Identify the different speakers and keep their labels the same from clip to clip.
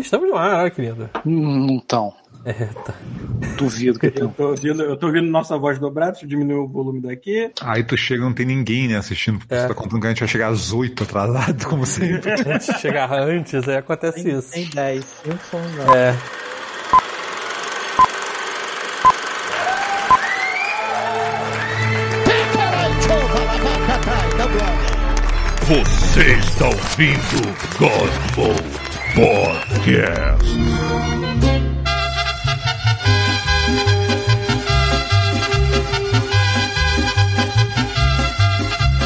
Speaker 1: estamos no ar, querida.
Speaker 2: Não estão.
Speaker 1: É, tá.
Speaker 2: Hum, então, Duvido que
Speaker 3: Eu
Speaker 2: estão.
Speaker 3: tô ouvindo, eu tô ouvindo nossa voz dobrada, deixa eu diminuir o volume daqui.
Speaker 4: Aí tu chega e não tem ninguém, né, assistindo, porque
Speaker 1: É.
Speaker 4: você tá contando que a gente vai chegar às 8 atrasado, como sempre.
Speaker 1: A gente chegar antes, aí acontece isso.
Speaker 5: Tem 10. Eu sou um não.
Speaker 1: É.
Speaker 6: Você está ouvindo Godbolt Podcast.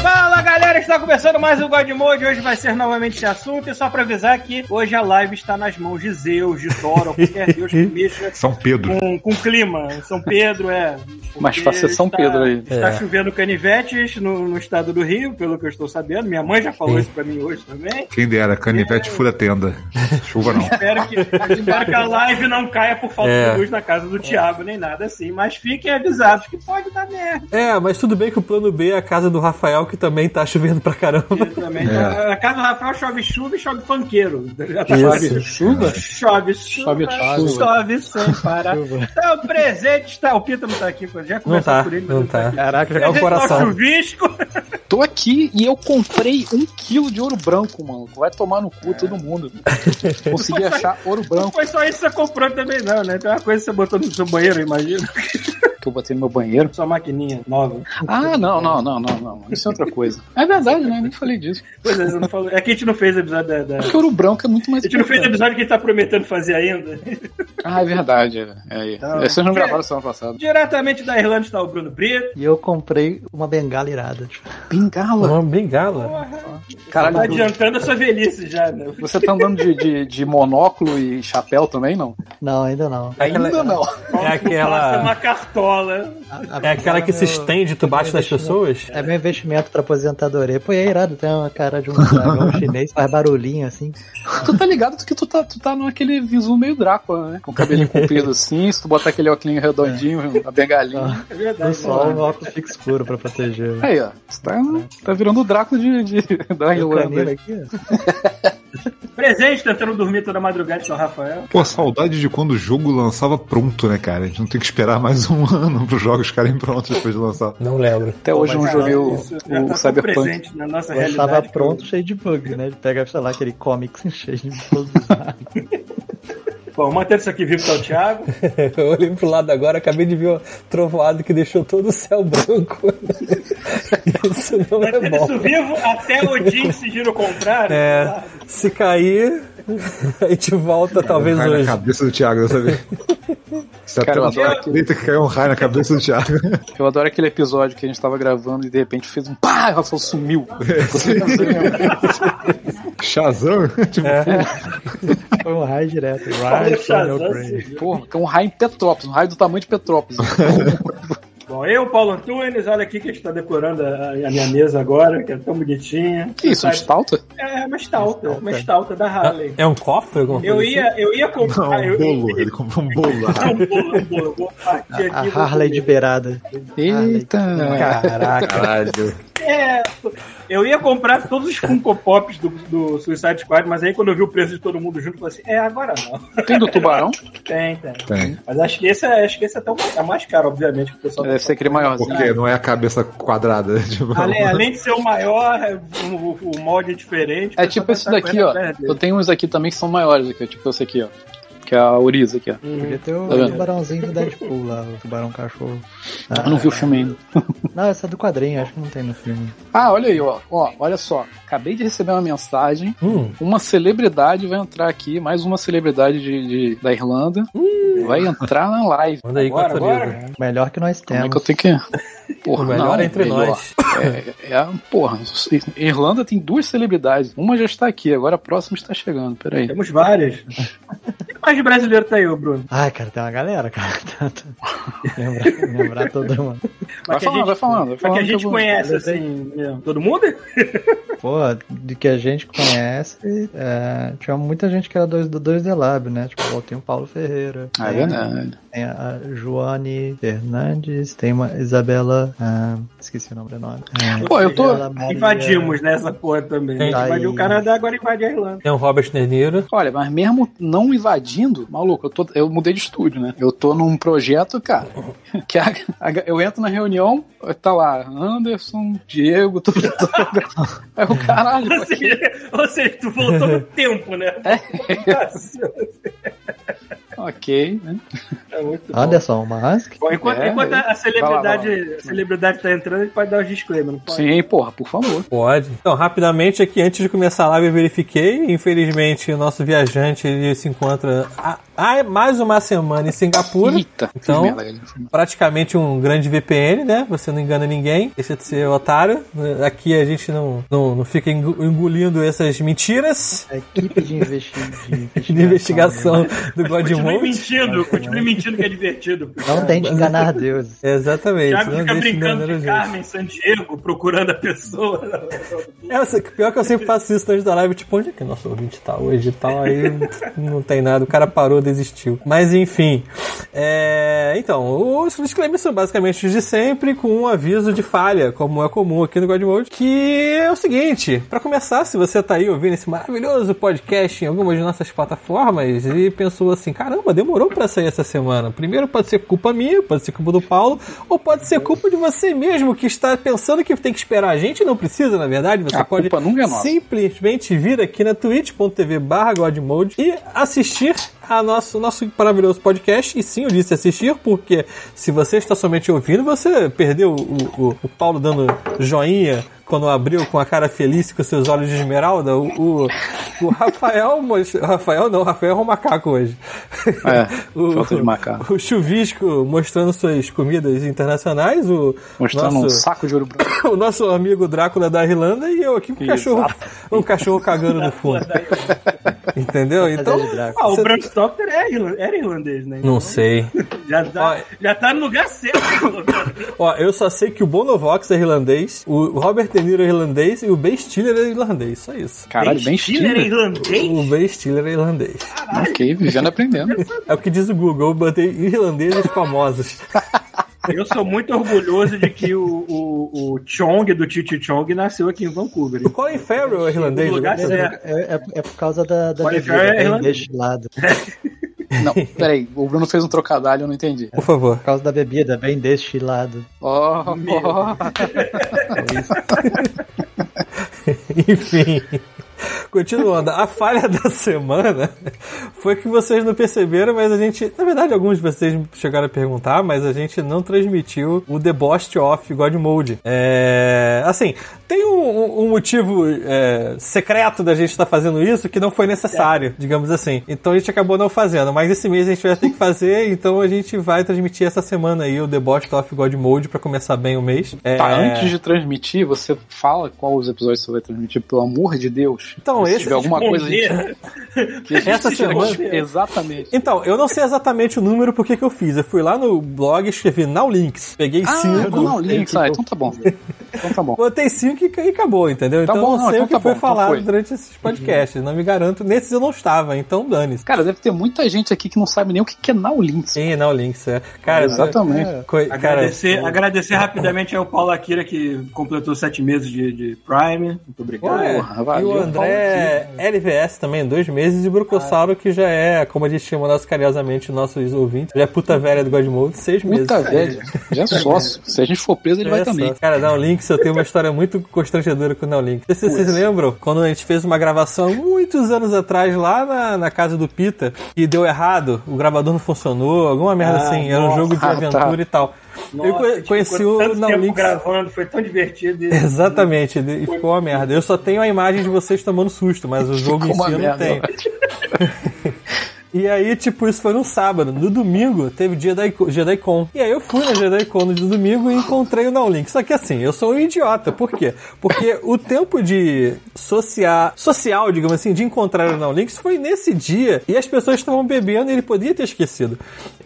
Speaker 3: Fala galera, está começando mais um God Mode. Hoje vai ser novamente esse assunto. E só pra avisar que hoje a live está nas mãos de Zeus, de Thor, ou qualquer deus que mexa
Speaker 4: São Pedro.
Speaker 3: com, com clima. São Pedro, é.
Speaker 2: Mais
Speaker 3: Porque
Speaker 2: fácil é São
Speaker 3: está-
Speaker 2: Pedro aí.
Speaker 3: Está
Speaker 1: É.
Speaker 3: chovendo canivetes no, no estado do Rio, pelo que eu estou sabendo. Minha mãe já falou
Speaker 1: Sim.
Speaker 3: isso pra mim hoje também.
Speaker 4: Quem dera, canivete fura tenda. Chuva não.
Speaker 3: Espero que, espero que a live não caia por falta
Speaker 1: É.
Speaker 3: de luz na casa do Thiago, nem nada assim. Mas fiquem avisados que pode dar merda
Speaker 1: É, mas tudo bem que o plano B é a casa do Rafael, que também tá chovendo pra caramba.
Speaker 3: também.
Speaker 4: É.
Speaker 3: Na- Na casa do Rafael chove chuva e chove funkeiro.
Speaker 1: Isso.
Speaker 5: Chuva?
Speaker 3: Chove, chove,
Speaker 5: chuva.
Speaker 3: chove sem parar.
Speaker 5: Chuva.
Speaker 3: Então, o presente está. O Pita não tá aqui, já
Speaker 1: Não
Speaker 3: começou
Speaker 1: tá,
Speaker 3: por ele. né?
Speaker 1: não tá.
Speaker 5: Caraca,
Speaker 1: É o
Speaker 3: Presente tá
Speaker 1: coração.
Speaker 3: chuvisco.
Speaker 2: Tô aqui e eu comprei um quilo de ouro branco, mano. Vai tomar no cu todo mundo. Consegui achar ouro
Speaker 3: Não
Speaker 2: branco
Speaker 3: foi só isso que você comprou também, não, né? Tem uma coisa que você botou no seu banheiro, eu imagino.
Speaker 2: que eu botei no meu banheiro.
Speaker 3: Sua maquininha nova.
Speaker 2: Ah, não, não, não, não, não. Isso é outra coisa. É verdade, né? Nem falei disso.
Speaker 3: Pois é, você não falou. É que a gente não fez episódio da. da-
Speaker 2: Porque ouro branco é muito mais
Speaker 3: A gente não fez
Speaker 2: importante.
Speaker 3: episódio que a gente tá prometendo fazer ainda.
Speaker 2: Ah, é verdade. É, é.
Speaker 3: Então,
Speaker 2: Vocês não
Speaker 3: que-
Speaker 2: gravaram semana passada.
Speaker 3: Diretamente da Irlanda está o Bruno Brito.
Speaker 5: E eu comprei uma bengala irada.
Speaker 2: Bengala.
Speaker 1: Uma bengala.
Speaker 2: Caralho,
Speaker 3: Tá
Speaker 2: Bruno,
Speaker 3: adiantando a sua velhice já, né?
Speaker 2: você tá andando de, de, de monóculo e chapéu também, não?
Speaker 5: Não, ainda não.
Speaker 1: É aquela-
Speaker 2: Ainda não.
Speaker 1: É
Speaker 3: Passa uma
Speaker 1: aquela.
Speaker 3: cartola.
Speaker 5: A- a
Speaker 1: É
Speaker 5: bengala
Speaker 1: aquela que se
Speaker 5: meu-
Speaker 1: estende, tu bate nas pessoas?
Speaker 5: É meu investimento pra aposentadoria. Pô, e é irado, tem uma cara de um dragão chinês, faz barulhinho assim.
Speaker 2: Tu tá ligado que tu tá, tu tá naquele visu meio Drácula, né? Com o cabelinho comprido assim, se tu botar aquele óculinho redondinho, a bengalinha.
Speaker 3: É
Speaker 5: No
Speaker 3: verdade.
Speaker 5: sol, um óculos fica escuro pra proteger.
Speaker 3: Ah.
Speaker 2: Aí, ó. Tu tá, tá virando o Drácula de, de, da
Speaker 5: E o
Speaker 2: Irlanda.
Speaker 5: canino
Speaker 2: aí.
Speaker 5: aqui, ó.
Speaker 3: Presente tentando dormir toda madrugada, São Rafael.
Speaker 4: Pô, saudade de quando o jogo lançava pronto, né, cara? A gente não tem que esperar mais um ano pros jogos ficarem prontos depois de lançar.
Speaker 1: Não lembro.
Speaker 2: Até hoje eu não joguei um o,
Speaker 3: Isso já tá
Speaker 2: o
Speaker 3: tão
Speaker 2: Cyberpunk.
Speaker 3: presente na nossa
Speaker 5: Eu
Speaker 3: realidade.
Speaker 5: estava
Speaker 3: que-
Speaker 5: pronto, cheio de bug, né? Ele pega, sei lá, aquele comics cheio de bug.
Speaker 3: Bom, mantendo isso aqui vivo tá o Thiago.
Speaker 1: Eu olhei pro lado agora, acabei de ver uma trovoada que deixou todo o céu branco. Isso não é
Speaker 3: Mantendo isso
Speaker 1: bom.
Speaker 3: vivo até o dia que se gira o contrário.
Speaker 1: É, se cair, a gente volta talvez
Speaker 4: raio
Speaker 1: hoje.
Speaker 4: na cabeça do Thiago dessa vez. Você tá
Speaker 2: Cara, eu
Speaker 4: tão
Speaker 2: adoro
Speaker 4: direita que caiu um raio na cabeça do Thiago.
Speaker 2: Eu adoro aquele episódio que a gente tava gravando e de repente fez um pá, e o Rafael sumiu. Você não sei mesmo.
Speaker 4: Shazam? Tipo,
Speaker 5: Foi um raio direto.
Speaker 3: Olha
Speaker 5: Raio
Speaker 3: o Shazam,
Speaker 5: from your brain.
Speaker 3: se-
Speaker 2: Porra, que é um raio em Petrópolis, um raio do tamanho de Petrópolis.
Speaker 3: Bom, eu, Paulo Antunes, olha aqui que a gente tá decorando a, a minha mesa agora, que é tão bonitinha.
Speaker 2: Que isso, um stalta?
Speaker 3: É uma stalta, uma stalta da Harley.
Speaker 1: É um cofre? Alguma coisa
Speaker 3: Eu ia, eu ia comprar.
Speaker 4: não, um
Speaker 3: eu,
Speaker 4: bolo. Ele comprou um bolo.
Speaker 3: Não, um bolo, um bolo. Eu Vou partir
Speaker 5: A
Speaker 3: aqui. e vou
Speaker 5: Harley de
Speaker 3: comer.
Speaker 5: beirada.
Speaker 3: Ah,
Speaker 2: Eita!
Speaker 1: assim? Caraca.
Speaker 4: Caralho.
Speaker 3: É, eu ia comprar todos os Funko Pops do, do Suicide Squad, mas aí quando eu vi o preço de todo mundo junto, eu falei assim: é, agora não.
Speaker 2: Tem do tubarão?
Speaker 3: Tem, tem.
Speaker 4: Tem.
Speaker 3: Mas acho que esse é, acho que esse é, tão, é mais caro, obviamente, que o pessoal. tá
Speaker 2: Deve ser aquele maiorzinho.
Speaker 4: Porque não é a cabeça quadrada. Tipo,
Speaker 3: Além, além de ser o maior, é, o, o- o molde é diferente.
Speaker 2: É tipo esse daqui, ó. Eu tenho uns aqui também que são maiores aqui, ó. tipo esse aqui, ó. Que é a Oriza aqui, ó.
Speaker 1: Hum.
Speaker 5: Podia ter o
Speaker 2: Tá vendo?
Speaker 5: tubarãozinho do Deadpool lá, o tubarão cachorro. Ah,
Speaker 2: Eu não vi o filme ainda.
Speaker 5: Não, essa é do quadrinho, acho que não tem no filme.
Speaker 2: Ah, olha aí, ó. ó. Olha só. Acabei de receber uma mensagem.
Speaker 1: Hum,
Speaker 2: Uma celebridade vai entrar aqui, mais uma celebridade de, de- da Irlanda. Vai entrar na live.
Speaker 1: manda aí com
Speaker 3: Agora,
Speaker 1: a
Speaker 3: agora.
Speaker 5: Melhor que nós
Speaker 2: Como é
Speaker 5: temos.
Speaker 2: que eu tenho que.
Speaker 1: O
Speaker 2: Porra,
Speaker 1: melhor
Speaker 2: não,
Speaker 1: é entre
Speaker 2: melhor.
Speaker 1: nós.
Speaker 2: É, é, a- porra, Irlanda tem duas celebridades. Uma já está aqui, agora a próxima está chegando. Peraí.
Speaker 3: Temos várias. Quem mais de brasileiro tá aí, ô, Bruno?
Speaker 5: Ai, cara, tem uma galera, cara. Tá- tá- Lembrar, lembrar todo mundo.
Speaker 2: Vai
Speaker 3: que a
Speaker 2: falando, vai falando, vai
Speaker 3: Mas que a
Speaker 2: falando que eu
Speaker 3: gente
Speaker 2: vou-
Speaker 3: conhece, assim, mesmo. todo mundo?
Speaker 5: pô, de que a gente conhece, é, tinha muita gente que era dois, do 2D Lab, né? Tipo, ó, tem o Paulo Ferreira.
Speaker 2: É
Speaker 5: tem-
Speaker 2: verdade.
Speaker 5: Tem a Joane Fernandes, tem uma Isabela. ah, esqueci o nome dela. É,
Speaker 2: Pô, eu tô-
Speaker 5: Isabela Maria-
Speaker 3: Invadimos nessa porra também.
Speaker 1: Tem.
Speaker 3: Invadiu o Canadá, agora invade a Irlanda.
Speaker 1: Tem o Robert Nerneiro.
Speaker 2: Olha, mas mesmo não invadindo, maluco, eu, tô, eu mudei de estúdio, né? Eu tô num projeto, cara, que a- a- eu entro na reunião, tá lá, Anderson, Diego, tudo. tudo. Aí o caralho, pô,
Speaker 3: Ou seja, ou seja, tu voltou no tempo, né?
Speaker 2: ok, né?
Speaker 3: É muito bom.
Speaker 5: Anderson Mask?
Speaker 3: Bom, enquanto,
Speaker 2: É,
Speaker 3: enquanto a, a celebridade,
Speaker 2: Vai lá, vai lá.
Speaker 3: a celebridade tá entrando, a gente pode dar os disclaimer, não pode?
Speaker 2: Sim, porra, por favor.
Speaker 1: Pode. Então, rapidamente aqui, antes de começar a live, eu verifiquei. Infelizmente, o nosso viajante ele se encontra há, há mais uma semana em Singapura.
Speaker 2: Eita, fiz
Speaker 1: Então-
Speaker 2: merda, galera.
Speaker 1: Praticamente um grande VPN, né? Você não engana ninguém, deixa de ser otário. Aqui a gente não, não, não fica engo- engolindo essas mentiras
Speaker 5: A equipe de, investi de investigação. né?
Speaker 1: de investigação do
Speaker 3: É, né? Continue
Speaker 1: Godmode.
Speaker 3: mentindo, continue mentindo que é divertido.
Speaker 5: Não tem de enganar Deus.
Speaker 1: Exatamente.
Speaker 3: Thiago
Speaker 1: não
Speaker 3: fica
Speaker 1: deixe enganar
Speaker 3: brincando
Speaker 1: a
Speaker 3: de
Speaker 1: gente.
Speaker 3: Carmen San Diego procurando a pessoa.
Speaker 1: É, eu sei- pior que eu sempre faço isso antes da live, tipo, onde é que nosso ouvinte tá hoje e tal, aí não tem nada, o cara parou, desistiu. Mas enfim, é, então, os disclaimers são basicamente os de sempre, com um aviso de falha, como é comum aqui no God Mode, que é o seguinte, pra começar, se você tá aí ouvindo esse maravilhoso podcast em alguma de nossas plataformas e pensou assim, caramba, demorou pra sair essa semana, primeiro pode ser culpa minha, pode ser culpa do Paulo, ou pode ser culpa de você mesmo que está pensando que tem que esperar a gente, não precisa, na verdade, você
Speaker 2: A
Speaker 1: pode
Speaker 2: culpa nunca é nossa.
Speaker 1: simplesmente vir aqui na twitch.tv barra godmode e assistir a nosso, nosso maravilhoso podcast. E sim, eu disse assistir, porque se você está somente ouvindo, você perdeu o, o- o Paulo dando joinha quando abriu com a cara feliz e com seus olhos de esmeralda. O, o, o Rafael... mos- Rafael não, Rafael é um macaco hoje.
Speaker 2: É,
Speaker 1: O-
Speaker 2: falta de macaco.
Speaker 1: O Chuvisco mostrando suas comidas internacionais, o
Speaker 2: Mostrando um
Speaker 1: nosso,
Speaker 2: saco de ouro branco.
Speaker 1: o nosso amigo Drácula da Irlanda e eu aqui com um cachorro, um cachorro cagando no fundo. Entendeu? Então,
Speaker 5: de Drácula.
Speaker 3: Ah, o
Speaker 1: você-
Speaker 3: Bram Stoker é irla- era irlandês, né?
Speaker 1: não sei.
Speaker 3: Já tá,
Speaker 1: Olha.
Speaker 3: já tá no lugar certo.
Speaker 1: Ó, eu só sei que o Bonovox é irlandês, o Robert De Niro é irlandês e o Ben Stiller é irlandês, só isso.
Speaker 2: Caralho, bem
Speaker 3: Stiller é
Speaker 2: estilo.
Speaker 3: irlandês?
Speaker 1: O Ben Stiller é irlandês.
Speaker 2: Ok, vivendo e aprendendo.
Speaker 1: É o que diz o Google, eu botei irlandeses famosos.
Speaker 3: Eu sou muito orgulhoso de que o, o, o Chong do Titi Chong nasceu aqui em Vancouver.
Speaker 1: O Colin Farrell é irlandês.
Speaker 3: O lugar
Speaker 1: né?
Speaker 3: certo.
Speaker 5: É, é- é por causa da, da
Speaker 3: Olha,
Speaker 5: bebida,
Speaker 3: é
Speaker 5: bem
Speaker 3: irlandês.
Speaker 5: destilado.
Speaker 2: Não, peraí, o Bruno fez um trocadilho, eu não entendi.
Speaker 1: Por favor.
Speaker 5: Por causa da bebida, bem destilado.
Speaker 2: Ó, oh,
Speaker 3: Meu.
Speaker 1: Enfim. Continuando, a falha da semana foi que vocês não perceberam, mas a gente. Na verdade, alguns de vocês chegaram a perguntar, mas a gente não transmitiu o The Boss of God Mode. É, assim, tem um, um motivo é, secreto da gente estar fazendo isso que não foi
Speaker 2: É.
Speaker 1: necessário, digamos assim. Então a gente acabou não fazendo, mas esse mês a gente vai ter que fazer, então a gente vai transmitir essa semana aí o The Boss of God Mode pra começar bem o mês. É,
Speaker 2: Tá, antes de transmitir, você fala qual os episódios você vai transmitir, pelo amor de Deus.
Speaker 1: Então,
Speaker 2: Se
Speaker 1: esse-
Speaker 2: tiver alguma coisa a gente-
Speaker 3: Esconder.
Speaker 2: que a gente
Speaker 1: Essa semana-
Speaker 2: Exatamente.
Speaker 1: Então, eu não sei exatamente o número porque que eu fiz. Eu fui lá no blog, escrevi now links, peguei
Speaker 2: Ah,
Speaker 1: cinco.
Speaker 2: não, Links, ah, então tá bom. Então tá bom.
Speaker 1: Botei cinco e, e acabou, entendeu?
Speaker 2: Tá
Speaker 1: então
Speaker 2: bom,
Speaker 1: eu não
Speaker 2: não,
Speaker 1: sei
Speaker 2: então
Speaker 1: o que
Speaker 2: tá
Speaker 1: foi
Speaker 2: bom, então
Speaker 1: falado
Speaker 2: foi.
Speaker 1: durante esses podcasts. Não me garanto. Nesses eu não estava, então dane-se.
Speaker 2: Cara, deve ter muita gente aqui que não sabe nem o que que é Now Links.
Speaker 1: Sim, now links, é. Cara,
Speaker 2: Exatamente.
Speaker 1: eu- coi- cara,
Speaker 3: Agradecer, agradecer rapidamente ao Paulo Akira que completou sete meses de, de Prime. Muito obrigado.
Speaker 1: Ué,
Speaker 2: Porra, valeu,
Speaker 1: é, e o André é LVS também, dois meses, e Brocossauro, que já é, como a gente chama nós carinhosamente, nossos ouvintes, já é puta velha do Godmode, seis meses.
Speaker 2: Muita velha. Já é sócio. Se a gente for preso, ele vai
Speaker 1: Olha só.
Speaker 2: também.
Speaker 1: Cara, Neolinks, eu tenho uma história muito constrangedora com o Neolinks. Não sei se vocês lembram quando a gente fez uma gravação muitos anos atrás lá na, na casa do Pita e deu errado, o gravador não funcionou, alguma merda
Speaker 3: Ah,
Speaker 1: assim, era um
Speaker 3: nossa.
Speaker 1: jogo de
Speaker 2: Ah,
Speaker 1: aventura
Speaker 2: tá.
Speaker 1: e tal. eu
Speaker 3: Nossa,
Speaker 1: co-
Speaker 3: tipo,
Speaker 1: conheci
Speaker 3: ficou
Speaker 1: o
Speaker 3: tanto tempo
Speaker 1: Neolinks.
Speaker 3: gravando, foi tão divertido. e-
Speaker 1: Exatamente, e ficou uma merda. Eu só tenho a imagem de vocês tomando susto, mas o jogo em
Speaker 2: Ficou uma
Speaker 1: si eu não
Speaker 2: merda.
Speaker 1: tenho. E aí, tipo, isso foi no sábado. No domingo, teve Jedi, JediCon. E aí eu fui na JediCon no domingo e encontrei o Nowlink. Só que assim, eu sou um idiota. Por quê? Porque o tempo de social, social digamos assim, de encontrar o Nowlink foi nesse dia. E as pessoas estavam bebendo e ele podia ter esquecido.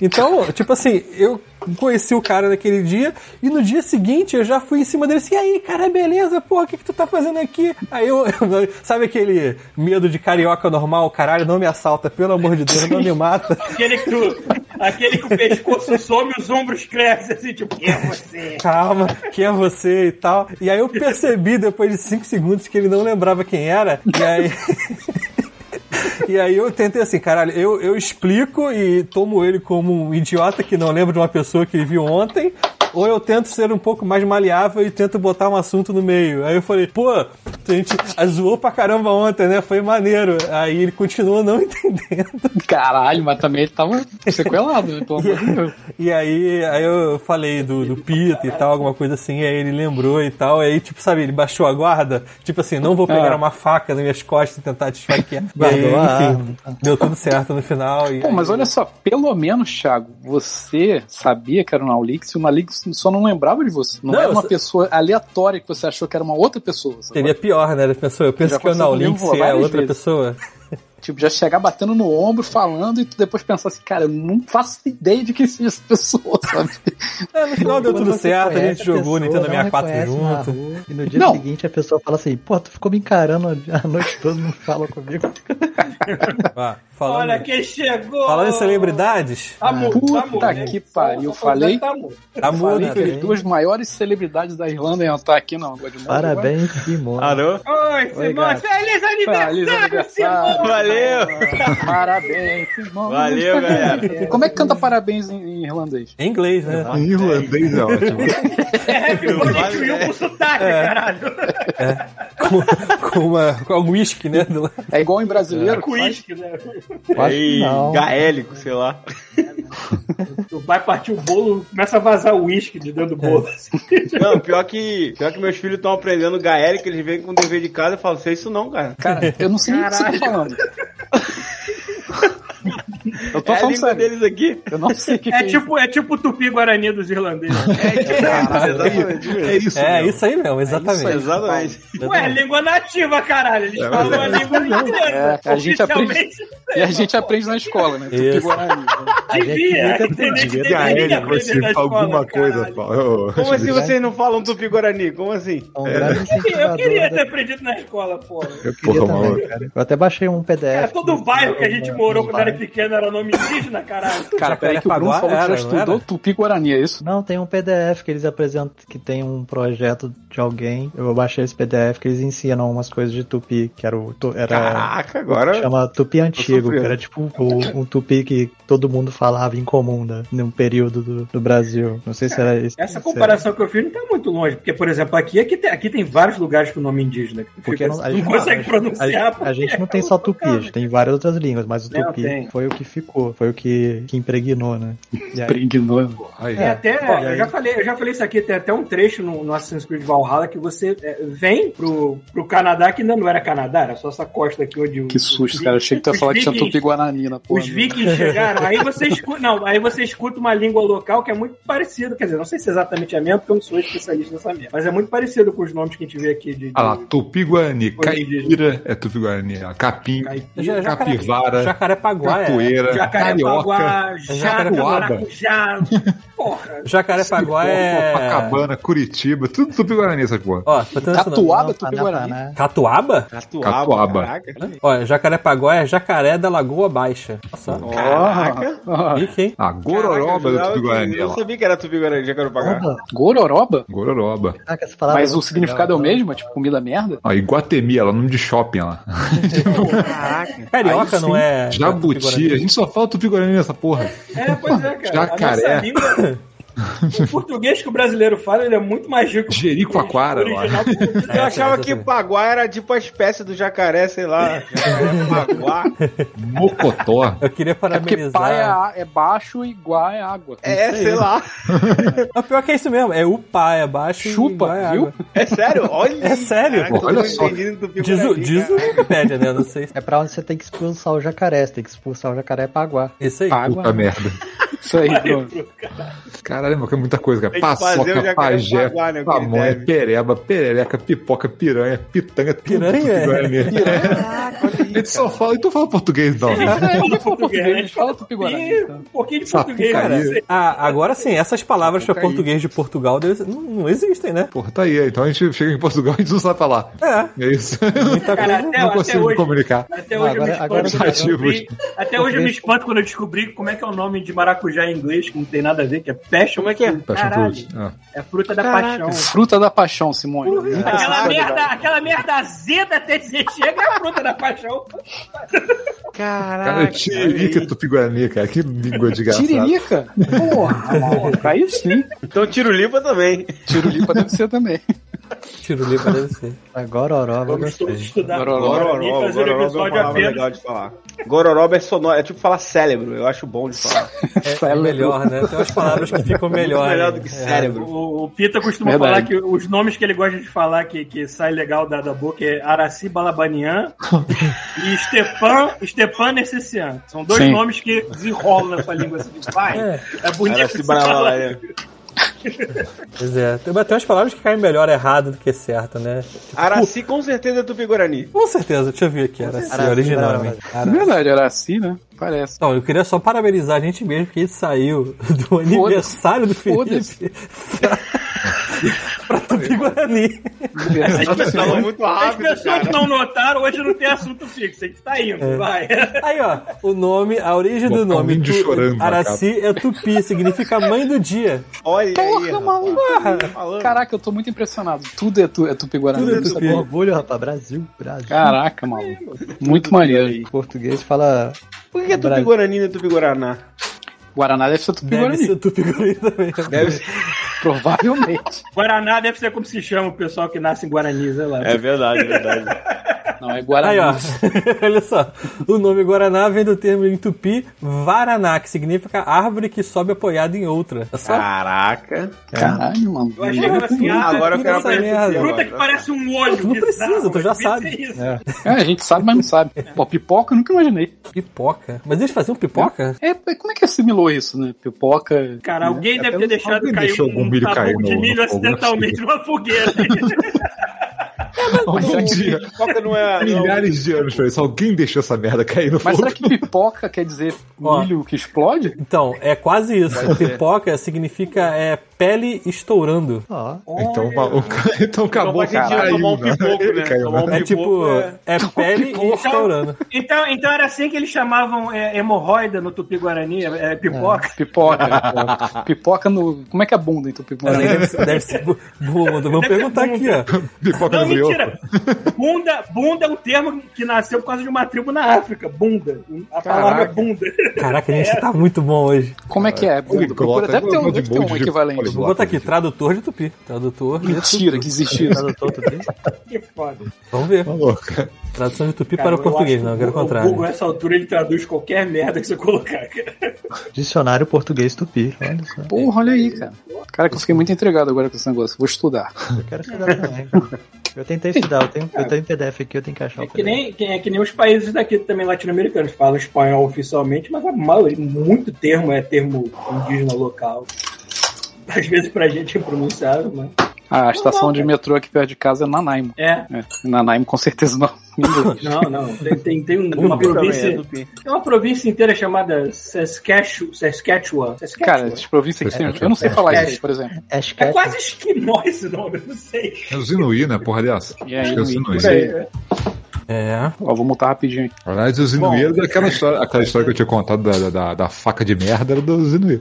Speaker 1: Então, tipo assim, eu conheci o cara naquele dia e no dia seguinte eu já fui em cima dele assim, e aí, cara, beleza, porra, o que, que tu tá fazendo aqui? Aí eu, sabe aquele medo de carioca normal, caralho, não me assalta, pelo amor de Deus, não me mata.
Speaker 3: Aquele que, tu, aquele que o pescoço some e os ombros crescem, assim, tipo, quem é você?
Speaker 1: Calma, quem é você e tal. E aí eu percebi depois de 5 segundos que ele não lembrava quem era, e aí. E aí eu tentei assim, caralho, eu, eu explico e tomo ele como um idiota que não lembra de uma pessoa que ele viu ontem, ou eu tento ser um pouco mais maleável e tento botar um assunto no meio. Aí eu falei, pô, a gente zoou pra caramba ontem, né? Foi maneiro. Aí ele continua não entendendo.
Speaker 2: Caralho, mas também ele tava sequelado, né? Pelo amor de Deus.
Speaker 1: E aí, aí eu falei do, do Pita e tal, alguma coisa assim, aí ele lembrou e tal. Aí, tipo, sabe, ele baixou a guarda, tipo assim, não vou pegar
Speaker 2: Ah.
Speaker 1: uma faca nas minhas costas e tentar te esfaquear. E aí,
Speaker 5: Guardou a
Speaker 1: enfim, deu tudo certo no final. E
Speaker 2: Pô, mas
Speaker 1: aí-
Speaker 2: olha só, pelo menos, Thiago, você sabia que era o Naulix e o Naulix só não lembrava de você. Não,
Speaker 1: Não,
Speaker 2: era uma
Speaker 1: eu-
Speaker 2: pessoa aleatória que você achou que era uma outra pessoa. sabe?
Speaker 1: Seria pior, né? Ele pensou, eu penso
Speaker 2: Já
Speaker 1: que o
Speaker 2: aconteceu
Speaker 1: Naulink
Speaker 2: comigo
Speaker 1: se é
Speaker 2: várias
Speaker 1: outra
Speaker 2: vezes.
Speaker 1: pessoa.
Speaker 2: Tipo, já chegar batendo no ombro, falando, e tu depois pensar assim, cara, eu não faço ideia de quem seja essa pessoa, sabe?
Speaker 1: É, no final deu
Speaker 5: Quando
Speaker 1: tudo
Speaker 5: você
Speaker 1: certo, a
Speaker 5: conhece né,
Speaker 1: gente jogou
Speaker 5: pessoa,
Speaker 1: Nintendo
Speaker 5: não
Speaker 1: 64
Speaker 5: reconhece na
Speaker 1: junto.
Speaker 5: rua, e no dia
Speaker 2: Não.
Speaker 5: seguinte a pessoa fala assim, pô, tu ficou me encarando a noite toda, não fala comigo.
Speaker 1: Ah, falando,
Speaker 3: Olha quem chegou!
Speaker 1: falando em celebridades,
Speaker 3: Tá mudo, tá
Speaker 2: Puta
Speaker 3: mudo, né?
Speaker 2: que pariu,
Speaker 3: Só- só pra
Speaker 2: falei.
Speaker 3: dizer que tá mudo.
Speaker 1: a
Speaker 2: Falei
Speaker 1: Muda.
Speaker 2: que as duas maiores celebridades da Irlanda iam estar aqui, não. Godmode,
Speaker 5: Parabéns, Simone.
Speaker 3: Ah,
Speaker 7: Parou?
Speaker 3: Oi, Simone,
Speaker 5: gato.
Speaker 3: feliz
Speaker 2: vai.
Speaker 3: aniversário,
Speaker 2: Feliz aniversário.
Speaker 3: Simone!
Speaker 7: Valeu!
Speaker 2: Parabéns, Simão.
Speaker 7: Valeu, galera.
Speaker 2: Como é que canta parabéns em, em irlandês?
Speaker 1: Em inglês, né?
Speaker 4: Em irlandês é ótimo.
Speaker 3: É happy
Speaker 7: Não
Speaker 3: birthday
Speaker 7: vale,
Speaker 3: to you
Speaker 7: né?
Speaker 3: com
Speaker 1: É.
Speaker 3: sotaque, caralho!
Speaker 1: Com, com, uma, com um whisky, né? Do lado.
Speaker 2: É igual em brasileiro?
Speaker 3: Com uísque, né?
Speaker 5: Eu acho que
Speaker 7: Ei,
Speaker 5: não.
Speaker 7: gaélico, sei lá.
Speaker 3: Tu vai partir o bolo, começa a vazar o uísque de dentro do bolo.
Speaker 1: É.
Speaker 3: assim.
Speaker 7: Não, pior que, pior que meus filhos estão aprendendo gaélico, eles vêm com o dever de casa e falam, sei isso não, cara.
Speaker 2: Cara, eu não sei nem o que você tá falando. Eu tô
Speaker 7: é a
Speaker 2: falando
Speaker 7: língua
Speaker 2: sério.
Speaker 7: deles aqui.
Speaker 2: Eu não sei o que,
Speaker 3: É
Speaker 2: que
Speaker 3: tipo, é tipo o tupi-guarani dos irlandeses.
Speaker 7: Exatamente.
Speaker 4: É isso,
Speaker 1: É,
Speaker 4: mesmo.
Speaker 1: isso aí mesmo, exatamente. Tá
Speaker 7: Exatamente.
Speaker 3: Ué, língua nativa, caralho.
Speaker 5: É
Speaker 3: Eles falam a língua inglesa.
Speaker 2: É, a gente aprende-
Speaker 3: Oficialmente,
Speaker 2: E a gente aprende na escola, né?
Speaker 1: Isso.
Speaker 2: Tupi-Guarani.
Speaker 3: devia. Entendeu?
Speaker 4: Devia
Speaker 3: Que
Speaker 4: ter
Speaker 3: deveria
Speaker 4: gaélico,
Speaker 3: aprender na
Speaker 4: assim,
Speaker 3: escola,
Speaker 4: alguma coisa.
Speaker 3: caralho.
Speaker 4: pô. Eu-
Speaker 7: Como assim vocês não falam tupi-guarani? Como assim?
Speaker 5: É um grande
Speaker 3: Eu
Speaker 5: incentivador
Speaker 3: queria ter
Speaker 5: da-
Speaker 3: aprendido na escola, pô.
Speaker 4: Porra,
Speaker 5: queria também,
Speaker 4: maluco.
Speaker 5: cara. Eu até baixei um PDF.
Speaker 3: Cara, É, todo
Speaker 5: do-
Speaker 3: bairro que a gente
Speaker 5: do-
Speaker 3: morou
Speaker 5: do
Speaker 3: quando era
Speaker 5: bairro.
Speaker 3: pequeno era nome indígena, caralho.
Speaker 2: Cara, peraí que o Bruno
Speaker 1: Jacarepaguá
Speaker 2: falou que já
Speaker 1: era, não
Speaker 2: estudou
Speaker 1: era?
Speaker 2: Tupi-Guarani, é isso?
Speaker 5: Não, tem um PDF que eles apresentam, que tem um projeto de alguém. Eu baixei esse PDF que eles ensinam umas coisas de tupi, que era o. tu- Era,
Speaker 7: Caraca, agora...
Speaker 5: chama tupi antigo, que
Speaker 7: sofrendo.
Speaker 5: era tipo o- um tupi que todo mundo falava em comum, né? Num período do, do Brasil. Não sei se era esse.
Speaker 3: Essa
Speaker 5: se era-
Speaker 3: comparação que eu fiz não tá muito longe, porque, por exemplo, aqui, aqui, tem, aqui tem vários lugares com nome indígena. que tu
Speaker 5: Porque
Speaker 3: fica-
Speaker 5: não- a
Speaker 3: não
Speaker 5: gente-
Speaker 3: consegue
Speaker 5: A,
Speaker 3: pronunciar.
Speaker 5: a gente não tem só tupi, a gente tem várias outras línguas, mas o
Speaker 3: é Não,
Speaker 5: tupi
Speaker 3: tem.
Speaker 5: foi o que ficou, foi o que, que impregnou, né? E aí-
Speaker 2: Brignoso.
Speaker 4: É, Aí,
Speaker 3: Tem É até,
Speaker 5: Bom, e
Speaker 3: eu
Speaker 5: aí-
Speaker 3: já falei, eu já falei isso aqui, tem até um trecho no, no Assassin's Creed Valhalla que você é, vem pro, pro Canadá, que ainda não era Canadá, era só essa costa aqui onde o-
Speaker 2: Que susto, cara. Eu achei que tu ia falar que tinha Tupi-Guarani na porra. né?
Speaker 3: os vikings chegaram. Aí você escuta, não, aí você escuta uma língua local que é muito parecida, quer dizer, não sei se é exatamente a mesma, porque eu não sou especialista nessa merda, mas é muito parecido com os nomes que a gente vê aqui de, de
Speaker 4: Ah lá, Tupi-Guarani.
Speaker 3: Coisa
Speaker 4: Caipira é Tupi-Guarani. ah, Capim,
Speaker 1: Já- já-
Speaker 4: capivara,
Speaker 1: Jacarepaguá. É.
Speaker 4: capoeira, carioca,
Speaker 3: Jacarepaguá,
Speaker 4: Jacarepaguá.
Speaker 3: Jacarapagá, Porra.
Speaker 1: Jacarepaguá é.
Speaker 4: Copacabana, Curitiba, tudo Tupi-Guarani essas porra.
Speaker 1: Ó, tô
Speaker 2: Tá
Speaker 1: tentando esse nome.
Speaker 2: Catuaba
Speaker 5: Não,
Speaker 2: Tupi-Guarani.
Speaker 5: Panapá, né?
Speaker 1: Catuaba?
Speaker 7: Catuaba.
Speaker 4: Catuaba.
Speaker 7: Caraca.
Speaker 1: Ó, Jacarepaguá é jacaré da Lagoa Baixa. Olha só.
Speaker 7: Caraca.
Speaker 2: Ó,
Speaker 1: Rico, hein?
Speaker 4: Ah, Gororoba
Speaker 7: Caraca, eu
Speaker 4: da
Speaker 7: jurava que-
Speaker 4: Tupi-Guarani.
Speaker 7: Eu
Speaker 4: ó
Speaker 7: não
Speaker 4: lá.
Speaker 7: sabia que era tupi-guarani, já quero pagar.
Speaker 5: Opa,
Speaker 2: Gororoba?
Speaker 4: Gororoba.
Speaker 5: caraca, essa palavra é
Speaker 2: Mas o
Speaker 5: muito
Speaker 2: significado é o
Speaker 5: legal,
Speaker 2: mesmo? É Tipo, comida merda?
Speaker 4: Ó, Iguatemi, ela é nome de shopping lá.
Speaker 7: Caraca.
Speaker 1: Carioca não é.
Speaker 4: Jabuti, a gente só fala Tupi-Guarani nessa porra.
Speaker 3: É, pois é, cara. A
Speaker 4: Jacaré.
Speaker 3: nossa língua, O português que o brasileiro fala, ele é muito mais rico. que o
Speaker 8: Jericoacoara, eu
Speaker 3: original português.
Speaker 7: Eu achava que Paguá era tipo a espécie do jacaré, sei lá. Jacaré Paguá.
Speaker 8: Mocotó.
Speaker 1: Eu queria
Speaker 2: É porque pá é,
Speaker 1: parabenizar.
Speaker 2: a- é baixo e guá é água.
Speaker 7: É, sei lá.
Speaker 1: O pior que é isso mesmo, é o pá, é baixo
Speaker 2: Chupa,
Speaker 1: e vai
Speaker 2: viu?
Speaker 1: água.
Speaker 7: É sério, olha.
Speaker 1: É sério,
Speaker 7: Caraca,
Speaker 8: pô,
Speaker 7: eu tô
Speaker 8: olha só.
Speaker 7: entendendo do
Speaker 1: Diz, o-
Speaker 7: Piguarani,
Speaker 1: diz o
Speaker 7: cara.
Speaker 1: Wikipedia, né? Não sei. se-
Speaker 5: É pra onde você tem que expulsar o jacaré. Você tem que expulsar o jacaré pra aguar.
Speaker 1: Isso aí.
Speaker 2: Água.
Speaker 4: Puta merda.
Speaker 2: Isso aí, Bruno.
Speaker 4: Caralho, mas é muita coisa, cara.
Speaker 7: Tem que fazer o
Speaker 4: Paçoca,
Speaker 7: jacaré
Speaker 4: pajé,
Speaker 7: paguá, né, o que ele
Speaker 4: pamonha,
Speaker 7: deve.
Speaker 4: pereba, perereca, pipoca, piranha, pitanga, tudo
Speaker 1: Piranha?
Speaker 4: do Piguarani. A gente só fala, então fala português, não.
Speaker 3: A gente
Speaker 2: É,
Speaker 3: fala
Speaker 2: ninguém fala português, a gente fala tupi-guarani,
Speaker 3: tupi,
Speaker 2: então.
Speaker 3: Um pouquinho de português,
Speaker 1: Cara,
Speaker 3: não sei.
Speaker 1: ah, agora sim, essas palavras para português de Portugal deve- não, não existem, né?
Speaker 4: Porra, tá aí. Então a gente chega em Portugal e a gente não sabe falar.
Speaker 1: É,
Speaker 4: É isso.
Speaker 1: muita
Speaker 3: Cara,
Speaker 1: coisa.
Speaker 3: até,
Speaker 4: não
Speaker 3: até
Speaker 4: consigo me
Speaker 3: hoje,
Speaker 4: comunicar.
Speaker 3: até hoje
Speaker 5: Agora-
Speaker 3: eu me
Speaker 5: agora-
Speaker 3: espanto. quando eu descobri- Até hoje eu me
Speaker 5: Português.
Speaker 3: espanto quando eu descobri como é que é o nome de maracujá em inglês, que não tem nada a ver, que é passion. Como é que é?
Speaker 4: Passion
Speaker 3: Caralho,
Speaker 4: fruit. Ah.
Speaker 3: é a fruta da
Speaker 7: Caraca.
Speaker 3: paixão.
Speaker 2: Fruta da paixão, Simone. Nunca se
Speaker 3: Aquela
Speaker 2: sabe.
Speaker 3: merda, aquela merda azeda até dizer chega é a fruta da paixão.
Speaker 4: Cara,
Speaker 7: Caraca.
Speaker 4: tiririca Tupi-Guarani, cara. Que língua de graça.
Speaker 2: Tiririca? Porra, maluco. Aí sim.
Speaker 7: Então tiro limpa também.
Speaker 2: Tirulipa deve ser também.
Speaker 1: Tiro livre deve ser.
Speaker 5: Agora, oró,
Speaker 3: Vamos
Speaker 5: vamos
Speaker 3: todos estudar
Speaker 2: Gororoba.
Speaker 3: agora e
Speaker 7: Gororoba,
Speaker 3: fazer um
Speaker 7: gororoba é uma
Speaker 3: episódio
Speaker 7: palavra legal
Speaker 3: apenas.
Speaker 7: de falar. Gororoba é sonoro, é tipo falar cérebro, eu acho bom de falar.
Speaker 1: É, é melhor, né? Tem umas palavras que ficam melhor.
Speaker 7: melhor
Speaker 1: né?
Speaker 7: do que
Speaker 1: É.
Speaker 7: cérebro.
Speaker 3: O, o Pita costuma
Speaker 2: Verdade.
Speaker 3: falar que os nomes que ele gosta de falar que, que sai legal da, da boca é Araci Balabanian e Stepan, Stepan Necessian. São dois
Speaker 2: Sim.
Speaker 3: nomes que desenrolam na sua língua assim. Vai, é, bonito.
Speaker 7: Cara,
Speaker 3: de
Speaker 7: se
Speaker 3: se falar.
Speaker 7: baralha.
Speaker 1: Pois é. Tem, mas tem umas palavras que caem melhor errado do que certo, né?
Speaker 7: Araci com certeza é Tupi-Guarani.
Speaker 1: Com certeza, deixa eu ver aqui. Era assim,
Speaker 5: Araci,
Speaker 1: originalmente.
Speaker 2: É
Speaker 1: Araci.
Speaker 2: verdade, era assim, né? Parece.
Speaker 1: Então, eu queria só parabenizar a gente mesmo que a gente saiu do aniversário do Felipe
Speaker 2: Foda-se.
Speaker 1: pra, pra Tupi-Guarani.
Speaker 3: As pessoas,
Speaker 7: Falou muito
Speaker 3: as
Speaker 7: rápido,
Speaker 3: pessoas
Speaker 7: cara.
Speaker 3: que não notaram, hoje não tem assunto fixo. A gente tá indo,
Speaker 1: É.
Speaker 3: vai.
Speaker 1: Aí, ó, o nome, a origem do
Speaker 4: Botar um
Speaker 1: nome
Speaker 4: índio chorando na
Speaker 1: Araci é Tupi, significa mãe do dia.
Speaker 7: Olha aí,
Speaker 2: Porra,
Speaker 7: rapaz.
Speaker 2: maluco.
Speaker 7: Falando.
Speaker 2: Caraca, eu tô muito impressionado. Tudo é, tu, é tupi-guarani.
Speaker 1: Tudo é
Speaker 2: não
Speaker 1: tupi.
Speaker 2: sabia.
Speaker 5: Orgulho, rapaz. Brasil, Brasil.
Speaker 2: Caraca, maluco. Muito maneiro.
Speaker 5: O português fala.
Speaker 7: Por que que é Tupi-Guarani e não é Tupi-Guaraná?
Speaker 2: Guaraná deve ser
Speaker 1: Deve
Speaker 2: tupi-guarani.
Speaker 1: ser Tupi-Guarani é também.
Speaker 7: Deve ser.
Speaker 2: Provavelmente.
Speaker 3: Guaraná deve ser como se chama o pessoal que nasce em Guarani, sei lá.
Speaker 7: verdade, é verdade.
Speaker 2: Não, é
Speaker 1: Aí, ó,
Speaker 2: guaraná.
Speaker 1: olha só. O nome Guaraná vem do termo em tupi Varaná, que significa árvore que sobe apoiada em outra. É
Speaker 8: Ah.
Speaker 1: só
Speaker 7: Caraca.
Speaker 2: Caralho, mano.
Speaker 3: Eu achei que era assim,
Speaker 7: Ah,
Speaker 3: ah,
Speaker 7: agora eu quero
Speaker 1: Essa
Speaker 7: aprender
Speaker 1: merda.
Speaker 7: esse
Speaker 3: fruta
Speaker 7: agora.
Speaker 3: que parece um olho.
Speaker 1: Tu não precisa,
Speaker 3: bizarro,
Speaker 1: tu já
Speaker 3: mas
Speaker 1: sabe.
Speaker 3: pensa isso.
Speaker 2: É, a gente sabe, mas não sabe. Pô, pipoca eu nunca imaginei.
Speaker 1: pipoca. Mas eles faziam um pipoca?
Speaker 2: É, é, como é que assimilou isso, né? Pipoca.
Speaker 3: Cara, alguém deve ter deixado
Speaker 4: É, alguém
Speaker 3: cair
Speaker 4: deixou
Speaker 3: um,
Speaker 4: algum milho
Speaker 3: tabuco
Speaker 4: cair
Speaker 3: de
Speaker 4: no-
Speaker 3: milho
Speaker 4: no fogo, não é
Speaker 3: acidentalmente numa fogueira.
Speaker 4: Algum
Speaker 2: será que-
Speaker 4: dia,
Speaker 7: Pipoca não é. não é-
Speaker 4: milhares de anos pra isso. Alguém deixou essa merda cair no
Speaker 2: Mas
Speaker 4: fogo.
Speaker 2: será que pipoca quer dizer
Speaker 1: Ó.
Speaker 2: milho que explode?
Speaker 1: Então, é quase isso. Pipoca significa é, pele estourando.
Speaker 5: Ó,
Speaker 4: Então, o ca- então acabou.
Speaker 7: faz sentido
Speaker 4: caralho,
Speaker 7: tomar um
Speaker 4: né?
Speaker 7: pipoco,
Speaker 4: Ele
Speaker 7: né?
Speaker 4: caiu,
Speaker 7: Tomar um
Speaker 4: né?
Speaker 1: É tipo,
Speaker 7: Pipoca
Speaker 1: é pele e estourando.
Speaker 3: então, então era assim que eles chamavam é, hemorroida no tupi-guarani, é, é pipoca.
Speaker 2: Pipoca. né, pipoca no. Como é que é bunda em tupi-guarani?
Speaker 1: Deve ser, deve ser bu- bunda. Vamos
Speaker 3: Deve ser
Speaker 1: perguntar aqui,
Speaker 3: bunda.
Speaker 1: ó.
Speaker 4: Pipoca
Speaker 3: Não,
Speaker 4: no brioco.
Speaker 3: mentira. Bunda, bunda é um termo que nasceu por causa de uma tribo na África. Bunda. A palavra é bunda.
Speaker 1: Caraca, a gente tá muito bom hoje.
Speaker 2: Como é que é? Bunda. Procura.
Speaker 4: Poliglota.
Speaker 2: Deve ter um, deve
Speaker 4: Eu gosto de
Speaker 2: ter um
Speaker 4: bonde de
Speaker 2: equivalente.
Speaker 1: Vou
Speaker 4: poliglota.
Speaker 1: botar aqui, tradutor de tupi. Tradutor de
Speaker 2: Mentira, que existia.
Speaker 5: tradutor tupi.
Speaker 3: Que foda.
Speaker 1: Vamos ver.
Speaker 4: Ô, cara,
Speaker 1: Tradução de tupi
Speaker 3: Cara,
Speaker 1: para o português,
Speaker 3: acho
Speaker 1: não, eu
Speaker 3: que
Speaker 1: quero o
Speaker 3: O Google, é
Speaker 1: contrário.
Speaker 3: nessa altura, ele traduz qualquer merda que você colocar. cara.
Speaker 5: Dicionário português tupi. Olha só.
Speaker 2: Porra, olha aí, cara. Cara, que eu fiquei muito intrigado agora com esse negócio. Vou estudar.
Speaker 5: Eu quero estudar também. Eu tentei estudar, eu tenho, eu tenho PDF aqui, eu tenho que achar
Speaker 3: É
Speaker 5: o
Speaker 3: que,
Speaker 5: PDF.
Speaker 3: nem, que- é que nem os países daqui também latino-americanos falam espanhol oficialmente, mas a maioria, muito termo é termo indígena local. Às vezes pra gente é pronunciável, mas.
Speaker 2: Ah, a estação de metrô aqui perto de casa é Nanaimo.
Speaker 3: É,
Speaker 2: É, Nanaimo com certeza não.
Speaker 3: não, não. Tem, tem, tem um- uma
Speaker 7: Tupi também,
Speaker 3: província.
Speaker 7: é Tupi.
Speaker 3: Tem uma província inteira chamada Saskatchew- Saskatchewan.
Speaker 2: Cara,
Speaker 3: Saskatchewan.
Speaker 2: as províncias que tem. Eu não sei falar isso aí, por exemplo.
Speaker 5: Acho que
Speaker 3: é quase esquimó esse nome, eu não sei.
Speaker 4: É os Inuí, né? Porra, aliás.
Speaker 2: E aí,
Speaker 4: Acho que é os
Speaker 2: Inuí,
Speaker 4: Inuí.
Speaker 2: por aí.
Speaker 1: É.
Speaker 2: Ó, vou multar rapidinho.
Speaker 4: Aliás, os Inuí era é daquela história, aquela história que eu tinha contado da, da, da faca de merda era dos Inuí.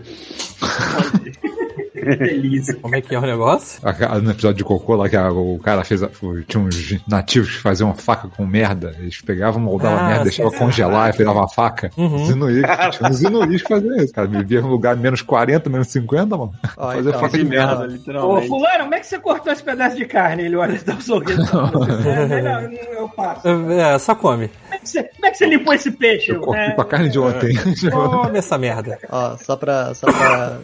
Speaker 3: Que delícia.
Speaker 1: Como é que é o negócio?
Speaker 4: A ca- No episódio de Cocô lá, que a- o cara fez. a- tinha uns nativos que faziam uma faca com merda. Eles pegavam, moldavam
Speaker 1: Ah,
Speaker 4: merda,
Speaker 1: sim,
Speaker 4: deixavam congelar e virava a faca. Os inuís, tinha uns inuís que faziam isso. Cara, vivia num lugar menos 40, menos 50, mano.
Speaker 5: Ó, então, assim,
Speaker 4: Fazer faca
Speaker 7: é
Speaker 4: de merda.
Speaker 3: Ô,
Speaker 7: literalmente.
Speaker 3: fulano, como é que você cortou esse pedaço de carne? Ele olha e dá um sorriso. É, melhor, eu passo.
Speaker 1: É, só come.
Speaker 3: Como é que você, como é que você limpou esse peixe?
Speaker 4: Eu cortei
Speaker 3: É,
Speaker 4: pra carne de ontem.
Speaker 1: Come essa merda.
Speaker 5: Ó, só pra, só pra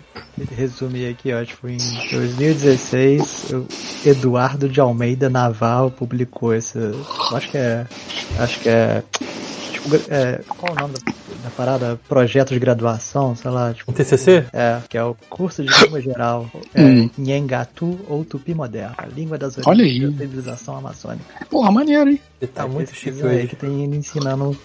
Speaker 5: resumir aqui, ó, tipo, em 2016, o Eduardo de Almeida Navarro publicou esse. eu Acho que é. Acho que é. Tipo, gra- é, qual o nome da, da parada? Projeto de graduação, sei lá, tipo.
Speaker 1: Um TCC?
Speaker 5: É, que é o curso de língua geral é, Nhengatu ou Tupi Moderno, a língua das
Speaker 2: Hum. Olha
Speaker 5: origens
Speaker 2: aí.
Speaker 5: da civilização amazônica.
Speaker 2: Porra, maneiro, hein?
Speaker 1: Ele tá
Speaker 5: Aí
Speaker 1: muito
Speaker 5: pesquisa
Speaker 1: chique
Speaker 5: aí
Speaker 1: hoje.
Speaker 5: que tem ele ensinando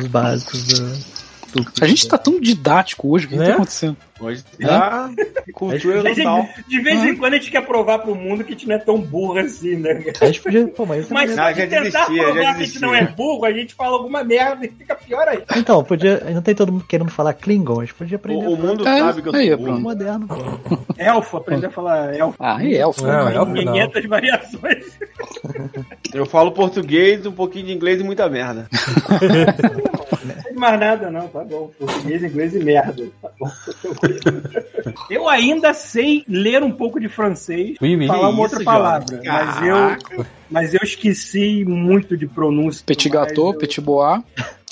Speaker 5: os básicos do Tupi.
Speaker 2: A gente tá tão didático hoje, o que, que
Speaker 1: Né?
Speaker 2: tá acontecendo?
Speaker 7: Hoje tá cultura
Speaker 3: a gente-
Speaker 7: total.
Speaker 3: de vez em quando a gente quer provar pro mundo que a gente não é tão burro assim, né?
Speaker 5: A gente podia. Pô, mas isso é
Speaker 3: Mas
Speaker 7: Não,
Speaker 5: maneiro.
Speaker 3: só
Speaker 7: já
Speaker 3: de tentar
Speaker 7: desistia, já
Speaker 3: provar que a gente
Speaker 7: desistia.
Speaker 3: não é burro, a gente fala alguma merda e fica pior aí.
Speaker 5: Então, podia. Não tem todo mundo querendo falar Klingon, a gente podia aprender
Speaker 7: O, o mundo
Speaker 2: É,
Speaker 7: sabe que eu
Speaker 2: aí,
Speaker 7: sou
Speaker 2: é pronto.
Speaker 7: burro.
Speaker 5: moderno. pô.
Speaker 3: Elfo, aprender a falar elfo.
Speaker 2: Ah, e elfo.
Speaker 1: Não,
Speaker 2: né?
Speaker 1: é o final.
Speaker 3: 500 variações.
Speaker 7: Eu falo português, um pouquinho de inglês e muita merda.
Speaker 3: Não tem mais nada, não, tá bom. Português, inglês e merda. Tá bom. Eu ainda sei ler um pouco de francês.
Speaker 1: Oui, oui.
Speaker 3: falar uma outra
Speaker 7: isso,
Speaker 3: palavra.
Speaker 7: Jorge?
Speaker 3: Mas eu, mas eu esqueci muito de pronúncia.
Speaker 2: Petit
Speaker 3: Mas
Speaker 2: gâteau,
Speaker 3: eu-
Speaker 2: petit bois,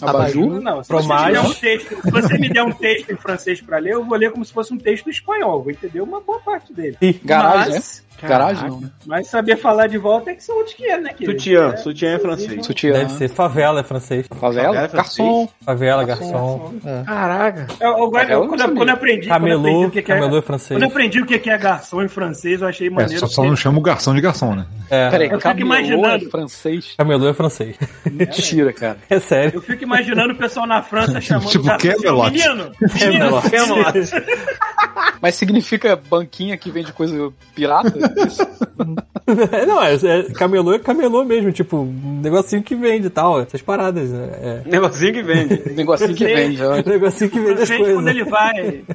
Speaker 2: abajur.
Speaker 3: Não, não. Se você, me
Speaker 1: Fromage.
Speaker 3: der um texto, se você me der um texto em francês pra ler, eu vou ler como se fosse um texto em espanhol. Vou entender uma boa parte dele.
Speaker 2: Garagem, né?
Speaker 3: mas,
Speaker 2: Garagem não, né?
Speaker 3: mas saber falar de volta é que são outros que é, né, querido?
Speaker 7: Sutiã,
Speaker 3: É,
Speaker 7: sutiã é francês.
Speaker 2: Sutiã,
Speaker 3: né?
Speaker 1: Deve ser favela, é francês.
Speaker 2: favela,
Speaker 7: Favela,
Speaker 2: garçom.
Speaker 1: Favela,
Speaker 3: Ah,
Speaker 1: garçom.
Speaker 7: Caraca.
Speaker 3: Eu, eu, eu,
Speaker 2: Ela
Speaker 3: quando,
Speaker 2: também.
Speaker 3: quando eu aprendi, quando eu aprendi
Speaker 1: Camelô,
Speaker 3: o que, que é.
Speaker 1: camelô é
Speaker 3: Quando
Speaker 1: francês.
Speaker 3: eu aprendi o que que é garçom em francês, eu achei
Speaker 4: É,
Speaker 3: maneiro.
Speaker 4: só, só não
Speaker 3: porque-
Speaker 4: chama o garçom de garçom, né?
Speaker 1: É,
Speaker 2: Peraí,
Speaker 3: Eu fico
Speaker 2: camelô
Speaker 3: imaginando.
Speaker 2: é francês.
Speaker 1: camelô é francês.
Speaker 2: Mentira, cara.
Speaker 1: É sério.
Speaker 3: Eu fico imaginando o pessoal na França chamando
Speaker 4: Tipo,
Speaker 3: garçom.
Speaker 4: Camelot.
Speaker 3: Menino,
Speaker 1: Camelot.
Speaker 3: Camelot.
Speaker 2: Mas significa banquinha que vende coisa pirata? Isso.
Speaker 1: É, Não, é, é- camelô é camelô mesmo, tipo, um negocinho que vende e tal, essas paradas, né?
Speaker 7: Negocinho que vende.
Speaker 2: Um negocinho que
Speaker 3: Sei.
Speaker 2: vende. ó.
Speaker 1: É, um negocinho que
Speaker 3: O
Speaker 1: vende as
Speaker 3: francês, quando
Speaker 1: coisas.
Speaker 3: ele vai,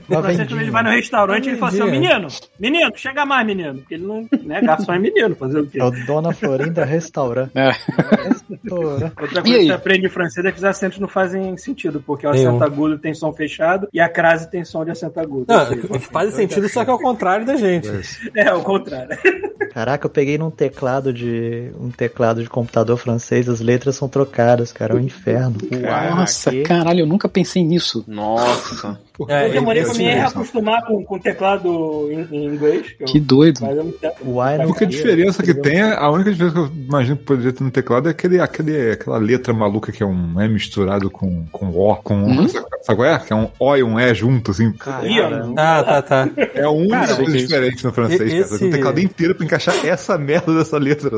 Speaker 3: o francês, quando ele vai no restaurante, ele fala assim, "Ô, menino, menino, chega mais, menino. Porque ele não, né, garçom é menino, fazer o quê?
Speaker 5: É o Dona Florinda Restaurante.
Speaker 2: É.
Speaker 5: Restaurante.
Speaker 3: Outra
Speaker 2: E
Speaker 3: coisa
Speaker 2: aí?
Speaker 3: que você aprende em francês é que os acentos não fazem sentido, porque o
Speaker 1: Nenhum.
Speaker 3: acento agudo tem som fechado e a crase tem som de acento agudo. Ou seja,
Speaker 1: Não, faz sentido, só que é o contrário da gente.
Speaker 3: É, o contrário.
Speaker 5: Caraca, eu peguei num teclado de. um teclado de computador francês, as letras são trocadas, cara. É um inferno.
Speaker 2: Nossa,
Speaker 5: que-
Speaker 2: caralho, eu nunca pensei nisso.
Speaker 7: Nossa.
Speaker 1: É,
Speaker 3: Eu demorei
Speaker 1: é
Speaker 3: pra
Speaker 1: assim
Speaker 3: me
Speaker 1: mesmo.
Speaker 3: acostumar com, com teclado em, em inglês. Que eu,
Speaker 2: Que doido.
Speaker 3: mas eu não tenho-
Speaker 5: O Y
Speaker 3: A
Speaker 2: É
Speaker 5: não
Speaker 4: A única
Speaker 5: cabia,
Speaker 4: diferença que
Speaker 5: entendeu?
Speaker 4: tem, é- a única diferença que eu imagino que poderia ter no teclado é aquele, aquele, aquela letra maluca que é um E misturado com, com O, com
Speaker 3: Uhum.
Speaker 2: Hum?
Speaker 4: sabe qual é? Que é um O e um E junto, assim.
Speaker 7: Caralho.
Speaker 1: Ah, tá, tá.
Speaker 4: É a única
Speaker 2: Cara,
Speaker 4: coisa
Speaker 2: esse-
Speaker 4: diferente no francês, cara. Tem
Speaker 1: esse-
Speaker 4: um teclado inteiro pra encaixar essa merda dessa letra.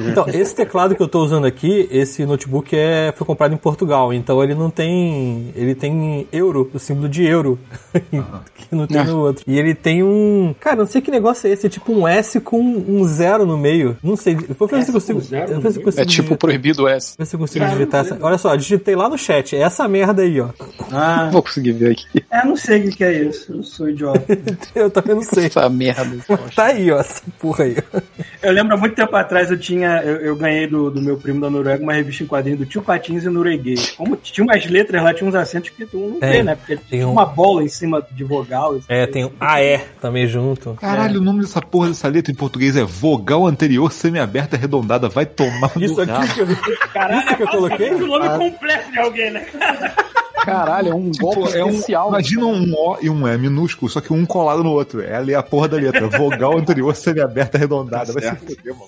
Speaker 1: Então, esse teclado que eu tô usando aqui, esse notebook é, foi comprado em Portugal, então ele não tem. Ele tem euro, o símbolo de euro, que não tem no outro. E ele tem um. Cara, não sei que negócio é esse, é tipo um S com um zero no meio. Não sei. Eu vou ver se eu consigo.
Speaker 3: com zero
Speaker 1: eu vou ver se eu
Speaker 3: no meio?
Speaker 1: consigo
Speaker 2: É tipo
Speaker 1: digitar-
Speaker 2: proibido
Speaker 1: Deixa eu
Speaker 2: S.
Speaker 1: ver se eu consigo digitar essa. Olha só, digitei lá no chat. É essa merda aí, ó. Ah.
Speaker 2: Não vou conseguir ver aqui.
Speaker 3: É, não sei o que que é isso. Eu sou idiota.
Speaker 1: Eu também não sei.
Speaker 2: Essa merda.
Speaker 1: Tá aí, ó, essa porra aí.
Speaker 3: Eu lembro há muito tempo atrás eu tinha. Eu, eu ganhei do, do meu primo da Noruega uma revista em quadrinho do Tio Patins em norueguês. Como tinha umas letras lá, tinha uns acentos que tu não
Speaker 1: Tem.
Speaker 3: vê, né? Porque ele tinha
Speaker 1: um-
Speaker 3: uma bola em cima de vogal. assim.
Speaker 1: É, tem o AE também junto.
Speaker 4: Caralho, o nome dessa porra dessa letra em português é vogal anterior semiaberta arredondada. Vai tomar
Speaker 1: Isso aqui que eu,
Speaker 3: Caralho,
Speaker 1: isso que eu
Speaker 3: é
Speaker 1: coloquei?
Speaker 3: basicamente o nome completo de alguém, né?
Speaker 2: Caralho, é um golpe
Speaker 4: é um,
Speaker 2: especial.
Speaker 4: imagina um O e um E minúsculo, só que um colado no outro. É ali a porra da letra. Vogal anterior semiaberta arredondada. Vai ser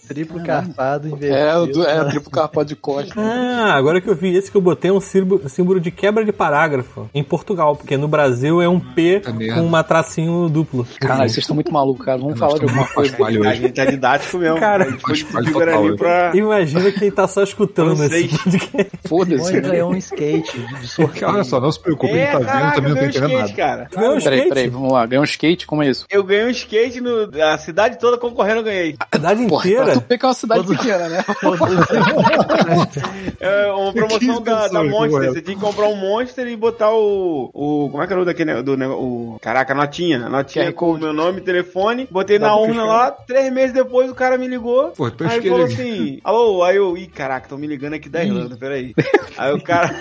Speaker 5: Triplo carpado invertido.
Speaker 2: É, o do- é o triplo carpado de costa.
Speaker 1: Ah, agora que eu vi esse que eu botei é um símbolo, símbolo de quebra de parágrafo em Portugal, porque no Brasil é um P
Speaker 4: merda.
Speaker 1: com uma tracinho duplo.
Speaker 2: Caralho, vocês estão muito malucos, cara. Vamos falar de alguma coisa.
Speaker 4: Caralho,
Speaker 7: A
Speaker 4: hoje.
Speaker 7: gente tá didático mesmo.
Speaker 1: Cara,
Speaker 7: a gente foi de
Speaker 4: faz
Speaker 7: Guarani
Speaker 4: total,
Speaker 7: pra.
Speaker 1: Imagina quem tá só escutando esse
Speaker 7: Francês.
Speaker 1: podcast.
Speaker 5: O Simone
Speaker 2: Foda-se.
Speaker 5: ganhou um skate de, de sorteio.
Speaker 4: Olha só, não se preocupe,
Speaker 7: É,
Speaker 3: É,
Speaker 4: a gente tá vendo, também não
Speaker 8: eu
Speaker 4: tô
Speaker 8: ganhei um
Speaker 4: entendendo
Speaker 8: skate,
Speaker 4: nada.
Speaker 8: cara.
Speaker 1: Ganhou um
Speaker 2: Peraí,
Speaker 1: skate?
Speaker 2: peraí, vamos lá. Ganhou um skate, como é isso?
Speaker 8: Eu ganhei um skate, no, a cidade toda concorrendo eu ganhei.
Speaker 1: A cidade
Speaker 2: Porra, pra tu
Speaker 8: então
Speaker 1: inteira?
Speaker 2: ver que é uma cidade pequena, né?
Speaker 8: É uma promoção
Speaker 4: 15
Speaker 8: da, da
Speaker 4: pessoas
Speaker 8: Monster.
Speaker 4: concorrendo.
Speaker 8: Você tinha que comprar um Monster e botar o. o como é que era o daquele ne- do negócio? O, caraca, a notinha. né? A notinha
Speaker 2: QR
Speaker 8: com o meu nome, telefone. Botei na urna lá. Três meses depois o cara me ligou.
Speaker 4: Pô, então
Speaker 8: Aí
Speaker 4: esquece.
Speaker 8: falou assim: Alô, aí eu. Ih, caraca, tão me ligando aqui da Irlanda, peraí. Aí o cara.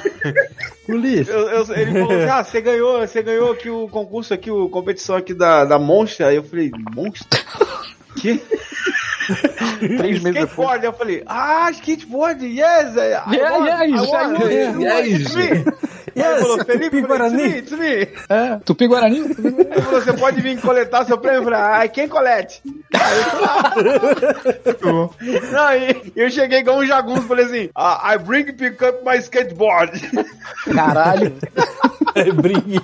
Speaker 5: Polícia.
Speaker 8: Eu- eu- ele falou assim, ah, você ganhou, você ganhou aqui o concurso aqui, o competição aqui da, da Monster. Aí eu falei, Monster? Que?
Speaker 2: Três meses depois.
Speaker 8: skateboard. Eu falei, ah, skateboard, yes! I
Speaker 2: Yeah,
Speaker 8: won,
Speaker 2: yeah,
Speaker 8: I
Speaker 2: yes,
Speaker 8: won,
Speaker 2: I won,
Speaker 8: yes,
Speaker 4: yes."
Speaker 8: it's me." Aí ele
Speaker 1: Yes,
Speaker 8: falou, Felipe,
Speaker 1: Tupi
Speaker 8: eu falei,
Speaker 1: Guarani.
Speaker 8: it's me, it's me."
Speaker 2: É, Tupi Guarani?
Speaker 8: Ele falou, você pode vir coletar seu prêmio? Eu falei, ah, quem colete? Aí
Speaker 4: Então,
Speaker 8: eu falei, "Ah." Não, e eu cheguei igual um jagunço, falei assim, "Ah, I bring pick up my skateboard.
Speaker 2: Caralho.
Speaker 1: É, Brigue.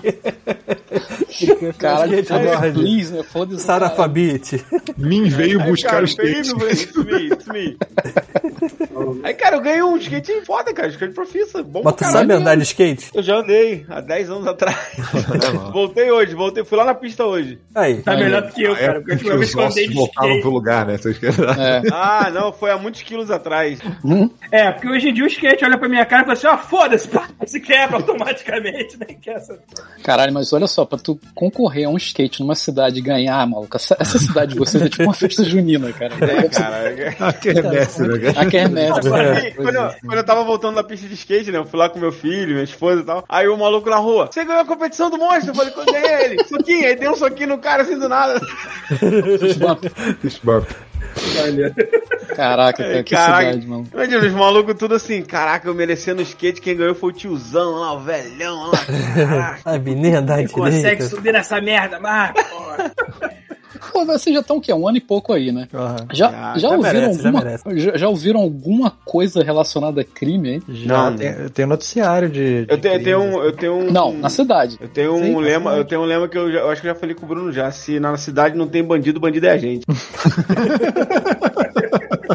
Speaker 2: Caralho,
Speaker 1: Skate
Speaker 2: é,
Speaker 1: board.
Speaker 2: please, né? Foda-se.
Speaker 1: Sarafabite.
Speaker 3: É,
Speaker 4: Mim veio
Speaker 8: Aí,
Speaker 4: buscar
Speaker 8: cara,
Speaker 4: o
Speaker 8: feliz,
Speaker 4: skate.
Speaker 8: eu falei, "It's me, it's me." Aí, cara, eu ganhei um skate foda, cara. Skate profissa. Bom pra
Speaker 1: Mas tu
Speaker 8: caralho.
Speaker 1: sabe andar de skate?
Speaker 8: Eu já andei há 10 anos atrás.
Speaker 4: É
Speaker 8: voltei hoje, voltei. Fui lá na pista hoje.
Speaker 1: Aí.
Speaker 3: Tá melhor do que eu,
Speaker 4: É
Speaker 3: cara. Porque a
Speaker 4: porque
Speaker 3: última vez
Speaker 4: os
Speaker 3: que eu andei
Speaker 4: ossos
Speaker 3: de
Speaker 4: voltavam
Speaker 3: skate.
Speaker 4: pro lugar, né? Vocês querem-
Speaker 2: É.
Speaker 8: Ah, não, foi há muitos quilos atrás.
Speaker 3: É, porque hoje em dia o skate olha pra minha cara e fala assim: ó, foda-se, pá, se quebra automaticamente, né? Que essa...
Speaker 2: Caralho, mas olha só, pra tu concorrer a um skate numa cidade e ganhar, maluco, essa, essa cidade de vocês é tipo uma festa junina, cara.
Speaker 8: É, é. cara.
Speaker 4: Ah, que
Speaker 3: Então,
Speaker 4: remessa, né, cara?
Speaker 2: A quermesse.
Speaker 8: Aí, quando, eu, quando eu tava voltando da pista de skate, né? Eu fui lá com meu filho, minha esposa e tal. Aí o maluco na rua, você ganhou a competição do monstro? Eu falei, quando é ele? Soquinho, aí deu um soquinho no cara assim do nada.
Speaker 4: Fishbump.
Speaker 2: Tipo, Caraca, cara, que
Speaker 8: Caraca.
Speaker 2: cidade, mano.
Speaker 8: Imagina, os malucos tudo assim, caraca, eu merecendo skate, quem ganhou foi o tiozão lá, o velhão lá. Caraca.
Speaker 1: Ai, nem né? andar
Speaker 3: Consegue
Speaker 1: direito.
Speaker 3: subir nessa merda, mas. porra.
Speaker 2: Pô, vocês já estão o quê? Um ano e pouco aí, né?
Speaker 5: Porra.
Speaker 2: Já, já,
Speaker 1: já
Speaker 2: ouviram
Speaker 1: merece, já
Speaker 2: alguma,
Speaker 1: merece.
Speaker 2: já, já ouviram alguma coisa relacionada a crime, hein?
Speaker 5: Já
Speaker 8: Não.
Speaker 5: tem, tem noticiário de. de
Speaker 8: Eu tenho, eu tenho um. Eu tenho um
Speaker 2: Não, na cidade.
Speaker 8: Eu tenho um
Speaker 5: Sim,
Speaker 8: lema,
Speaker 5: bastante.
Speaker 8: eu tenho um lema que eu, já- eu acho que eu já falei com o Bruno já. Se na cidade não tem bandido, bandido é a gente.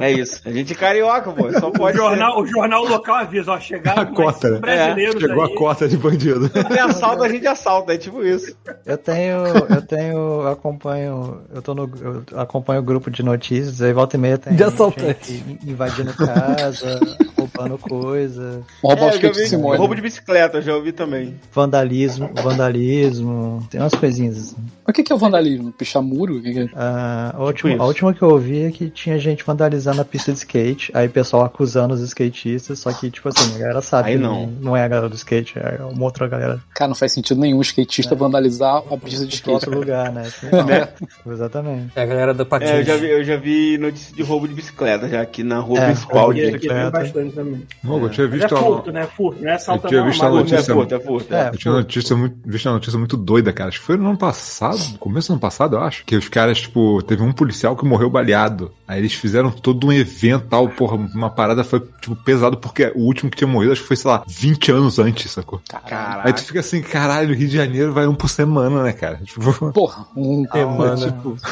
Speaker 8: é isso. A gente é carioca, pô. Só
Speaker 3: O
Speaker 8: pode ser.
Speaker 3: jornal, o jornal local avisa, ó, chegaram
Speaker 4: A
Speaker 3: mais
Speaker 4: cota, né?
Speaker 3: brasileiros
Speaker 4: Chegou
Speaker 3: aí. É.
Speaker 4: a cota de bandido.
Speaker 8: Tem assalto, a gente assalta. É tipo isso.
Speaker 5: Eu tenho, eu tenho, eu acompanho, eu tô no, eu acompanho o grupo de notícias, aí volta e meia tem
Speaker 1: De assaltante.
Speaker 5: gente invadindo casa, roubando coisa,
Speaker 2: Roubar
Speaker 8: É,
Speaker 2: o
Speaker 8: eu já
Speaker 2: skate de
Speaker 8: vi,
Speaker 2: Simone.
Speaker 8: roubo de bicicleta, eu já ouvi também.
Speaker 5: vandalismo, vandalismo, tem umas coisinhas assim.
Speaker 2: O que que é o vandalismo? Pichar muro? O que que é?
Speaker 5: Ah, a,
Speaker 8: Tipo
Speaker 5: última,
Speaker 8: isso.
Speaker 5: a última que eu ouvi é que tinha gente vandalizando a pista de skate, aí o pessoal acusando os skatistas, só que tipo assim, a galera sabe
Speaker 8: Aí
Speaker 5: que
Speaker 8: não.
Speaker 5: não é a galera do skate, é uma outra galera
Speaker 2: Cara, não faz sentido nenhum o skatista vandalizar a pista de
Speaker 5: do
Speaker 2: skate.
Speaker 5: outro lugar, né? Tipo, não, Exatamente.
Speaker 1: É a galera da patins.
Speaker 8: É, eu, já vi, eu já vi notícia de roubo de bicicleta já aqui na rua
Speaker 5: É,
Speaker 8: principal.
Speaker 5: roubo de
Speaker 8: de-
Speaker 3: Aqui tem bastante também.
Speaker 4: Maluco, eu tinha
Speaker 3: Mas é
Speaker 4: visto uma,
Speaker 3: furto, né? Furto, não é assalto
Speaker 4: Eu tinha
Speaker 3: não,
Speaker 4: visto
Speaker 3: mas-
Speaker 4: a
Speaker 8: Furto, é
Speaker 4: notícia-
Speaker 8: furto, é furto.
Speaker 5: É,
Speaker 4: Eu tinha uma notícia muito, vi uma notícia muito doida, cara. Acho que foi no ano passado, começo do ano passado, eu acho. Que os caras, tipo, teve um policial que morreu baleado. Aí eles fizeram todo um evento tal, porra, uma parada foi, tipo, pesado, porque o último que tinha morrido, acho que foi, sei lá, 20 anos antes, sacou? Aí tu
Speaker 8: Caraca.
Speaker 4: fica assim, caralho, Rio de Janeiro vai um por semana, né, cara? Tipo,
Speaker 2: Porra, um
Speaker 5: Há uns-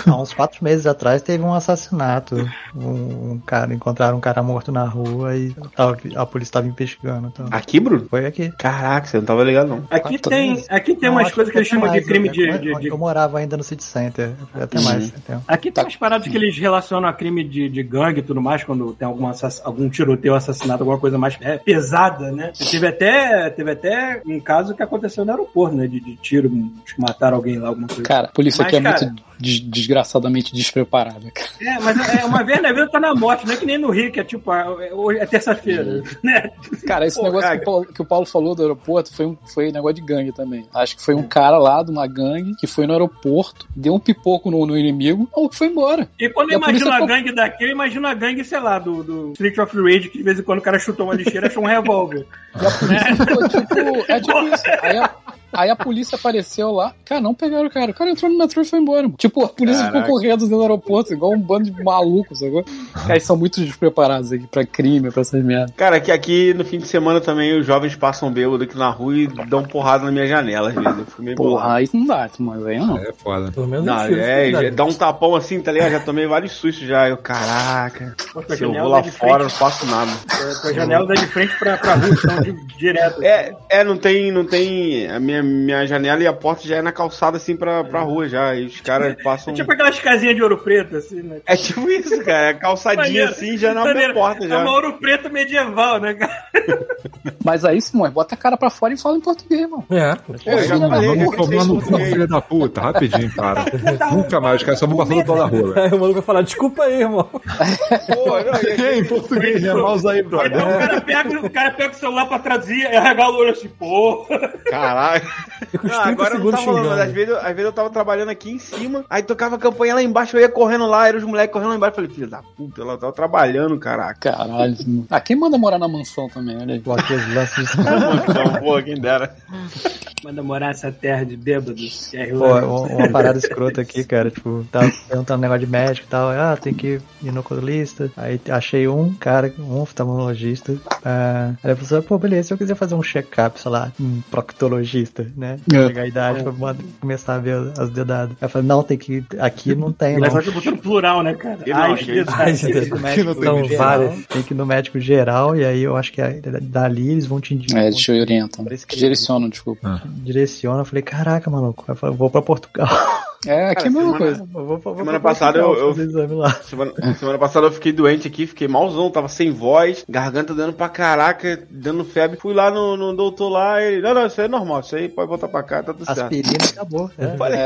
Speaker 5: há uns quatro meses atrás teve um assassinato. Um, um cara, encontraram um cara morto na rua e tava- a polícia estava investigando. Então.
Speaker 8: Aqui, Bruno?
Speaker 5: Foi aqui.
Speaker 8: Caraca, você não tava ligado, não.
Speaker 3: Aqui
Speaker 2: Quatro
Speaker 3: tem,
Speaker 2: meses.
Speaker 3: aqui tem
Speaker 5: Ah, tá Não,
Speaker 3: umas
Speaker 5: acho é
Speaker 3: coisas que
Speaker 5: foi
Speaker 3: eles chamam
Speaker 5: até
Speaker 3: de
Speaker 5: mais,
Speaker 3: crime
Speaker 5: eu-
Speaker 3: de-
Speaker 5: eu-
Speaker 3: de- de
Speaker 5: Eu morava ainda no City Center. Foi até mais. Então.
Speaker 3: Aqui tem
Speaker 2: Tá.
Speaker 3: umas paradas que eles relacionam a crime de, de gangue e tudo mais, quando tem algum, assass- algum tiroteio, assassinato, alguma coisa mais é, pesada, né? E Teve até, teve até um caso que aconteceu no aeroporto, né? De, de tiro, acho que mataram alguém lá, alguma coisa.
Speaker 2: Cara, a polícia
Speaker 3: Mas,
Speaker 2: aqui é
Speaker 3: cara-
Speaker 2: muito des- desgraçadamente despreparada, cara.
Speaker 3: É, mas é, uma vez na vida tá na morte, não é que nem no Rio, que é tipo, ah, é- hoje é
Speaker 8: Uhum.
Speaker 3: terça-feira, né?
Speaker 2: Cara, esse
Speaker 8: Pô,
Speaker 2: negócio
Speaker 8: cara.
Speaker 2: Que, o Paulo, que o Paulo falou do aeroporto foi, um, foi negócio de gangue também. Acho que foi um cara lá de uma gangue que foi no aeroporto, deu um pipoco no, no inimigo, o que foi embora.
Speaker 3: E quando
Speaker 2: E
Speaker 3: eu
Speaker 2: a polícia
Speaker 3: imagino a
Speaker 2: foi-
Speaker 3: gangue daqui, eu imagino a gangue, sei lá, do, do Street of Rage, que de vez em quando o cara chutou uma lixeira e achou um revólver.
Speaker 2: E a polícia ficou tipo. É tipo isso. Aí a, Aí a polícia apareceu lá. Cara, não pegaram o cara. O cara entrou no metrô e foi embora. Mano. Tipo, a polícia
Speaker 8: Caraca.
Speaker 2: ficou correndo dentro do aeroporto, igual um bando de malucos, agora. Aí são muito despreparados aqui pra crime, pra essas merdas.
Speaker 8: Cara, que aqui no fim de semana também os jovens passam bêbado aqui na rua e dão porrada na minha janela, às vezes. Eu fico meio
Speaker 2: Porra, aí não dá, mas aí não.
Speaker 4: É foda.
Speaker 1: Pelo menos
Speaker 8: Não,
Speaker 1: isso,
Speaker 8: é,
Speaker 1: isso
Speaker 8: já-
Speaker 1: que dá.
Speaker 8: dá um tapão assim, tá ligado? Já tomei vários sustos já. Eu, caraca,
Speaker 3: Poxa, a
Speaker 8: se eu
Speaker 3: janela
Speaker 8: vou lá
Speaker 3: dá de
Speaker 8: fora, eu não
Speaker 3: frente- é,
Speaker 8: faço nada.
Speaker 3: Com a janela dá de frente pra, pra rua, então, di- direto.
Speaker 8: É, é, não tem, não tem. A minha, minha janela e a porta já é na calçada, assim, pra, pra rua já. E os caras
Speaker 3: É
Speaker 8: passam.
Speaker 3: tipo aquelas casinhas de ouro preto, assim, né?
Speaker 8: É tipo isso, cara. É calçadinha
Speaker 3: Maneiro.
Speaker 8: assim, já na minha
Speaker 3: Maneiro.
Speaker 8: porta
Speaker 3: É
Speaker 8: já.
Speaker 3: uma ouro preto medieval, né, cara?
Speaker 2: Mas aí, Simões, bota a cara pra fora e fala em português, mano.
Speaker 8: um
Speaker 1: É.
Speaker 8: Eu já falei, eu
Speaker 4: Vamos
Speaker 8: sei Tá
Speaker 4: tomar no cu,
Speaker 8: português.
Speaker 4: filho da puta, rapidinho, cara. Nunca mais, cara, só vou passando o pau na rua. velho.
Speaker 1: Aí o maluco vai falar, desculpa aí, irmão.
Speaker 8: Pô, não, e-
Speaker 4: É, em português, né? Mouse aí, brother.
Speaker 8: Tá
Speaker 3: Então o cara pega, o cara pega o celular pra traduzir, aí regala o olho assim, pô.
Speaker 8: Caralho.
Speaker 1: Fica uns
Speaker 8: Não,
Speaker 1: 30
Speaker 8: agora não
Speaker 1: segundos
Speaker 8: tá rolando. mas Às
Speaker 1: xingando.
Speaker 8: vezes, eu- às vezes eu tava trabalhando aqui em cima, aí tocava a campanha lá embaixo, eu ia correndo lá, era os moleques correndo lá embaixo. Eu Falei, filho da puta, ela tava trabalhando, caraca.
Speaker 2: Caralho, Simões. Ah, quem manda morar na mansão também, olha aí.
Speaker 5: Bloqueia os lances.
Speaker 8: Não, pô, quem um dera.
Speaker 3: Manda morar nessa terra de bêbados. que é
Speaker 5: Pô,
Speaker 3: Irlanda.
Speaker 5: uma, uma parada escrota aqui, cara. Tipo, tava perguntando um negócio de médico e tal. Ah, tem que ir no oculista. Aí achei um cara, um oftalmologista. Ah, aí a pessoa, pô, beleza, se eu quiser fazer um check-up, sei lá, um proctologista, né?
Speaker 2: É.
Speaker 5: Chegar a idade pra man- começar a ver as dedadas. Aí eu falei, não, tem que ir. Aqui não tem,
Speaker 3: Mas
Speaker 5: não.
Speaker 3: só que eu botei no plural, né, cara?
Speaker 8: Eu não
Speaker 3: Ai,
Speaker 8: achei.
Speaker 3: Jesus.
Speaker 1: Ai, meu Deus.
Speaker 5: Tem que ir no
Speaker 4: Aqui não tem
Speaker 5: médico geral,
Speaker 1: médico. várias.
Speaker 5: Tem que ir no médico geral e aí eu acho que é- dali eles vão te indicar.
Speaker 2: É, eles te orientam. Direcionam, desculpa.
Speaker 5: Direciona, eu falei, caraca, maluco, Aí eu falei, vou pra Portugal.
Speaker 2: É, aqui é a mesma coisa.
Speaker 5: Eu vou, vou
Speaker 8: Semana
Speaker 5: pra
Speaker 8: passada eu-
Speaker 5: Portugal
Speaker 8: eu-
Speaker 5: fazer exame lá.
Speaker 8: Semana, semana passada eu fiquei doente aqui, fiquei malzão, tava sem voz, garganta dando pra caraca, dando febre. Fui lá no, no doutor lá, ele, não, não, isso aí é normal, isso aí pode voltar pra cá, tá tudo certo.
Speaker 5: Aspirina acabou. É,
Speaker 2: Falei.
Speaker 8: E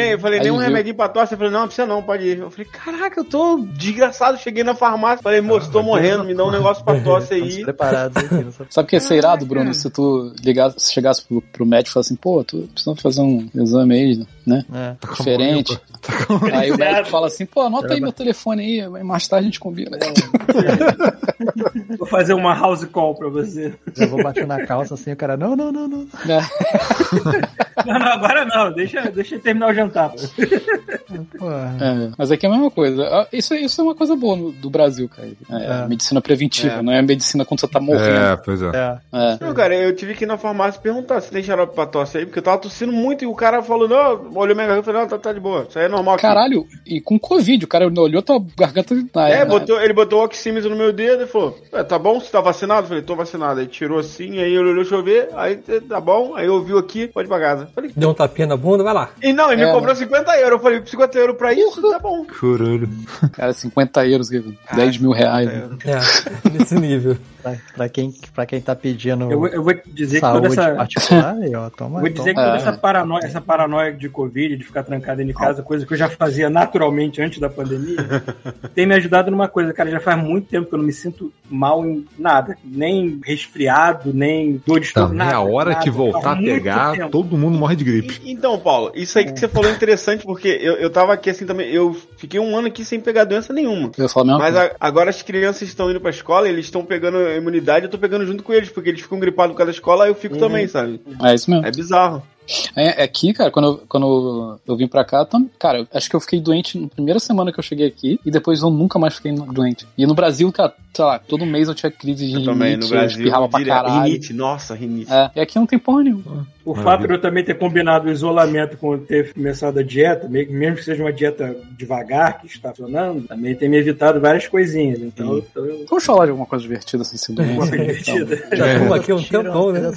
Speaker 8: aí, eu falei,
Speaker 2: Aí
Speaker 8: nem um
Speaker 2: viu.
Speaker 8: remedinho pra tosse. Ele falou, não, não precisa não, pode ir. Eu falei, caraca, eu tô desgraçado. Cheguei na farmácia, falei, moço, tô morrendo, me dá um negócio pra tosse aí.
Speaker 5: Preparados aqui nessa
Speaker 2: Sabe o que ia ser irado, Bruno? Se tu ligasse, se chegasse pro, pro médico e falasse assim, pô, tu precisa fazer um exame aí, né?
Speaker 5: é.
Speaker 2: Diferente. Aí o médico fala assim, pô, anota aí meu telefone aí, aí mais tarde a gente combina.
Speaker 3: Vou fazer uma house call pra você.
Speaker 5: Eu vou bater na calça assim, o cara, não, não, não, não.
Speaker 3: Não, não, agora não. Deixa, deixa eu terminar o jantar. pô.
Speaker 5: Porra.
Speaker 2: É, mas aqui é a mesma coisa. Ah, Isso, isso é uma coisa boa no- do Brasil, cara. É,
Speaker 5: É.
Speaker 2: Medicina preventiva, não é medicina quando você tá morrendo.
Speaker 4: É, pois é.
Speaker 5: É.
Speaker 2: É.
Speaker 8: Não, cara, eu tive que ir na farmácia perguntar se tem xarope pra tosse aí, porque eu tava tossindo muito e o cara falou, não, olhou minha garganta e falou, não, tá, tá de boa, isso aí é normal. aqui.
Speaker 2: Caralho, e com Covid, o cara olhou tua garganta na
Speaker 8: É,
Speaker 2: na-
Speaker 8: botou, ele botou o oxímetro no meu dedo e falou, "Ué, tá bom, você tá vacinado? Eu falei, tô vacinado. Aí tirou assim, aí ele olhou, deixa eu ver, aí tá bom, aí ouviu aqui, pode ir pra casa. Falei,
Speaker 1: Deu um tapinha na bunda, vai lá.
Speaker 8: e não, ele
Speaker 2: É,
Speaker 8: me cobrou
Speaker 2: né?
Speaker 8: 50 euros. Eu falei, 50 euros pra isso, tá bom.
Speaker 4: Chorando.
Speaker 2: né? Cara, 50 euros, 10 mil reais. né?
Speaker 1: É, nesse nível.
Speaker 5: Pra, pra quem, pra quem tá pedindo
Speaker 3: Eu, vou- eu vou te dizer
Speaker 5: saúde
Speaker 3: que toda essa.
Speaker 5: particular, aí, ó, toma.
Speaker 3: Vou dizer que
Speaker 5: toma.
Speaker 3: toda
Speaker 2: É.
Speaker 3: essa paranoia, essa paranoia de Covid, de ficar trancado em casa, coisa que eu já fazia naturalmente antes da pandemia, tem me ajudado numa coisa, cara. Já faz muito tempo que eu não me sinto mal em nada. Nem resfriado, nem dor de estômago.
Speaker 4: Também
Speaker 3: nada,
Speaker 4: É a hora
Speaker 3: nada.
Speaker 4: que voltar
Speaker 3: Faz
Speaker 4: a
Speaker 3: muito
Speaker 4: pegar,
Speaker 3: tempo.
Speaker 4: todo mundo morre de gripe.
Speaker 8: E- Então, Paulo, isso aí que você falou é interessante, porque eu, eu tava aqui assim também, eu fiquei um ano aqui sem pegar doença nenhuma.
Speaker 2: Eu ia falar a mesma
Speaker 8: Mas
Speaker 2: coisa.
Speaker 8: a- agora as crianças estão indo pra escola, eles estão pegando a imunidade, eu tô pegando junto com eles, porque eles ficam gripados por causa da escola, aí eu
Speaker 2: Uhum.
Speaker 8: fico também, sabe?
Speaker 2: É isso mesmo.
Speaker 8: É bizarro.
Speaker 2: É, é aqui, cara, quando, eu, quando eu vim pra cá, tam- cara, eu acho que eu fiquei doente na primeira semana que eu cheguei aqui e depois eu nunca mais fiquei no- doente. E no Brasil, cara, sei lá, todo mês eu tinha crise de
Speaker 8: Eu
Speaker 2: rinite,
Speaker 8: também, no
Speaker 2: eu
Speaker 8: Brasil.
Speaker 2: espirrava pra
Speaker 8: direto.
Speaker 2: caralho.
Speaker 8: Rinite, nossa, rinite.
Speaker 2: É, e aqui não tem porra nenhuma.
Speaker 3: O fato de eu também ter combinado o isolamento com ter começado a dieta, me- mesmo que seja uma dieta devagar, que está funcionando, também tem me evitado várias coisinhas. Então, eu tô eu
Speaker 2: Vamos falar de alguma coisa divertida assim, sem ser
Speaker 3: tô
Speaker 2: doente.
Speaker 3: divertido.
Speaker 1: Já
Speaker 4: É.
Speaker 1: estamos aqui um
Speaker 5: Assistiram-
Speaker 1: tempão,
Speaker 5: Vocês
Speaker 1: né?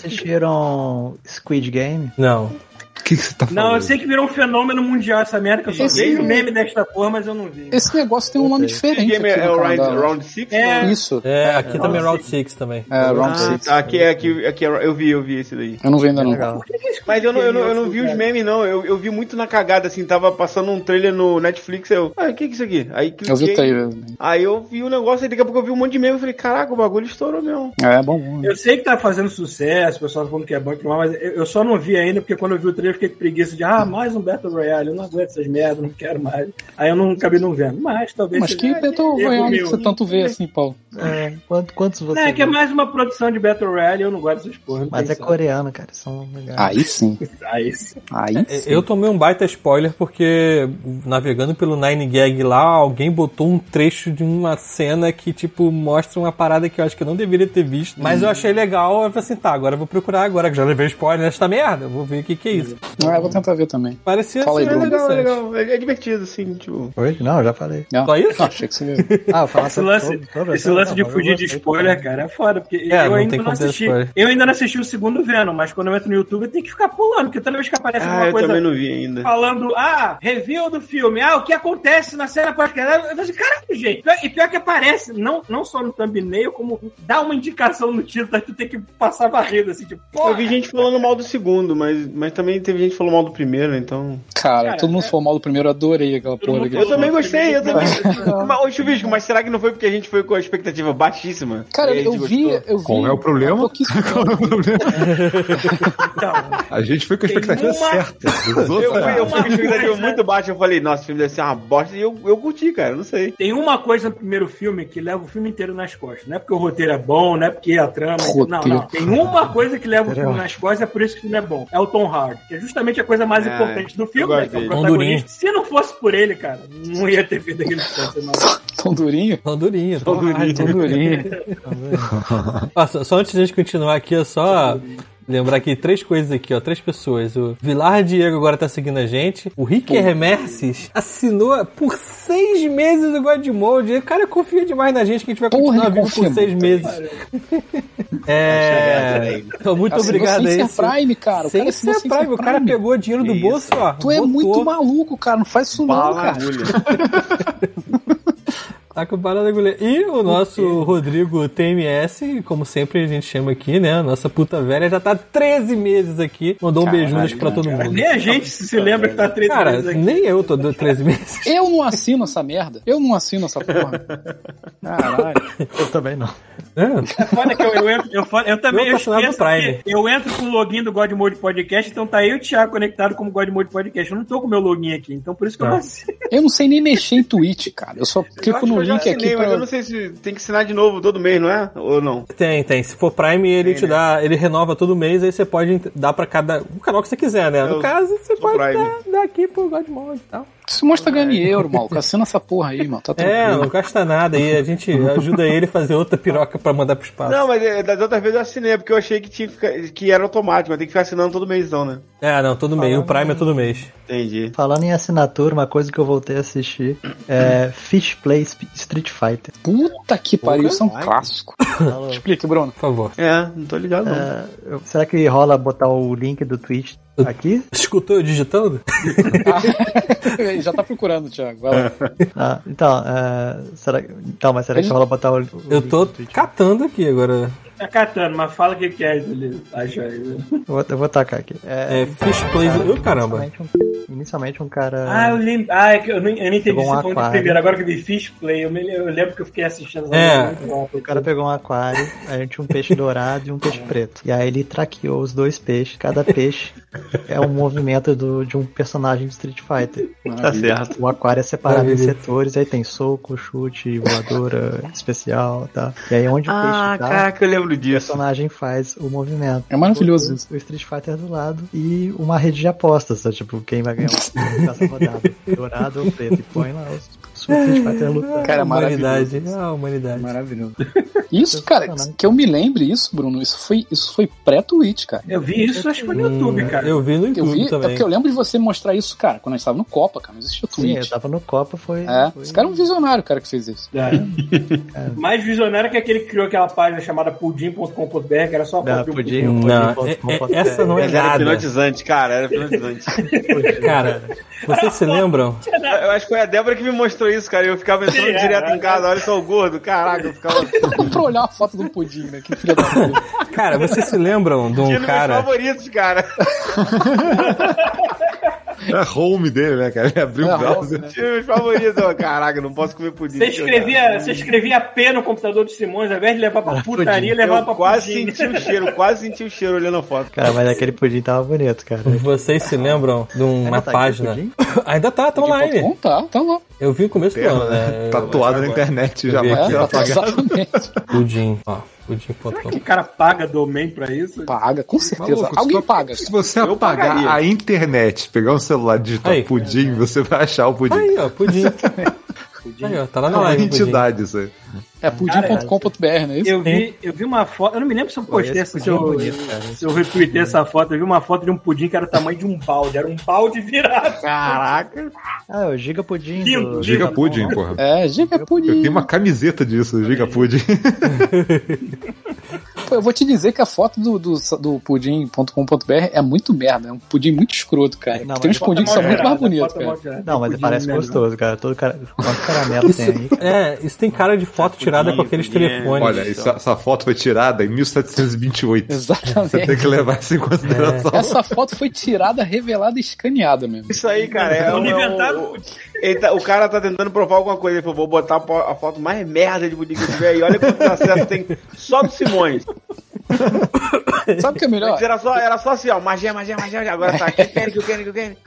Speaker 5: assistiram Squid Game?
Speaker 1: Não.
Speaker 4: O que que você tá falando?
Speaker 3: Não, eu sei que virou um fenômeno mundial essa merda, que eu só
Speaker 2: Esse-
Speaker 3: vejo meme desta porra, mas eu não vi.
Speaker 2: Esse negócio tem um nome
Speaker 8: Esse
Speaker 2: diferente
Speaker 8: game
Speaker 2: aqui
Speaker 8: é, é
Speaker 2: no
Speaker 8: o round,
Speaker 2: Canadá.
Speaker 8: round Six?
Speaker 3: É.
Speaker 8: não?
Speaker 2: Isso,
Speaker 1: É, aqui
Speaker 3: Round
Speaker 1: também é Round
Speaker 3: Six.
Speaker 1: 6 também.
Speaker 2: é Round
Speaker 8: Ah,
Speaker 2: 6.
Speaker 8: tá, aqui, é- aqui, aqui é- eu vi, eu vi esse daí.
Speaker 2: Eu não vi ainda
Speaker 5: É
Speaker 2: não.
Speaker 5: legal.
Speaker 8: Mas eu não, eu não, eu não vi
Speaker 2: é.
Speaker 8: os memes, não. Eu, eu vi muito na cagada, assim. Tava passando um trailer no Netflix. aí Eu, ah, o que que é isso aqui? Aí
Speaker 2: Eu vi o
Speaker 8: cliquei,
Speaker 2: trailer.
Speaker 8: Aí eu vi o negócio, aí daqui a pouco eu vi um monte de meme. Eu falei, caraca, o bagulho estourou mesmo.
Speaker 2: É, bom, bom.
Speaker 3: Eu sei que tá fazendo sucesso, o pessoal tá falando que é bom e tudo mais, mas eu eu só não vi ainda, porque quando eu vi o trailer eu fiquei com preguiça de, ah, mais um Battle Royale, eu não aguento essas merdas, não quero mais. Aí eu não acabei não vendo, mas talvez...
Speaker 2: Mas
Speaker 3: seja-
Speaker 8: é
Speaker 2: que Battle
Speaker 3: erro
Speaker 2: Royale que
Speaker 3: meu.
Speaker 2: você tanto vê assim, Paulo?
Speaker 5: É, quanto- quantos você.
Speaker 3: É, que é
Speaker 5: viu?
Speaker 3: mais uma produção de Battle Royale, eu não gosto dessas porra. não
Speaker 5: Mas é
Speaker 3: tem
Speaker 5: coreano, cara. São legais.
Speaker 2: Aí sim.
Speaker 3: sal. Ah, esse.
Speaker 8: É,
Speaker 2: Aí sim.
Speaker 1: Eu tomei um baita spoiler porque navegando pelo Nine Gag lá, alguém botou um trecho de uma cena que, tipo, mostra uma parada que eu acho que eu não deveria ter visto. Mas eu achei legal, eu falei assim, tá, agora eu vou procurar agora, que já levei spoiler nesta merda, eu vou ver o que que é isso.
Speaker 2: Ah, eu vou tentar ver também.
Speaker 1: Parecia
Speaker 2: Fala aí,
Speaker 1: ser
Speaker 7: É
Speaker 2: Bruno.
Speaker 7: legal, é
Speaker 1: interessante.
Speaker 7: legal. É, é divertido, assim, tipo.
Speaker 5: Oi? Não, já falei.
Speaker 2: Não,
Speaker 1: Só isso?
Speaker 2: Não, achei que você viu.
Speaker 5: Ah, eu falava
Speaker 3: Esse lance, esse lance de fugir de spoiler, cara, é foda, porque
Speaker 1: É,
Speaker 3: eu
Speaker 1: não
Speaker 3: ainda
Speaker 1: tem
Speaker 3: não
Speaker 1: como ter
Speaker 3: assisti.
Speaker 1: spoiler.
Speaker 3: Eu ainda não assisti o segundo Venom, mas quando eu entro no YouTube eu tenho que ficar pulando, porque toda vez que aparece
Speaker 7: Ah,
Speaker 3: alguma
Speaker 7: eu
Speaker 3: coisa
Speaker 7: também não vi ainda.
Speaker 3: falando, ah, review do filme, ah, o que acontece na cena pós-crédito. Eu falei, caralho, gente. Pior- E pior que aparece, não, não só no thumbnail, como dá uma indicação no título, daí tu tem que passar varrendo, assim, tipo, porra.
Speaker 7: Eu vi gente falando mal do segundo, mas, mas também teve gente que falou mal do primeiro, então.
Speaker 2: Cara,
Speaker 3: Cara,
Speaker 2: todo
Speaker 1: é-
Speaker 2: mundo foi mal do primeiro, eu adorei aquela porra.
Speaker 3: mundo
Speaker 2: daquele
Speaker 7: Eu também
Speaker 2: filme.
Speaker 7: gostei, eu também.
Speaker 2: É.
Speaker 7: mas, ô, Chuvisco, mas será que não foi porque a gente foi com a expectativa baixíssima?
Speaker 2: Cara,
Speaker 7: E aí,
Speaker 2: eu
Speaker 7: te
Speaker 2: vi,
Speaker 7: gostou?
Speaker 2: eu vi. um
Speaker 4: Qual é o
Speaker 2: há
Speaker 4: problema?
Speaker 2: pouquíssimo tempo.
Speaker 4: Qual é o problema?
Speaker 3: Então,
Speaker 4: A gente foi com a
Speaker 3: Tem
Speaker 4: expectativa
Speaker 3: uma-
Speaker 4: certa. Os
Speaker 7: Eu
Speaker 4: outros,
Speaker 7: fui, eu fui com a expectativa
Speaker 3: Mas, né?
Speaker 7: muito baixa, eu falei, nossa, o filme deve ser uma bosta, e eu, eu curti, cara, não sei.
Speaker 3: tem uma coisa no primeiro filme que leva o filme inteiro nas costas. Não é porque o roteiro é bom, não é porque a trama. Não, não.
Speaker 2: Roteiro.
Speaker 3: Tem uma coisa que leva o filme nas costas, é por isso que o filme é bom. É o Tom Hardy, que é justamente a coisa mais
Speaker 7: Ah,
Speaker 3: importante do filme,
Speaker 7: eu
Speaker 3: né?
Speaker 7: gosto
Speaker 3: Que é o
Speaker 7: dele.
Speaker 3: protagonista. Se não fosse por ele, cara, não ia ter feito aquele filme. não.
Speaker 2: Tão durinho.
Speaker 1: Tão durinho, tão
Speaker 2: Tão durinho.
Speaker 1: Ó, só, só antes de a gente continuar aqui, é só lembrar aqui três coisas aqui, ó. Três pessoas. O Vilar Diego agora tá seguindo a gente. O Rick Remerses assinou por seis meses o Godmode. E O cara confia demais na gente que a gente vai
Speaker 2: Porra,
Speaker 1: continuar
Speaker 2: ele
Speaker 1: vivo
Speaker 2: confia
Speaker 1: por seis
Speaker 2: muito,
Speaker 1: meses. é... Então, muito
Speaker 2: Assinou
Speaker 1: obrigado
Speaker 2: sem
Speaker 1: aí.
Speaker 2: ser Prime, cara. O
Speaker 1: Sem
Speaker 2: cara assinou
Speaker 1: ser
Speaker 2: sem
Speaker 1: Prime,
Speaker 2: ser
Speaker 1: o cara
Speaker 2: Prime.
Speaker 1: pegou dinheiro do
Speaker 7: Que
Speaker 1: bolso, ó.
Speaker 2: Tu é
Speaker 1: botou.
Speaker 2: muito maluco, cara. Não faz isso não,
Speaker 7: Bala
Speaker 2: cara.
Speaker 7: agulha.
Speaker 1: Tá com parada agulha. E o nosso Rodrigo TMS, como sempre a gente chama aqui, né? A Nossa puta velha já tá 13 meses aqui. Mandou um
Speaker 2: Caralho,
Speaker 1: beijunhos pra todo mundo.
Speaker 3: Nem a gente se lembra que tá três
Speaker 1: Cara,
Speaker 3: meses aqui.
Speaker 1: nem eu tô do 13 meses.
Speaker 2: Eu não assino essa merda. Eu não assino essa porra. Caralho.
Speaker 5: Eu também não.
Speaker 1: É.
Speaker 3: Foda que eu, eu entro, eu, falo- eu também
Speaker 1: Eu tô
Speaker 3: eu
Speaker 1: assinado
Speaker 3: esqueço
Speaker 1: no Prime.
Speaker 3: que eu entro com o login do God Mode Podcast, então tá eu e o Thiago conectado como God Mode Podcast. Eu não tô com o meu login aqui, então por isso que eu não assino.
Speaker 2: Eu não sei nem mexer em Twitch, cara. Eu só
Speaker 7: Eu
Speaker 2: clico
Speaker 7: acho
Speaker 2: no
Speaker 7: que eu já
Speaker 2: link aqui
Speaker 7: assinei,
Speaker 2: pra.
Speaker 7: Mas eu não sei se tem que assinar de novo todo mês, não é? Ou não?
Speaker 1: Tem, tem. Se for Prime, ele
Speaker 7: né?
Speaker 1: te dá, ele renova todo mês, aí você pode dar pra cada. O canal que você quiser, né? No
Speaker 7: Eu
Speaker 1: caso, você
Speaker 7: sou
Speaker 1: pode
Speaker 7: Prime.
Speaker 1: dar, dar aqui pro Godmode e tal.
Speaker 2: Isso mostra ganhando euro, maluco. Assina essa porra aí, mano. Tá
Speaker 1: É,
Speaker 2: tranquilo.
Speaker 1: não gasta nada. E a gente ajuda ele a fazer outra piroca pra mandar pro espaço.
Speaker 7: Não, mas é, das outras vezes eu assinei, porque eu achei que, tinha que, ficar- que era automático, mas tem que ficar assinando todo mês, então, né?
Speaker 1: É, não, todo mês. O Prime é todo mês.
Speaker 7: Entendi.
Speaker 5: Falando em assinatura, uma coisa que eu voltei a assistir é Fish Play Sp- Street Fighter.
Speaker 2: Puta que pariu. Isso é um clássico. Explica, Bruno.
Speaker 1: Por favor.
Speaker 7: É, não tô ligado, não.
Speaker 5: É, eu- será que rola botar o link do Twitch aqui?
Speaker 1: Escutou eu digitando?
Speaker 2: Ah, já tá procurando, Thiago. Vai lá.
Speaker 5: Ah, então, é, será, que- então, mas será que rola botar o, o
Speaker 1: Eu
Speaker 5: link
Speaker 1: tô
Speaker 5: do Twitch?
Speaker 1: catando aqui agora.
Speaker 3: Tá catando, mas fala o que que é ele acha aí.
Speaker 5: Eu vou, eu vou tacar aqui. É,
Speaker 1: É, Fish Play. Ô, caramba.
Speaker 5: Inicialmente um, inicialmente um cara.
Speaker 3: Ah, eu lembro. Ah, é que eu não, eu não entendi
Speaker 5: Pegou um
Speaker 3: se foi de
Speaker 5: aquário.
Speaker 3: primeiro. Agora que eu vi Fish Play, eu, me- eu lembro que eu fiquei assistindo essa
Speaker 1: É.
Speaker 3: coisa muito bom.
Speaker 5: O cara pegou um aquário, a gente tinha um peixe dourado e um peixe preto. E aí ele traqueou os dois peixes. Cada peixe é um movimento do- de um personagem de Street Fighter.
Speaker 2: Tá certo.
Speaker 5: O aquário é separado em
Speaker 1: Maravilha.
Speaker 5: setores, aí tem soco, chute, voadora, especial, tá? E aí onde o
Speaker 8: Ah,
Speaker 5: peixe tá,
Speaker 7: Ah, eu lembro
Speaker 5: o
Speaker 7: disso.
Speaker 5: personagem faz o movimento.
Speaker 2: É maravilhoso isso.
Speaker 5: O, o Street Fighter do lado e uma rede de apostas, tá? tipo, quem vai ganhar o- essa rodada, dourado ou preto, e põe lá os, os Street Fighter lutando.
Speaker 2: Cara,
Speaker 1: a humanidade.
Speaker 2: maravilhoso.
Speaker 1: Ah, a humanidade.
Speaker 2: Maravilhoso. Isso, cara, que eu me lembre isso, Bruno, isso foi, isso foi pré-Twitch, cara.
Speaker 3: Eu vi isso, acho que foi no YouTube, cara.
Speaker 1: Eu vi no
Speaker 2: Eu
Speaker 1: YouTube
Speaker 2: vi, é
Speaker 1: também.
Speaker 2: porque eu lembro de você mostrar isso, cara, quando a gente tava no Copa, cara, não existia
Speaker 5: Sim, eu
Speaker 2: Twitch.
Speaker 5: tava no Copa, foi...
Speaker 2: É,
Speaker 5: foi-
Speaker 2: esse cara é um visionário, cara, que fez isso.
Speaker 3: É. Mais visionário que aquele que criou aquela página chamada pudim.com.br, que era só
Speaker 5: Não,
Speaker 3: pudim.
Speaker 5: podia,
Speaker 1: Não,
Speaker 5: podia,
Speaker 1: é-
Speaker 5: podia,
Speaker 1: é- essa não é
Speaker 7: Mas era
Speaker 1: nada.
Speaker 7: hipnotizante, cara, era hipnotizante.
Speaker 1: Cara, vocês se lembram?
Speaker 7: eu acho que foi a Débora que me mostrou isso, cara, e eu ficava entrando
Speaker 3: Sim, é,
Speaker 7: direto
Speaker 3: é.
Speaker 7: em casa, olha só o gordo, caraca, eu ficava... um
Speaker 2: pra olhar a foto do pudim, né? Que filha da puta.
Speaker 1: Cara, vocês se lembram de
Speaker 7: Tinha
Speaker 1: um
Speaker 7: nos meus
Speaker 1: cara.
Speaker 7: favoritos, cara.
Speaker 4: É a home dele, né, cara? Ele abriu o browser.
Speaker 7: Meus favoritos, ó. Caraca, não posso comer pudim.
Speaker 3: Você escrevia, você escrevia P no computador do Simões, ao invés de levar
Speaker 2: Ah,
Speaker 3: pra putaria,
Speaker 7: Eu
Speaker 3: levava pra
Speaker 7: quase
Speaker 3: pudim.
Speaker 7: senti o cheiro, quase senti o cheiro olhando a foto.
Speaker 5: Cara, mas aquele pudim tava bonito, cara.
Speaker 2: Uhum.
Speaker 1: Vocês se lembram de uma
Speaker 5: Ainda tá aqui o
Speaker 1: página?
Speaker 5: pudim?
Speaker 1: Ainda tá, tá online.
Speaker 2: Bom, tá, tá lá.
Speaker 1: Eu vi no começo do ano, né?
Speaker 4: Tatuado na internet,
Speaker 1: vi
Speaker 4: jamais né?
Speaker 1: aqui,
Speaker 4: será
Speaker 1: ó.
Speaker 2: tá,
Speaker 4: apagado.
Speaker 2: exatamente.
Speaker 1: Pudim, ó. Pudim.com.
Speaker 3: O cara paga domain pra isso?
Speaker 2: Paga, com certeza.
Speaker 4: Maluco,
Speaker 2: Alguém
Speaker 4: se tu-
Speaker 2: paga.
Speaker 4: Se você apagar
Speaker 7: pagaria.
Speaker 4: a internet, pegar um celular e digitar
Speaker 1: Aí.
Speaker 4: pudim, você vai achar o pudim.
Speaker 1: Aí, ó, pudim. Aí, ó, tá lá
Speaker 4: É
Speaker 1: na
Speaker 4: uma
Speaker 1: live. Pudim.
Speaker 4: entidade isso aí.
Speaker 2: É pudim.com.br, não é isso?
Speaker 3: Eu vi, eu vi uma foto, eu não me lembro se eu postei essa, se eu,
Speaker 5: bonito, cara.
Speaker 3: se eu retuitei essa foto, eu vi uma foto de um pudim que era o tamanho de um balde, era um balde virado.
Speaker 7: Caraca.
Speaker 5: Ah, o Giga Pudim.
Speaker 3: Lindo,
Speaker 5: do-
Speaker 4: Giga
Speaker 3: Giga
Speaker 4: pudim, porra.
Speaker 2: É, diga
Speaker 4: Eu
Speaker 2: pudim.
Speaker 4: tenho uma camiseta disso, Giga pudim.
Speaker 2: Pô, eu vou te dizer que a foto do, do, do pudim.com.br é muito merda. É um pudim muito escroto, cara.
Speaker 5: Não,
Speaker 2: Tem
Speaker 5: mas
Speaker 2: uns pudim que são muito mais bonitos, cara.
Speaker 5: Não, mas parece
Speaker 2: é
Speaker 5: gostoso, cara. Todo cara... Quanto caramelo
Speaker 1: Isso,
Speaker 5: tem aí?
Speaker 1: é, isso tem cara de foto tirada com aqueles
Speaker 3: pudim, é.
Speaker 1: telefones.
Speaker 4: Olha, isso- essa foto foi tirada em 1728. Você tem
Speaker 2: Exatamente.
Speaker 4: que levar isso em consideração.
Speaker 2: Essa foto foi tirada, revelada e escaneada mesmo.
Speaker 7: Isso aí, cara. É,
Speaker 3: Não
Speaker 7: um- é um-
Speaker 3: inventaram
Speaker 7: o, ele tá- o cara tá tentando provar alguma coisa. Ele falou, vou botar a po- a foto mais merda de pudim que eu tiver aí. Olha quanto acesso tem só do Simões.
Speaker 2: Sabe o que é melhor?
Speaker 7: Antes Era só, era só assim, ó. Magia, magia, magia. magia. Agora tá. Que querem, que querem, que querem.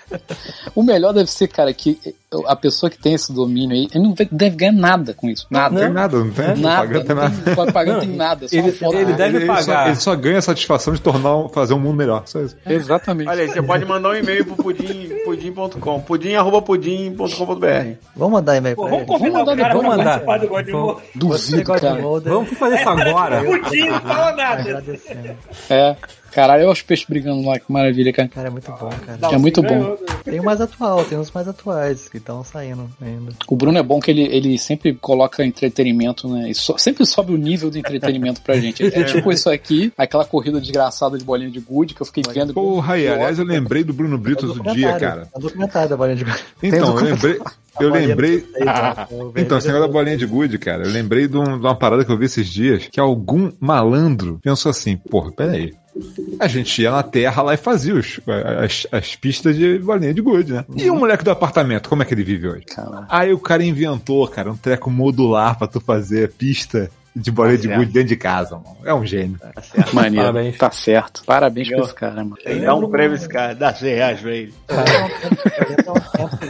Speaker 2: O melhor deve ser, cara, que a pessoa que tem esse domínio aí, ele não vai- deve ganhar nada com isso. Nada.
Speaker 4: Não tem nada, não tem.
Speaker 2: Nada,
Speaker 4: Propaganda tem nada.
Speaker 2: não tem propaganda em
Speaker 1: Não,
Speaker 2: nada, só
Speaker 1: ele-
Speaker 2: uma foto. Ah,
Speaker 1: ele deve-
Speaker 4: só-
Speaker 1: pagar.
Speaker 4: ele só ganha a satisfação de tornar, um- fazer um mundo melhor. Só isso.
Speaker 2: Exatamente.
Speaker 7: Olha aí, você pode mandar um e-mail pro pudim, pudim.com. Pudim, arroba pudim.com.br.
Speaker 5: Vamos mandar e-mail
Speaker 3: Pô,
Speaker 5: pra
Speaker 3: vamos
Speaker 5: ele?
Speaker 3: convidar
Speaker 2: mandar
Speaker 3: o cara
Speaker 1: depois,
Speaker 3: pra
Speaker 1: mandar.
Speaker 3: participar do God
Speaker 1: Vamos.
Speaker 3: Mode.
Speaker 5: Você
Speaker 2: Duvido,
Speaker 5: gosta de
Speaker 2: cara.
Speaker 5: molde?
Speaker 1: Vamos fazer isso agora.
Speaker 3: Pudim, não fala né? nada.
Speaker 5: Agradecendo.
Speaker 2: É. Caralho, olha os peixes brigando lá, que maravilha, cara.
Speaker 5: Cara, é muito bom, cara.
Speaker 2: É muito bom.
Speaker 3: Ganhou, né?
Speaker 5: Tem o mais atual, tem uns mais atuais que estão saindo ainda.
Speaker 2: O Bruno é bom que ele, ele sempre coloca entretenimento, né? E so- sempre sobe o nível do entretenimento pra gente. É, tipo isso aqui, aquela corrida desgraçada de bolinha de gude que eu fiquei vendo.
Speaker 4: Porra, aí, aliás, eu lembrei do Bruno Brito outro dia, cara.
Speaker 5: É um documentário da Bolinha de Gude.
Speaker 4: Então, eu lembrei. Eu lembrei.
Speaker 5: tá?
Speaker 4: Então, esse
Speaker 5: você
Speaker 4: negócio da bolinha de gude, cara, eu lembrei de, um- de uma parada que eu vi esses dias, que algum malandro pensou assim, porra, peraí. A gente ia na terra lá e fazia os- as, as pistas de bolinha de gude, né? E o moleque do apartamento, como é que ele vive hoje?
Speaker 2: Cara,
Speaker 4: Aí o cara inventou, cara, um treco modular pra tu fazer pista de bolinha de gude dentro de casa, mano. É um gênio.
Speaker 2: maneiro.
Speaker 1: Parabéns.
Speaker 2: Tá certo. Parabéns pra esse cara, mano.
Speaker 8: Tem que dar um prêmio esse cara, dá 100 reais pra ele.
Speaker 5: É,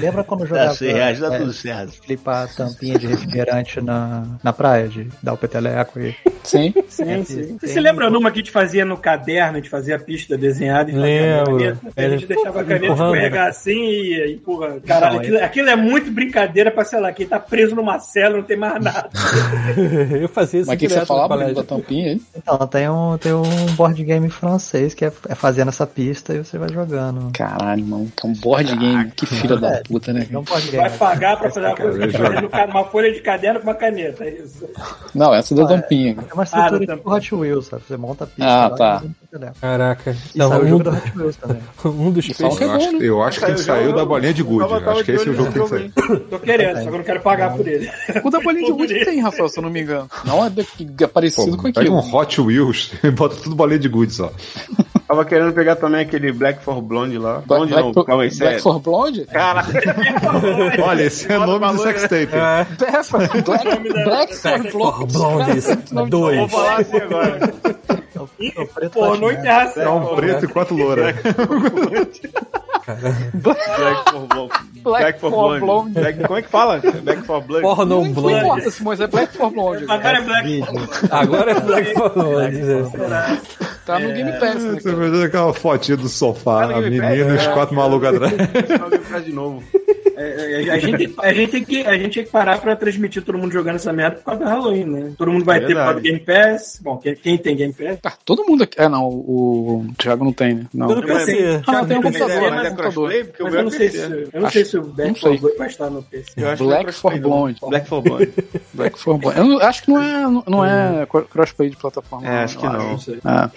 Speaker 5: Lembra quando
Speaker 8: Dá
Speaker 5: jogava
Speaker 8: 100 reais, dá
Speaker 5: é,
Speaker 8: tudo certo.
Speaker 5: flipar a tampinha de refrigerante na, na praia, de dar o peteleco e...
Speaker 2: Sim.
Speaker 3: Sim, sim.
Speaker 5: É, Tem- um
Speaker 3: Você
Speaker 5: tem-
Speaker 3: lembra numa que a gente fazia no caderno, a gente fazia a pista desenhada e fazia
Speaker 1: Lembro.
Speaker 3: caneta? A gente
Speaker 1: Ele-
Speaker 3: deixava a caneta
Speaker 1: empurrando.
Speaker 3: escorregar assim e empurra. Caralho,
Speaker 5: Não,
Speaker 3: aquilo, aquilo é muito brincadeira pra, sei lá, quem tá preso numa cela não tem mais nada.
Speaker 1: Eu fazia isso
Speaker 2: Mas o que, que
Speaker 1: direto
Speaker 2: você
Speaker 1: no
Speaker 2: falava Bruno,
Speaker 1: colégio.
Speaker 2: da tampinha aí?
Speaker 5: Então, tem um, tem um board game francês que é, é fazendo essa pista e você vai jogando.
Speaker 2: Caralho, mano. Que é um board game. Que filha da puta, né?
Speaker 5: Não pode
Speaker 3: Vai
Speaker 5: ganhar.
Speaker 3: pagar pra fazer uma coisa que
Speaker 4: Cara,
Speaker 3: fazia no ca- uma folha de caderno com uma caneta, é isso.
Speaker 2: Não, essa é da tampinha.
Speaker 5: É uma estrutura
Speaker 3: Ah,
Speaker 5: tipo
Speaker 3: não,
Speaker 5: Hot Wheels, sabe? Você monta a pista
Speaker 2: Ah,
Speaker 5: lá
Speaker 2: tá.
Speaker 5: e faz um peteleco.
Speaker 1: Caraca.
Speaker 5: E
Speaker 1: Não,
Speaker 5: sai o jogo do
Speaker 1: um,
Speaker 5: Hot Wheels também.
Speaker 1: um dos
Speaker 2: Isso é um
Speaker 1: peixes.
Speaker 4: Eu acho, eu acho que né? ele saiu da bolinha de gude.
Speaker 7: Tava- tava
Speaker 4: Acho que
Speaker 7: de
Speaker 4: esse é o
Speaker 7: olho
Speaker 4: jogo
Speaker 7: no
Speaker 4: que ele saiu.
Speaker 3: Tô querendo, só que eu não quero pagar por ele.
Speaker 2: O da É, bolinha de gude tem, Rafael, se eu não me engano. Não é, de- é parecido com
Speaker 4: Pô, pega
Speaker 2: aquilo.
Speaker 4: um Hot Wheels e bota tudo bolinha de gude só.
Speaker 7: Tava querendo pegar também aquele Black for Blonde lá. Blonde
Speaker 2: Black,
Speaker 7: não,
Speaker 2: for-
Speaker 7: calma aí,
Speaker 2: Black
Speaker 7: sério.
Speaker 2: for Blonde?
Speaker 7: Caraca,
Speaker 4: Olha, esse é
Speaker 7: Bota
Speaker 4: nome do
Speaker 7: valor, né?
Speaker 4: sextape.
Speaker 1: É.
Speaker 2: Black, Black for
Speaker 1: Porra,
Speaker 2: Blonde.
Speaker 1: Blondes
Speaker 7: vou
Speaker 1: 2.
Speaker 7: falar assim agora.
Speaker 5: É o- é o preto
Speaker 3: Pô, não
Speaker 5: platinado.
Speaker 3: enterra assim,
Speaker 4: É um preto e quatro louras.
Speaker 7: Black for Blonde. Black for
Speaker 2: for
Speaker 7: Blonde. Black- Como é que fala? Black for Blonde.
Speaker 1: Porno
Speaker 2: Não
Speaker 1: Blondes.
Speaker 2: importa se mas é Black for Blonde.
Speaker 3: Agora é Black.
Speaker 1: Agora é Black for Blondes.
Speaker 2: Tá no Game Pass, né?
Speaker 4: Você vai ver aquela fotinha do sofá,
Speaker 7: Ah,
Speaker 4: a
Speaker 7: ninguém me pega.
Speaker 4: menina e os quatro malucos atrás.
Speaker 7: Alguém faz de novo. é
Speaker 3: É, A gente, a, gente tem que, a gente tem que parar pra transmitir todo mundo jogando essa merda por causa do Halloween, né? Todo mundo vai
Speaker 7: É
Speaker 3: ter por causa do Game Pass. Bom, quem, quem tem Game Pass?
Speaker 2: Ah, todo mundo aqui. É, não, o o Thiago não tem, né? Não.
Speaker 1: Eu não pensei.
Speaker 2: Ah, tem um
Speaker 3: Mas
Speaker 2: computador, né?
Speaker 3: é, mas
Speaker 2: Tem um computador.
Speaker 7: porque
Speaker 3: Mas
Speaker 7: meu
Speaker 3: eu não sei
Speaker 7: PC.
Speaker 3: se, eu não sei se o Back
Speaker 2: sei.
Speaker 3: Forward vai estar no PC.
Speaker 7: é. Eu acho que
Speaker 2: Black
Speaker 7: é crossplay,
Speaker 2: for
Speaker 7: não.
Speaker 2: Blonde.
Speaker 7: Black for Blonde.
Speaker 2: Black for Blonde. Eu não- acho que não é, não- não é cro- crossplay de plataforma.
Speaker 7: É, acho que não.
Speaker 3: Não sei.
Speaker 2: Ah,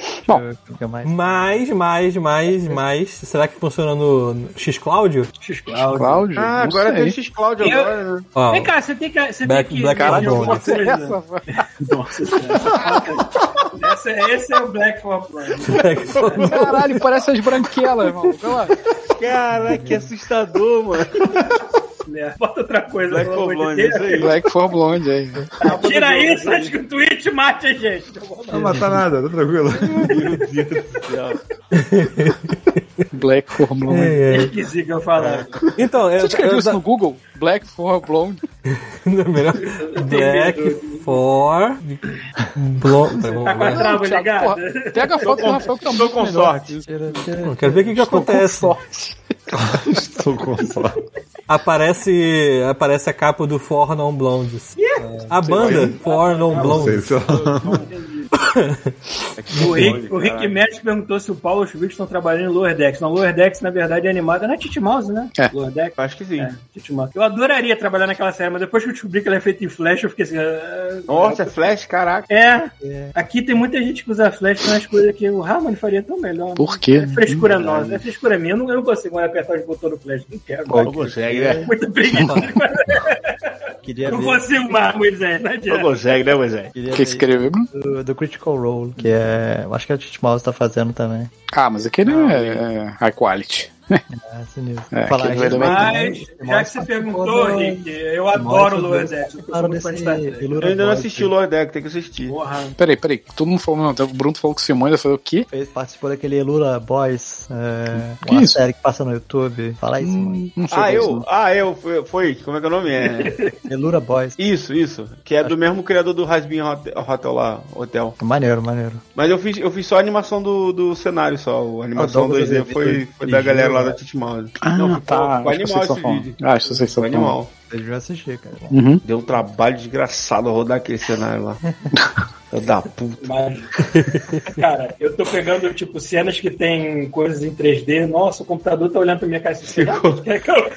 Speaker 5: O que mais?
Speaker 1: Mais, mais, mais, mais. Será que funciona no no Xcloud?
Speaker 3: X-Cloud.
Speaker 2: Cláudio?
Speaker 7: Ah,
Speaker 2: É. Não
Speaker 7: agora
Speaker 2: sei.
Speaker 7: tem o X-Cloud
Speaker 3: Eu-
Speaker 7: agora, né?
Speaker 1: Ó,
Speaker 3: Vem cá, você tem que. Você
Speaker 1: Black-
Speaker 3: tem que
Speaker 1: Black
Speaker 3: Caralho,
Speaker 1: Flag.
Speaker 3: alguma
Speaker 2: Nossa,
Speaker 3: coisa. né?
Speaker 2: essa, vai.
Speaker 3: Nossa senhora. Esse é- Esse é o Black Flag.
Speaker 1: é
Speaker 2: Caralho, parece as branquelas, irmão. Vai lá.
Speaker 8: Caraca, que assustador, mano.
Speaker 3: né? Bota outra coisa,
Speaker 8: Black
Speaker 3: pelo amor de
Speaker 8: Oblong, é
Speaker 3: Deus.
Speaker 8: isso aí.
Speaker 2: Black for Blonde aí.
Speaker 3: Tira isso antes que o Twitch mate a gente.
Speaker 4: Não vai matar nada, tá tranquilo.
Speaker 2: Black for Blonde.
Speaker 1: é, é.
Speaker 3: Esqueci o que eu falava.
Speaker 1: Então, eu,
Speaker 2: Você escreveu
Speaker 1: eu-
Speaker 2: isso no Google? Black for Blonde.
Speaker 1: melhor. Black for Blonde.
Speaker 3: Tá com a
Speaker 2: Não,
Speaker 3: trava
Speaker 2: Thiago,
Speaker 3: ligada.
Speaker 2: porra, Pega a foto do Rafael que tá muito
Speaker 8: com
Speaker 2: melhor.
Speaker 8: sorte.
Speaker 5: Tira, tira.
Speaker 1: Não, Quero ver o que, que acontece.
Speaker 4: Estou com um sorte.
Speaker 1: Aparece, aparece a capa do For Non Blondes. A banda For Non
Speaker 7: Ah,
Speaker 4: Não sei
Speaker 1: Blondes.
Speaker 4: se ela...
Speaker 3: O Rick, o Rick Mendes perguntou se o Paulo e o Schmidt estão trabalhando em Lower Decks. Não, Lower Decks, na verdade, é animada na Titi Mouse, né?
Speaker 2: É.
Speaker 3: Lower Decks.
Speaker 7: Acho que sim.
Speaker 3: É, Titi Mouse. Eu adoraria trabalhar naquela série, mas depois que eu descobri que ela é feita em flash, eu fiquei assim. ah,
Speaker 7: Nossa, é Flash, caraca.
Speaker 3: É, aqui tem muita gente que usa flash nas coisas que o Harmon faria tão melhor.
Speaker 2: Por quê?
Speaker 3: É frescura nossa, é frescura minha. Eu não, eu não consigo mais apertar os botões do flash, não quero. É
Speaker 8: Não consegue,
Speaker 2: é.
Speaker 8: né?
Speaker 3: Muito preguiçoso.
Speaker 5: Queria
Speaker 3: Não
Speaker 5: ver,
Speaker 3: consigo mais, Moisés. Não
Speaker 8: Não
Speaker 3: adianta.
Speaker 8: consegue, né,
Speaker 5: queria
Speaker 8: Moisé?
Speaker 2: O que
Speaker 5: ver
Speaker 2: que escreveu?
Speaker 5: do, do Critical Role, que é. Eu acho que a Titmouse tá fazendo também.
Speaker 2: Ah, mas aquele é, é high quality.
Speaker 5: Ah, sinistro.
Speaker 2: É,
Speaker 5: Falar
Speaker 2: aquele vai
Speaker 5: isso,
Speaker 2: dar
Speaker 3: Mas, já que você perguntou, Rick, eu adoro o Lower Decks. Eu sou
Speaker 5: um Falaram
Speaker 3: muito fã de
Speaker 5: desse
Speaker 3: Star Trek.
Speaker 5: Elura
Speaker 7: Eu ainda não
Speaker 5: Void,
Speaker 7: assisti o Lower Deck, tem que assistir.
Speaker 3: Porra.
Speaker 2: Peraí, peraí. Todo mundo falou, não, o Bruno falou que o Simões vai fazer o quê?
Speaker 5: Fez, participou daquele Elura Boys, é,
Speaker 2: Que
Speaker 5: uma
Speaker 2: isso?
Speaker 5: série que passa no YouTube. Fala isso, mano.
Speaker 2: Não sei é
Speaker 7: Ah,
Speaker 2: disso,
Speaker 7: eu?
Speaker 2: não.
Speaker 7: Ah, eu? Foi, foi- como é que é o nome? É.
Speaker 5: Elura Boys.
Speaker 7: Isso, isso. Que é do mesmo criador do Hasbin Hotel, Hotel lá, Hotel.
Speaker 5: Maneiro, maneiro.
Speaker 7: Mas eu fiz, eu fiz só a animação do, do cenário, só. A animação
Speaker 5: Ah, Douglas
Speaker 7: 2D
Speaker 5: Adams
Speaker 7: foi, foi da
Speaker 5: dirigiu,
Speaker 7: galera lá
Speaker 5: né?
Speaker 7: da Titmouse.
Speaker 2: Ah,
Speaker 7: Não, ficou-
Speaker 2: tá.
Speaker 7: ficou
Speaker 2: acho que
Speaker 7: animal
Speaker 2: vocês estão
Speaker 7: esse
Speaker 2: falando.
Speaker 7: vídeo.
Speaker 2: Ah, acho que vocês estão
Speaker 7: Foi
Speaker 2: falando.
Speaker 7: animal.
Speaker 5: Vocês deviam assistir, cara.
Speaker 2: Uhum.
Speaker 7: Deu um trabalho desgraçado rodar aquele cenário lá. Filho da puta.
Speaker 3: Mas, cara, eu tô pegando, tipo, cenas que tem coisas em 3D. Nossa, o computador tá olhando pra minha cara e assim, "Ah, quer que eu-"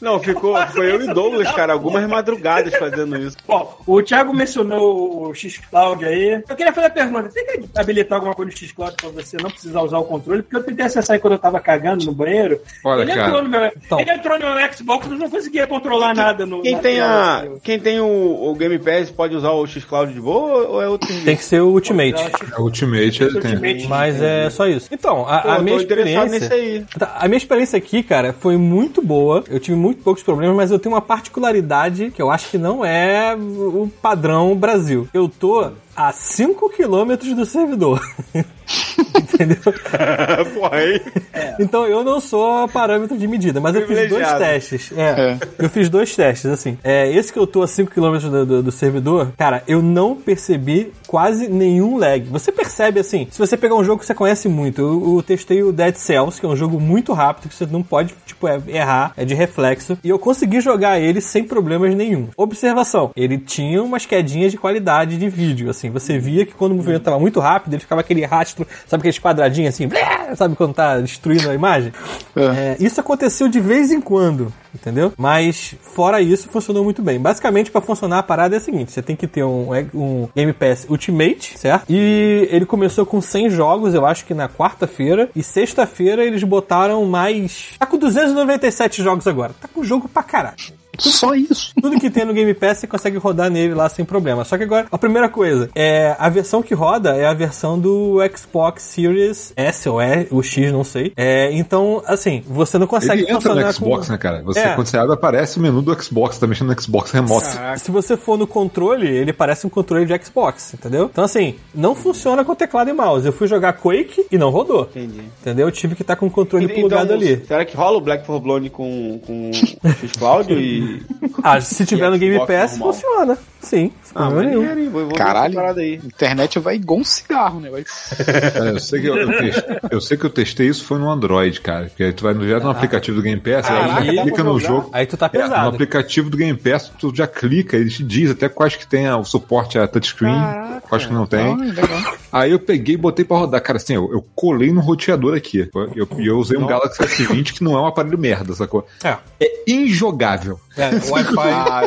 Speaker 7: Não, ficou. Foi eu e Douglas, cara, algumas madrugadas fazendo isso.
Speaker 3: Bom, o Thiago mencionou o X-Cloud aí. Eu queria fazer a pergunta: tem que habilitar alguma coisa no X-Cloud pra você não precisar usar o controle? Porque eu tentei acessar aí quando eu tava cagando no banheiro.
Speaker 4: Olha,
Speaker 3: ele,
Speaker 4: cara.
Speaker 3: entrou no meu,
Speaker 1: Então.
Speaker 3: ele entrou no meu Xbox, mas não conseguia controlar nada. No,
Speaker 7: Quem
Speaker 3: na
Speaker 7: tem,
Speaker 3: tela,
Speaker 7: a,
Speaker 3: assim.
Speaker 7: quem tem o, o Game Pass pode usar o X-Cloud de boa ou é outro
Speaker 1: Tem
Speaker 7: serviço?
Speaker 1: que ser o Ultimate.
Speaker 4: A é Ultimate ele tem.
Speaker 3: Ultimate.
Speaker 1: Mas é só isso. Então, a,
Speaker 7: Pô,
Speaker 1: a
Speaker 7: eu
Speaker 1: minha
Speaker 7: tô interessado nesse
Speaker 1: experiência.
Speaker 7: aí.
Speaker 1: Tá, A minha experiência aqui, cara, foi muito boa. Eu tive muito poucos problemas, mas eu tenho uma particularidade que eu acho que não é o padrão Brasil. Eu tô a 5 km do servidor. Entendeu?
Speaker 7: Porra, aí.
Speaker 1: Então eu não sou parâmetro de medida, mas eu fiz dois
Speaker 7: Privilegiado.
Speaker 1: testes. É, Eu fiz dois testes, assim. É, esse que eu tô a 5km do, do, do servidor, cara, eu não percebi quase nenhum lag. Você percebe, assim, se você pegar um jogo que você conhece muito, eu, eu testei o Dead Cells, que é um jogo muito rápido, que você não pode, tipo, é- errar, é de reflexo, e eu consegui jogar ele sem problemas nenhum. Observação, ele tinha umas quedinhas de qualidade de vídeo, assim, você via que quando o movimento tava muito rápido, ele ficava aquele rastro, sabe aqueles quadradinhos assim, sabe quando tá destruindo a imagem? É, isso aconteceu de vez em quando, entendeu? Mas fora isso, funcionou muito bem. Basicamente, pra funcionar a parada é a seguinte: você tem que ter um, um Game Pass Ultimate, certo? E ele começou com 100 jogos, eu acho que na quarta-feira. E sexta-feira eles botaram mais. Tá com 297 jogos agora. Tá com jogo pra caralho.
Speaker 2: Só isso.
Speaker 1: Tudo que tem no Game Pass você consegue rodar nele lá sem problema. Só que agora, a primeira coisa, é a versão que roda é a versão do Xbox Series S ou E, o X, não sei. É, então, assim, você não consegue
Speaker 4: Ele entra
Speaker 1: funcionar
Speaker 4: no Xbox,
Speaker 1: com...
Speaker 4: né, cara? Você,
Speaker 1: É.
Speaker 4: Quando você abre, aparece o menu do Xbox, tá mexendo no Xbox remoto.
Speaker 1: Se você for no controle, ele parece um controle de Xbox, entendeu? Então, assim, não funciona com teclado e mouse. Eu fui jogar Quake e não rodou.
Speaker 7: Entendi.
Speaker 1: Entendeu? Eu tive que estar com o controle
Speaker 7: Então,
Speaker 1: plugado ali.
Speaker 7: será que rola o Black for Blonde com, com o X-Cloud e...
Speaker 1: Ah, se tiver no Game
Speaker 7: Xbox
Speaker 1: Pass,
Speaker 7: normal.
Speaker 1: funciona. Sim, sem
Speaker 7: Ah,
Speaker 1: problema nenhum.
Speaker 7: maneiro, hein? Vou, vou ver essa
Speaker 2: Caralho.
Speaker 7: parada aí.
Speaker 2: A internet vai igual um cigarro, né? Vai...
Speaker 4: É, eu, sei que eu, eu testei, eu sei que eu testei isso foi no Android, cara. Porque aí tu vai direto no aplicativo do Game Pass,
Speaker 1: Caraca,
Speaker 4: aí
Speaker 1: dá
Speaker 4: tu clica
Speaker 7: pra
Speaker 4: no
Speaker 7: jogar?
Speaker 4: jogo.
Speaker 1: Ah. Aí tu tá
Speaker 4: É, no
Speaker 1: pesado.
Speaker 4: aplicativo do Game Pass, tu já clica, ele te diz até quais que tem ah, o suporte a touchscreen, quais que não tem.
Speaker 2: Ah, legal.
Speaker 4: Aí eu peguei e botei pra rodar. Cara, assim, eu, eu colei no roteador aqui. E eu, e eu usei um Galaxy S20 que não é um aparelho merda, sacou?
Speaker 1: É.
Speaker 4: É injogável.
Speaker 1: É, o Wi-Fi.
Speaker 2: Ah,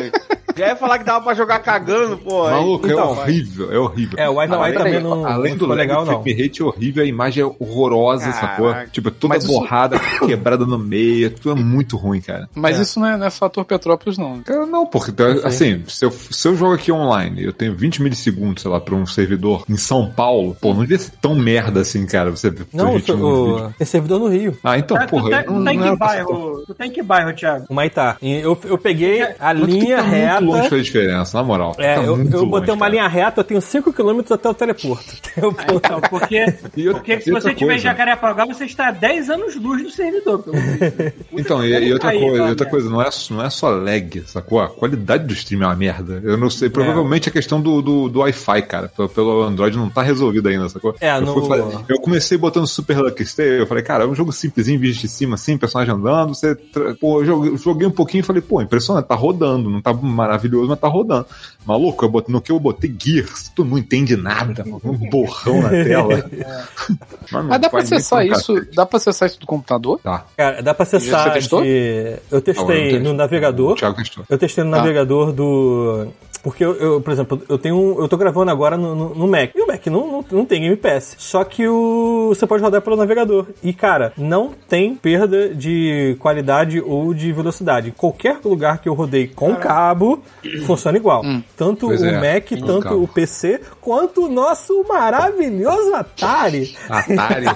Speaker 7: Já ia falar que dava pra jogar cagando, pô. aí-
Speaker 4: Maluco, é
Speaker 1: então,
Speaker 4: horrível, é horrível.
Speaker 1: É, o Wi-Fi
Speaker 4: Além-
Speaker 1: também não-
Speaker 4: Além
Speaker 1: não
Speaker 4: do
Speaker 1: ficou legal, não.
Speaker 4: frame rate horrível, a imagem é horrorosa, essa
Speaker 7: Caraca.
Speaker 4: porra. Tipo, toda
Speaker 2: Mas isso-
Speaker 4: borrada, quebrada no meio, tudo é muito ruim, cara.
Speaker 2: Mas isso não é, não é fator Petrópolis, não.
Speaker 4: Cara, não, porque então, assim, se eu, se eu jogo aqui online, eu tenho 20 milissegundos, sei lá, pra um servidor em São Paulo, pô, não devia ser tão merda assim, cara, você
Speaker 1: Não,
Speaker 4: projetar um
Speaker 1: o,
Speaker 4: vídeo.
Speaker 1: o, esse servidor no Rio.
Speaker 4: Ah, então,
Speaker 3: Tá, tu
Speaker 4: porra,
Speaker 3: tá-
Speaker 4: eu não,
Speaker 3: tu tá em
Speaker 4: não
Speaker 3: que
Speaker 4: era pra ser tão-
Speaker 3: bairro? Tu tá em que bairro, Thiago?
Speaker 1: O Maitá. E Eu, eu peguei a
Speaker 4: Mas tu
Speaker 1: linha
Speaker 4: tá
Speaker 1: reta.
Speaker 4: Muito longe fez diferença, na moral. Tu
Speaker 1: É,
Speaker 4: tá
Speaker 1: eu,
Speaker 4: muito
Speaker 1: eu botei
Speaker 4: longe,
Speaker 1: uma
Speaker 4: cara.
Speaker 1: linha reta, eu tenho 5km até o teleporto. Eu-
Speaker 3: Então, porque,
Speaker 4: E outra-
Speaker 3: porque se
Speaker 4: e outra
Speaker 3: você tiver em
Speaker 4: coisa.
Speaker 3: Jacarepaguá, você está a 10 anos luz do servidor. Pelo visto.
Speaker 4: Então, e, e outra
Speaker 3: Aí,
Speaker 4: coisa,
Speaker 3: tá,
Speaker 4: e outra
Speaker 3: né?
Speaker 4: coisa não, é, não é só lag, sacou? A qualidade do stream é uma merda. Eu não sei, provavelmente é questão do, do, do Wi-Fi, cara. Pelo, pelo Android não tá resolvido ainda, sacou?
Speaker 1: É,
Speaker 4: eu,
Speaker 1: no-
Speaker 4: fui fazer- eu comecei botando Super Lucky Stay, eu falei, cara, é um jogo simplesinho, vídeo de cima, assim, personagem andando, você... tra- Pô, eu joguei, joguei um pouquinho e falei, pô, impressionante, tá rodando, não tá maravilhoso, mas tá rodando. Maluco, eu botei, no que eu botei Gears, tu não entende nada, mano, um borrão na tela. Mas, não
Speaker 2: Mas dá pra
Speaker 4: faz nem
Speaker 2: acessar
Speaker 4: com cara.
Speaker 2: isso? Dá pra acessar isso do computador?
Speaker 4: Tá.
Speaker 1: Cara, dá pra acessar.
Speaker 2: Você testou?
Speaker 1: de- Eu testei
Speaker 4: testei.
Speaker 1: no navegador.
Speaker 4: O Thiago testou. Ah.
Speaker 1: Eu testei no
Speaker 2: Tá.
Speaker 1: navegador do. Porque eu, eu, por exemplo, eu tenho um- Eu tô gravando agora no, no- no Mac. E o Mac não, não, não tem Game Pass. Só que o. Você pode rodar pelo navegador. E, cara, não tem perda de qualidade ou de velocidade. Qualquer lugar que eu rodei com cabo, funciona igual. Tanto
Speaker 4: Pois
Speaker 1: o
Speaker 4: é,
Speaker 1: Mac,
Speaker 4: com
Speaker 1: tanto
Speaker 4: cabo.
Speaker 1: o PC, quanto o nosso maravilhoso Atari.
Speaker 4: Atari.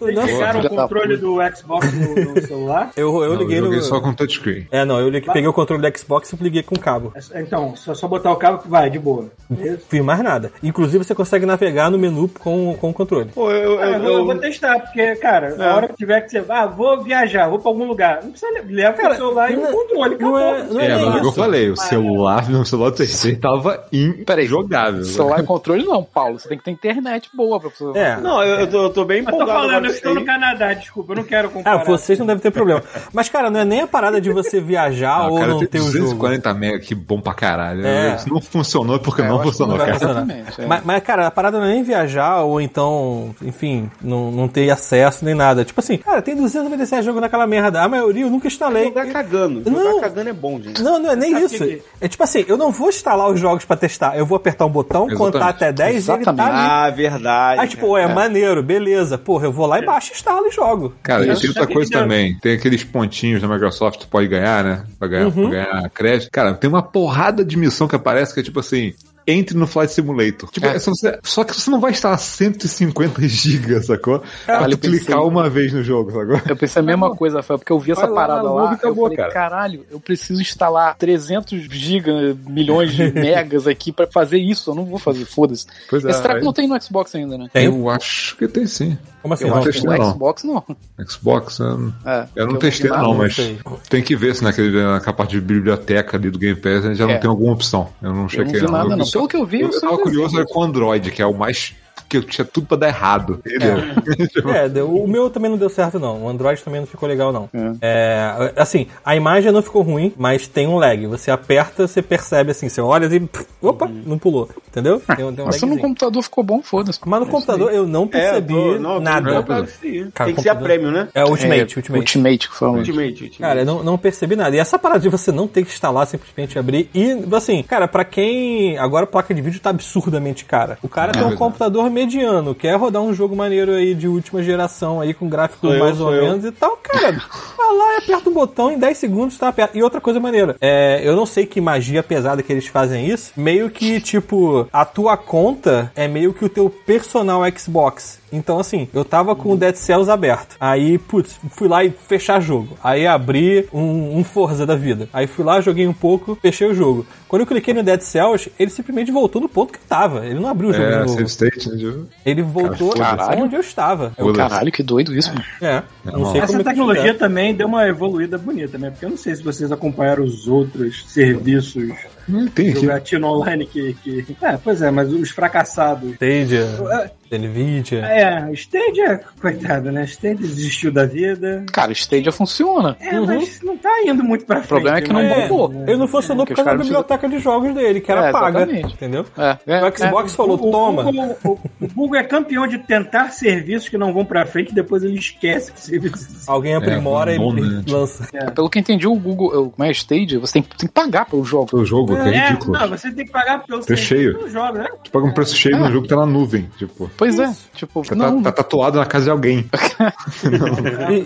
Speaker 1: O
Speaker 3: Vocês
Speaker 1: nosso-
Speaker 3: pegaram o
Speaker 2: filha da
Speaker 3: controle do Xbox no, no celular?
Speaker 1: Eu, eu
Speaker 4: Não,
Speaker 1: liguei
Speaker 4: eu joguei
Speaker 1: no.
Speaker 4: só com touchscreen.
Speaker 1: É, não, eu li- peguei o controle do Xbox e liguei com cabo.
Speaker 3: É só- Então, só, só botar o cabo que vai, de boa. Isso.
Speaker 1: Fiz mais nada. Inclusive, você consegue navegar no menu com, com o controle.
Speaker 7: Pô, eu, eu,
Speaker 1: É,
Speaker 3: Ah, Eu, vou- eu vou testar, porque, cara, a hora que tiver que você. Ah, vou viajar, vou pra algum lugar. Não precisa le- leva
Speaker 1: Cara,
Speaker 3: o celular e
Speaker 1: não é-
Speaker 3: o controle.
Speaker 1: não é-
Speaker 3: acabou.
Speaker 1: não
Speaker 4: É,
Speaker 1: nem
Speaker 4: mas é o que eu
Speaker 1: isso.
Speaker 4: falei, o celular, meu celular terceiro tava injogável.
Speaker 2: Celular e controle não, Paulo. Você tem que ter internet boa pra você.
Speaker 1: É.
Speaker 7: Não, eu, eu tô, eu tô bem
Speaker 3: Eu tô
Speaker 7: empolgado. agora
Speaker 3: falando, eu
Speaker 7: com isso
Speaker 3: estou no
Speaker 7: aí.
Speaker 3: Canadá, desculpa, eu não quero
Speaker 1: Ah,
Speaker 3: comparar.
Speaker 1: vocês não devem ter problema. Mas, cara, não é nem a parada de você viajar
Speaker 4: Ah,
Speaker 1: ou
Speaker 4: cara,
Speaker 1: não
Speaker 4: tem
Speaker 1: ter o jogo.
Speaker 4: 240 mega, que bom pra caralho.
Speaker 1: É.
Speaker 4: Se não funcionou é porque
Speaker 2: É, eu
Speaker 4: não
Speaker 2: acho que
Speaker 4: funcionou,
Speaker 2: não vai
Speaker 4: cara.
Speaker 2: funcionar.
Speaker 1: Cara,
Speaker 2: Exatamente, é.
Speaker 1: Mas, mas, cara, a parada não é nem viajar ou então, enfim, não, não ter acesso nem nada. Tipo assim, cara, tem 297 jogos naquela merda. A maioria eu nunca instalei.
Speaker 7: Jogar cagando.
Speaker 1: Não.
Speaker 7: Jogar cagando é bom, gente.
Speaker 1: Não, não é nem
Speaker 3: Sabe
Speaker 1: isso.
Speaker 3: que-
Speaker 1: É tipo assim, eu não vou instalar os jogos pra testar. Eu vou apertar um botão, contar
Speaker 4: Exatamente.
Speaker 1: até 10 e ele tá
Speaker 2: Exatamente.
Speaker 1: ali.
Speaker 7: Ah, verdade.
Speaker 1: Aí, tipo, é, maneiro, beleza. Porra, eu vou lá e baixo, instalo e jogo.
Speaker 4: Cara, e tem outra
Speaker 3: Sabe
Speaker 4: coisa
Speaker 3: que deu-
Speaker 4: também. Tem aqueles pontinhos da Microsoft que tu pode ganhar, né? Pra ganhar,
Speaker 2: Uhum.
Speaker 4: pra ganhar crédito. Cara, tem uma porrada de missão que aparece que é tipo assim. Entre no Flight Simulator. Tipo,
Speaker 2: É.
Speaker 4: é só, você- só que você não vai instalar 150 GB, sacou? pra
Speaker 2: É. Vale
Speaker 4: tu clicar
Speaker 2: pensar.
Speaker 4: uma vez no jogo, sacou?
Speaker 2: Eu pensei a mesma coisa, Rafael, porque eu vi essa
Speaker 4: Vai lá
Speaker 2: parada
Speaker 4: na
Speaker 2: lá.
Speaker 4: nuvem e acabou,
Speaker 2: eu falei,
Speaker 4: cara.
Speaker 2: caralho, eu preciso instalar 300 gigas, milhões de megas aqui pra fazer isso. Eu não vou fazer, foda-se.
Speaker 4: Pois é,
Speaker 2: Esse track
Speaker 4: aí-
Speaker 2: não tem no Xbox ainda, né?
Speaker 1: Tem?
Speaker 4: Eu acho que tem sim.
Speaker 1: Como assim?
Speaker 4: um- Eu
Speaker 1: não?
Speaker 4: acho
Speaker 2: No
Speaker 4: Testei, não.
Speaker 2: Xbox não.
Speaker 4: Xbox, né? eu,
Speaker 2: É,
Speaker 4: eu não
Speaker 2: eu
Speaker 4: testei
Speaker 2: não vi
Speaker 4: não,
Speaker 2: nada,
Speaker 1: não
Speaker 4: mas
Speaker 1: sei.
Speaker 4: tem que ver se naquele, naquela parte de biblioteca ali do Game Pass né, já
Speaker 2: É.
Speaker 4: não tem alguma opção. Eu não
Speaker 2: Eu não
Speaker 4: chequei
Speaker 2: vi nada,
Speaker 4: Eu
Speaker 2: não. um
Speaker 4: só-
Speaker 2: Pelo que eu vi,
Speaker 4: eu,
Speaker 2: eu
Speaker 4: eu tava
Speaker 2: só-
Speaker 4: curioso era com o Android, que é o mais... que eu tinha tudo pra dar errado. entendeu?
Speaker 1: É, deu- o meu também não deu certo, não. O Android também não ficou legal, não. É, assim, a imagem não ficou ruim, mas tem um lag. Você aperta, você percebe assim, você olha e. pff, Opa,
Speaker 7: Uhum.
Speaker 1: não pulou. Entendeu?
Speaker 7: Ah,
Speaker 1: Tem, um- tem um
Speaker 2: Mas se no
Speaker 1: lagzinho.
Speaker 2: computador ficou bom, foda-se.
Speaker 1: Mas no computador eu não
Speaker 7: É, eu
Speaker 1: percebi
Speaker 7: tô- não, eu tô
Speaker 1: nada.
Speaker 7: empolgado com isso aí.
Speaker 1: Cara,
Speaker 7: Tem que ser a
Speaker 1: computador-
Speaker 7: prêmio, né?
Speaker 1: É Ultimate,
Speaker 2: É,
Speaker 1: Ultimate.
Speaker 2: Ultimate que falou.
Speaker 7: Ultimate, ultimate.
Speaker 1: Cara, eu não, não percebi nada. E essa parada de você não ter que instalar, simplesmente abrir. E, assim, cara, pra quem. Agora a placa de vídeo tá absurdamente cara. O cara
Speaker 4: É
Speaker 1: tem um
Speaker 4: verdade.
Speaker 1: computador mediano, quer rodar um jogo maneiro aí de última geração, aí com gráfico
Speaker 7: Sou eu,
Speaker 1: mais ou
Speaker 7: sou eu.
Speaker 1: menos e tal. Cara, vai lá e aperta um botão, em 10 segundos tá aperto. E outra coisa maneira, é, eu não sei que magia pesada que eles fazem isso. Meio que, tipo, a tua conta é meio que o teu personal Xbox. Então, assim, eu tava com o Dead Cells aberto. Aí, putz, fui lá e fechar jogo. Aí abri um, um Forza da vida. Aí fui lá, joguei um pouco, fechei o jogo. Quando eu cliquei no Dead Cells, ele simplesmente voltou no ponto que eu tava. Ele não abriu o jogo
Speaker 4: É,
Speaker 1: de
Speaker 4: save
Speaker 1: novo.
Speaker 4: state, né?
Speaker 1: Ele voltou
Speaker 2: Caralho.
Speaker 1: onde eu estava. Eu,
Speaker 4: Foda-se.
Speaker 2: Caralho, que doido isso, mano.
Speaker 1: é, não sei como é
Speaker 3: Essa
Speaker 1: que
Speaker 3: tecnologia também deu uma evoluída bonita, né? Porque eu não sei se vocês acompanharam os outros serviços
Speaker 4: Não tem aqui.
Speaker 3: jogatino online que, que. É, pois é, mas os fracassados.
Speaker 1: Stadia.
Speaker 3: É,
Speaker 1: da Nvidia.
Speaker 3: É, Stadia, coitado, né? Stadia desistiu da vida.
Speaker 2: Cara, Stadia funciona. Uhum.
Speaker 3: É,
Speaker 1: Uhum.
Speaker 3: mas não tá indo muito pra frente.
Speaker 2: O problema é que não
Speaker 3: né?
Speaker 2: bombou.
Speaker 1: Ele não funcionou
Speaker 2: porque
Speaker 1: por causa da
Speaker 2: os caras precisam-
Speaker 1: biblioteca de jogos dele, que era
Speaker 2: É,
Speaker 1: paga.
Speaker 2: exatamente.
Speaker 1: Entendeu?
Speaker 2: É, é,
Speaker 1: o Xbox falou,
Speaker 3: O- o
Speaker 1: toma.
Speaker 3: Google- O, o Google é campeão de tentar serviços que não vão pra frente e depois ele esquece que o serviço existe.
Speaker 1: Alguém aprimora
Speaker 4: É,
Speaker 1: e
Speaker 4: bom, né?
Speaker 1: e lança.
Speaker 2: é. Pelo que eu entendi, o Google, o- como é Stadia, você tem, tem que pagar pelo jogo.
Speaker 4: Pelo jogo, que é ridículo.
Speaker 3: não, você tem que pagar pelo
Speaker 4: Tô cheio.
Speaker 3: do jogo, né?
Speaker 4: Tu paga um preço cheio no jogo que tá na nuvem, tipo.
Speaker 2: Pois é, tipo,
Speaker 4: Tá,
Speaker 2: não,
Speaker 4: tá tatuado na casa de alguém.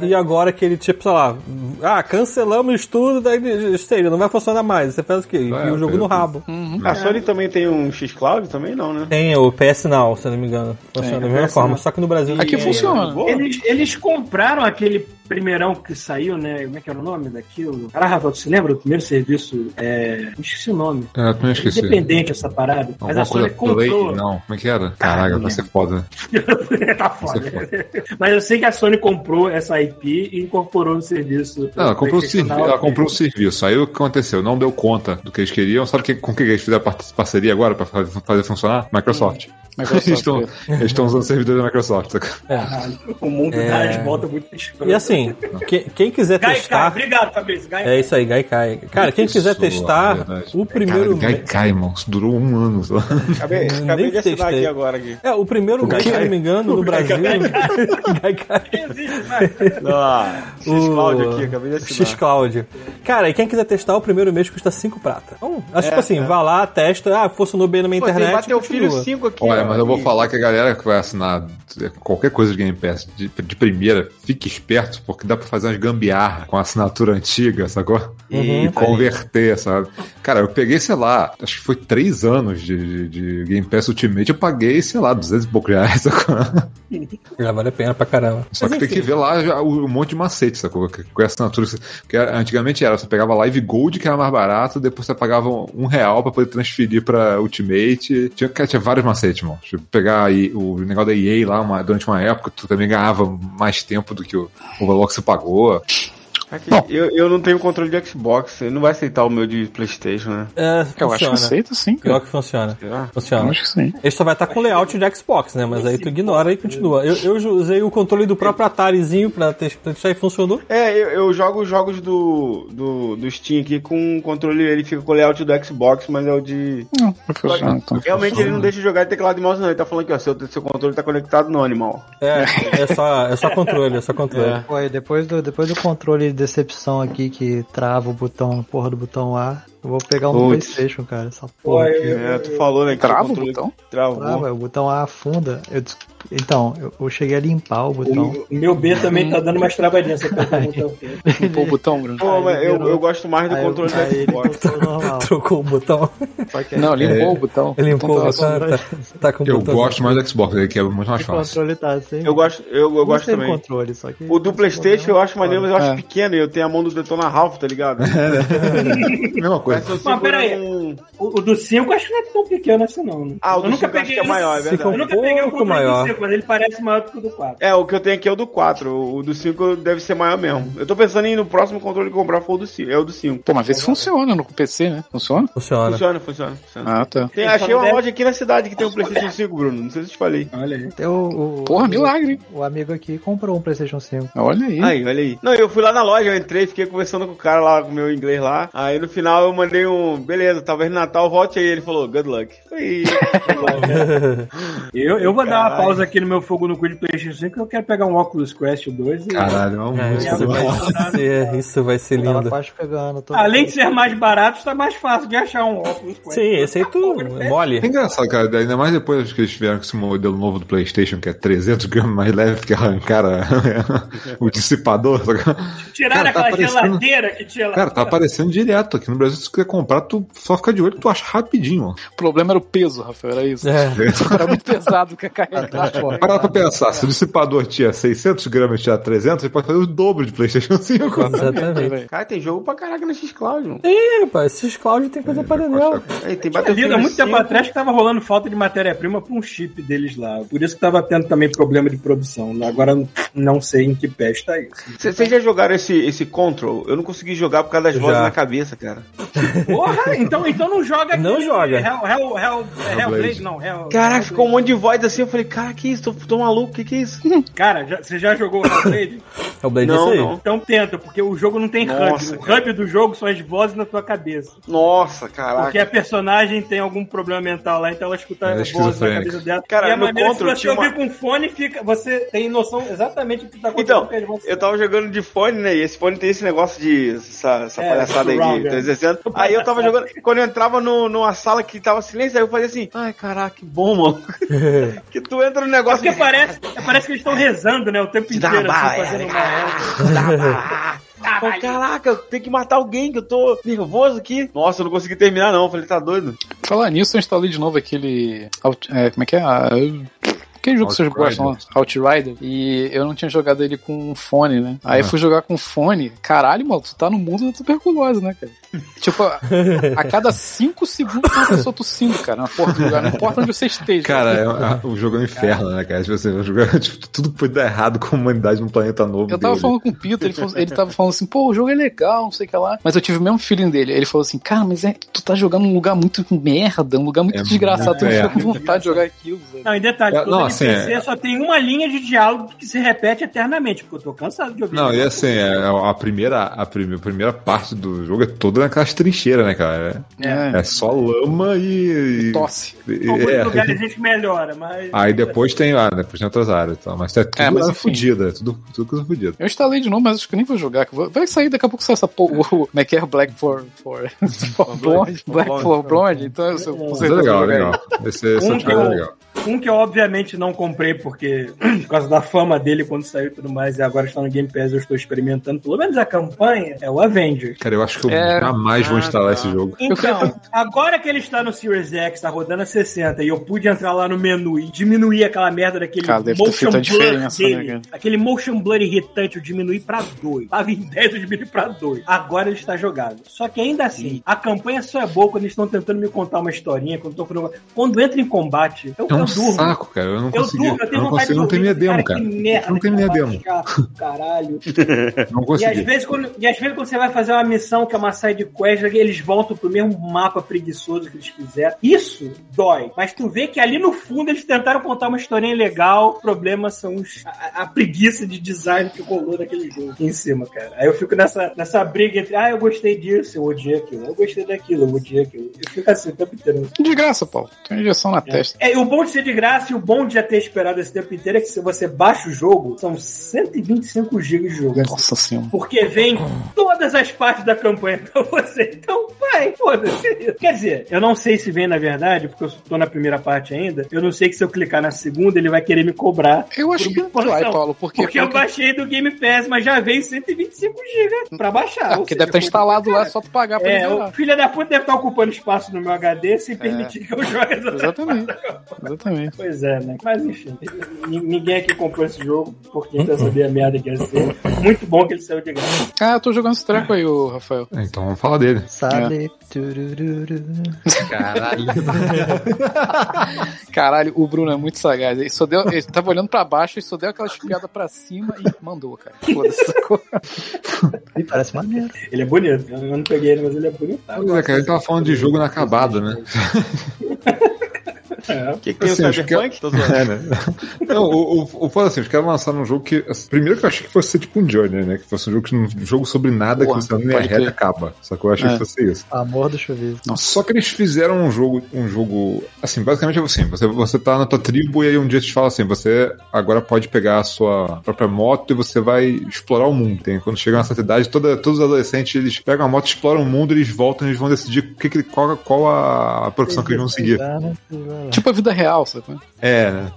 Speaker 1: E, e agora que ele, tipo, sei lá, ah, cancelamos tudo, daí Stadia não vai funcionar mais. Você faz o quê? Enfia
Speaker 4: É,
Speaker 1: o jogo
Speaker 4: eu-
Speaker 1: no rabo.
Speaker 2: Uhum.
Speaker 8: A Sony também tem um X-Cloud? Também não, né?
Speaker 1: Tem o PS Now, se eu não me engano. Funciona da mesma forma, só que no Brasil.
Speaker 2: aqui
Speaker 1: é,
Speaker 2: funciona.
Speaker 8: Boa.
Speaker 3: Eles, eles compraram aquele primeirão que saiu, né? Como é que era o nome daquilo? Cara, Rafael, tu se lembra do primeiro serviço? É... Esqueci o nome.
Speaker 4: É, eu também esqueci.
Speaker 3: Independente essa parada. Mas a
Speaker 4: Alguma
Speaker 3: Sony
Speaker 4: coisa Play?
Speaker 3: comprou.
Speaker 4: Não, como é que era? Caraca, vai ser foda. né?
Speaker 3: tá
Speaker 4: Isso é
Speaker 3: foda. Mas eu sei que a Sony comprou essa IP e incorporou no serviço. né?
Speaker 4: Não, ela comprou, o servi-
Speaker 3: serviço.
Speaker 4: ela comprou o serviço. Aí o que aconteceu? Não deu conta do que eles queriam. Sabe que, com o que eles fizeram par- parceria agora pra fa- fazer funcionar? Microsoft.
Speaker 2: Microsoft,
Speaker 4: eles estão eles estão usando servidores da Microsoft. saca?
Speaker 3: O mundo dá
Speaker 1: É.
Speaker 3: de volta muito escroto.
Speaker 1: E assim, que- quem quiser
Speaker 3: Gaikai,
Speaker 1: testar.
Speaker 3: obrigado, Fabrício. Gaikai.
Speaker 1: É isso aí, Gaikai. Cara, quem
Speaker 4: Isso, é
Speaker 1: quiser testar,
Speaker 4: verdade.
Speaker 1: o primeiro.
Speaker 4: Cara, cai, cai, irmão. Isso durou um ano. só.
Speaker 8: Acabei,
Speaker 1: Nem
Speaker 8: acabei de assinar
Speaker 1: testei.
Speaker 8: aqui agora. Aqui.
Speaker 1: É, o primeiro mês, se eu não me engano, no Brasil. Gaikai.
Speaker 3: Não existe mais.
Speaker 8: Ah, X-Cloud aqui, acabei de assinar.
Speaker 1: X-Cloud. Cara, e quem quiser testar, o primeiro mês custa 5 prata. Então, acho tipo assim, vá lá, testa, ah, funcionou bem na minha
Speaker 8: É, Pô, tem
Speaker 1: internet.
Speaker 8: Bateu
Speaker 1: continua.
Speaker 8: Filho 5 aqui.
Speaker 4: Olha,
Speaker 8: ó,
Speaker 4: mas eu vou
Speaker 8: e-
Speaker 4: falar que a galera que vai assinar qualquer coisa de Game Pass de, de primeira, fique esperto, porque dá pra fazer umas gambiarra com a assinatura antiga, sacou? E converter, sabe? Cara, eu peguei, sei lá, acho que foi três anos de, de- de Game Pass Ultimate, eu paguei, sei lá, 200 e poucos reais, sacou?
Speaker 1: Já vale a pena pra caramba.
Speaker 4: Só que tem que ver lá já o- um monte de macete, sacou? Que- Com essa assinatura. que você- Porque antigamente era, você pegava Live Gold, que era mais barato, depois você pagava um um real pra poder transferir pra Ultimate. Tinha, cara, tinha vários macetes, mano. Tipo, pegar aí o negócio da EA lá uma- durante uma época, tu também ganhava mais tempo do que o, o valor que você pagou.
Speaker 8: Aqui, eu, eu não tenho controle de Xbox, ele não vai aceitar o meu de Playstation, né?
Speaker 1: É,
Speaker 2: eu acho que
Speaker 1: funciona.
Speaker 2: aceita sim, cara.
Speaker 1: Pior que funciona.
Speaker 8: Será?
Speaker 2: Eu
Speaker 1: Funciona.
Speaker 2: acho que sim.
Speaker 1: Ele só vai estar com layout de Xbox, né? Mas aí tu ignora e continua. Eu, eu usei o controle do próprio Atarizinho pra tes- pra testar e funcionou.
Speaker 8: É, eu, eu jogo os jogos do, do, do Steam aqui com o controle, ele fica com o layout do Xbox, mas é o de.
Speaker 2: Não, vai funcionar então.
Speaker 8: Realmente ele não deixa eu jogar de teclado e mouse, não. Ele tá falando aqui, ó, seu, seu controle tá conectado no animal.
Speaker 1: É, é só, é só controle, é só controle.
Speaker 5: Pô, e depois do, depois do controle de decepção aqui que trava o botão, porra do botão A, eu vou pegar um do
Speaker 4: Putz.
Speaker 5: Playstation, cara. Essa porra aqui.
Speaker 8: É, tu falou, né? Que
Speaker 2: Trava o
Speaker 8: controle
Speaker 2: botão?
Speaker 8: Travou.
Speaker 5: Ah, velho, o botão A afunda. Eu des- então, eu, eu cheguei a limpar o botão.
Speaker 1: Então,
Speaker 3: O meu B também tá dando umas travadinhas. Você tá perguntando o quê?
Speaker 2: Limpou o botão, Bruno.
Speaker 8: Pô, mas eu,
Speaker 5: liberou.
Speaker 8: eu gosto mais do
Speaker 5: Aí, eu,
Speaker 8: controle tá do
Speaker 5: aí ele
Speaker 8: Xbox.
Speaker 5: voltou ao normal.
Speaker 8: É.
Speaker 1: Trocou o botão.
Speaker 5: Só
Speaker 1: É.
Speaker 5: que aí
Speaker 2: Não, limpou o botão.
Speaker 1: Ele limpou o
Speaker 2: Então tá
Speaker 1: botão.
Speaker 5: assim.
Speaker 1: Tá, tá com o
Speaker 4: Eu
Speaker 1: botão.
Speaker 4: gosto mais do Xbox, ele quebra muito mais
Speaker 5: o
Speaker 4: fácil.
Speaker 5: controle tá assim.
Speaker 8: Eu gosto, eu, eu gosto também.
Speaker 5: controle, só que
Speaker 8: O do Playstation eu acho maneiro, mas eu acho
Speaker 2: É.
Speaker 8: pequeno. e Eu tenho a mão do Detona Ralph, tá ligado?
Speaker 4: Mesma
Speaker 8: Parece
Speaker 4: coisa.
Speaker 8: eu
Speaker 3: Mas peraí.
Speaker 8: segurando um-
Speaker 3: O, o do 5 acho que não é tão pequeno assim, não. né?
Speaker 8: Ah, o do
Speaker 3: eu nunca
Speaker 8: 5 acho
Speaker 3: peguei
Speaker 8: que é
Speaker 3: esse-
Speaker 8: maior, é
Speaker 3: eu
Speaker 8: verdade.
Speaker 3: nunca
Speaker 1: Um
Speaker 3: peguei o
Speaker 1: pouco
Speaker 3: controle
Speaker 1: maior.
Speaker 3: do 5, mas ele parece maior do que o do 4.
Speaker 8: É, o que eu tenho aqui é o do 4. O o do 5 deve ser maior mesmo. Eu tô pensando em ir no próximo controle que eu comprar for o do 5. É o do 5.
Speaker 2: Pô, mas vê se funciona no PC, né? Funciona?
Speaker 1: Funciona.
Speaker 8: Funciona, funciona, funciona.
Speaker 2: Ah, tá.
Speaker 8: Tem,
Speaker 3: Funciona
Speaker 8: achei uma
Speaker 3: deve-
Speaker 8: loja aqui na cidade que tem um PlayStation 5, Bruno. Não sei se eu te falei.
Speaker 3: Olha aí.
Speaker 5: Tem o, o-
Speaker 2: Porra,
Speaker 5: o-
Speaker 2: milagre. hein?
Speaker 5: O amigo aqui comprou um Playstation 5.
Speaker 2: Olha aí.
Speaker 8: Aí, olha aí. Não, eu fui lá na loja, eu entrei, fiquei conversando com o cara lá, com o meu inglês lá. Aí no final eu mandei um, beleza, talvez no Natal volte aí. Ele falou, good luck. Aí,
Speaker 3: Eu, eu vou dar uma
Speaker 8: Caralho.
Speaker 3: pausa aqui no meu fogo no cu de PlayStation 5 que eu quero pegar um Oculus Quest 2 e.
Speaker 4: Caralho, é um
Speaker 1: É,
Speaker 4: monstro.
Speaker 1: isso, vai ser, isso vai ser
Speaker 5: Tava
Speaker 1: lindo.
Speaker 5: quase pegando. Tô...
Speaker 3: Além de ser mais barato, tá mais fácil de achar um Oculus Quest.
Speaker 1: Sim, esse aí tu é mole.
Speaker 4: É engraçado, cara, ainda mais depois que eles tiveram com esse modelo novo do PlayStation, que é 300 gramas mais leve que arrancaram a- o dissipador. saca?
Speaker 3: Tiraram
Speaker 4: Cara, tá
Speaker 3: aquela
Speaker 4: parecendo-
Speaker 3: geladeira que tinha lá.
Speaker 4: Cara, tá aparecendo direto aqui no Brasil. Se tu quiser comprar, tu só fica de olho que tu acha rapidinho. ó.
Speaker 2: O problema era o peso, Rafael, era isso.
Speaker 1: É.
Speaker 2: Era muito pesado Tá que a
Speaker 4: Ah, tá.
Speaker 2: carregar.
Speaker 4: Para pra pensar, se o dissipador tinha 600 gramas e tinha 300, você pode fazer o dobro de PlayStation 5.
Speaker 1: Exatamente.
Speaker 8: cara, tem jogo pra caraca na X-Cloud, mano.
Speaker 1: Ih, rapaz, esses Cloud tem coisa para dentro.
Speaker 8: Aí, tem
Speaker 3: Eu li há
Speaker 8: Battlefield
Speaker 3: muito tempo
Speaker 8: 5.
Speaker 3: atrás que tava rolando falta de matéria-prima pra um chip deles lá. Por isso que tava tendo também problema de produção. Agora Não sei em que pé está isso.
Speaker 7: Vocês já jogaram esse, esse Control? Eu não consegui jogar por causa das vozes
Speaker 1: Já.
Speaker 7: na cabeça, cara.
Speaker 3: Porra, então, então não joga
Speaker 1: Não joga.
Speaker 3: Hell, Hell, Hell, Hellblade,
Speaker 4: Hellblade.
Speaker 3: não. Hell,
Speaker 7: Caraca, ficou um monte de voz assim. Eu falei, cara, que isso? Tô, tô maluco, que que é isso?
Speaker 3: Cara, já- você já jogou Hellblade?
Speaker 1: É o Blade
Speaker 7: Não,
Speaker 1: desse aí.
Speaker 7: não.
Speaker 3: Então tenta, porque o jogo não tem
Speaker 7: Nossa,
Speaker 3: hub. O
Speaker 7: cara.
Speaker 3: hub do jogo são as vozes na tua cabeça.
Speaker 7: Nossa, caraca.
Speaker 3: Porque é a personagem tem algum problema mental lá, então ela escuta
Speaker 4: Ela é
Speaker 3: as vozes na
Speaker 4: esquizofrênica.
Speaker 3: cabeça dela.
Speaker 7: Cara,
Speaker 3: e a
Speaker 7: no
Speaker 3: maneira que
Speaker 7: Control
Speaker 3: você
Speaker 7: tinha uma-
Speaker 3: ouvir com fone, fica, você tem noção exatamente do que tá acontecendo.
Speaker 7: Então,
Speaker 3: com as vozes.
Speaker 7: eu tava jogando de fone, né? E esse fone tem esse negócio de. Essa, essa
Speaker 3: É,
Speaker 7: palhaçada aí
Speaker 3: surround,
Speaker 7: de
Speaker 3: é.
Speaker 7: 360. Aí eu tava jogando. Quando eu entrava no, numa sala que tava silêncio, aí eu fazia assim: ai, caraca, que bom, mano. que tu entra no
Speaker 3: É
Speaker 7: negócio.
Speaker 3: Porque parece, parece que eles estão rezando, né? O tempo
Speaker 7: Dá
Speaker 3: inteiro, assim,
Speaker 7: bala,
Speaker 3: fazendo
Speaker 7: né,
Speaker 3: uma reza.
Speaker 7: Eu falei, Caraca, eu tenho que matar alguém que eu tô nervoso aqui. Nossa, eu não consegui terminar, não. Eu Falei, tá doido?
Speaker 2: Falar nisso, eu instalei de novo aquele. Out- é, como é que é? Ah, eu- Aquele jogo que vocês
Speaker 4: Outrider.
Speaker 2: gostam lá, Outrider, e eu não tinha jogado ele com fone, né? Aí
Speaker 4: Ah.
Speaker 2: fui jogar com fone, caralho, mano, tu tá no mundo da tuberculose, né, cara? Tipo, a, a cada cinco segundos tem uma pessoa tossindo, cara, na porta do lugar, não importa onde você esteja.
Speaker 4: Cara, é, é, o jogo é um inferno, né, cara? Tipo assim, o jogo é, tipo, tudo pode dar errado com a humanidade num planeta novo.
Speaker 2: Eu tava
Speaker 4: dele.
Speaker 2: falando com o Peter, ele, falou- ele tava falando assim, pô, o jogo é legal, não sei o que lá. Mas eu tive o mesmo feeling dele. Ele falou assim, cara, mas é, tu tá jogando num lugar muito merda, um lugar muito
Speaker 4: É
Speaker 2: desgraçado, tu não
Speaker 4: muito
Speaker 2: fica com vontade de jogar aquilo, velho.
Speaker 3: Não, em detalhe,
Speaker 4: É,
Speaker 3: todo
Speaker 4: não, assim,
Speaker 3: NPC só tem uma linha de diálogo que se repete eternamente, porque eu tô cansado de ouvir.
Speaker 4: Não, e assim, é, a, primeira, a, prime- a primeira parte do jogo é toda naquelas trincheiras, né, cara? É, só lama e. e-
Speaker 2: Tosse.
Speaker 4: e-
Speaker 3: Em alguns
Speaker 4: é.
Speaker 3: lugares a gente melhora, mas...
Speaker 4: Aí depois tem, ah, depois tem outras áreas, e tal, mas é tudo
Speaker 2: É,
Speaker 4: é,
Speaker 2: mas
Speaker 4: mas
Speaker 2: enfim.
Speaker 4: fodida, é tudo, tudo coisa fodida.
Speaker 2: Eu instalei de novo, mas acho que eu nem vou jogar. que eu vou- Vai sair daqui a pouco sai essa po... o Macair é? Black for, for, for Blonde. Black for Blonde. Então eu sou
Speaker 4: Mas é legal, é legal. Esse, essa
Speaker 3: Um que
Speaker 4: coisa é
Speaker 3: eu-
Speaker 4: legal.
Speaker 3: Um que eu obviamente não comprei porque por causa da fama dele quando saiu e tudo mais, e agora está no Game Pass, eu estou experimentando pelo menos a campanha, é o Avengers.
Speaker 4: Cara, eu acho que eu
Speaker 2: É.
Speaker 4: jamais vou
Speaker 7: Ah,
Speaker 4: instalar
Speaker 7: tá.
Speaker 4: esse jogo.
Speaker 3: Então, agora que ele está no Series X, está rodando a 60, e eu pude entrar lá no menu e diminuir aquela merda daquele
Speaker 2: Cara, deve ter feito a diferença, né, cara?
Speaker 3: aquele motion blur irritante, eu diminuí pra 2. Tava em 10, eu diminuí pra 2. Agora ele está jogado. Só que ainda assim, a campanha só é boa quando eles estão tentando me contar uma historinha, quando, estão falando- quando entra em combate, eu,
Speaker 4: É um
Speaker 3: eu durmo.
Speaker 4: saco, cara. Eu não
Speaker 3: Eu
Speaker 4: consegui.
Speaker 3: durmo, eu
Speaker 4: Eu,
Speaker 3: tenho
Speaker 4: não
Speaker 3: vontade
Speaker 4: consigo,
Speaker 3: de
Speaker 4: não tem minha
Speaker 3: dormir,
Speaker 4: demo,
Speaker 3: que
Speaker 4: cara.
Speaker 3: merda,
Speaker 4: Eu não tenho
Speaker 3: que
Speaker 4: minha
Speaker 3: combate
Speaker 4: demo.
Speaker 3: chato, Caralho.
Speaker 4: Não
Speaker 3: E às,
Speaker 4: consegui.
Speaker 3: vezes, quando, e às vezes quando você vai fazer uma missão que é uma side quest, eles voltam pro mesmo mapa preguiçoso que eles fizeram. Isso dói. Mas tu vê que ali no fundo eles tentaram contar uma historinha legal. O problema são os- a, a preguiça de design que rolou naquele jogo em cima, cara. Aí eu fico nessa, nessa briga entre, ah, eu gostei disso, eu odiei aquilo. Eu gostei daquilo, eu odiei aquilo. Eu fico assim o tempo inteiro.
Speaker 2: De graça, Paulo. Tem uma injeção na testa.
Speaker 3: É, e o bom de ser de graça e o bom de já ter esperado esse tempo inteiro é que se você baixa o jogo, são 125 GB de jogo.
Speaker 2: Nossa senhora.
Speaker 3: Porque vem todas as partes da campanha pra você. Então, vai, foda-se. Quer dizer, eu não sei se vem na verdade, porque eu tô na primeira parte ainda. Eu não sei que se eu clicar na segunda, ele vai querer me cobrar.
Speaker 2: Eu acho que
Speaker 3: Por
Speaker 2: não vai,
Speaker 3: proporção.
Speaker 2: Paulo, porque.
Speaker 3: Porque é eu baixei do Game Pass, mas já vem 125 GB pra baixar.
Speaker 2: Ah,
Speaker 3: Ou
Speaker 2: porque
Speaker 3: seja,
Speaker 2: deve estar
Speaker 3: foi-
Speaker 2: instalado lá, é só tu pagar pra
Speaker 3: É,
Speaker 2: ele
Speaker 3: o
Speaker 2: jogar. É.
Speaker 3: filho da puta deve estar ocupando espaço no meu HD sem permitir que eu jogue essa
Speaker 2: Exatamente. Exatamente.
Speaker 3: Pois é, né? Mas enfim, ni- ninguém aqui comprou esse jogo, porque então sabia a merda que ia ser. Muito bom que ele saiu de graça.
Speaker 2: Ah, eu tô jogando esse treco aí, ô, Rafael.
Speaker 4: Então vamos falar dele.
Speaker 5: Sabe? Turururu.
Speaker 4: Caralho.
Speaker 2: Caralho, o Bruno é muito sagaz. Ele só deu. Ele tava olhando pra baixo e só deu aquela espiada pra cima e mandou, cara. Foda-se. sacou?
Speaker 5: Ih, Parece maneiro.
Speaker 3: Ele é bonito, eu não peguei ele, mas ele é bonito.
Speaker 4: Pois é, cara, ele tava falando de jogo inacabado, né?
Speaker 7: O que, que tem
Speaker 4: Assim,
Speaker 7: o
Speaker 4: acho
Speaker 7: Cyberpunk? Tô zoando.
Speaker 4: É, né? Não, o, o, o foda assim, os caras lançaram um jogo que. assim, Primeiro que eu achei que fosse ser tipo um Journey, né? Que fosse um jogo, que não- um jogo sobre nada
Speaker 2: Porra,
Speaker 4: que você nem a
Speaker 2: pode
Speaker 4: reta
Speaker 2: crer.
Speaker 4: acaba. Só que eu achei
Speaker 2: É.
Speaker 4: que fosse isso.
Speaker 5: Amor do chuveiro.
Speaker 4: Só que eles fizeram um jogo, um jogo. Assim, basicamente é assim, você, você tá na tua tribo e aí um dia te fala assim, você agora pode pegar a sua própria moto e você vai explorar o mundo. Tem, quando chega nessa idade, toda, todos os adolescentes eles pegam a moto, exploram o mundo, eles voltam e eles vão decidir o que que- qual, qual a profissão que eles vão seguir.
Speaker 5: Ah, né? Vai lá.
Speaker 2: Tipo a vida real, sacou?
Speaker 4: É, né?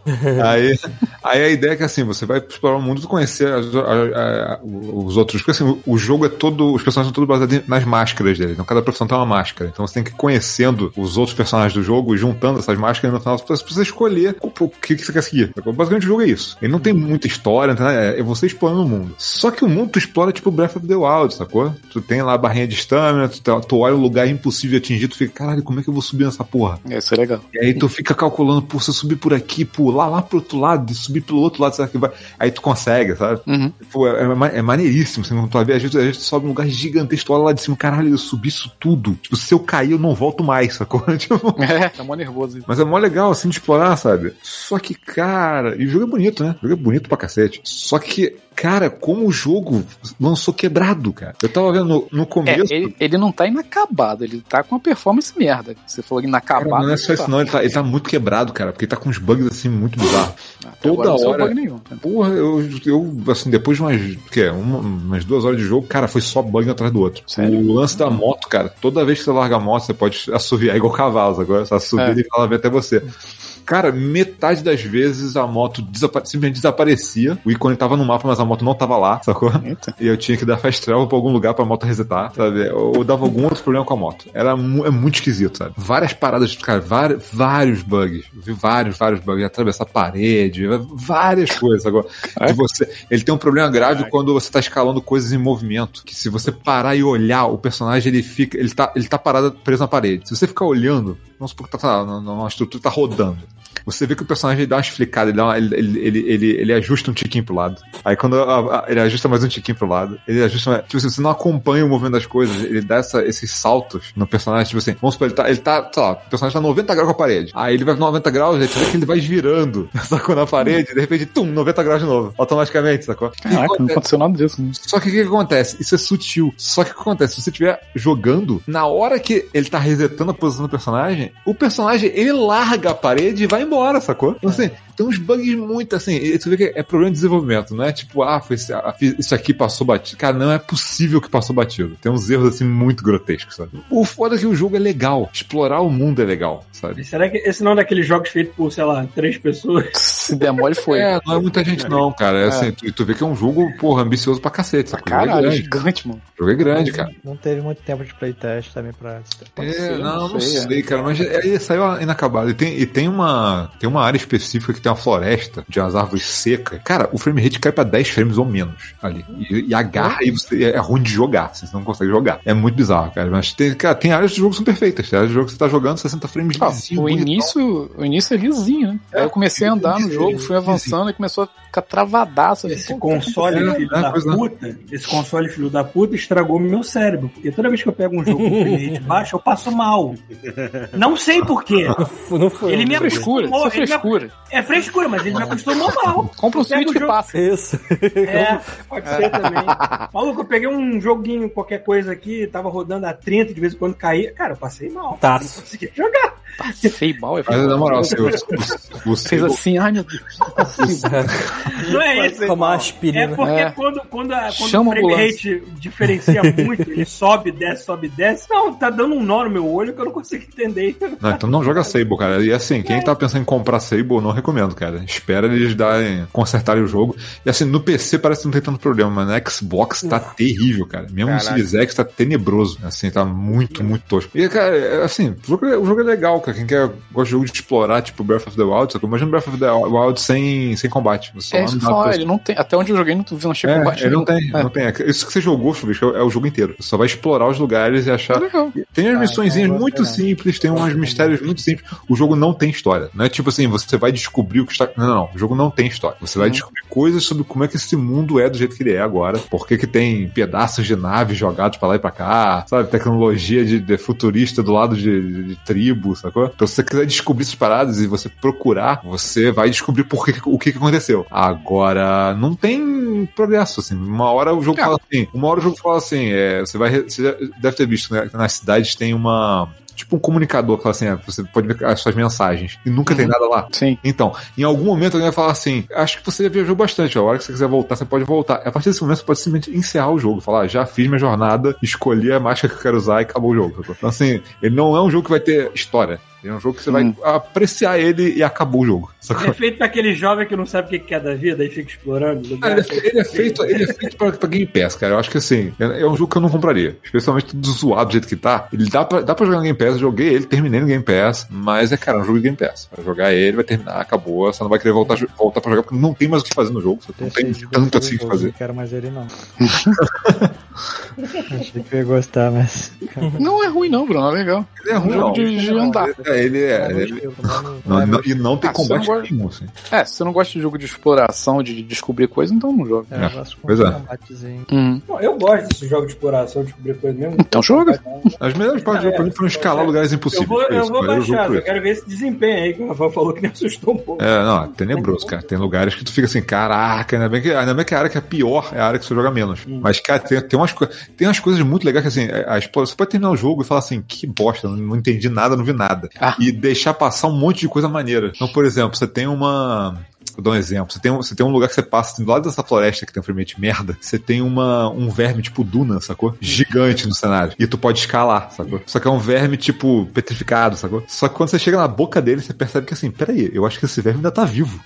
Speaker 4: aí, aí a ideia é que assim, você vai explorar o mundo e conhecer as- a- a- os outros. Porque assim, o, o jogo é todo. Os personagens são todos baseados em- nas máscaras deles. Então cada profissão tem uma máscara. Então você tem que ir conhecendo os outros personagens do jogo e juntando essas máscaras e no final você precisa escolher o, o que, que você quer seguir. Basicamente o jogo é isso. Ele não tem muita história, não tem nada, é você explorando o mundo. Só que o mundo tu explora tipo Breath of the Wild, sacou? Tu tem lá a barrinha de stamina, tu, tá- tu olha um lugar impossível de atingir, tu fica, caralho, como é que eu vou subir nessa porra?
Speaker 2: É, Isso é legal.
Speaker 4: E aí tu fica fica calculando, pô, se eu subir por aqui, pular lá pro outro lado, e subir pelo outro lado, será que vai? Aí tu consegue, sabe?
Speaker 2: Uhum.
Speaker 4: Pô, é, é ma- é maneiríssimo, assim, quando tu vai ver, a gente, a gente sobe um lugar gigantesco, tu olha lá de cima, caralho, eu subi isso tudo. Tipo, se eu cair, eu não volto mais, sacou? Tipo,
Speaker 2: É, tá mó nervoso.
Speaker 4: mas é mó legal, assim, de explorar, sabe? Só que, cara. E o jogo é bonito, né? O jogo é bonito pra cacete. Só que, cara, como o jogo lançou quebrado, cara. Eu tava vendo no, no
Speaker 2: É,
Speaker 4: começo.
Speaker 2: ele, ele não tá inacabado, ele tá com uma performance merda. Você falou
Speaker 4: cara,
Speaker 2: inacabado.
Speaker 4: não é só isso, não. Ele tá, ele tá muito quebrado, cara. Porque ele tá com uns bugs, assim, muito bizarros.
Speaker 2: Até tá. agora
Speaker 4: Toda
Speaker 2: não saiu
Speaker 4: hora-
Speaker 2: bug nenhum.
Speaker 4: Porra, eu, eu, assim, depois de umas, o quê? Uma- umas duas horas de jogo, cara, foi só bug atrás do outro.
Speaker 2: Sério?
Speaker 4: O lance da moto, cara, toda vez que você larga a moto, você pode assoviar é igual cavalo, agora você assovia
Speaker 2: É.
Speaker 4: e ela vem até você. Cara, metade das vezes a moto desapa- simplesmente desaparecia, o ícone tava no mapa, mas a moto não tava lá, sacou?
Speaker 2: Eita.
Speaker 4: E eu tinha que dar fast travel pra algum lugar pra moto resetar, sabe? Ou, ou dava algum outro problema com a moto. Era mu- é muito esquisito, sabe? Várias paradas, cara, vari- vários bugs. Eu Vi vários, vários bugs. Atravessar a parede, várias coisas. Agora, de você, ele tem um problema grave quando você tá escalando coisas em movimento. Que se você parar e olhar, o personagem ele fica, ele tá, ele tá parado preso na parede. Se você ficar olhando, vamos supor que tá, tá, uma estrutura tá rodando. Você vê que o personagem ele dá umas flicadas, ele, dá uma- ele, ele, ele, ele, ele ajusta um tiquinho pro lado. Aí quando a- a- ele ajusta mais um tiquinho pro lado, ele ajusta mais. Tipo assim, você não acompanha o movimento das coisas, ele dá essa- esses saltos no personagem. Tipo assim, vamos supor, ele tá, ele tá, sei lá, o personagem tá 90 graus com a parede. Aí ele vai 90 graus, aí você vê que ele vai virando, sacou na parede, de repente, tum, 90 graus de novo, automaticamente, sacou?
Speaker 2: Caraca, não aconteceu nada disso. né?
Speaker 4: Só que o que, que acontece? Isso é sutil. Só que o que acontece? Se você estiver jogando, na hora que ele tá resetando a posição do personagem, o personagem ele larga a parede e vai embora, sacou? Então, assim, tem uns bugs muito assim. e Tu vê que é problema de desenvolvimento, não é tipo, ah, foi, esse- ah, fiz- isso aqui passou batido. Cara, não é possível que passou batido. Tem uns erros assim muito grotescos, sabe? O foda é que o jogo é legal. Explorar o mundo é legal, sabe?
Speaker 3: Será que esse não é daqueles jogos feitos por, sei lá, três pessoas?
Speaker 2: Se der mole, foi.
Speaker 4: É, não é muita gente não, cara. É, assim, tu, tu vê que é um jogo, porra, ambicioso pra cacete. sacou? O jogo é
Speaker 2: Caralho,
Speaker 4: grande.
Speaker 2: gigante, mano.
Speaker 4: O jogo é grande, cara.
Speaker 5: Não teve muito tempo de playtest também pra.
Speaker 4: É,
Speaker 2: ser,
Speaker 4: não,
Speaker 2: não
Speaker 4: não sei,
Speaker 2: sei, é.
Speaker 4: cara, mas ele saiu inacabado. E tem, e tem uma tem uma área específica que tem uma floresta de umas árvores secas. Cara, o frame rate cai pra 10 frames ou menos ali. E, e agarra e você, é ruim de jogar, assim, você não consegue jogar. É muito bizarro, cara. Mas tem, cara, tem áreas de jogo que são perfeitas. Tem áreas de jogo que você tá jogando 60 frames
Speaker 2: Ah,
Speaker 4: lisinho,
Speaker 2: o,
Speaker 4: bonitão.
Speaker 2: início, o início é lisinho, né? Aí eu comecei a andar no jogo, fui avançando e começou a ficar travadaço. Eu falei,
Speaker 3: Esse
Speaker 2: "Pô,
Speaker 3: console
Speaker 4: é,
Speaker 3: filho
Speaker 4: é,
Speaker 3: da
Speaker 4: pois é.
Speaker 3: puta, esse console filho da puta estragou meu cérebro. Porque toda vez que eu pego um jogo com frame rate baixo, eu passo mal. Não sei porquê.
Speaker 1: Não foi
Speaker 3: Ele me
Speaker 2: isso é frescura, isso é
Speaker 3: Ele já-
Speaker 2: frescura.
Speaker 3: É frescura, mas ele me acostumou mal.
Speaker 2: Compra um
Speaker 3: Pega
Speaker 2: Switch
Speaker 3: o
Speaker 2: que
Speaker 3: jogo.
Speaker 2: passa.
Speaker 1: Isso.
Speaker 3: É, pode ser também. Maluco, eu peguei um joguinho, qualquer coisa aqui, tava rodando a 30, de vez em quando caía. Cara, eu passei mal. Não
Speaker 1: Taço.
Speaker 3: conseguia jogar.
Speaker 2: Feio mal, é
Speaker 4: Mas
Speaker 2: feio.
Speaker 4: na moral, se você, se você,
Speaker 2: Fez assim, ai meu Deus.
Speaker 3: Não é isso.
Speaker 1: Tomar
Speaker 3: É
Speaker 1: aspirina.
Speaker 3: porque
Speaker 2: É.
Speaker 3: quando, quando, a, quando
Speaker 2: Chama
Speaker 3: o
Speaker 2: a
Speaker 3: frame rate diferencia muito, ele sobe, desce, sobe, desce. Não, tá dando um nó no meu olho que eu não consigo entender.
Speaker 4: Não, então não joga Sable, cara. E assim, quem tá pensando em comprar Sable, não recomendo, cara. Espera eles darem, consertarem o jogo. E assim, no PC parece que não tem tanto problema, mas na Xbox tá terrível, cara. Mesmo no
Speaker 8: Caraca.
Speaker 4: Series X tá tenebroso. Assim, tá muito, muito tosco. E, cara, é, assim, o jogo, é- o jogo é legal, cara. Quem quer, gosta de jogo de explorar, tipo Breath of the Wild, sacou? Imagina Breath of the Wild sem, sem combate. Você só
Speaker 2: É isso que
Speaker 4: anda
Speaker 2: eu falo,
Speaker 4: pela
Speaker 2: ele não tem. Até onde eu joguei, não, não chega
Speaker 4: é,
Speaker 2: a combate. né?
Speaker 4: ele não
Speaker 2: nenhum.
Speaker 4: tem, não tem. É, Isso que você jogou, Chubisco, é o jogo inteiro. Você só vai explorar os lugares e achar.
Speaker 2: É Legal.
Speaker 4: Tem umas missõezinhas
Speaker 5: então eu vou
Speaker 4: muito
Speaker 5: esperar.
Speaker 4: simples, tem uns mistérios muito simples. O jogo não tem história. Não é tipo assim, você vai descobrir o que está. Não, não, não. O jogo não tem história. Você vai descobrir coisas sobre como é que esse mundo é do jeito que ele é agora. Por que, que tem pedaços de nave jogados pra lá e pra cá, sabe? Tecnologia de, de futurista do lado de, de- de tribo, sacou? Então, se você quiser descobrir essas paradas e você procurar, você vai descobrir por que, o que, que aconteceu. Agora, não tem progresso, assim. Uma hora o jogo
Speaker 2: Cara,
Speaker 4: fala assim, uma hora o jogo fala assim, é, você vai, re- você já deve ter visto né, que nas cidades tem uma tipo um comunicador que fala assim, é, você pode ver as suas mensagens e nunca tem nada lá.
Speaker 2: Sim.
Speaker 4: Então, em algum momento alguém vai falar assim, acho que você já viajou bastante, ó, a hora que você quiser voltar, você pode voltar. A partir desse momento você pode simplesmente encerrar o jogo, falar, "Ah, já fiz minha jornada, escolhi a máscara que eu quero usar e acabou o jogo. Então assim, ele não é um jogo que vai ter história. Ele é um jogo que você
Speaker 2: Hum.
Speaker 4: vai apreciar ele e acabou o jogo. Sacou?
Speaker 3: É feito pra aquele jovem que não sabe o que que é da vida e fica explorando. o
Speaker 4: Cara,
Speaker 3: lugar.
Speaker 4: ele, é, ele é feito, ele é feito pra, pra Game Pass, cara. Eu acho que assim, é, é um jogo que eu não compraria. Especialmente do zoado do jeito que tá. Ele dá pra, dá pra jogar no Game Pass, eu joguei ele, terminei no Game Pass, mas é, cara, um jogo de Game Pass. Vai jogar ele, vai terminar, acabou. Você não vai querer voltar, a jo- voltar pra jogar porque
Speaker 3: é
Speaker 4: não tem mais o que fazer no jogo. Você não
Speaker 5: Deixei
Speaker 4: tem
Speaker 5: de gostar
Speaker 4: tanto
Speaker 5: do
Speaker 4: assim o que
Speaker 5: jogo,
Speaker 4: fazer.
Speaker 5: Não quero mais ele, não. Achei que eu ia gostar, mas.
Speaker 2: Não é ruim, não, Bruno. É legal.
Speaker 4: Ele é
Speaker 2: Um jogo de, de andar.
Speaker 4: É, ele é.
Speaker 5: Não,
Speaker 4: ele-
Speaker 5: não,
Speaker 4: não-
Speaker 5: não,
Speaker 4: não- e não tem
Speaker 2: Ah,
Speaker 4: combate
Speaker 2: você não gosta-
Speaker 4: nenhum, assim.
Speaker 2: É, se você não gosta de jogo de exploração, de de descobrir coisa, então não joga.
Speaker 5: é, eu gosto com
Speaker 4: Pois é.
Speaker 5: um combatezinho.
Speaker 2: Uhum.
Speaker 3: Bom, eu gosto desse jogo de exploração, descobrir coisa mesmo.
Speaker 2: Então joga.
Speaker 4: As melhores partes do jogo pra mim foram escalar lugares
Speaker 3: é, Eu
Speaker 4: impossíveis.
Speaker 3: vou,
Speaker 4: foi
Speaker 3: eu
Speaker 4: é isso,
Speaker 3: vou
Speaker 4: cara, jogo
Speaker 3: baixar,
Speaker 4: foi
Speaker 3: eu
Speaker 4: isso.
Speaker 3: quero ver esse desempenho aí que o Rafael falou que me assustou um pouco.
Speaker 4: É, não, é tenebroso, cara. Tem lugares que tu fica assim, caraca, ainda bem que, ainda bem que a área que é pior é a área que você joga menos. Mas, cara, tem, tem, umas, co- tem umas coisas muito legais que, assim, a, a exploração. Você pode terminar o jogo e falar assim, que bosta, não, não entendi nada, não vi nada.
Speaker 2: Ah.
Speaker 4: E deixar passar um monte de coisa maneira. Então, por exemplo, você tem uma. Vou dar um exemplo. Você tem, um- você tem um lugar que você passa assim, do lado dessa floresta que tem um fermento merda. Você tem uma, um verme tipo Duna, sacou? Gigante no cenário. E tu pode escalar, sacou? Só que é um verme tipo petrificado, sacou? Só que quando você chega na boca dele, você percebe que assim, peraí, eu acho que esse verme ainda tá vivo.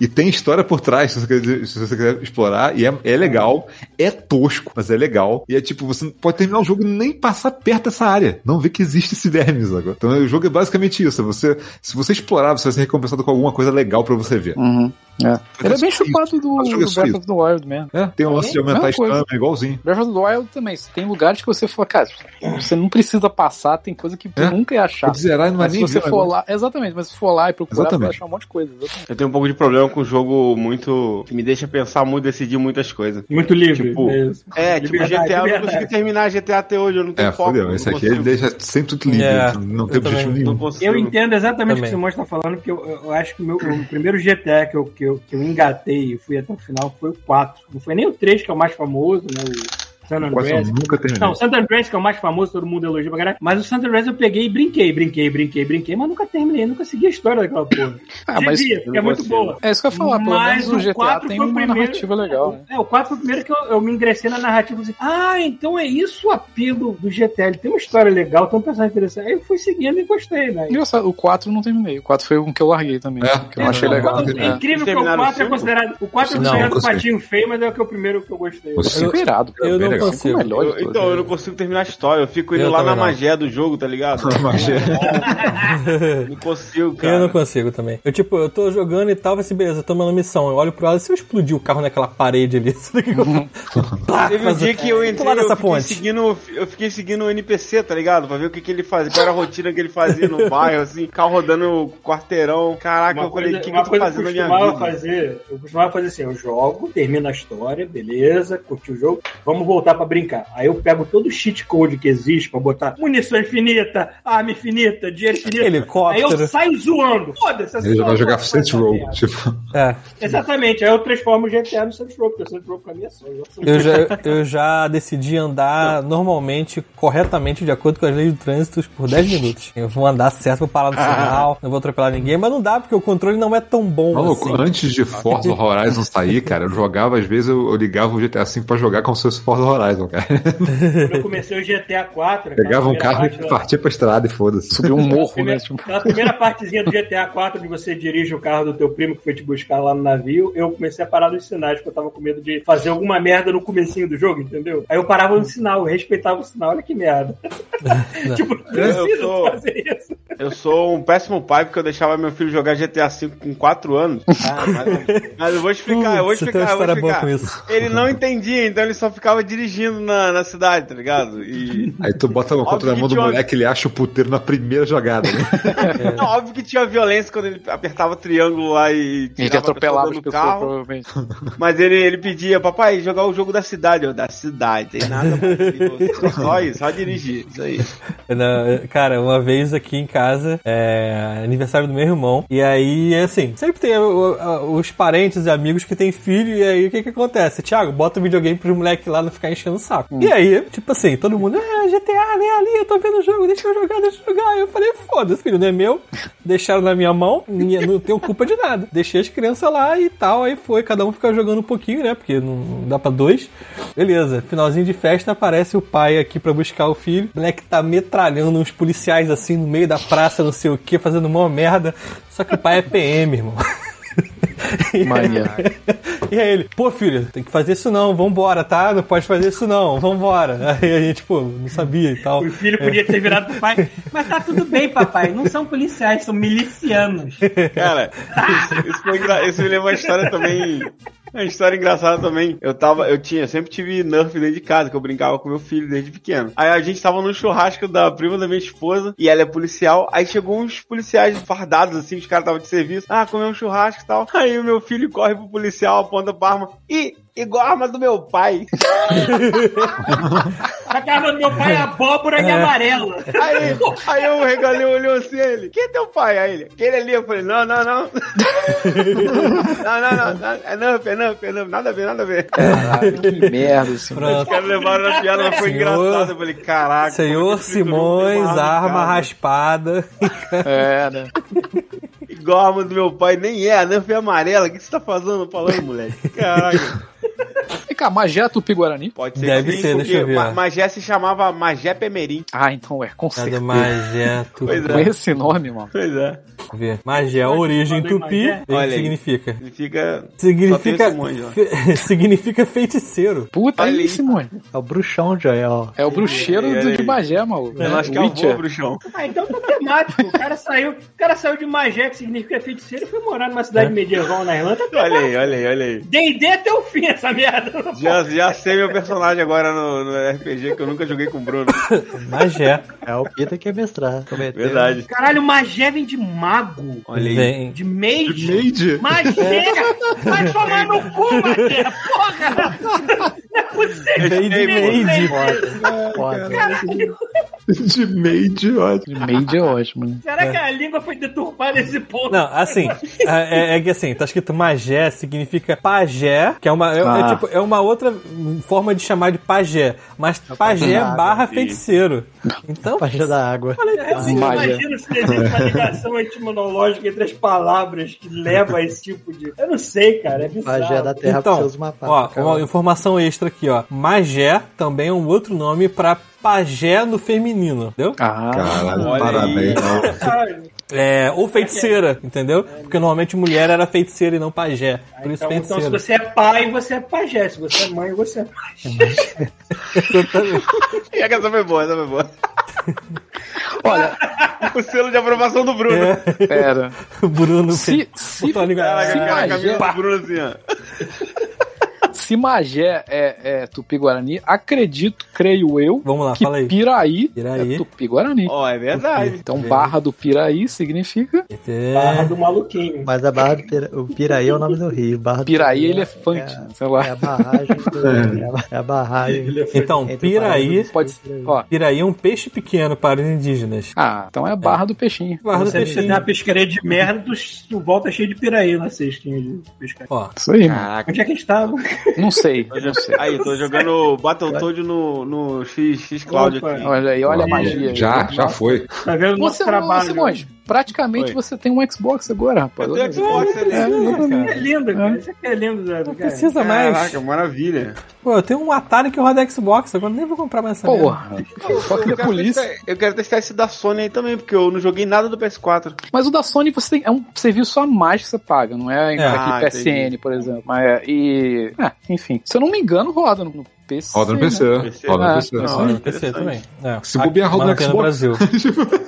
Speaker 4: E tem história por trás, se você quiser, se você quiser explorar. E é, é legal, é tosco, mas é legal. E é tipo, você não pode terminar o jogo e nem passar perto dessa área. Não ver que existe esse verme, agora. Então o jogo é basicamente isso. Você, se você explorar, você vai ser recompensado com alguma coisa legal pra você ver.
Speaker 2: Uhum. É. Ele é bem
Speaker 4: Mas
Speaker 2: chupado do,
Speaker 4: mas
Speaker 2: do
Speaker 4: joga isso.
Speaker 2: Breath of the Wild mesmo.
Speaker 4: É, tem o lance de aumentar a
Speaker 2: mesma coisa.
Speaker 4: estamina, igualzinho.
Speaker 2: Breath of the Wild também. Você tem lugares que você fala, cara, você não precisa passar, tem coisa que você
Speaker 4: É.
Speaker 2: nunca ia achar.
Speaker 4: Pode zerar e não vai
Speaker 2: Mas se
Speaker 4: nem né?
Speaker 2: você
Speaker 4: ver.
Speaker 2: for lá, exatamente, mas se for lá e procurar, você vai
Speaker 4: Exatamente.
Speaker 2: achar um monte de coisa. Exatamente.
Speaker 8: Eu tenho um pouco de problema com o jogo muito. que me deixa pensar muito, decidir muitas coisas.
Speaker 3: Muito livre.
Speaker 8: Tipo,
Speaker 3: é isso.
Speaker 8: É, tipo,
Speaker 3: Liberdade,
Speaker 8: GTA, eu não
Speaker 3: liberdade.
Speaker 8: consegui terminar GTA até hoje, eu não tenho
Speaker 4: É,
Speaker 8: foco.
Speaker 4: fodeu. Esse aqui ele deixa sempre tudo livre.
Speaker 1: É,
Speaker 4: assim, não
Speaker 1: eu
Speaker 4: tem objetivo
Speaker 1: também-
Speaker 8: Não
Speaker 4: nenhum.
Speaker 8: consigo.
Speaker 3: Eu entendo exatamente o
Speaker 1: Também.
Speaker 3: que o Simão está falando, porque eu, eu acho que o meu, o primeiro GTA que eu, que, eu, que eu engatei e fui até o final foi o 4. Não foi nem o 3 que é o mais famoso, né? O San
Speaker 4: Quase eu
Speaker 3: Andreas.
Speaker 4: nunca terminei.
Speaker 3: Não, o Santa Andreas, que é o mais famoso, todo mundo elogia pra caralho. Mas o Santa Andreas eu peguei e brinquei, brinquei, brinquei, brinquei, mas nunca terminei, nunca segui a história daquela porra.
Speaker 2: Ah, mas
Speaker 3: Devia, porque é
Speaker 8: eu
Speaker 3: muito
Speaker 8: consigo.
Speaker 3: boa.
Speaker 2: é isso que eu ia falar, pelo
Speaker 3: Mas
Speaker 2: menos o GTA
Speaker 3: 4
Speaker 2: tem
Speaker 3: foi o
Speaker 2: uma
Speaker 3: primeiro-
Speaker 2: narrativa legal. Né?
Speaker 3: É, o 4 foi o primeiro que eu, eu me ingressei na narrativa. Assim, ah, então é isso o apelo do GTA. Ele tem uma história legal, tem um personagem interessante. Aí eu fui seguindo e gostei, né?
Speaker 2: É Engraçado, o 4 eu não terminei. O 4 foi um que eu larguei também,
Speaker 4: É,
Speaker 2: que eu não achei legal.
Speaker 3: É
Speaker 2: É.
Speaker 3: incrível que o
Speaker 8: Terminaram
Speaker 3: 4 é
Speaker 8: o cinco?
Speaker 3: considerado. O 4 é
Speaker 1: Não,
Speaker 3: considerado
Speaker 4: não
Speaker 3: um
Speaker 4: sei.
Speaker 3: patinho feio, mas é o que é o primeiro que eu gostei.
Speaker 4: O cinco
Speaker 2: Cinco é irado, cara.
Speaker 1: Eu
Speaker 4: Bem
Speaker 1: não
Speaker 4: legal.
Speaker 2: Cinco é o
Speaker 1: consigo.
Speaker 2: melhor
Speaker 8: Eu-
Speaker 2: de
Speaker 8: então, eu
Speaker 2: todos.
Speaker 8: não consigo terminar a história. Eu fico indo
Speaker 1: Eu
Speaker 8: lá
Speaker 1: também
Speaker 8: na
Speaker 1: não.
Speaker 8: magé do jogo, tá ligado? É
Speaker 4: magia.
Speaker 8: Não consigo, cara.
Speaker 1: Eu não consigo também. Eu, tipo, eu tô jogando e tal, vai assim, beleza, eu tô numa missão. Eu olho pro lado e se eu explodir o carro naquela parede ali, sabe o que eu Pá,
Speaker 8: Uhum. Teve um
Speaker 1: faz o-
Speaker 8: dia que eu entrei,
Speaker 1: Pular
Speaker 8: eu
Speaker 1: dessa
Speaker 8: fiquei,
Speaker 1: ponte.
Speaker 8: seguindo, eu fiquei seguindo o NPC, tá ligado? Pra ver o que, que ele fazia, qual era a rotina que ele fazia no bairro, assim, carro rodando o quarteirão. Caraca, eu falei, o que, que eu tô fazendo na minha
Speaker 3: costumava
Speaker 8: vida?
Speaker 3: fazer, eu costumava fazer assim, eu jogo, termino a história, beleza, curti o jogo, vamos voltar pra brincar. Aí eu pego todo o cheat code que existe pra botar munição infinita, arma infinita, dinheiro infinito. Aí
Speaker 1: Helicóptero.
Speaker 3: eu saio zoando. Foda-se. essa
Speaker 4: Ele já vai
Speaker 3: porra
Speaker 4: jogar
Speaker 3: vai
Speaker 4: Saints
Speaker 3: dar
Speaker 4: Row.
Speaker 3: merda.
Speaker 4: Tipo,
Speaker 1: É,
Speaker 3: Exatamente, aí eu transformo o GTA no Saints Row, porque o Saints Row pra mim é sonho.
Speaker 1: eu já, eu já decidi andar normalmente, corretamente, de acordo com as leis do trânsito, por 10 minutos. Eu vou andar certo, vou parar no sinal, não vou atropelar ninguém, mas não dá, porque o controle não é tão bom
Speaker 4: Maluco,
Speaker 1: assim.
Speaker 4: antes
Speaker 2: Ah,
Speaker 4: de Forza Horizon sair, cara, eu jogava, às vezes eu, eu ligava o GTA V pra jogar como se fosse Forza Horizon, cara.
Speaker 3: Quando eu comecei o GTA 4,
Speaker 4: Pegava um
Speaker 2: É,
Speaker 3: aquela
Speaker 4: carro
Speaker 3: primeira
Speaker 4: e
Speaker 3: parte,
Speaker 4: partia pra estrada e foda-se.
Speaker 2: Subiu um morro, né?
Speaker 3: primeira-
Speaker 2: Tipo,
Speaker 3: Aquela primeira partezinha do GTA 4 onde você dirige o carro do teu primo que foi te buscar lá no navio, eu comecei a parar nos sinais, porque eu tava com medo de fazer alguma merda no comecinho do jogo, entendeu? Aí eu parava no sinal, eu respeitava o sinal, olha que merda. tipo, não precisa
Speaker 8: tô-
Speaker 3: fazer isso.
Speaker 8: Eu sou um péssimo pai porque eu deixava meu filho jogar GTA V com 4 anos. mas, mas eu vou explicar,
Speaker 1: Ah, Putz, tem uma
Speaker 8: eu vou explicar, eu vou
Speaker 1: história boa
Speaker 8: explicar.
Speaker 1: com isso.
Speaker 8: Ele não entendia, então ele só ficava dirigindo na, na cidade, tá ligado? E.
Speaker 4: Aí tu bota o contra na mão do moleque, ele acha o puteiro na primeira jogada, né?
Speaker 1: É.
Speaker 8: Não, óbvio que tinha violência quando ele apertava o triângulo lá e.
Speaker 2: ele
Speaker 8: tirava a pessoa
Speaker 2: atropelava
Speaker 8: do
Speaker 2: as pessoas, provavelmente.
Speaker 8: Mas ele, ele pedia, papai, jogar o jogo da cidade. Eu, da cidade, tem nada mais perigoso. Só isso, só dirigir. Isso aí.
Speaker 1: Não, cara, uma vez aqui em casa, é, aniversário do meu irmão, e aí, é assim, sempre tem o- o- os parentes e amigos que têm filho, e aí o que que acontece? Tiago, bota o videogame pros moleques lá não ficar enchendo o saco. E aí, tipo assim, todo mundo, ah, GTA, né, ali, eu tô vendo o jogo, deixa eu jogar, deixa eu jogar. Eu falei, foda-se, filho, não é meu. Deixaram na minha mão, minha- não tenho culpa de nada. Deixei as crianças lá e tal, aí foi, cada um ficar jogando um pouquinho, né, porque não não dá pra dois. Beleza, finalzinho de festa, aparece o pai aqui pra buscar o filho. O moleque tá metralhando uns policiais assim no meio da praça, não sei o que, fazendo mó merda. Só que o pai é PM, irmão.
Speaker 2: Maneiro.
Speaker 1: E aí ele, pô, filho, tem que fazer isso não, vambora, tá? Não pode fazer isso não, vambora. Aí a gente, pô, não sabia e tal.
Speaker 3: O filho podia ter virado pro pai. Mas tá tudo bem, papai. Não são policiais, são milicianos.
Speaker 8: Cara, isso, isso foi engra- isso me lembra uma história também. Uma história engraçada também. Eu tava, eu tinha, sempre tive Nerf dentro de casa, que eu brincava com meu filho desde pequeno. Aí a gente tava num churrasco da prima da minha esposa, e ela é policial. Aí chegou uns policiais fardados, assim, os caras estavam de serviço. Ah, comer um churrasco e tal. Aí o meu filho corre pro policial, aponta pra arma. Ih, igual a arma do meu pai.
Speaker 3: A cara do meu pai é abóbora e amarela.
Speaker 8: Aí, aí eu regalei, olhou assim, aí ele, quem é teu pai? Aí ele, aquele ali, eu falei, não, não, não. não, não, não, não, é não, é não, é não, nada a ver, nada a ver.
Speaker 2: Caralho, que merda assim. isso.
Speaker 8: Os
Speaker 1: Pronto.
Speaker 8: caras levaram na piada, mas foi
Speaker 1: É. Senhor-
Speaker 8: engraçado. Eu falei, caraca. como é
Speaker 1: Senhor
Speaker 8: que esse filho não tem
Speaker 1: Simões,
Speaker 8: uma
Speaker 1: arma
Speaker 8: em casa?
Speaker 1: raspada.
Speaker 2: É, né?
Speaker 8: Igual a arma do meu pai, nem é, a Nerf é amarela. O que você tá fazendo, falando, moleque? Caraca.
Speaker 2: Vem cá, Magé é Tupi-Guarani?
Speaker 8: Pode ser
Speaker 1: Deve
Speaker 8: que sim,
Speaker 1: ser,
Speaker 8: porque
Speaker 1: deixa eu ver.
Speaker 8: Ma- Magé se chamava Magé Pemerim.
Speaker 2: Ah, então é, com
Speaker 1: É do
Speaker 2: certeza.
Speaker 1: Magé
Speaker 8: Pois é.
Speaker 1: Tupi.
Speaker 2: Com esse nome, mano.
Speaker 8: Pois é.
Speaker 1: Vamos ver. Magé, origem
Speaker 3: Falei
Speaker 1: tupi.
Speaker 3: Magé.
Speaker 1: O que
Speaker 8: Olha aí.
Speaker 1: significa?
Speaker 8: Ele fica...
Speaker 1: Significa,
Speaker 8: Só tem esse monte, ó.
Speaker 1: fe- significa feiticeiro.
Speaker 2: Puta
Speaker 8: Olha aí.
Speaker 2: aí, Simone.
Speaker 5: É o bruxão, Joel.
Speaker 2: É o bruxeiro
Speaker 8: Olha
Speaker 2: do,
Speaker 8: aí.
Speaker 2: de Magé, maluco.
Speaker 8: Eu acho que é o
Speaker 2: Witcher.
Speaker 8: vô, bruxão.
Speaker 3: Ah, então tá temático. O cara saiu, o cara saiu de Magé, que significa feiticeiro, e foi morar numa cidade medieval na Irlanda.
Speaker 8: Olha aí, olha aí, olha aí.
Speaker 3: D&D até o é fim, essa merda.
Speaker 8: Já, já sei meu personagem agora no, no RPG que eu nunca joguei com o Bruno.
Speaker 1: Magé.
Speaker 5: É o Pita que é mestrar. Cometeu.
Speaker 8: Verdade.
Speaker 3: Caralho, Magé vem de mago.
Speaker 1: Vem.
Speaker 3: De mage.
Speaker 4: Made?
Speaker 3: Magé! É. Vai tomar no cu, Magé! Porra! Não é possível!
Speaker 1: Vem de
Speaker 3: Meu
Speaker 1: made.
Speaker 3: Deus.
Speaker 5: Foda. é
Speaker 3: Caralho,
Speaker 4: De made, ótimo.
Speaker 2: De Made é ótimo, né?
Speaker 3: será que a língua foi deturpada nesse ponto?
Speaker 1: Não, assim, é, é que assim, tá escrito magé, significa pajé, que é uma, é, é
Speaker 2: Ah.
Speaker 1: tipo, é uma outra forma de chamar de pajé, mas pajé
Speaker 5: nada,
Speaker 1: barra feiticeiro. Então,
Speaker 5: Pajé da água.
Speaker 1: falei,
Speaker 3: Eu
Speaker 1: assim,
Speaker 3: sempre
Speaker 2: Magé.
Speaker 3: imagino se existe uma ligação etimológica entre as palavras que leva a esse tipo de. Eu não sei, cara. É bizarro.
Speaker 5: Pajé da terra
Speaker 1: então,
Speaker 5: pra seus mapas.
Speaker 1: ó,
Speaker 5: cara.
Speaker 1: uma informação extra aqui, ó. Magé também é um outro nome pra pajé no feminino, entendeu?
Speaker 2: Ah,
Speaker 4: Caralho,
Speaker 8: Olha
Speaker 4: parabéns.
Speaker 3: Caralho.
Speaker 1: É, ou feiticeira, entendeu? Porque normalmente mulher era feiticeira e não pajé. Por isso
Speaker 3: Então, então, se
Speaker 1: feiticeira.
Speaker 3: você é pai, você é pajé. Se você é mãe, você é pajé.
Speaker 1: Exatamente.
Speaker 8: E a essa foi boa, essa foi boa.
Speaker 2: olha,
Speaker 8: O selo de aprovação do Bruno.
Speaker 1: É,
Speaker 2: pera.
Speaker 1: Bruno
Speaker 2: Se, se,
Speaker 1: Tony
Speaker 8: Caraca,
Speaker 1: Sim,
Speaker 8: cara,
Speaker 2: Magé.
Speaker 8: caminho do Bruno assim, ó.
Speaker 2: se Magé é, é Tupi-Guarani, acredito, creio eu,
Speaker 1: Vamos lá,
Speaker 2: que
Speaker 1: fala aí.
Speaker 2: Piraí,
Speaker 1: Piraí.
Speaker 2: é Tupi-Guarani.
Speaker 8: Ó, é verdade.
Speaker 2: Então, barra do Piraí significa.
Speaker 1: é,
Speaker 3: Barra do maluquinho.
Speaker 5: Mas a barra do Pira- o Piraí é o nome do rio. Barra do
Speaker 2: Piraí, ele é funk, sei lá.
Speaker 5: É a barragem do, é a- é a barragem.
Speaker 1: Então,
Speaker 5: Entre
Speaker 1: piraí,
Speaker 2: Pode ser. Ó,
Speaker 1: piraí é um peixe pequeno para os indígenas.
Speaker 2: ah, então é barra do peixinho.
Speaker 1: Barra do
Speaker 3: Você você tem
Speaker 1: peixinho.
Speaker 3: uma pescaria de merda, tu, tu volta cheio de piraí na cestinha de pescaria.
Speaker 1: Ó,
Speaker 2: Isso aí, mano.
Speaker 8: Caraca.
Speaker 3: Onde é que a gente tava?
Speaker 2: Não sei, não sei.
Speaker 8: Ah. Aí, tô jogando Battletoad no, no X, X Cloud
Speaker 3: Opa.
Speaker 8: aqui.
Speaker 2: Olha aí, olha a magia. aí.
Speaker 4: Já, já foi.
Speaker 3: Tá vendo o nosso
Speaker 2: Você,
Speaker 3: trabalho?
Speaker 2: trabalho, Simões, praticamente
Speaker 8: Oi.
Speaker 2: você tem um Xbox agora, rapaz.
Speaker 8: Eu tenho Xbox,
Speaker 2: É,
Speaker 8: né?
Speaker 3: Isso é
Speaker 1: cara,
Speaker 3: lindo, cara. Isso aqui é lindo, Zé.
Speaker 1: não
Speaker 3: cara.
Speaker 1: precisa mais.
Speaker 8: Caraca, maravilha.
Speaker 1: Pô, eu tenho um Atari que roda Xbox, agora nem vou comprar mais essa merda.
Speaker 2: Porra, só que
Speaker 8: Eu
Speaker 2: da
Speaker 8: quero,
Speaker 2: polícia.
Speaker 8: testar, eu quero testar esse da Sony aí também, porque eu não joguei nada do PS4.
Speaker 2: Mas o da Sony você tem, é um serviço a mais que você paga, não é,
Speaker 1: É.
Speaker 8: Ah,
Speaker 2: aquele PSN, por exemplo. Mas, é, e. ah, enfim, se eu não me engano, roda no, no PC.
Speaker 4: Roda no
Speaker 2: né?
Speaker 4: PC. Roda
Speaker 2: Ah,
Speaker 4: no PC.
Speaker 2: não.
Speaker 1: Olha,
Speaker 8: Olha,
Speaker 1: no PC também. É.
Speaker 4: Se bobear, roda no
Speaker 1: Aqui no
Speaker 4: Xbox.
Speaker 1: Brasil.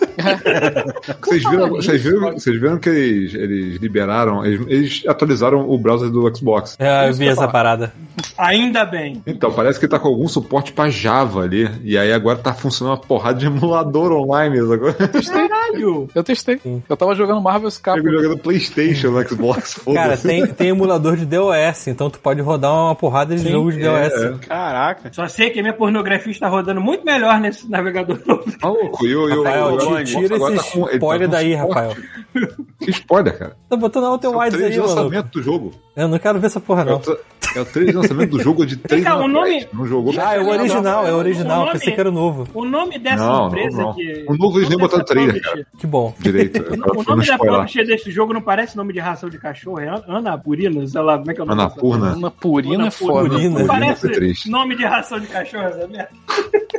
Speaker 3: é
Speaker 4: Vocês viram, vocês viram, vocês viram que eles, eles liberaram, eles, eles atualizaram o browser do Xbox.
Speaker 1: É, eu vi essa parada.
Speaker 3: Ainda bem.
Speaker 4: Então, parece que tá com algum suporte pra Java ali. E aí agora tá funcionando uma porrada de emulador online agora.
Speaker 3: Caralho!
Speaker 2: Eu testei.
Speaker 1: Sim.
Speaker 2: Eu tava jogando Marvel's Capcom.
Speaker 4: Eu jogando Playstation no Xbox.
Speaker 1: Cara,
Speaker 4: foda-se.
Speaker 1: tem, tem emulador de DOS, então tu pode rodar uma porrada de jogos de DOS.
Speaker 4: é.
Speaker 8: Caraca.
Speaker 3: Só sei que a minha pornografia está rodando muito melhor nesse navegador novo.
Speaker 4: Maluco, e o- e o-
Speaker 1: Rafael,
Speaker 4: o-
Speaker 1: te-
Speaker 4: o-
Speaker 1: tira
Speaker 4: agora
Speaker 1: esse
Speaker 4: tá com- ele tá
Speaker 1: spoiler
Speaker 4: com
Speaker 1: daí,
Speaker 4: suporte.
Speaker 1: Rafael.
Speaker 4: Que spoiler, cara?
Speaker 1: Tá botando a
Speaker 4: É
Speaker 1: Outer
Speaker 4: o
Speaker 1: Wilds
Speaker 4: trailer
Speaker 1: aí,
Speaker 4: de
Speaker 1: mano.
Speaker 4: lançamento do jogo.
Speaker 1: Eu não quero ver essa porra,
Speaker 4: É o
Speaker 1: Ah, não.
Speaker 4: tra- é o trailer de lançamento do jogo de três
Speaker 3: cá, o
Speaker 4: anos
Speaker 3: nome-
Speaker 4: atrás. Não jogou.
Speaker 1: Ah, é o original, é o original.
Speaker 3: nome-
Speaker 1: Pensei que era o novo.
Speaker 3: O nome dessa
Speaker 4: Não,
Speaker 3: empresa
Speaker 4: não, não.
Speaker 3: que.
Speaker 4: O novo eles nem
Speaker 3: o nome
Speaker 4: botaram
Speaker 3: dessa
Speaker 4: trailer,
Speaker 3: publisher-
Speaker 1: Que bom.
Speaker 4: Direito. Agora
Speaker 3: O
Speaker 4: foi no
Speaker 3: nome da
Speaker 4: spoiler.
Speaker 3: publisher desse jogo não parece nome de ração de cachorro, é An- Anapurina, sei lá, como é que é o nome? dessa-
Speaker 4: Anapurna.
Speaker 2: Ana Purina é foda.
Speaker 1: Purina.
Speaker 3: Não
Speaker 4: foi
Speaker 3: parece
Speaker 4: triste.
Speaker 3: nome de ração de cachorro, é essa merda.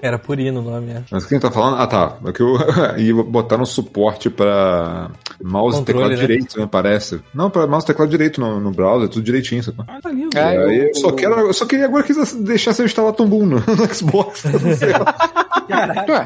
Speaker 1: Era Purino o nome, é.
Speaker 4: Mas quem tá falando? Ah, tá. É que eu... e botaram suporte um pra Mouse e teclado
Speaker 1: Controle, né?
Speaker 4: direito, né? Parece. Não, para mouse e teclado direito no, no browser, tudo direitinho, sabe?
Speaker 1: Ah, tá lindo.
Speaker 2: Ah, eu-
Speaker 4: É, Aí eu só quero. Eu só queria agora que eles deixassem eu instalar Tombum no, no Xbox. É Não sei.
Speaker 2: Ué,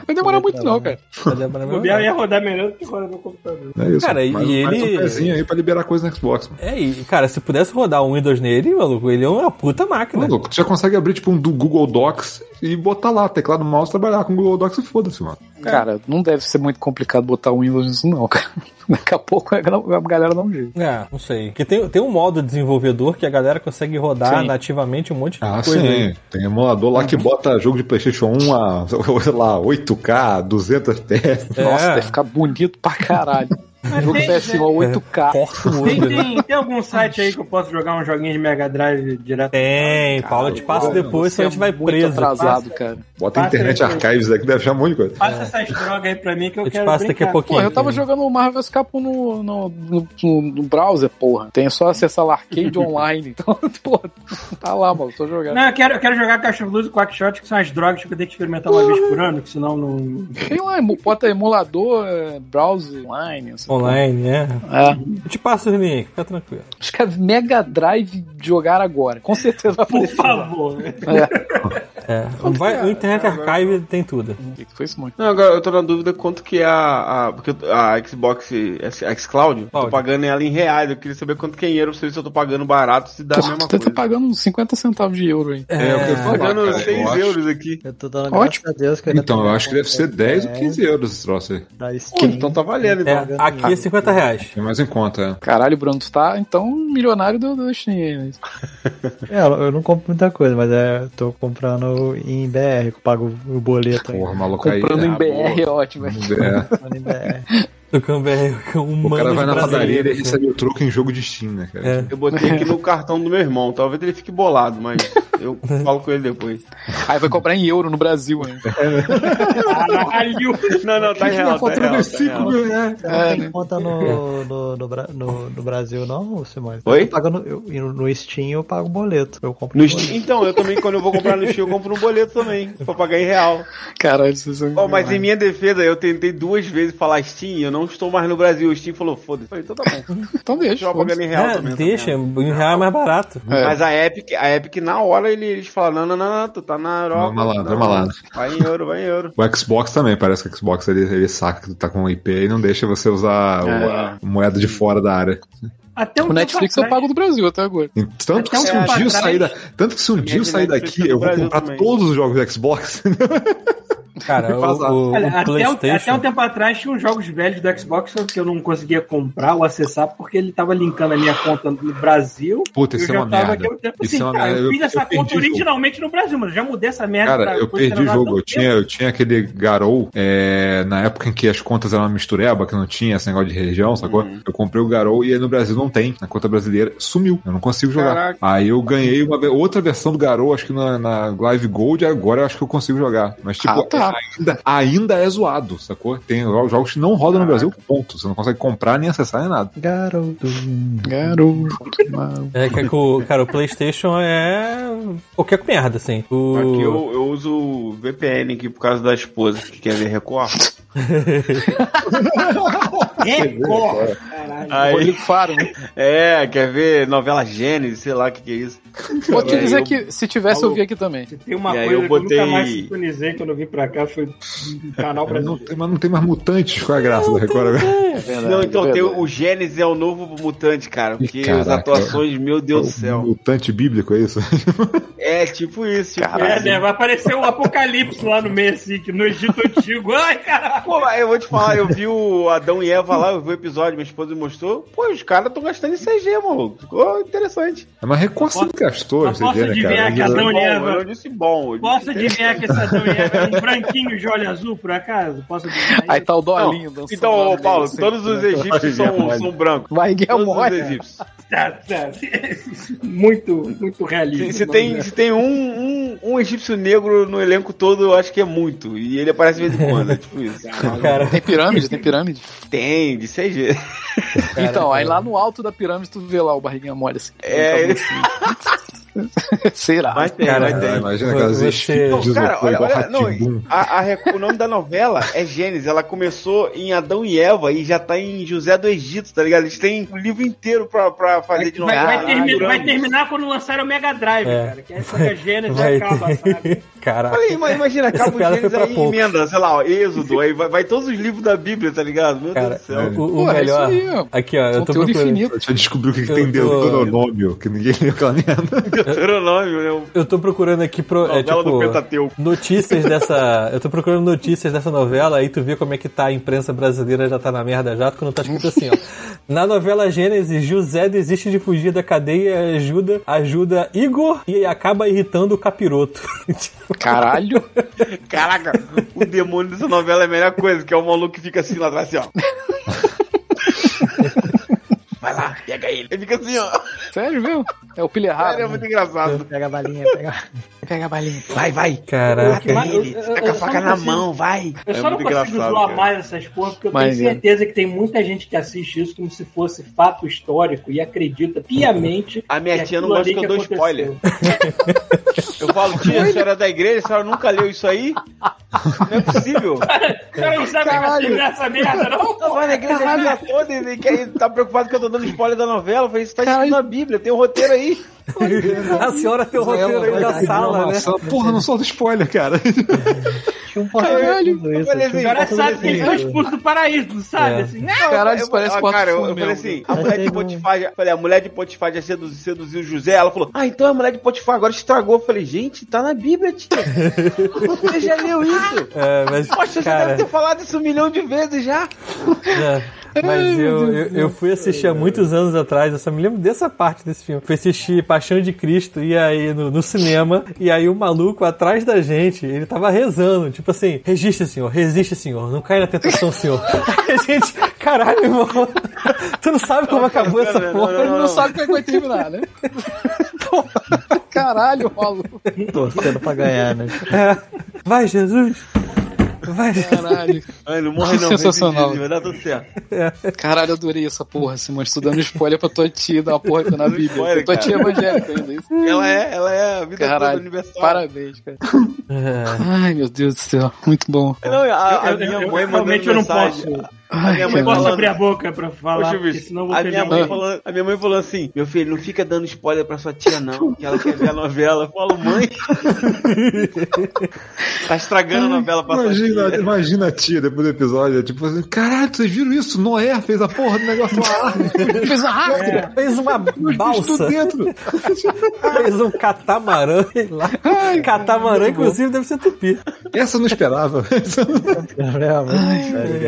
Speaker 2: não demora É, muito não, cara.
Speaker 1: Fazer pra
Speaker 3: O Biel ia rodar melhor do que roda no computador.
Speaker 4: É isso.
Speaker 1: Cara, e-
Speaker 4: Mais-
Speaker 1: e
Speaker 4: mais
Speaker 1: ele-
Speaker 4: um pezinho aí pra liberar coisa no Xbox. mano.
Speaker 1: É, e cara, se pudesse rodar um Windows nele, maluco, ele é uma puta máquina.
Speaker 4: Maluco, tu já consegue abrir tipo um do Google Docs e botar lá, teclado mouse, trabalhar com o Google Docs e foda-se, mano.
Speaker 2: Cara, não deve ser muito complicado botar o Windows nisso não, cara. Daqui a pouco a gal- a galera dá um jeito.
Speaker 1: É, não sei. Porque tem, tem um modo desenvolvedor que a galera consegue rodar
Speaker 2: Sim.
Speaker 1: nativamente um monte de
Speaker 4: Ah,
Speaker 1: coisa. aí.
Speaker 4: sim. Tem emulador lá
Speaker 1: Uhum.
Speaker 4: que bota jogo de PlayStation 1 a, sei lá, 8K, 200 FPS.
Speaker 1: É.
Speaker 2: Nossa, deve ficar bonito pra caralho. Jogo
Speaker 3: tem-
Speaker 2: PS1 8K.
Speaker 1: Corta o
Speaker 3: Tem,
Speaker 1: olho, né?
Speaker 3: tem, tem algum site aí que eu posso jogar uns joguinhos de Mega Drive direto?
Speaker 1: Tem, Paulo, eu te passo
Speaker 4: Caralho,
Speaker 1: depois, senão a
Speaker 4: é
Speaker 1: gente vai
Speaker 2: é muito
Speaker 1: preso.
Speaker 2: atrasado, cara.
Speaker 4: Bota
Speaker 3: Passa
Speaker 4: Internet
Speaker 3: aí,
Speaker 4: Archives aqui, deve achar um monte de coisa.
Speaker 3: Passa essas drogas aí pra mim que eu,
Speaker 1: Eu te
Speaker 3: quero
Speaker 1: passo daqui
Speaker 3: brincar.
Speaker 1: a
Speaker 2: Pô,
Speaker 1: pouquinho.
Speaker 2: eu tava jogando o Marvel vs. Capcom no, no, no, no- no browser, porra. Tem só acessar lá arcade online. Então, porra, tá lá, mano. Tô jogando.
Speaker 3: Não, eu quero, eu quero jogar Caixa Luz e Quackshot, que são as drogas que eu tenho que experimentar uma vez por ano, que senão não.
Speaker 2: Tem lá, emu- bota emulador, é, browser online. essa
Speaker 1: Online, né?
Speaker 2: porra. É.
Speaker 1: Eu te passo os links, fica tranquilo.
Speaker 2: Acho que é Mega Drive jogar agora. Com certeza vai
Speaker 3: Por
Speaker 2: aparecer.
Speaker 3: favor.
Speaker 1: É. Vai, o Internet Archive tem tudo.
Speaker 2: O que que foi isso, mano?
Speaker 8: Não, agora eu tô na dúvida quanto que é a, a. Porque eu- a Xbox S- a Xcloud, eu tô
Speaker 1: Cloud.
Speaker 8: pagando ela em reais. Eu queria saber quanto que é em euro, pra saber se eu tô pagando barato, se dá a
Speaker 2: Porra,
Speaker 8: mesma
Speaker 2: tu tá
Speaker 8: coisa.
Speaker 2: pagando uns 50 centavos de euro, hein?
Speaker 4: É, o que eu
Speaker 8: Tô
Speaker 4: falo,
Speaker 8: pagando
Speaker 4: cara, eu
Speaker 8: 6
Speaker 4: acho-
Speaker 8: euros aqui.
Speaker 5: Eu tô dando
Speaker 2: Ótimo.
Speaker 5: graças a Deus que eu ainda
Speaker 4: Então,
Speaker 5: tô
Speaker 4: eu acho que
Speaker 1: né?
Speaker 4: deve ser
Speaker 5: com
Speaker 4: 10 ou
Speaker 5: 10,
Speaker 4: 15 euros esse troço aí.
Speaker 5: Da Steam.
Speaker 8: Pô, então tá valendo,
Speaker 1: É,
Speaker 8: então.
Speaker 1: aqui é 50 reais.
Speaker 4: Tem mais em conta, né?
Speaker 2: Caralho, Bruno, tu tá então milionário do, do Steam aí, né?
Speaker 5: É, eu não compro muita coisa, mas é, eu tô comprando em BR, que eu pago o boleto
Speaker 4: é.
Speaker 5: ainda.
Speaker 4: Porra, maluco aí.
Speaker 2: Comprando
Speaker 4: é,
Speaker 2: em BR é
Speaker 4: boa.
Speaker 2: ótimo. hein?
Speaker 4: É,
Speaker 5: Comprando em BR.
Speaker 1: O Camber é um
Speaker 4: o cara
Speaker 1: mano
Speaker 4: vai na padaria
Speaker 1: brasileiro, né?
Speaker 4: e recebe o troco em jogo de Steam, né, cara?
Speaker 1: É.
Speaker 8: Eu botei aqui no cartão do meu irmão. Talvez ele fique bolado, mas eu falo com ele depois.
Speaker 2: Aí vai comprar em euro no Brasil, hein?
Speaker 3: Caralho!
Speaker 8: Não, não, tá em real, tá em real. Tá em real.
Speaker 5: Cara,
Speaker 2: É,
Speaker 5: tem conta no, no, no, Bra- no- no Brasil, não, Simões?
Speaker 8: É. Oi?
Speaker 5: Eu tô pagando, eu, e no- no Steam eu pago boleto. Eu compro
Speaker 8: No
Speaker 5: boleto.
Speaker 8: Steam- então, eu também, quando eu vou comprar no Steam, eu compro um boleto também, pra pagar em real.
Speaker 2: Caralho, vocês são.
Speaker 8: Ó, mas em minha defesa, eu tentei duas vezes falar Steam, eu não estou mais no Brasil. O Steam falou, foda-se. Eu Falei, então tá bom.
Speaker 2: Então deixa.
Speaker 8: Deixa eu pagando em real
Speaker 1: É,
Speaker 8: também.
Speaker 1: deixa,
Speaker 8: também.
Speaker 1: em real é mais barato.
Speaker 8: Mas a Epic, a Epic, na hora, ele- eles falaram, não, não, não, não, tu tá na Europa.
Speaker 4: Não, malandro,
Speaker 8: não,
Speaker 4: é malandro.
Speaker 8: Vai em euro, vai em euro.
Speaker 4: O Xbox também, parece que o Xbox ele, ele saca que tu tá com um IP e não deixa você usar
Speaker 2: É.
Speaker 4: o- a moeda de fora da área.
Speaker 3: Até um
Speaker 2: O Netflix eu pago do Brasil até agora.
Speaker 4: E Tanto que,
Speaker 3: Até
Speaker 4: se
Speaker 8: um
Speaker 4: um
Speaker 8: tempo
Speaker 4: dia eu
Speaker 3: atrás-
Speaker 4: sair da, tanto que se um dia eu
Speaker 8: de
Speaker 4: sair
Speaker 8: Netflix
Speaker 4: daqui,
Speaker 8: é no
Speaker 4: eu vou
Speaker 8: Brasil
Speaker 4: comprar
Speaker 8: também.
Speaker 4: todos os jogos do Xbox.
Speaker 1: Cara, o, o- o
Speaker 3: Olha, até, o- até um
Speaker 1: PlayStation.
Speaker 3: tempo atrás tinha uns jogos velhos do Xbox que eu não conseguia comprar ou acessar porque ele tava linkando a minha conta no Brasil.
Speaker 4: Puta, isso
Speaker 3: eu
Speaker 4: é uma merda.
Speaker 3: aqui, eu, tipo,
Speaker 4: Isso
Speaker 3: assim,
Speaker 4: é uma
Speaker 3: cara,
Speaker 4: merda.
Speaker 3: eu fiz
Speaker 4: Eu-
Speaker 3: essa
Speaker 4: eu
Speaker 3: conta
Speaker 4: perdi o jogo.
Speaker 3: originalmente no Brasil, mano. Já mudei essa merda.
Speaker 4: Cara,
Speaker 3: pra
Speaker 4: eu
Speaker 3: coisa que
Speaker 4: perdi o
Speaker 3: era lá
Speaker 4: jogo.
Speaker 3: tanto
Speaker 4: Eu tinha, eu tinha aquele Garou, é, na época em que as contas eram uma mistureba, que não tinha esse negócio de região, sacou? Eu comprei o Garou e aí no Brasil não tem. Na conta brasileira sumiu. Eu não consigo jogar.
Speaker 8: Caraca.
Speaker 4: Aí eu ganhei uma ve- outra versão do Garou, acho que na, na Live Gold, e agora eu acho que eu consigo jogar. Mas, tipo,
Speaker 2: Ah, tá.
Speaker 4: ainda, ainda é zoado, sacou? Tem jo- jogos que não rodam no Brasil, ponto. Você não consegue comprar, nem acessar, nem nada.
Speaker 5: Garoto.
Speaker 2: Garoto. mano.
Speaker 1: É, que é que o- cara, o PlayStation é qualquer merda, assim. O-
Speaker 8: Aqui eu, eu uso VPN aqui por causa da esposa que quer ver Record.
Speaker 3: É, Record.
Speaker 8: Aí,
Speaker 2: Rodrigo Faro, né?
Speaker 8: é, quer ver novela Gênesis, sei lá o que, que é isso.
Speaker 2: Vou te
Speaker 8: Aí
Speaker 2: dizer
Speaker 8: eu-
Speaker 2: que se tivesse eu vi aqui também.
Speaker 3: Tem uma
Speaker 8: E aí
Speaker 3: coisa
Speaker 8: eu
Speaker 3: que eu
Speaker 8: botei-
Speaker 3: nunca mais sintonizei quando eu vim pra cá, foi um canal
Speaker 4: Mas não
Speaker 3: brasileiro.
Speaker 4: tem, mas não tem mais mutantes com a graça da Record agora.
Speaker 2: É verdade.
Speaker 8: Não, então
Speaker 2: é
Speaker 8: tem,
Speaker 2: verdade.
Speaker 8: o Gênesis é o novo mutante, cara. Porque as
Speaker 4: caraca. É
Speaker 8: atuações, meu Deus do céu.
Speaker 4: Mutante bíblico, é isso?
Speaker 8: É tipo isso, tipo
Speaker 3: É,
Speaker 8: isso.
Speaker 3: né? Vai aparecer o Apocalipse lá no meio, assim, que no Egito Antigo. Ai, caralho!
Speaker 8: Pô, mas eu vou te falar, eu vi o Adão e Eva lá, eu vi o episódio, minha esposa me mostrou. Pô, os caras estão gastando em CG, maluco. Ficou interessante.
Speaker 4: É uma recorção que gastou,
Speaker 3: Aposto
Speaker 4: você vê, né,
Speaker 3: adivinhar
Speaker 4: cara?
Speaker 3: que Adão- Não,
Speaker 8: bom,
Speaker 3: Eva.
Speaker 8: Eu disse bom. Eu
Speaker 3: Posso
Speaker 8: disse
Speaker 3: adivinhar que esse Adão e Eva é um branquinho de olho azul, por acaso? Posso adivinhar
Speaker 2: Aí
Speaker 3: isso?
Speaker 2: tá o
Speaker 8: Não,
Speaker 2: Dolinho
Speaker 3: um
Speaker 2: dançando.
Speaker 8: Então,
Speaker 2: lá
Speaker 8: ô,
Speaker 2: no
Speaker 8: Paulo,
Speaker 2: meio, assim,
Speaker 8: todos os
Speaker 2: né?
Speaker 8: egípcios são, são brancos.
Speaker 2: Barriguinha
Speaker 8: Todos os
Speaker 2: mole.
Speaker 8: egípcios.
Speaker 3: Tá, tá. Muito, muito realista. né?
Speaker 8: Se, se tem, se tem um, um, um egípcio negro no elenco todo, eu acho que é muito. E ele aparece de vez em quando, é tipo isso.
Speaker 1: Cara,
Speaker 2: Tem pirâmide, tem pirâmide.
Speaker 8: Tem, de CG.
Speaker 2: então, aí lá no alto da pirâmide tu vê lá o barriguinha mole assim.
Speaker 8: É,
Speaker 2: Ele
Speaker 8: ele-
Speaker 2: tá bom, assim. Será?
Speaker 9: Mas tem,
Speaker 1: Cara, é,
Speaker 9: mas
Speaker 4: Cara,
Speaker 9: tem.
Speaker 4: É, imagina aquelas
Speaker 1: Você-
Speaker 4: espigas
Speaker 1: Não,
Speaker 8: Cara, olha,
Speaker 4: igual
Speaker 8: olha, não,
Speaker 4: Rá-Tim-Bum.
Speaker 8: a- a rec- o nome da novela é Gênesis. Ela começou em Adão e Eva e já tá em José do Egito, tá ligado? Eles têm um livro inteiro pra, pra fazer de
Speaker 3: Vai,
Speaker 8: novela. Ah,
Speaker 3: vai termi- vai
Speaker 8: Caralho.
Speaker 3: terminar quando lançaram o Mega Drive,
Speaker 1: É.
Speaker 3: cara. Que essa é a Gênesis
Speaker 1: Vai
Speaker 3: acaba, sabe?
Speaker 1: ter. Caraca.
Speaker 8: Olha aí, mas imagina,
Speaker 1: Essa
Speaker 8: acaba o
Speaker 1: piada foi
Speaker 8: Gênesis
Speaker 1: pra
Speaker 8: aí e
Speaker 1: poucos.
Speaker 8: emenda, sei lá, ó, Êxodo, aí vai, vai todos os livros da Bíblia, tá ligado? Meu
Speaker 1: Cara,
Speaker 8: Deus do céu.
Speaker 1: o, o
Speaker 2: Pô, é
Speaker 1: melhor.
Speaker 2: isso aí, ó.
Speaker 1: aqui, ó, eu tô
Speaker 2: Conteúdo
Speaker 1: procurando.
Speaker 2: infinito.
Speaker 4: Deixa eu descobrir o que, que
Speaker 1: Eu
Speaker 4: tem
Speaker 1: tô-
Speaker 4: Deuteronômio, que ninguém leu aquela merda.
Speaker 8: Deuteronômio, né? O-
Speaker 1: Eu tô procurando aqui pro, é,
Speaker 8: Novela do
Speaker 1: tipo,
Speaker 8: Pentateuco.
Speaker 1: notícias dessa. Eu tô procurando notícias dessa novela, aí tu vê como é que tá a imprensa brasileira já tá na merda já, quando tá escrito assim, ó. Na novela Gênesis, José desiste de fugir da cadeia e ajuda, ajuda Igor e acaba irritando o capiroto. Tipo,
Speaker 2: Caralho.
Speaker 8: Caraca, o demônio dessa novela é a melhor coisa, que é o maluco que fica assim lá atrás, assim, ó. Vai lá, pega ele. Ele fica assim, ó.
Speaker 2: Sério, viu? É o pilha
Speaker 1: Ah,
Speaker 8: Cara,
Speaker 2: errado.
Speaker 8: é muito engraçado.
Speaker 5: Pega a balinha, pega a...
Speaker 2: Pega a balinha.
Speaker 8: Vai, vai.
Speaker 1: caraca.
Speaker 3: Mas eu- eu- eu
Speaker 8: Tá com a
Speaker 3: só
Speaker 8: faca
Speaker 3: não
Speaker 8: na
Speaker 3: consigo-
Speaker 8: mão, vai.
Speaker 9: É
Speaker 3: Eu só não
Speaker 9: muito
Speaker 3: consigo
Speaker 9: engraçado,
Speaker 3: zoar
Speaker 9: cara.
Speaker 3: mais essas porra, porque eu
Speaker 2: Mas é.
Speaker 3: tenho certeza que tem muita gente que assiste isso como se fosse fato histórico e acredita piamente.
Speaker 8: A minha
Speaker 3: que
Speaker 8: tia não
Speaker 3: aquilo
Speaker 8: gosta
Speaker 3: ali
Speaker 8: que eu dou
Speaker 3: aconteceu.
Speaker 8: spoiler. Eu falo, tia, a senhora é da igreja, a senhora nunca leu isso aí? Não é possível.
Speaker 3: O cara não sabe
Speaker 2: Caralho.
Speaker 3: terminar essa merda, não?
Speaker 8: Eu vou na igreja a vida toda e ele quer- tá preocupado que eu tô dando spoiler da novela. Eu falei, isso tá escrito na Bíblia, tem um roteiro aí.
Speaker 1: A senhora tem o roteiro aí da sala, né?
Speaker 4: Porra, não solta spoiler, cara.
Speaker 5: Tinha um portão
Speaker 8: Caralho,
Speaker 5: tudo isso.
Speaker 8: eu
Speaker 5: tinha
Speaker 8: falei
Speaker 5: um
Speaker 3: O
Speaker 8: assim,
Speaker 3: cara
Speaker 8: eu falei
Speaker 3: sabe que eles estão expulsos do paraíso, não sabe?
Speaker 1: É.
Speaker 3: Assim,
Speaker 2: Caralho, isso parece
Speaker 8: ah,
Speaker 2: quatro
Speaker 8: cara, eu, eu
Speaker 2: fundo
Speaker 8: falei
Speaker 2: mesmo.
Speaker 8: assim, a mulher de
Speaker 5: tem um-
Speaker 8: Potifar, já, falei, a mulher de Potifar já sedu- seduziu o José, ela falou, ah, então a mulher de Potifar agora estragou. Eu falei, gente, tá na Bíblia, tia. Você já leu isso?
Speaker 1: É, mas,
Speaker 8: Poxa, você
Speaker 1: cara,
Speaker 8: deve ter falado isso um milhão de vezes já.
Speaker 1: É, Mas eu, eu, eu fui assistir há muitos anos atrás, eu só me lembro dessa parte desse filme. Fui assistir Paixão de Cristo e aí no, no cinema, e aí o maluco atrás da gente, ele tava rezando, tipo assim, resiste, senhor, resiste, senhor, não cai na tentação, senhor. Aí a gente, caralho, irmão, tu não sabe como acabou essa
Speaker 8: não,
Speaker 1: porra.
Speaker 2: Ele não sabe como é que vai terminar, né? Caralho, maluco.
Speaker 5: torcendo pra ganhar, né?
Speaker 1: É. Vai, Jesus! Vai, Jesus.
Speaker 2: Caralho.
Speaker 8: Ai, não morre não.
Speaker 2: Sensacional.
Speaker 8: resiste, Vai dar né? tudo certo.
Speaker 2: Caralho, eu adorei essa porra, Simão. Estudando spoiler pra tua tia dar uma porra que tá na
Speaker 8: Dando
Speaker 2: Bíblia.
Speaker 8: spoiler,
Speaker 2: tua
Speaker 8: cara.
Speaker 2: tia é evangélica ainda. Isso.
Speaker 8: Ela é, ela é a vida toda
Speaker 2: Caralho,
Speaker 8: universal.
Speaker 2: parabéns, cara.
Speaker 1: É,
Speaker 2: Ai, meu Deus do céu. Muito bom.
Speaker 8: Não, a,
Speaker 3: Eu-
Speaker 8: a
Speaker 3: eu-
Speaker 8: minha
Speaker 3: eu-
Speaker 8: mãe mandou
Speaker 3: realmente eu não posso.
Speaker 2: Ai,
Speaker 8: minha
Speaker 3: Eu
Speaker 8: mãe
Speaker 2: cara.
Speaker 3: posso
Speaker 8: falando-
Speaker 3: abrir a boca pra falar,
Speaker 8: Poxa,
Speaker 3: porque
Speaker 8: bicho,
Speaker 3: senão eu vou
Speaker 8: a, minha mãe
Speaker 3: pegar um...
Speaker 8: falou, a minha mãe falou assim: Meu filho, não fica dando spoiler pra sua tia, não, que ela quer ver a novela. Eu falo, mãe. tá estragando a novela pra sua tia.
Speaker 4: Imagina, imagina a tia depois do episódio, tipo assim, caralho, vocês viram isso? Noé fez a porra do negócio lá.
Speaker 2: Fez uma arca.
Speaker 1: Fez uma balsa,
Speaker 4: Estou dentro.
Speaker 1: fez um catamarã, sei lá. Catamarã, inclusive, deve ser tupi.
Speaker 4: Essa eu não esperava.
Speaker 5: Problema,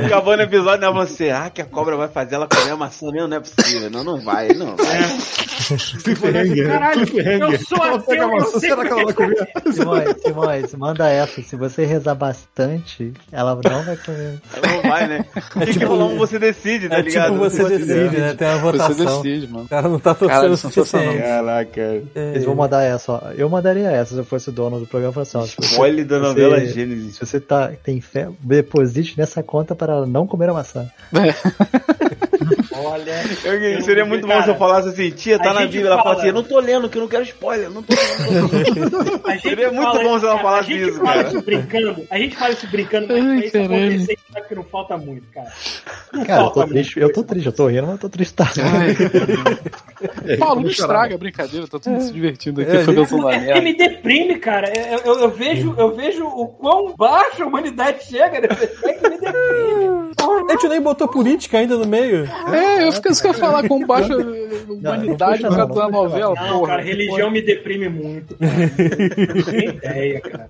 Speaker 8: Acabando o episódio, né? Você, ah, que a cobra vai fazer ela comer a maçã mesmo? Não é possível. Não, não vai, não. Vai.
Speaker 4: Cliffhanger.
Speaker 3: Caralho,
Speaker 4: Cliffhanger.
Speaker 3: eu sou
Speaker 4: Ela pega
Speaker 3: ateu,
Speaker 4: a maçã,
Speaker 3: eu sei
Speaker 4: será que ela vai comer?
Speaker 5: Simões, Simões, manda essa. Se você rezar bastante, ela não vai comer.
Speaker 8: Não vai, né? Tem que rolar um você decide, tá
Speaker 1: É
Speaker 8: ligado?
Speaker 1: tipo você decide, né? Tem uma
Speaker 2: Você
Speaker 1: votação.
Speaker 2: decide, mano.
Speaker 1: O cara não tá torcendo
Speaker 2: Caralho,
Speaker 1: o suficiente.
Speaker 2: sensacional.
Speaker 9: Caraca.
Speaker 5: Eles vão mandar essa, ó. Eu mandaria essa se eu fosse o dono do programa. eu falaria Assim, ó, se você-
Speaker 8: Spoiler da
Speaker 5: se você-
Speaker 8: novela Gênesis.
Speaker 5: Se você tá, tem fé, deposite nessa conta para ela não comer a maçã.
Speaker 3: Olha,
Speaker 8: Eu- seria muito bom se eu falasse assim, tia, tá
Speaker 3: a
Speaker 8: na
Speaker 3: gente
Speaker 8: Bíblia. Ela fala
Speaker 3: fala-
Speaker 8: assim, eu não tô lendo, que eu não quero spoiler, eu não tô lendo. não tô lendo.
Speaker 3: a gente
Speaker 8: Seria muito
Speaker 3: fala
Speaker 8: bom
Speaker 3: isso,
Speaker 8: se ela
Speaker 3: cara,
Speaker 8: falasse
Speaker 3: A gente
Speaker 8: isso,
Speaker 3: fala
Speaker 8: cara.
Speaker 3: isso brincando, a gente fala isso brincando, mas
Speaker 2: Ai,
Speaker 3: pra isso
Speaker 2: caralho.
Speaker 3: acontecer, a gente sabe que não falta muito, cara.
Speaker 8: É
Speaker 3: Não
Speaker 5: Cara, eu
Speaker 3: falta
Speaker 5: tô
Speaker 8: né?
Speaker 3: muito.
Speaker 5: triste, eu tô triste, eu tô rindo, mas eu tô triste. Tá?
Speaker 8: Ah,
Speaker 2: Paulo, não estraga a brincadeira. Tá todo mundo se divertindo aqui. Foi
Speaker 3: Isso
Speaker 2: dançando uma
Speaker 3: é-
Speaker 2: merda.
Speaker 3: me deprime, cara. Eu, eu- eu vejo, eu vejo o quão baixo a humanidade chega. Né? É que me deprime.
Speaker 1: A gente nem botou política ainda no meio.
Speaker 2: É, eu fico isso que eu ia falar com baixa eh, humanidade
Speaker 5: não, não,
Speaker 2: tratando a
Speaker 5: não, não.
Speaker 2: novela,
Speaker 3: Não,
Speaker 2: porra.
Speaker 3: cara, religião me deprime muito. Cara. Tem ideia, cara.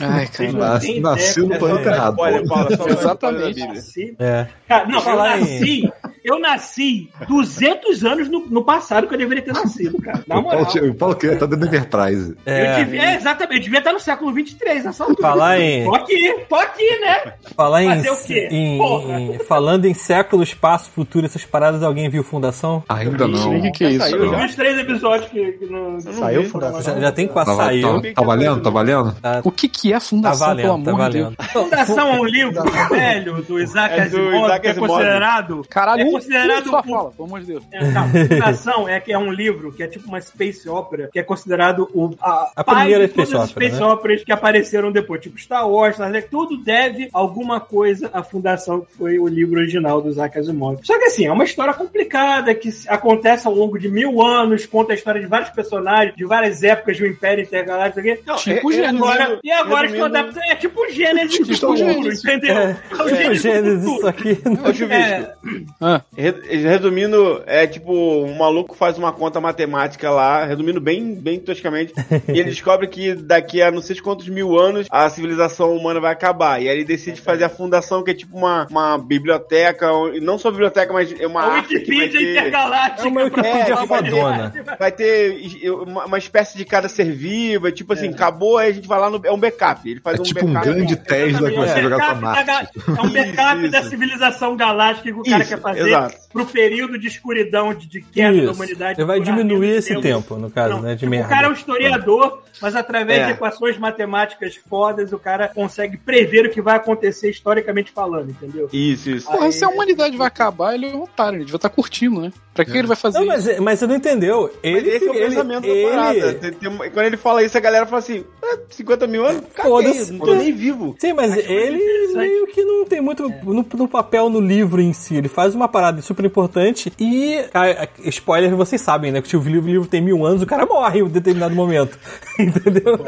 Speaker 2: Ai, cara.
Speaker 4: Nasci- Nasci no
Speaker 8: É
Speaker 4: planeta errado.
Speaker 8: Olha, Paula, só
Speaker 2: Exatamente.
Speaker 8: spoiler da Bíblia.
Speaker 3: Nasci-
Speaker 1: É.
Speaker 3: Cara, não, eu
Speaker 1: Falar em-
Speaker 3: nasci, eu nasci 200 anos no, no passado que eu deveria ter nascido, cara. Na
Speaker 4: O
Speaker 3: moral.
Speaker 4: Paulo, tinha- o Paulo queria estar dentro da Enterprise.
Speaker 3: Eu
Speaker 1: É,
Speaker 3: devia, é, exatamente, eu devia estar no século 23 nessa altura.
Speaker 1: Falar em-
Speaker 3: Tô aqui, tô aqui, né?
Speaker 1: falar em,
Speaker 3: Fazer o quê?
Speaker 1: em-
Speaker 3: Porra.
Speaker 1: em- falando em século, espaço, futuro, essas paradas, alguém viu Fundação?
Speaker 4: Ainda não.
Speaker 2: O que, que é isso?
Speaker 8: Saiu
Speaker 4: Não.
Speaker 3: Os três episódios que, que não...
Speaker 5: Saiu fundação.
Speaker 1: Já, já tem quase
Speaker 4: Tá, va-
Speaker 1: saiu.
Speaker 4: tá, tá valendo? Tá valendo?
Speaker 2: O que, que é
Speaker 1: Tá
Speaker 2: fundação, pelo
Speaker 1: valendo,
Speaker 2: amor
Speaker 1: tá
Speaker 2: de Deus?
Speaker 1: valendo.
Speaker 3: Fundação é um livro velho do Isaac
Speaker 8: É do
Speaker 3: Asimov,
Speaker 8: Isaac
Speaker 3: que é
Speaker 8: Asimov.
Speaker 3: considerado
Speaker 2: Caralho,
Speaker 3: é
Speaker 2: um
Speaker 3: considerado
Speaker 2: Só
Speaker 3: um-
Speaker 2: fala, pelo amor de Deus.
Speaker 3: É, não, Fundação é que é um livro que é tipo uma space opera, que é considerado o a,
Speaker 1: A
Speaker 3: pai
Speaker 1: primeira
Speaker 3: de todas
Speaker 1: space
Speaker 3: as
Speaker 1: opera,
Speaker 3: space
Speaker 1: né?
Speaker 3: operas que apareceram depois, tipo Star Wars, Star Trek, tudo deve alguma coisa à fundação que foi o livro original do Isaac Asimov. Só que assim, é uma história complicada que se- acontece ao longo de mil anos, conta a história de vários personagens, de várias épocas do Império Intergaláctico, não sei o quê.
Speaker 2: Tipo
Speaker 3: E
Speaker 2: Gênesis.
Speaker 3: agora, e agora
Speaker 8: resumindo-
Speaker 3: estou adaptando. É tipo Gênesis
Speaker 2: Tipo
Speaker 3: do futuro,
Speaker 2: Gênesis.
Speaker 3: entendeu?
Speaker 1: É,
Speaker 3: o
Speaker 1: tipo Gênesis,
Speaker 3: do
Speaker 1: isso
Speaker 3: futuro.
Speaker 1: aqui.
Speaker 8: Ô, Chuvisco,
Speaker 3: É,
Speaker 2: Ah.
Speaker 8: re- resumindo, é tipo, um maluco faz uma conta matemática lá, resumindo bem, bem toscamente, e ele descobre que daqui a não sei quantos mil anos a civilização humana vai acabar. E aí ele decide fazer a fundação, que é tipo uma, uma biblioteca, e não só biblioteca, mas é uma
Speaker 3: a
Speaker 8: arte que vai
Speaker 3: Wikipedia
Speaker 8: ter,
Speaker 3: intergaláctica.
Speaker 1: É uma
Speaker 3: pra-
Speaker 1: Wikipedia
Speaker 8: É,
Speaker 1: fodona.
Speaker 8: vai ter e- uma, uma espécie de cada ser vivo, é tipo assim, acabou, aí a gente vai lá no... É um backup. Ele faz
Speaker 4: É
Speaker 8: um
Speaker 4: tipo um
Speaker 8: backup.
Speaker 4: grande Tesla que vai ser
Speaker 3: É um
Speaker 4: jogado pra
Speaker 3: backup da
Speaker 4: Marte.
Speaker 3: ga- É um backup
Speaker 8: Isso,
Speaker 3: da
Speaker 8: isso.
Speaker 3: civilização galáctica que o cara
Speaker 8: Isso,
Speaker 3: quer fazer
Speaker 8: exato.
Speaker 3: pro período de escuridão, de, de queda da humanidade.
Speaker 1: Ele vai
Speaker 3: durar
Speaker 1: diminuir
Speaker 3: menos
Speaker 1: esse tempo, no caso,
Speaker 3: Não,
Speaker 1: né? De
Speaker 3: tipo,
Speaker 1: merda.
Speaker 3: O cara é um historiador, mas através
Speaker 8: É.
Speaker 3: de equações matemáticas fodas, o cara consegue prever o que vai acontecer historicamente falando, entendeu?
Speaker 8: Isso, isso.
Speaker 2: Porra, se a humanidade vai acabar, ele é um otário, ele devia estar curtindo, né? Pra que ele vai fazer
Speaker 1: Não,
Speaker 2: isso?
Speaker 1: mas, mas você não entendeu.
Speaker 8: Mas
Speaker 1: Ele,
Speaker 8: esse é o
Speaker 1: ele,
Speaker 8: pensamento
Speaker 1: ele-
Speaker 8: da parada. Tem- tem uma- quando ele fala isso, a galera fala assim: "Ah, 50 mil anos?
Speaker 1: Foda-se.
Speaker 8: Caguei, não tô nem vivo.
Speaker 1: Sim, mas ele
Speaker 3: interessante.
Speaker 1: meio que não tem muito
Speaker 5: É.
Speaker 1: no, no papel no livro em si. Ele faz uma parada super importante e. cara, spoiler, vocês sabem, né? Que se o livro, o livro tem mil anos, o cara morre em um determinado momento. Entendeu?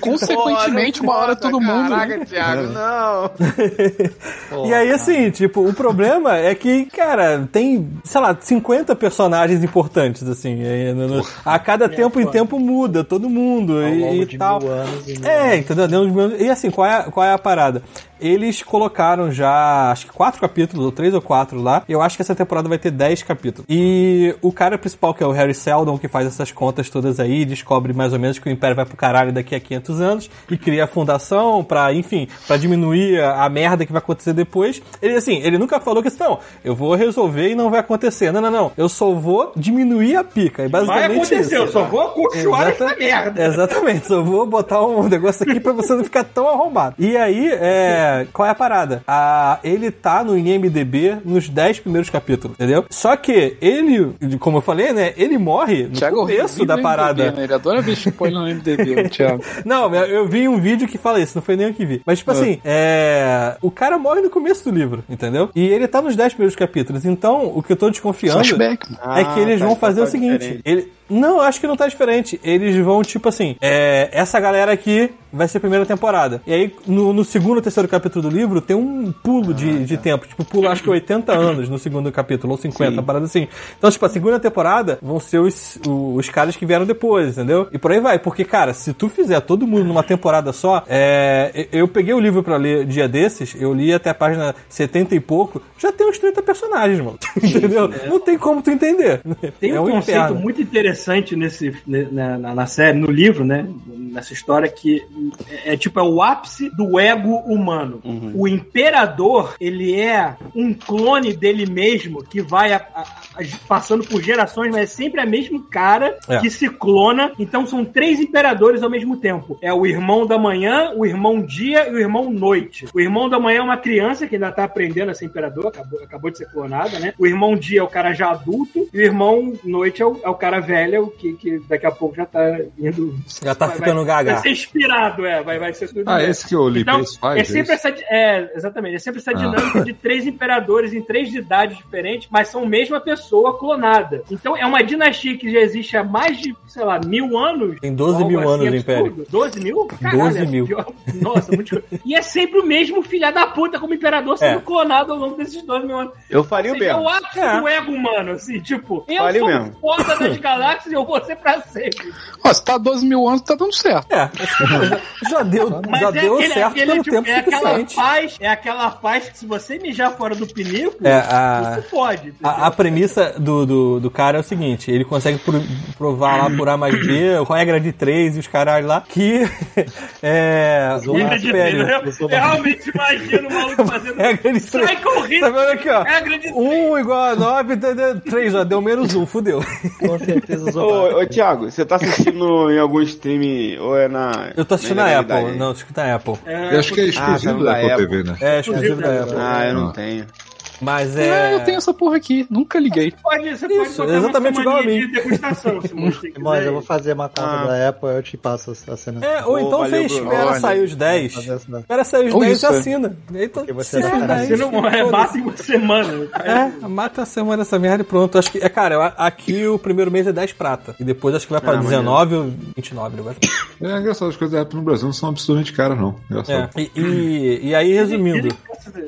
Speaker 2: Consequentemente, uma hora todo mundo. né?
Speaker 8: Caraca,
Speaker 1: É.
Speaker 8: Thiago, não.
Speaker 1: E aí, assim, tipo, o problema é que, cara, tem, sei lá, 50 personagens importantes, assim. é, no- no- A cada tempo em tempo muda todo mundo
Speaker 5: Ao
Speaker 1: e,
Speaker 5: longo
Speaker 1: e
Speaker 5: de
Speaker 1: tal.
Speaker 5: mil anos e mil
Speaker 1: é, entendeu? Dentro de mil anos- E assim, qual é, qual é a parada? Eles colocaram já, acho que quatro capítulos, ou três ou quatro lá. Eu acho que essa temporada vai ter dez capítulos. E o cara principal, que é o Harry Seldon, que faz essas contas todas aí, descobre mais ou menos que o Império vai pro caralho daqui a 500 anos e cria a fundação pra, enfim, pra diminuir a, a merda que vai acontecer depois. Ele, assim, ele nunca falou que, não, eu vou resolver e não vai acontecer. Não, não, não. Eu só vou diminuir a pica. É
Speaker 3: Vai
Speaker 1: basicamente
Speaker 3: acontecer, eu
Speaker 1: isso.
Speaker 3: só vou continuar
Speaker 1: Exata-
Speaker 3: essa é merda.
Speaker 1: Exatamente, só vou botar um negócio aqui pra você não ficar tão arrombado. E aí, é, qual é a parada? A, ele tá no IMDB nos 10 primeiros capítulos, entendeu? Só que ele, como eu falei, né? Ele morre no
Speaker 2: Thiago
Speaker 1: começo
Speaker 2: horrível
Speaker 1: da
Speaker 2: no
Speaker 1: parada.
Speaker 2: MDB, né? Ele adora ver spoiler no MDB, o Thiago.
Speaker 1: Não, eu- eu vi um vídeo que fala isso, não foi nem eu que vi. Mas, tipo assim, é. O cara morre no começo do livro, entendeu? E ele tá nos 10 primeiros capítulos. Então, o que eu tô desconfiando
Speaker 2: Flashback, mano.
Speaker 1: é que eles
Speaker 8: Ah,
Speaker 1: vão
Speaker 8: tá,
Speaker 1: fazer o
Speaker 8: tá
Speaker 1: seguinte.
Speaker 8: diferente.
Speaker 1: Ele... Não, eu acho que não tá diferente. Eles vão, tipo assim, é, essa galera aqui vai ser a primeira temporada. E aí, no, no segundo ou terceiro capítulo do livro, tem um pulo de,
Speaker 3: Ah, é.
Speaker 1: de tempo. Tipo, pula acho que 80 anos no segundo capítulo, ou 50, uma parada assim. Então, tipo, a segunda temporada vão ser os, os caras que vieram depois, entendeu? E por aí vai. Porque, cara, se tu fizer todo mundo numa temporada só, é, eu eu peguei o livro pra ler dia desses, eu li até a página 70 e pouco, já tem uns 30 personagens, mano. Entendeu? Não tem como tu entender.
Speaker 3: é. Tem
Speaker 1: é
Speaker 3: um, conceito muito interessante nesse, ne- na, na- na série, no livro, né? Nessa história que é, é tipo é o ápice do ego humano.
Speaker 1: Uhum.
Speaker 3: O imperador ele é um clone dele mesmo que vai a- a- a- passando por gerações, mas é sempre a mesmo cara
Speaker 1: É.
Speaker 3: que se clona. Então são três imperadores ao mesmo tempo. É o irmão da manhã, o irmão dia e o irmão noite. O irmão da manhã é uma criança que ainda tá aprendendo a ser imperador, acabou, acabou de ser clonada, né? O irmão dia é o cara já adulto e o irmão noite é o, é o cara velho, é o que, que daqui a pouco já tá indo.
Speaker 1: Já tá
Speaker 3: vai-
Speaker 1: ficando
Speaker 3: vai,
Speaker 1: gaga.
Speaker 3: vai ser inspirado, é. Vai, vai ser
Speaker 4: Ah, esse Ah. que eu li,
Speaker 3: Então,
Speaker 4: PS5.
Speaker 3: é sempre
Speaker 4: esse?
Speaker 3: essa, di- é, exatamente, é sempre essa dinâmica de três imperadores em três idades diferentes, mas são a mesma pessoa clonada. Então é uma dinastia que já existe há mais de, sei lá, mil anos.
Speaker 1: Tem 12 mil
Speaker 3: Algo assim,
Speaker 1: anos no
Speaker 3: absurdo.
Speaker 1: Império.
Speaker 3: 12 mil? Caralho,
Speaker 1: 12
Speaker 3: é
Speaker 1: mil.
Speaker 3: pior. Nossa, muito E é sempre o mesmo filha da puta como imperador sendo
Speaker 1: É.
Speaker 3: clonado ao longo desses 12 mil anos.
Speaker 8: Eu faria o
Speaker 3: Seria
Speaker 8: mesmo.
Speaker 3: o ápice
Speaker 1: É.
Speaker 3: do ego humano, assim, tipo, eu
Speaker 8: Fale
Speaker 3: sou
Speaker 8: mesmo.
Speaker 3: foda das galáxias e eu vou ser pra sempre.
Speaker 2: Ó, se tá 12 mil anos, tá dando certo.
Speaker 1: É, acho que já- já deu,
Speaker 3: Mas
Speaker 1: já
Speaker 3: é
Speaker 1: deu
Speaker 3: aquele,
Speaker 1: certo
Speaker 3: aquele
Speaker 1: pelo
Speaker 3: tipo,
Speaker 1: tempo
Speaker 3: é aquela
Speaker 1: suficiente.
Speaker 3: paz, é aquela paz que se você mijar fora do pinico,
Speaker 1: É, a-
Speaker 3: você pode.
Speaker 1: A, a premissa do, do, do cara é o seguinte: ele consegue pro- provar lá por A mais B, com a regra de 3 e os caralho lá, que é. o
Speaker 3: Regra de três,
Speaker 1: Império-
Speaker 3: né? eu, realmente imagino o maluco fazendo. É
Speaker 1: Regra de 3.
Speaker 3: Sai correndo.
Speaker 1: Tá vendo aqui, ó?
Speaker 3: Regra de
Speaker 1: 1 igual a 9, 3, ó, deu menos 1, fudeu.
Speaker 5: Com certeza os
Speaker 8: Ô, ô, Thiago, você tá assistindo no- em algum stream ou é na.
Speaker 1: Eu tô assistindo na Apple, não, assisto na Apple.
Speaker 3: É,
Speaker 4: Eu acho que é exclusivo
Speaker 8: tá no
Speaker 4: da
Speaker 8: da
Speaker 4: Apple
Speaker 8: Apple.
Speaker 4: TV, né?
Speaker 1: É, exclusivo da é Apple.
Speaker 8: Ah, eu não
Speaker 4: Ah.
Speaker 8: tenho.
Speaker 1: Mas
Speaker 2: É,
Speaker 1: é.
Speaker 2: eu tenho essa porra aqui. Nunca liguei.
Speaker 3: Pode, você
Speaker 1: Isso,
Speaker 3: pode botar
Speaker 1: exatamente
Speaker 3: uma
Speaker 1: igual a
Speaker 3: semaninha
Speaker 1: mim.
Speaker 3: de degustação, se você
Speaker 5: Mas eu vou
Speaker 3: quiser.
Speaker 5: fazer uma conta
Speaker 8: Ah.
Speaker 5: da Apple, eu te passo a cena.
Speaker 1: É, ou
Speaker 8: Pô,
Speaker 1: então
Speaker 8: valeu,
Speaker 1: você
Speaker 8: Bruno.
Speaker 1: espera
Speaker 8: Olha,
Speaker 1: sair os 10.
Speaker 5: fazer essa-
Speaker 1: Espera sair os
Speaker 2: Ou
Speaker 1: 10 e
Speaker 2: isso, é.
Speaker 1: assina. Eita,
Speaker 5: Porque você
Speaker 1: assina
Speaker 5: não
Speaker 1: os
Speaker 5: tá
Speaker 1: 10.
Speaker 3: Você não é,
Speaker 1: assim, Foda-se.
Speaker 3: mata em uma semana.
Speaker 1: É, mata a semana essa merda e pronto. Acho que, é, cara, eu- aqui o primeiro mês é 10 prata. E depois acho que vai pra 19 ou 29, né?
Speaker 4: É engraçado, as coisas da Apple no Brasil não são absurdamente caras, não. Engraçado.
Speaker 1: É. E, e, e aí, resumindo,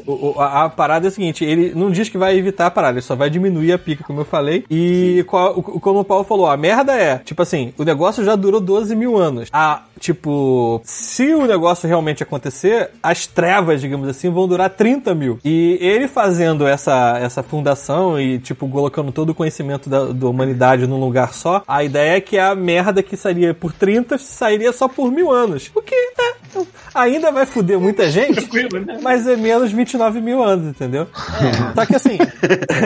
Speaker 1: o- o- a, a parada é a seguinte: ele não diz que vai evitar a parada, ele só vai diminuir a pica, como eu falei. E qual- o- como o Paulo falou, a merda é, tipo assim, o negócio já durou 12 mil anos. A, tipo, se o negócio realmente acontecer, as trevas, digamos assim, vão durar 30 mil. E ele fazendo essa, essa fundação e, tipo, colocando todo o conhecimento da, da humanidade num lugar só, a ideia é que a merda que sairia por 30 sairia só por mil anos. O que é, ainda vai foder muita gente.
Speaker 3: Tranquilo, né?
Speaker 1: Mas é menos 29 mil anos, entendeu?
Speaker 8: É.
Speaker 1: Só que assim,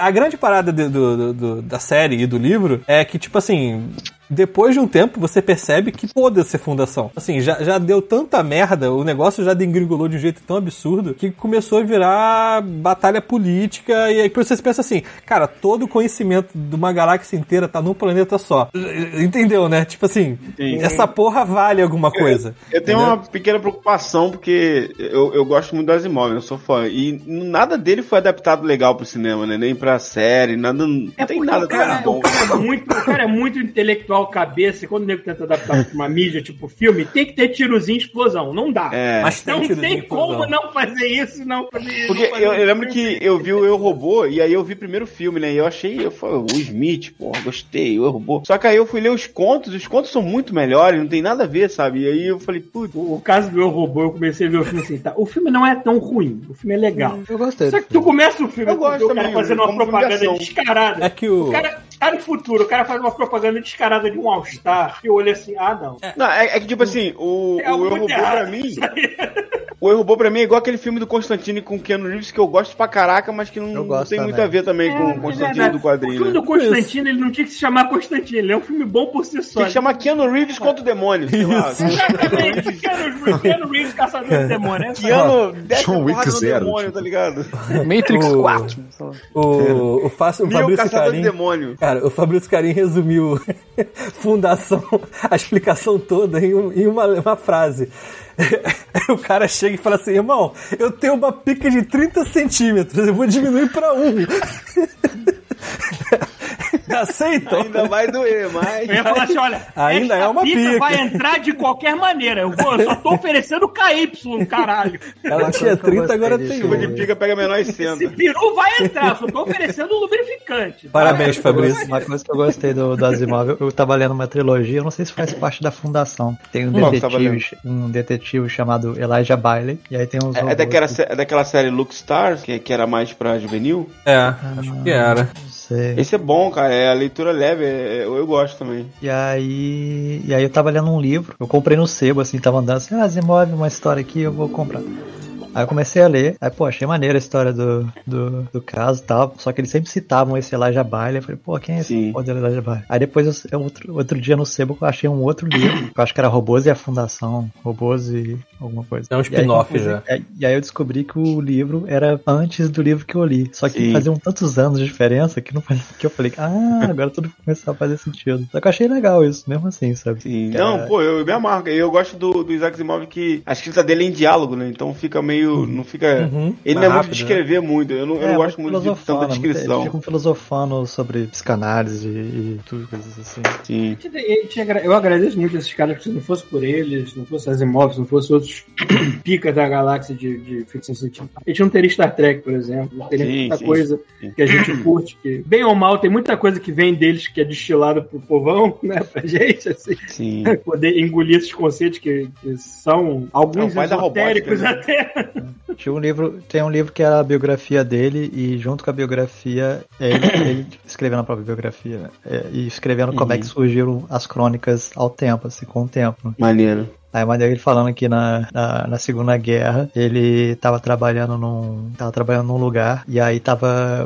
Speaker 1: a grande parada de- do- do- do- da série e do livro é que, tipo assim. Depois de um tempo, você percebe que pode ser fundação. Assim, já, já deu tanta merda, o negócio já degringolou de um jeito tão absurdo que começou a virar batalha política. E aí por isso você pensa assim, cara, todo o conhecimento de uma galáxia inteira tá num planeta só. Entendeu, né? Tipo assim, essa porra vale alguma coisa.
Speaker 8: Eu tenho uma pequena preocupação, porque eu, eu gosto muito do Asimov, eu sou fã. E n- nada dele foi adaptado legal pro cinema, né? Nem pra série, nada. Não
Speaker 3: É
Speaker 8: tem
Speaker 3: porque
Speaker 8: nada
Speaker 3: o cara,
Speaker 8: bom.
Speaker 3: o cara é muito, o cara é muito intelectual cabeça. e Quando o nego tenta adaptar pra uma mídia, tipo filme, tem que ter tirozinho e explosão. Não dá.
Speaker 8: É.
Speaker 1: Mas um
Speaker 3: Não
Speaker 1: tiro de
Speaker 3: tem como
Speaker 1: inclusão.
Speaker 3: não fazer isso, não fazer
Speaker 8: Porque
Speaker 3: não fazer
Speaker 8: eu, eu lembro
Speaker 3: isso.
Speaker 8: que eu vi o Eu Robô e aí eu vi primeiro o filme, né? E eu achei, eu falei, o Smith, pô, gostei, o Eu Robô. Só que aí eu fui ler os contos, os contos são muito melhores, não tem nada a ver, sabe? E aí eu falei, putz,
Speaker 3: O caso do Eu Robô, eu comecei a ver o filme assim, tá? O filme não é tão ruim, o filme é legal.
Speaker 5: Eu gostei.
Speaker 3: Só
Speaker 5: do
Speaker 3: que tu
Speaker 5: filme.
Speaker 3: começa o filme
Speaker 8: Eu
Speaker 3: tu vê
Speaker 8: gosto
Speaker 3: o cara
Speaker 8: também,
Speaker 3: fazendo uma
Speaker 8: como
Speaker 3: propaganda
Speaker 8: filme de
Speaker 3: descarada.
Speaker 1: É que o.
Speaker 3: O cara tá no futuro, o cara faz uma propaganda descarada de um All-Star e olha assim, ah, não.
Speaker 8: Não, é, é que tipo assim, o,
Speaker 3: É algo
Speaker 8: o Eu
Speaker 3: muito
Speaker 8: Robô
Speaker 3: errado
Speaker 8: pra mim.
Speaker 3: isso aí. é
Speaker 8: O Eu Robô pra mim é igual aquele filme do Constantine com o Keanu Reeves que eu gosto pra caraca, mas que não,
Speaker 5: Eu
Speaker 8: não
Speaker 5: gosto
Speaker 8: tem muito
Speaker 5: também.
Speaker 8: a ver também com
Speaker 3: É
Speaker 8: o Constantine
Speaker 3: verdade.
Speaker 8: Um do quadrinho.
Speaker 3: O filme
Speaker 8: né?
Speaker 3: do Constantino, ele não tinha que se chamar Constantino, ele é um filme bom por si só.
Speaker 8: Tem que chamar Keanu Reeves contra o demônio. Sei lá.
Speaker 3: Exatamente, Keanu Keanu Reeves caçador de demônio, né?
Speaker 8: Keanu desce a
Speaker 4: Ah, John Wick
Speaker 8: porrada no
Speaker 4: zero,
Speaker 8: demônio,
Speaker 4: tipo.
Speaker 8: tá ligado?
Speaker 2: Matrix
Speaker 1: O-
Speaker 2: 4. sei lá.
Speaker 1: O, o, Fácil, o
Speaker 8: Mil
Speaker 1: Fabrício
Speaker 8: caçador de
Speaker 1: Carim.
Speaker 8: demônio.
Speaker 1: Cara, o Fabrício Carim resumiu fundação, a explicação toda em, um- em uma, uma frase. O cara chega e fala assim, irmão, eu tenho uma pica de 30 centímetros, eu vou diminuir pra um. Aceitam?
Speaker 8: Ainda vai doer, mas.
Speaker 3: Eu ia falar assim, olha,
Speaker 1: Ainda
Speaker 3: esta
Speaker 1: é uma pica.
Speaker 3: vai entrar de qualquer maneira. Eu, vou, eu só tô oferecendo KY, caralho.
Speaker 1: Ela tinha
Speaker 5: coisa que eu
Speaker 1: 30, agora
Speaker 5: gostei
Speaker 1: tem
Speaker 5: disso.
Speaker 8: Chuva
Speaker 1: um.
Speaker 8: de pica pega menor e
Speaker 3: Esse
Speaker 8: senta.
Speaker 3: peru vai entrar, eu só tô oferecendo um lubrificante.
Speaker 1: Parabéns,
Speaker 5: Eu gosto-
Speaker 1: Fabrício.
Speaker 5: Uma coisa que eu gostei do, do Asimov, eu- eu tava lendo uma trilogia, eu não sei se faz parte da fundação. Tem um
Speaker 8: Qual que tava
Speaker 5: detetive, um detetive chamado Elijah Bailey, e aí tem uns
Speaker 8: É, é
Speaker 5: robôs
Speaker 8: daquela,
Speaker 5: que-
Speaker 8: sé- é daquela série Look Stars, que, que era mais pra juvenil.
Speaker 1: É, acho que era.
Speaker 5: não sei.
Speaker 8: Esse é bom, cara. É a leitura leve, é- é- eu gosto também.
Speaker 5: E aí, e aí eu tava lendo um livro, eu comprei no sebo, assim, tava andando assim, ah, Asimov, uma história aqui, eu vou comprar. Aí eu comecei a ler, aí, pô, achei maneira a história do, do, do caso e tal, só que eles sempre citavam esse Elijah Bailey, eu falei, pô, quem é esse
Speaker 8: Sim.
Speaker 5: pô do Elijah Bailey? Aí depois, eu- eu, outro, outro dia no sebo, eu achei um outro livro, que eu acho que era Robôs e a Fundação, Robôs e alguma coisa.
Speaker 1: É um
Speaker 5: E aí,
Speaker 1: spin-off
Speaker 5: inclusive,
Speaker 1: já.
Speaker 5: é, E aí eu descobri que o livro era antes do livro que eu li, só que
Speaker 8: Sim.
Speaker 5: faziam tantos anos de diferença que, não, faz- que eu falei, ah, agora tudo começou a fazer sentido. Só que eu achei legal isso, mesmo assim, sabe?
Speaker 8: Não, pô, eu, eu me amarro. Eu gosto do, do Isaac Asimov que a escrita dele é em diálogo, né? Então fica meio. Não fica.
Speaker 1: Uhum.
Speaker 8: Ele não
Speaker 1: Mais
Speaker 8: é muito
Speaker 1: rápido,
Speaker 8: de escrever muito. Eu não,
Speaker 5: é,
Speaker 8: eu não gosto muito de tanta
Speaker 5: né, Eu
Speaker 8: descrição.
Speaker 5: fico filosofando sobre psicanálise e, e tudo, coisas assim.
Speaker 8: Sim.
Speaker 3: Eu te agra- Eu agradeço muito esses caras, porque se não fosse por eles, se não fosse as imóveis, se não fosse outros picas da galáxia de, de ficção científica, a gente não teria Star Trek, por exemplo, não teria
Speaker 8: Sim,
Speaker 3: muita
Speaker 8: sim.
Speaker 3: coisa
Speaker 8: Sim.
Speaker 3: que a gente curte, que, bem ou mal, tem muita coisa que vem deles que é destilada pro povão, né, pra gente, assim,
Speaker 8: Sim.
Speaker 3: poder engolir esses conceitos que, que são
Speaker 8: É
Speaker 3: alguns
Speaker 8: o pai da
Speaker 3: esotéricos
Speaker 8: robótica,
Speaker 3: até.
Speaker 5: Tinha um livro, tem um livro que é a biografia dele, e junto com a biografia, é ele, ele escrevendo a própria biografia,
Speaker 8: Uhum.
Speaker 5: né? É, e escrevendo como é que surgiram as crônicas ao tempo, assim, com o tempo.
Speaker 8: Maneiro.
Speaker 5: Aí maneiro ele falando que na, na, na Segunda Guerra ele tava trabalhando num. tava trabalhando num lugar e aí tava.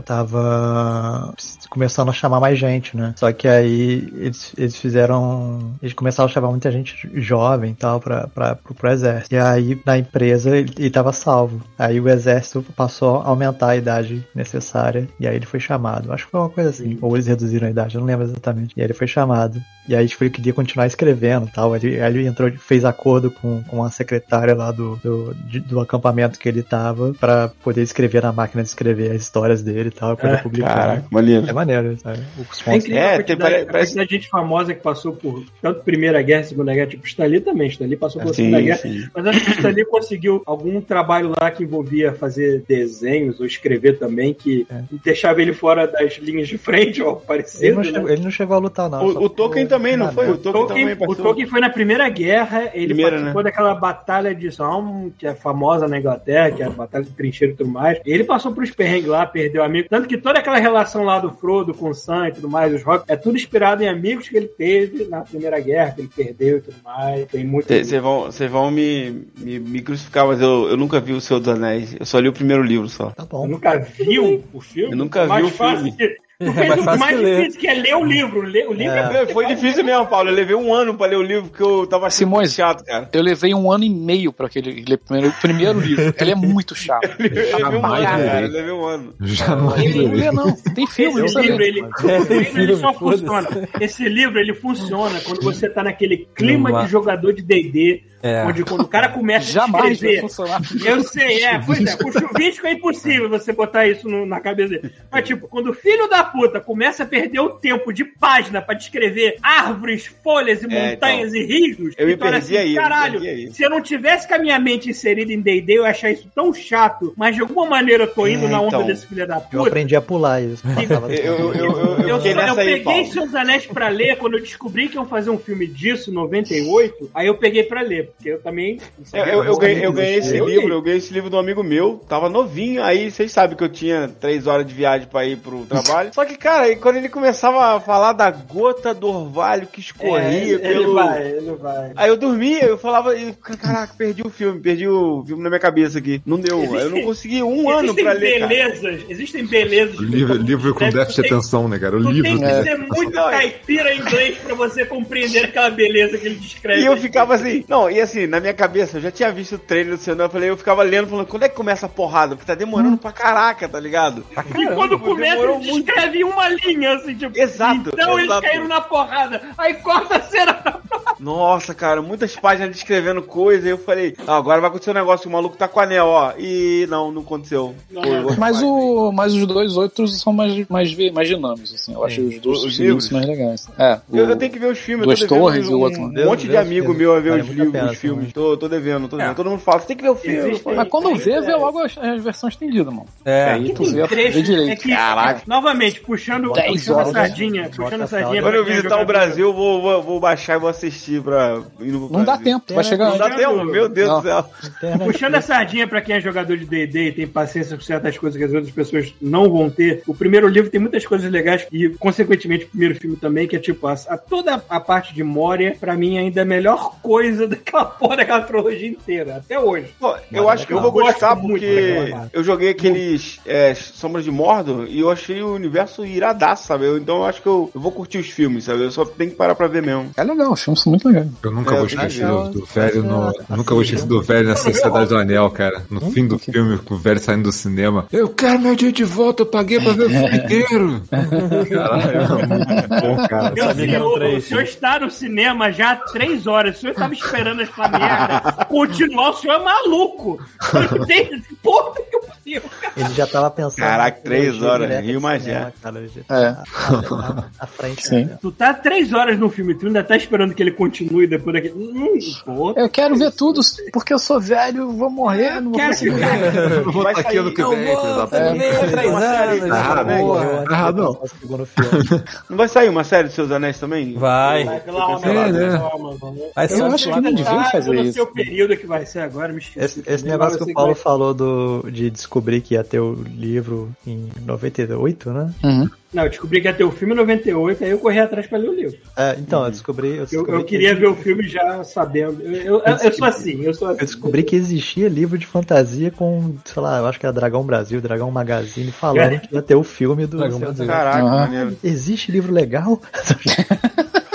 Speaker 5: tava começando a chamar mais gente, né? Só que aí eles, eles fizeram. Eles começaram a chamar muita gente jovem e tal pra, pra, pro, pro exército. E aí na empresa ele, ele tava salvo. Aí o exército passou a aumentar a idade necessária e aí ele foi chamado. Acho que foi uma coisa assim. Ou eles reduziram a idade, eu não lembro exatamente. E aí ele foi chamado. E aí tipo, ele queria continuar escrevendo e tal. Ele, aí ele entrou, fez acordo com, com a secretária lá do, do, de- do acampamento que ele tava pra poder escrever na máquina de escrever as histórias dele e tal,
Speaker 8: É,
Speaker 5: poder publicar.
Speaker 8: Caraca, maneiro.
Speaker 5: É maneiro, sabe? Os
Speaker 3: É
Speaker 5: pontos.
Speaker 3: incrível
Speaker 8: É,
Speaker 3: a
Speaker 8: tem-
Speaker 3: quantidade,
Speaker 8: pare- parece-
Speaker 3: a quantidade de gente famosa que passou por tanto Primeira Guerra, Segunda Guerra, tipo Stanley também. Stanley passou pela Segunda
Speaker 8: Sim,
Speaker 3: Guerra.
Speaker 8: sim.
Speaker 3: Mas acho que o Stanley conseguiu algum trabalho lá que envolvia fazer desenhos ou escrever também, que
Speaker 8: É.
Speaker 3: deixava ele fora das linhas de frente, ó,
Speaker 5: Ele
Speaker 3: parecido.
Speaker 5: não,
Speaker 3: né?
Speaker 5: chegou, ele não chegou a lutar, não. só
Speaker 8: O, o
Speaker 5: ficou
Speaker 8: Tolkien também, não
Speaker 5: na
Speaker 8: foi? O
Speaker 5: merda.
Speaker 8: Tolkien, também
Speaker 3: Tolkien- O
Speaker 8: passou.
Speaker 3: Tolkien foi na Primeira Guerra, ele
Speaker 8: Primeira, né?
Speaker 3: participou daquela batalha de Somme, que é famosa na Inglaterra, que é a batalha de trincheiro e tudo mais. Ele passou pros perrengues lá, perdeu amigo. Tanto que toda aquela relação lá do Frodo com o Sam e tudo mais, os Hobbits, é tudo inspirado em amigos que ele teve na Primeira Guerra, que ele perdeu e tudo mais. Tem muito...
Speaker 8: Vocês vão, cê vão me, me, me crucificar, mas eu, eu nunca vi O Senhor dos Anéis. Eu só li o primeiro livro só.
Speaker 5: Tá
Speaker 3: Eu
Speaker 5: bom.
Speaker 3: nunca viu o filme?
Speaker 8: Eu nunca vi
Speaker 3: mais
Speaker 8: o filme.
Speaker 3: Fácil. que- Tu
Speaker 1: É
Speaker 3: fez
Speaker 1: mais
Speaker 3: o
Speaker 1: fácil
Speaker 3: mais
Speaker 1: que ler.
Speaker 3: difícil, que é ler o livro. Ler, o livro é...
Speaker 8: É, Foi difícil mesmo, Paulo. Eu levei um ano pra ler o livro, porque eu tava achando
Speaker 2: Simões.
Speaker 8: chato, cara.
Speaker 2: Eu levei um ano e meio pra aquele ler primeiro, o primeiro livro. Ele é muito chato. Tá
Speaker 8: Eu levei um ano,
Speaker 4: Jamais
Speaker 8: cara.
Speaker 4: lerei.
Speaker 8: Eu levei um ano.
Speaker 4: Jamais
Speaker 2: Ele não
Speaker 4: lerei.
Speaker 2: lê, não. Tem filme, não
Speaker 3: Esse livro,
Speaker 2: sabe?
Speaker 3: ele,
Speaker 1: É,
Speaker 3: esse livro, ele só
Speaker 1: foda-se.
Speaker 3: funciona. Esse livro ele funciona quando você tá naquele clima
Speaker 1: Numa-
Speaker 3: de jogador de DD,
Speaker 1: É.
Speaker 3: onde quando o cara começa a
Speaker 2: Jamais vai
Speaker 3: escrever.
Speaker 2: funcionar.
Speaker 3: Eu sei, é, pois é, com chuvisco é impossível você botar isso no- na cabeça dele. Mas, tipo, quando o filho da puta começa a perder o tempo de página pra descrever árvores, folhas e
Speaker 8: É,
Speaker 3: montanhas e rios,
Speaker 8: Eu me
Speaker 3: então era
Speaker 8: perdi aí, eu me
Speaker 3: caralho,
Speaker 8: perdi aí."
Speaker 3: se eu não tivesse com a minha mente inserida em DD, eu ia achar isso tão chato, mas de alguma maneira eu tô indo
Speaker 8: É,
Speaker 3: na onda
Speaker 8: então.
Speaker 3: desse filho da
Speaker 5: Eu
Speaker 3: puta.
Speaker 5: aprendi a pular isso. Passava
Speaker 8: Eu, eu, eu, eu, eu
Speaker 3: Eu,
Speaker 8: fiquei
Speaker 3: só- eu
Speaker 8: nessa aí,
Speaker 3: peguei
Speaker 8: Paulo.
Speaker 3: Seus Anéis pra ler quando eu descobri que iam fazer um filme disso, 98. Aí eu peguei pra ler, porque eu também.
Speaker 8: Eu, É, eu, eu ganhei, eu ganhei esse
Speaker 3: Eu
Speaker 8: livro,
Speaker 3: li.
Speaker 8: eu ganhei esse livro de um amigo meu, tava novinho, aí vocês sabem que eu tinha três horas de viagem pra ir pro trabalho. Só que, cara, aí quando ele começava a falar da gota do orvalho que
Speaker 3: É,
Speaker 8: escorria
Speaker 3: ele
Speaker 8: pelo.
Speaker 3: vai, ele vai.
Speaker 8: Aí eu dormia, eu falava, e, caraca, perdi o filme, perdi o filme na minha cabeça aqui. Não deu,
Speaker 3: Existe-
Speaker 8: eu não consegui um ano
Speaker 3: existem
Speaker 8: pra ler, cara.
Speaker 3: belezas, existem belezas.
Speaker 4: Livro,
Speaker 3: que tu-
Speaker 4: livro com
Speaker 3: deve-
Speaker 4: déficit de
Speaker 3: É, tem-
Speaker 4: atenção, né, cara? O
Speaker 3: Tu
Speaker 4: livro.
Speaker 3: tem que
Speaker 4: com déficit
Speaker 3: ser
Speaker 4: de
Speaker 3: muito
Speaker 4: atenção.
Speaker 3: caipira em inglês pra você compreender aquela beleza que ele descreve.
Speaker 8: E eu ficava assim, não, e assim, na minha cabeça, eu já tinha visto o trailer do Senhor, eu falei, eu ficava lendo, falando, quando é que começa a porrada? Porque tá demorando pra caraca, tá ligado?
Speaker 3: E quando começa,
Speaker 8: demorou
Speaker 3: ele descreve em uma linha, assim, tipo.
Speaker 8: Exato,
Speaker 3: Então eles
Speaker 8: exato.
Speaker 3: caíram na porrada. Aí corta a cena pra
Speaker 8: Nossa, cara, muitas páginas descrevendo coisa, e eu falei, ah, agora vai acontecer um negócio, o maluco tá com anel, ó, e não, não aconteceu. Foi outra
Speaker 2: Mas,
Speaker 8: página.
Speaker 2: o, mas os dois outros são mais, mais, vi- mais dinâmicos, assim. Eu acho os dois
Speaker 8: Os
Speaker 2: os
Speaker 8: livros?
Speaker 2: livros mais legais. É, o-
Speaker 8: Eu, eu tenho que ver os filmes,
Speaker 2: Duas
Speaker 8: eu tô devendo
Speaker 2: Torres e o
Speaker 8: um
Speaker 2: outro, né?
Speaker 8: Um monte de
Speaker 5: Deus,
Speaker 8: amigo
Speaker 5: Deus. é
Speaker 8: meu a ver
Speaker 5: Vale
Speaker 8: os
Speaker 5: muito a
Speaker 8: livros,
Speaker 5: pena
Speaker 8: os filmes.
Speaker 5: também.
Speaker 8: Tô, tô devendo, tô devendo.
Speaker 3: É.
Speaker 8: Todo mundo fala, você tem que ver o filme. Eu
Speaker 3: Existem-
Speaker 8: falo,
Speaker 2: Mas quando vê, vê logo as, as versões estendidas, mano.
Speaker 1: É,
Speaker 8: aí
Speaker 2: Tu vê, vê
Speaker 3: trecho. É
Speaker 2: direito.
Speaker 3: que,
Speaker 8: Caraca.
Speaker 3: novamente, puxando,
Speaker 2: Dez
Speaker 3: puxando a
Speaker 2: horas.
Speaker 3: sardinha, puxando
Speaker 5: Bota
Speaker 3: né? a
Speaker 5: a
Speaker 3: sardinha.
Speaker 5: fralda.
Speaker 8: Quando
Speaker 3: pra
Speaker 8: eu
Speaker 3: quem é
Speaker 8: visitar o
Speaker 3: jogador.
Speaker 8: Brasil, eu vou, vou, vou baixar e vou assistir pra ir no
Speaker 2: Não dá
Speaker 8: Brasil.
Speaker 2: tempo, vai chegar
Speaker 8: Não
Speaker 2: antes.
Speaker 8: dá tempo, meu Deus
Speaker 2: Não.
Speaker 8: do céu.
Speaker 3: Puxando a sardinha pra quem é jogador de D&D e tem paciência com certas coisas que as outras pessoas não vão ter, o primeiro livro tem muitas coisas legais e, consequentemente, o primeiro filme também, que é tipo, a, a- toda a parte de Moria, pra mim, ainda é a melhor coisa daquela porra daquela trilogia inteira, até hoje.
Speaker 8: Pô, eu acho que eu vou
Speaker 3: Gosto
Speaker 8: gostar
Speaker 3: muito
Speaker 8: porque
Speaker 3: daquela
Speaker 8: eu joguei aqueles é, Sombras de Mordor e eu achei o universo iradaço, sabe? Eu- Então eu acho que eu, eu vou curtir os filmes, sabe? Eu só tenho que parar pra ver mesmo.
Speaker 2: É legal, os filmes são muito legais.
Speaker 4: Eu nunca
Speaker 8: É,
Speaker 4: vou esquecer
Speaker 5: legal.
Speaker 4: do, do velho no. eu nunca vou esquecer do velho na Sociedade do Anel, cara.
Speaker 8: Hum?
Speaker 4: No fim do filme, com o velho saindo do cinema. Eu quero meu dia de volta, eu paguei pra ver o filme inteiro. Caralho, é muito bom, cara.
Speaker 3: Meu
Speaker 1: Sabia que era um
Speaker 3: senhor, o
Speaker 1: trecho.
Speaker 3: senhor está no cinema já há três horas. O senhor estava esperando essa merda continuar. O senhor é maluco. O senhor não tem puta que pariu.
Speaker 5: Ele já tava pensando.
Speaker 8: Caraca, três
Speaker 5: Hoje,
Speaker 8: horas,
Speaker 5: direto
Speaker 8: Rio
Speaker 5: no
Speaker 8: Magé.
Speaker 5: cinema, cara, hoje.
Speaker 2: É.
Speaker 5: A- a- a- A frente.
Speaker 2: Sim.
Speaker 5: né?
Speaker 3: Tu tá há três horas no filme, tu ainda tá esperando que ele continue depois daquele. Hum, pô.
Speaker 2: Eu quero ver tudo, porque eu sou velho, vou morrer, não vou
Speaker 3: Quero
Speaker 2: conseguir.
Speaker 3: ficar.
Speaker 4: Eu vou
Speaker 8: Vai
Speaker 4: estar aqui
Speaker 8: sair-
Speaker 4: ano que
Speaker 1: Eu
Speaker 4: vem, filho da
Speaker 1: vou
Speaker 4: puta.
Speaker 2: é
Speaker 1: fazer três anos.
Speaker 4: Tá errado, né?
Speaker 5: Morreu
Speaker 4: Tá
Speaker 5: antes de
Speaker 4: errado, não.
Speaker 5: lançar o segundo filme.
Speaker 8: Não vai sair uma série de seus anéis também?
Speaker 1: Vai.
Speaker 3: pela alma,
Speaker 4: É, né?
Speaker 3: pela alma, mano.
Speaker 1: Vai ser um
Speaker 2: Eu acho que
Speaker 1: filme.
Speaker 2: nem devia
Speaker 3: Ah, eu
Speaker 2: fazer
Speaker 3: não sei
Speaker 2: isso.
Speaker 3: o período assim é que vai ser agora, me esqueci.
Speaker 5: Esse, esse
Speaker 3: também,
Speaker 5: negócio
Speaker 3: mas
Speaker 5: que
Speaker 3: eu
Speaker 5: o Paulo
Speaker 3: sei
Speaker 5: falou do, de descobrir que ia ter o livro em 98, né?
Speaker 3: Não, eu descobri que ia ter o filme em 98, aí eu corri atrás pra ler o livro.
Speaker 5: É, então,
Speaker 1: Uhum.
Speaker 5: eu descobri. Eu,
Speaker 3: Eu,
Speaker 5: descobri
Speaker 3: eu
Speaker 5: que-
Speaker 3: queria ver o filme já sabendo. Eu, eu, eu- eu sou assim, eu sou assim.
Speaker 5: Eu descobri que existia livro de fantasia com, sei lá, eu acho que era Dragão Brasil, Dragão Magazine, falando que ia ter o filme do.
Speaker 1: Dragão
Speaker 5: sei lá,
Speaker 1: Brasil.
Speaker 8: Caraca,
Speaker 2: Ah.
Speaker 8: maneiro.
Speaker 5: Existe livro legal?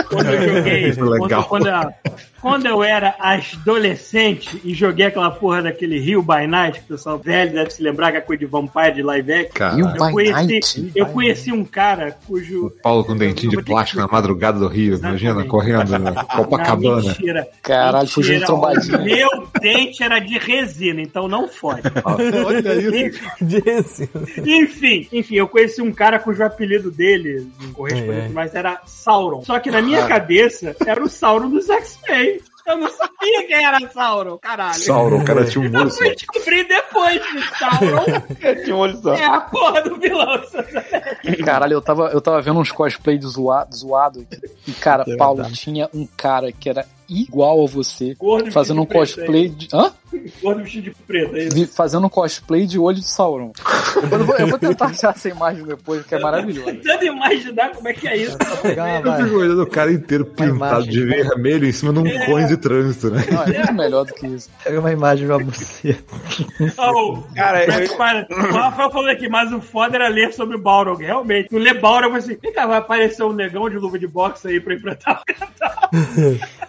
Speaker 3: Quando eu joguei,
Speaker 4: Isso é legal.
Speaker 3: quando, quando a- quando eu era adolescente e joguei aquela porra daquele Rio by Night, que o pessoal velho deve se lembrar que é coisa de vampire de live action.
Speaker 2: E o
Speaker 4: Cara,
Speaker 2: By
Speaker 3: Eu conheci,
Speaker 2: Night?
Speaker 3: eu conheci um cara cujo.
Speaker 4: o Paulo com dentinho de plástico na madrugada do Rio, imagina,
Speaker 3: Exatamente.
Speaker 4: correndo na
Speaker 3: Ah,
Speaker 4: Copacabana.
Speaker 3: mentira.
Speaker 2: Caralho,
Speaker 3: Mentira,
Speaker 2: fugiu de trombadinha.
Speaker 3: o Meu dente era de resina, então não fode.
Speaker 4: Ah, Olha isso.
Speaker 1: Disse.
Speaker 3: Enfim, enfim, eu conheci um cara cujo apelido dele, um correspondente,
Speaker 1: É.
Speaker 3: mas era Sauron. Só que na
Speaker 2: Ah.
Speaker 3: minha cabeça era o Sauron dos X-Men. Eu não sabia quem era Sauron, caralho.
Speaker 4: Sauron, o cara tinha um
Speaker 3: Eu
Speaker 4: muro só.
Speaker 3: fui descobrir depois que Sauron
Speaker 8: Eu tinha um olho só.
Speaker 3: é a porra do vilão.
Speaker 2: Caralho, eu tava, eu tava vendo uns cosplay de zoado, zoado aqui. E, cara,
Speaker 8: É
Speaker 5: Verdade.
Speaker 2: Paulo, tinha um cara que era igual a você.
Speaker 3: Gordo
Speaker 2: Fazendo um
Speaker 3: vestido de
Speaker 2: cosplay
Speaker 3: preto,
Speaker 2: de. Hã?
Speaker 3: hein? Gordo vestido de preto, é isso.
Speaker 2: Vi- Fazendo um cosplay de olho de Sauron. Eu vou, eu vou tentar achar essa imagem depois, que é maravilhoso.
Speaker 3: Tentando imaginar como é que é isso.
Speaker 5: Legal,
Speaker 4: Eu
Speaker 5: vai.
Speaker 4: fico olhando o cara inteiro pintado
Speaker 5: imagem.
Speaker 4: de vermelho em cima de
Speaker 3: É.
Speaker 4: um cone de trânsito, né?
Speaker 2: Não, é muito melhor do que isso.
Speaker 5: Pega uma imagem de uma buceta.
Speaker 3: Oh,
Speaker 8: Cara,
Speaker 3: Mas,
Speaker 8: eu-
Speaker 3: para, o Rafael falou aqui, mas o foda era ler sobre Balrog. Realmente, tu lê Balrog, você assim, vem cá, vai aparecer um negão de luva de boxe aí pra enfrentar.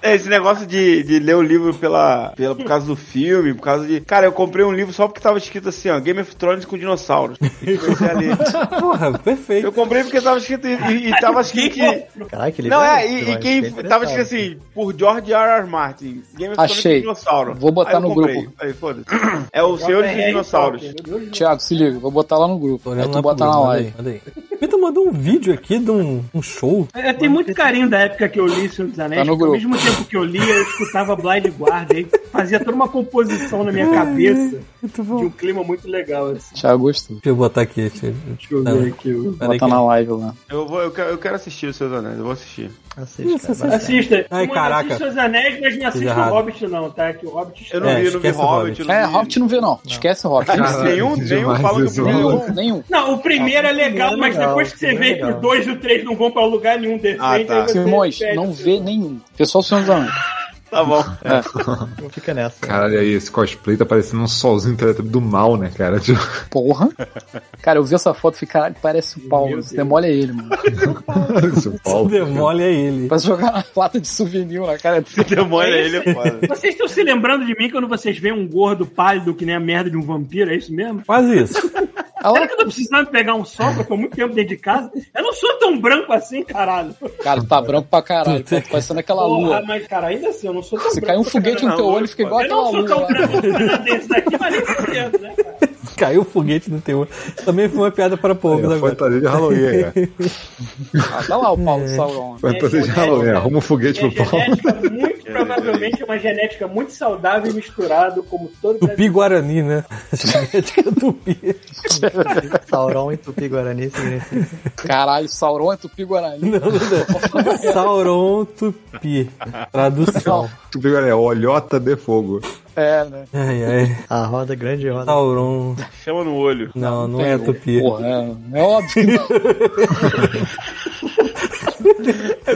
Speaker 8: É, esse negócio de, de ler o livro pela, pela, por causa do filme, por causa de. Cara, eu comprei um livro só porque tava escrito assim, ó, Game of Thrones com dinossauros. E comecei a ler.
Speaker 1: Porra, perfeito.
Speaker 8: Eu comprei porque tava escrito e, e, e tava escrito que.
Speaker 5: Caraca, que livro
Speaker 8: Não, é,
Speaker 5: esse?
Speaker 8: e,
Speaker 5: Vai,
Speaker 8: e quem
Speaker 5: fiquei
Speaker 8: tava escrito
Speaker 5: interessado.
Speaker 8: assim, por George R. R. Martin, Game of Thrones
Speaker 2: Achei.
Speaker 8: com dinossauro.
Speaker 2: Vou botar
Speaker 8: Aí eu
Speaker 2: no
Speaker 8: comprei.
Speaker 2: grupo.
Speaker 8: Aí, foda-se. É o Senhor dos Dinossauros.
Speaker 2: Tiago, se liga, vou botar lá no grupo. Aí tu bota na hora aí.
Speaker 1: é né? Olha aí. Pita mandou um vídeo aqui de um, um show.
Speaker 3: Eu tenho muito carinho da época que eu li Senhor dos Anéis,
Speaker 2: Tá no
Speaker 3: porque ao
Speaker 2: grupo.
Speaker 3: mesmo tempo que eu li, eu escutava Blind Guardian, aí fazia toda uma composição na minha cabeça
Speaker 1: Muito
Speaker 3: de
Speaker 1: bom.
Speaker 3: um clima muito legal. Assim.
Speaker 2: Tiago gostou.
Speaker 1: Deixa eu botar aqui. Deixa eu,
Speaker 3: Deixa eu ver aqui. o-
Speaker 1: peraí
Speaker 2: Bota
Speaker 1: que-
Speaker 2: na live lá.
Speaker 8: Eu, vou, eu, quero, eu quero assistir os seus anéis, eu vou assistir.
Speaker 5: Assiste,
Speaker 1: Isso,
Speaker 5: cara, vai.
Speaker 3: Assista.
Speaker 1: Ai,
Speaker 3: Mano,
Speaker 1: caraca.
Speaker 3: Assista os Anéis, mas não assista o
Speaker 1: errado.
Speaker 3: Hobbit, não, tá? Que o Hobbit
Speaker 8: Eu
Speaker 1: É,
Speaker 8: não vi, eu não vi
Speaker 1: esquece o
Speaker 8: Hobbit. eu não
Speaker 2: É,
Speaker 8: vi-
Speaker 2: Hobbit não vê, não. Esquece Hobbit.
Speaker 4: Caralho,
Speaker 8: Nenhum,
Speaker 4: que
Speaker 8: nenhum
Speaker 4: demais
Speaker 8: fala que
Speaker 4: esse
Speaker 8: eu vi.
Speaker 4: maluco.
Speaker 2: Nenhum, nenhum.
Speaker 3: Não, o primeiro é legal,
Speaker 5: primeiro é
Speaker 3: mas
Speaker 5: legal,
Speaker 3: depois que
Speaker 5: o
Speaker 3: você
Speaker 5: primeiro é
Speaker 3: vê que o
Speaker 5: legal.
Speaker 3: 2 e o 3 não vão pra lugar nenhum decente,
Speaker 8: Ah, tá.
Speaker 3: aí você
Speaker 2: Filmões,
Speaker 3: perde
Speaker 2: não
Speaker 3: o
Speaker 2: vê nenhum. Vê só o Senhor dos Anéis.
Speaker 8: Tá bom.
Speaker 5: Fica nessa.
Speaker 4: Caralho, aí esse cosplay tá parecendo um solzinho Teletubbies do mal, né, cara? Tipo,
Speaker 2: Porra. Cara, eu vi essa foto e fiquei, caralho, parece o Paulo. Você demole ele, mano.
Speaker 4: esse Paulo.
Speaker 1: Demole é ele.
Speaker 2: Parece jogar uma lata de souvenir na cara dele.
Speaker 8: Demônio ele é foda.
Speaker 3: Vocês estão se lembrando de mim quando vocês veem um gordo pálido que nem a merda de um vampiro, é isso mesmo?
Speaker 1: Quase isso.
Speaker 2: Ah,
Speaker 3: Será que eu tô precisando pegar um sol, porque eu tô muito tempo dentro de casa? Eu não sou tão branco assim, caralho.
Speaker 2: Cara, tá branco pra caralho. Tá parecendo aquela
Speaker 3: Porra,
Speaker 2: lua.
Speaker 3: mas cara, ainda assim, eu não sou tão
Speaker 2: Se
Speaker 3: branco.
Speaker 2: cair um foguete no
Speaker 8: Não,
Speaker 2: teu olho, fica igual
Speaker 3: Eu não um
Speaker 2: aquela
Speaker 3: sou tão
Speaker 2: lua. lá.
Speaker 3: branco desse daqui, mas nem fudendo, né, cara?
Speaker 1: Caiu o foguete no teu. Também foi uma piada para poucos
Speaker 4: É,
Speaker 1: agora.
Speaker 4: fantasia de Halloween, cara.
Speaker 2: Ah, Tá lá o Paulo Sauron.
Speaker 4: Fantasia de
Speaker 3: É,
Speaker 4: Halloween,
Speaker 3: é,
Speaker 4: arruma um foguete
Speaker 3: Minha
Speaker 4: pro Paulo.
Speaker 3: genética, muito provavelmente, é uma genética muito saudável e misturado, como todo
Speaker 1: Tupi Guarani, né? Genética tupi.
Speaker 5: Sauron e Tupi Guarani significa.
Speaker 2: Caralho, Sauron é tupi-guarani.
Speaker 1: Não, não, não. Sauron Tupi. Tradução.
Speaker 4: Tu viu, galera, olhota de fogo.
Speaker 2: É, né?
Speaker 1: Ai, ai.
Speaker 5: A roda, grande roda.
Speaker 1: Sauron.
Speaker 8: Chama no olho.
Speaker 1: Não, não é Tupi.
Speaker 2: Porra, é, é óbvio. que não.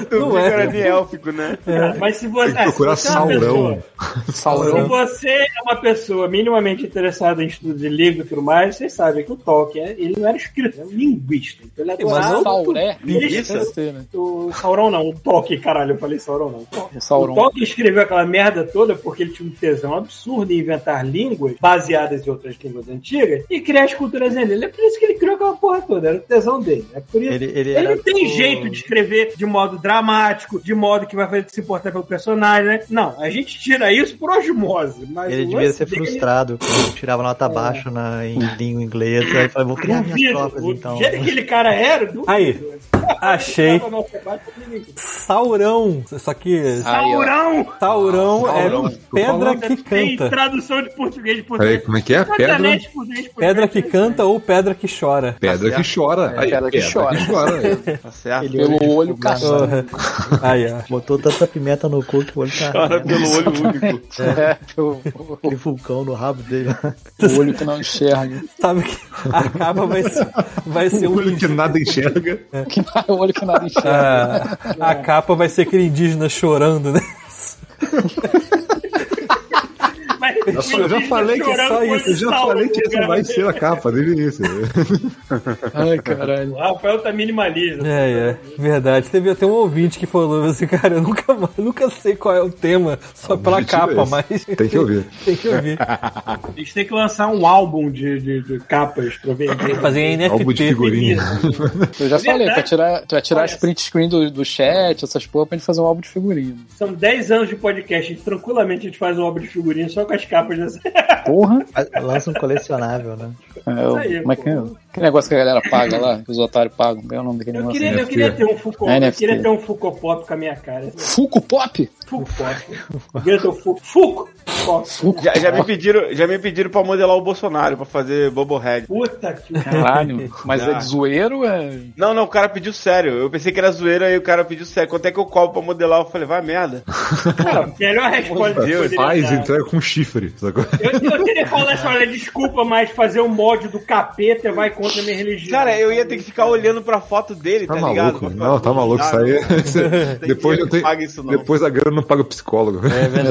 Speaker 8: Tu
Speaker 1: é.
Speaker 8: fica de élfico, né?
Speaker 3: cara. Mas se você, é, se
Speaker 4: Procurar
Speaker 3: você é uma pessoa
Speaker 4: Saurão.
Speaker 3: Se
Speaker 2: Sauron. um
Speaker 3: você é uma pessoa minimamente interessada em estudos de língua e tudo mais, vocês sabem que o Tolkien, é- ele não era escrito, ele é um linguista. Então ele
Speaker 1: Mas não-
Speaker 3: adorava
Speaker 2: Sauré.
Speaker 3: Isso.
Speaker 2: Deve ser, né?
Speaker 3: o Sauron, não. O Tolkien, caralho, eu falei Sauron, não. O Tolkien. O
Speaker 2: Sauron.
Speaker 3: Tolkien escreveu aquela merda toda porque ele tinha um tesão absurdo em inventar línguas baseadas em outras línguas antigas e criar as culturas dele. É por isso que ele criou aquela porra toda, era o tesão dele. É por isso.
Speaker 5: Ele, ele,
Speaker 3: Ele
Speaker 5: era tipo
Speaker 3: não tem
Speaker 5: o-
Speaker 3: jeito de escrever de modo dramático, de modo que vai fazer se importar pelo personagem, né? Não, a gente tira isso por osmose. Mas
Speaker 5: Ele
Speaker 3: o
Speaker 5: devia
Speaker 3: lance
Speaker 5: ser
Speaker 3: dele- É.
Speaker 5: frustrado quando tirava nota baixa na, em língua inglesa. Aí falava, vou criar minhas próprias,
Speaker 3: Duvido.
Speaker 5: então.
Speaker 3: O
Speaker 4: né?
Speaker 3: jeito que aquele cara era, duvido.
Speaker 1: Aí, achei.
Speaker 3: Tava analfabeto, ninguém.
Speaker 1: Saurão. Só que
Speaker 2: Aí, ó.
Speaker 3: Saurão!
Speaker 1: Saurão é
Speaker 4: Ah, Saurão.
Speaker 1: pedra que
Speaker 3: Tem
Speaker 1: canta.
Speaker 3: tradução de português por
Speaker 4: Peraí, como é que é? Pedra,
Speaker 3: Sacanagem de português de português.
Speaker 4: né,
Speaker 1: Pedra que canta ou pedra que chora.
Speaker 4: pedra que chora. Aí,
Speaker 2: Pedra que chora.
Speaker 4: Que chora. né?
Speaker 8: Tá certo.
Speaker 5: Ele-
Speaker 2: Pelo olho castanho.
Speaker 1: Aí, ó.
Speaker 5: Botou tanta pimenta no cu que o olho tá
Speaker 8: Cara, pelo olho único.
Speaker 2: É, o, o-
Speaker 5: aquele vulcão no rabo dele.
Speaker 2: o olho que não enxerga.
Speaker 1: Sabe que a capa vai ser, vai ser um.
Speaker 4: olho que nada enxerga.
Speaker 2: Que, é o olho que nada enxerga.
Speaker 1: Ah. A, a capa vai ser aquele indígena chorando, né?
Speaker 3: Mas,
Speaker 4: Eu, só- eu já falei que é
Speaker 3: Chorando
Speaker 4: só
Speaker 3: com
Speaker 4: isso. Eu já
Speaker 3: salvo,
Speaker 4: falei que essa
Speaker 3: cara.
Speaker 4: vai ser a capa desde o início.
Speaker 2: Ai, caralho.
Speaker 3: O Rafael tá minimalista.
Speaker 1: É, é, verdade. Teve até um ouvinte que falou assim, cara, eu nunca, mais- nunca sei qual é o tema, só pela
Speaker 4: objetivo
Speaker 1: capa,
Speaker 4: é esse.
Speaker 1: mas.
Speaker 4: Tem que ouvir.
Speaker 1: Tem que ouvir.
Speaker 3: A gente tem que lançar um álbum de, de, de capas pra vender.
Speaker 1: Fazer em NFT.
Speaker 4: Álbum de figurinha.
Speaker 2: Eu já falei, tu vai
Speaker 3: Verdade.
Speaker 2: tirar, tu vai tirar
Speaker 3: Olha.
Speaker 2: print screen do, do chat, essas porra, pra gente fazer um álbum de figurinha.
Speaker 3: São 10 anos de podcast. A gente, tranquilamente a gente faz um álbum de figurinha só com as capas dessa.
Speaker 2: Porra.
Speaker 5: Lança um colecionável, né?
Speaker 2: É, o-
Speaker 3: aí,
Speaker 2: como é que, é? que negócio que a galera paga lá? Que os otários pagam? Não é o nome daquele
Speaker 3: Eu
Speaker 2: negócio.
Speaker 3: queria, eu queria ter um Funko, eu
Speaker 2: NFT.
Speaker 3: queria ter um Funko Pop com a minha cara.
Speaker 2: Fuco Pop?
Speaker 3: Funko Pop. Eu queria ter um Funko. Funko Pop.
Speaker 8: Já, já me pediram, já me pediram pra modelar o Bolsonaro, pra fazer Bubblehead.
Speaker 3: Puta que
Speaker 2: Caralho. Mas é de zoeiro? É...
Speaker 8: Não, não, o cara pediu sério. Eu pensei que era zoeira e o cara pediu sério. Quanto é que eu cobro pra modelar? Eu falei, vai merda.
Speaker 3: Cara, melhor resposta que eu
Speaker 8: Deus,
Speaker 3: poderia
Speaker 4: Faz,
Speaker 3: dar.
Speaker 4: entrega com chifre. sacou?
Speaker 3: Eu, eu queria falar assim, olha, desculpa, mas fazer o mod do capeta vai contra a minha religião.
Speaker 8: Cara, eu ia ter que ficar olhando pra foto dele, tá,
Speaker 4: Tá
Speaker 8: ligado?
Speaker 4: maluco? Não, tá maluco. Isso aí. Depois, não tem,
Speaker 8: paga isso, não.
Speaker 4: depois a grana não paga o psicólogo.
Speaker 1: É verdade.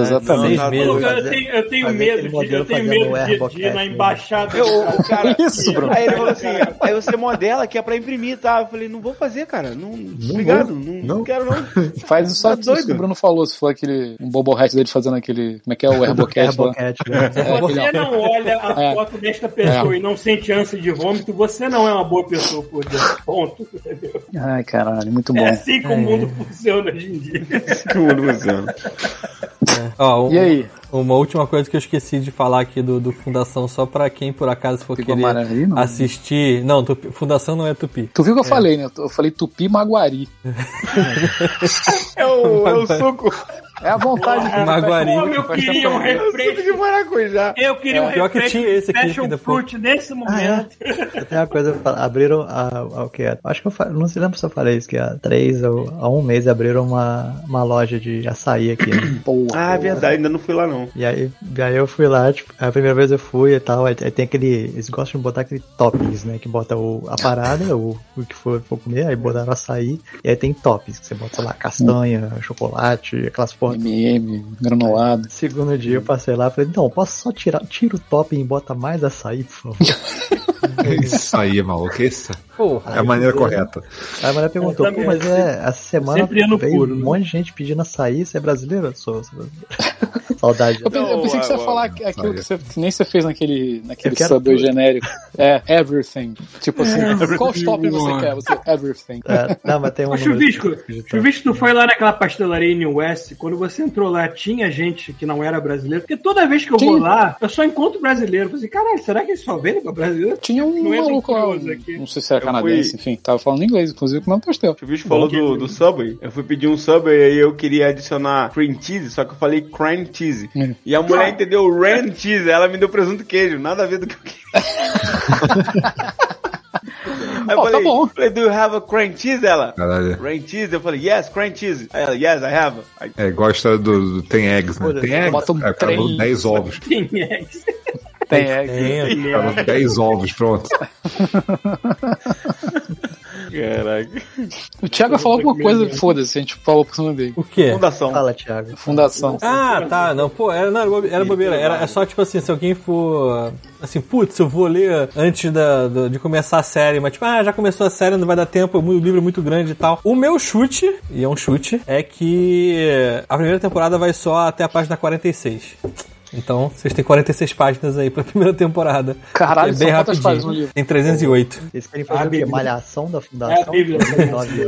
Speaker 1: Seis
Speaker 2: Exatamente.
Speaker 8: Não, não,
Speaker 1: meses. né?
Speaker 3: Eu, eu tenho, eu tenho
Speaker 5: Fazer
Speaker 3: medo,
Speaker 5: aquele
Speaker 3: de,
Speaker 5: modelo
Speaker 3: eu tenho
Speaker 5: fazendo
Speaker 3: medo
Speaker 5: um
Speaker 3: de,
Speaker 5: Airpocket,
Speaker 3: de ir na
Speaker 5: né?
Speaker 3: embaixada.
Speaker 8: Eu, o cara,
Speaker 2: Isso, Bruno.
Speaker 8: Aí ele falou assim: aí você modela que é pra imprimir, tá? Eu falei, não vou fazer, cara. Não, obrigado, não, não
Speaker 4: Não.
Speaker 8: quero, não.
Speaker 2: Faz isso só
Speaker 8: Tá
Speaker 2: disso que
Speaker 8: doido?
Speaker 2: o Bruno falou. Você falou aquele. Um bobo hat dele fazendo aquele. Como é que é o Herbocat lá?
Speaker 5: Airpocket, né?
Speaker 2: É, aquele-
Speaker 3: Você não olha a
Speaker 2: É.
Speaker 3: foto desta pessoa e não sente ânsia de vômito, você não é uma boa pessoa, por Deus. Ponto. entendeu?
Speaker 2: Ai, caralho, muito bom.
Speaker 3: É assim que o mundo funciona hoje em dia.
Speaker 1: Ó, um-
Speaker 2: E aí?
Speaker 1: Uma última coisa que eu esqueci de falar aqui do, do Fundação, só pra quem por acaso for
Speaker 2: Ficou
Speaker 1: querer
Speaker 2: maravilha, não?
Speaker 1: assistir. Não, Tupi- Fundação não é Tupi.
Speaker 2: Tu viu o que eu falei, né? Eu falei Tupi Maguari.
Speaker 8: É o, é o suco
Speaker 2: É a vontade dele.
Speaker 1: Maguari.
Speaker 3: Como eu queria um
Speaker 8: de
Speaker 3: refresco.
Speaker 8: maracujá.
Speaker 3: Eu queria um
Speaker 1: É. Pior que
Speaker 3: refresco
Speaker 1: tinha esse aqui Ah,
Speaker 3: Passion
Speaker 1: ainda, pô.
Speaker 3: Fruit nesse
Speaker 1: é?
Speaker 3: momento.
Speaker 5: Ah, é? Eu tenho uma coisa pra falar. Abriram a, a- o que é? Acho que eu fa- não se lembro se eu falei isso, que há três ou há um mês abriram uma, uma loja de açaí aqui. né?
Speaker 2: Porra.
Speaker 8: Ah, é verdade, ainda não fui lá, não.
Speaker 5: E aí, e aí eu fui lá, tipo, a primeira vez eu fui e tal, aí, aí tem aquele. Eles gostam de botar aquele toppings, né? Que bota o, a parada, o, o que for, for comer, aí botaram açaí, e aí tem toppings, que você bota, sei lá, castanha, chocolate, aquelas porra.
Speaker 2: MM, granulado.
Speaker 5: Segundo dia eu passei lá falei, não, posso só tirar, tira o topping e bota mais açaí, por favor.
Speaker 4: é Isso aí, maluco. Isso
Speaker 1: Porra.
Speaker 4: é a maneira correta.
Speaker 5: Aí a mulher perguntou,
Speaker 3: Eu também,
Speaker 5: Pô, mas é, essa semana
Speaker 3: sempre ia no
Speaker 5: veio
Speaker 3: puro,
Speaker 5: um
Speaker 3: né?
Speaker 5: monte de gente pedindo açaí, você é brasileiro? Eu sou, sou brasileiro. Saudade.
Speaker 2: Eu pensei, eu pensei que você ia
Speaker 8: Não,
Speaker 2: falar aquilo que, você, que nem você fez naquele, naquele
Speaker 5: Eu quero
Speaker 2: subway
Speaker 5: tudo.
Speaker 2: genérico. É, everything. Tipo assim, qual stop você quer? Você, everything.
Speaker 5: É, não, mas tem um
Speaker 3: Ô,
Speaker 5: número
Speaker 3: Chuvisco,
Speaker 5: digital.
Speaker 3: Chuvisco, tu foi lá naquela pastelaria em New West, quando você entrou lá, tinha gente que não era brasileiro, porque toda vez que eu vou
Speaker 2: Sim.
Speaker 3: lá, eu só encontro brasileiro. Eu falei, assim, caralho, será que eles só vendem pra brasileiro?
Speaker 2: Tinha um
Speaker 3: Não entra um
Speaker 2: maluco lá,
Speaker 3: curioso aqui.
Speaker 2: um- não sei se era
Speaker 8: Eu
Speaker 2: canadense,
Speaker 8: fui-
Speaker 2: enfim, tava falando inglês, inclusive comendo pastel.
Speaker 8: O bicho falou do, do Subway. Eu fui pedir um Subway e aí eu queria adicionar cream cheese, só que eu falei cream cheese.
Speaker 2: Hum.
Speaker 8: E a mulher entendeu ran cheese, ela me deu presunto e queijo, nada a ver do que eu queria. aí eu
Speaker 2: Ó, tá
Speaker 8: falei,
Speaker 2: bom.
Speaker 8: falei, do you have a cream cheese? Ela,
Speaker 4: Caralho.
Speaker 8: cream cheese? Eu falei, yes, cream cheese. Aí ela, yes, I have. Aí,
Speaker 4: É igual a história do, do Tem Eggs, né? Tem Eggs.
Speaker 2: Bota um
Speaker 4: é, o cara
Speaker 2: trem.
Speaker 4: mandou 10 ovos.
Speaker 3: Quem é? isso?
Speaker 2: Tem, é.
Speaker 1: Tem,
Speaker 4: O cara mandou 10 ovos, pronto.
Speaker 8: caraca.
Speaker 2: O Thiago falou alguma coisa, foda-se, a gente falou por cima dele.
Speaker 1: o quê?
Speaker 8: Fundação.
Speaker 5: Fala, Thiago.
Speaker 2: Fundação.
Speaker 1: Ah, tá, não, pô, era, não, era bobe- era bobeira. Era, é só tipo assim, se alguém for. Assim, putz, eu vou ler antes da, do- de começar a série, mas tipo, ah, já começou a série, não vai dar tempo, o livro é muito grande e tal. O meu chute, e é um chute, é que a primeira temporada vai só até a página 46. Então, vocês têm 46 páginas aí pra primeira temporada.
Speaker 2: Caralho,
Speaker 1: é
Speaker 2: são
Speaker 1: bem
Speaker 2: quantas
Speaker 1: rapidinho.
Speaker 2: páginas no livro?
Speaker 1: Tem 308.
Speaker 5: Eles querem fazer
Speaker 3: Ah,
Speaker 5: o quê?
Speaker 3: Bíblia.
Speaker 5: Malhação
Speaker 3: É
Speaker 5: da
Speaker 3: a
Speaker 5: fundação?
Speaker 3: Bíblia.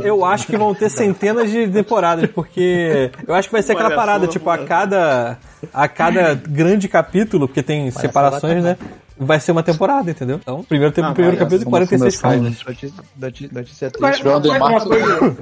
Speaker 1: Eu acho que vão ter centenas de temporadas, porque eu acho que vai ser aquela
Speaker 8: Olha,
Speaker 1: parada,
Speaker 8: só,
Speaker 1: tipo, a cada, a cada grande capítulo, porque tem separações, né? Vai ser uma temporada, entendeu? Então, primeiro, tem, primeiro
Speaker 2: vai,
Speaker 1: capítulo,
Speaker 4: né?
Speaker 2: essa é
Speaker 1: 46
Speaker 2: uma fundação,
Speaker 1: páginas.
Speaker 5: Notícia, notícia
Speaker 3: Mas-
Speaker 5: triste.
Speaker 2: Brother
Speaker 3: mas uma
Speaker 2: Marcos.
Speaker 3: coisa-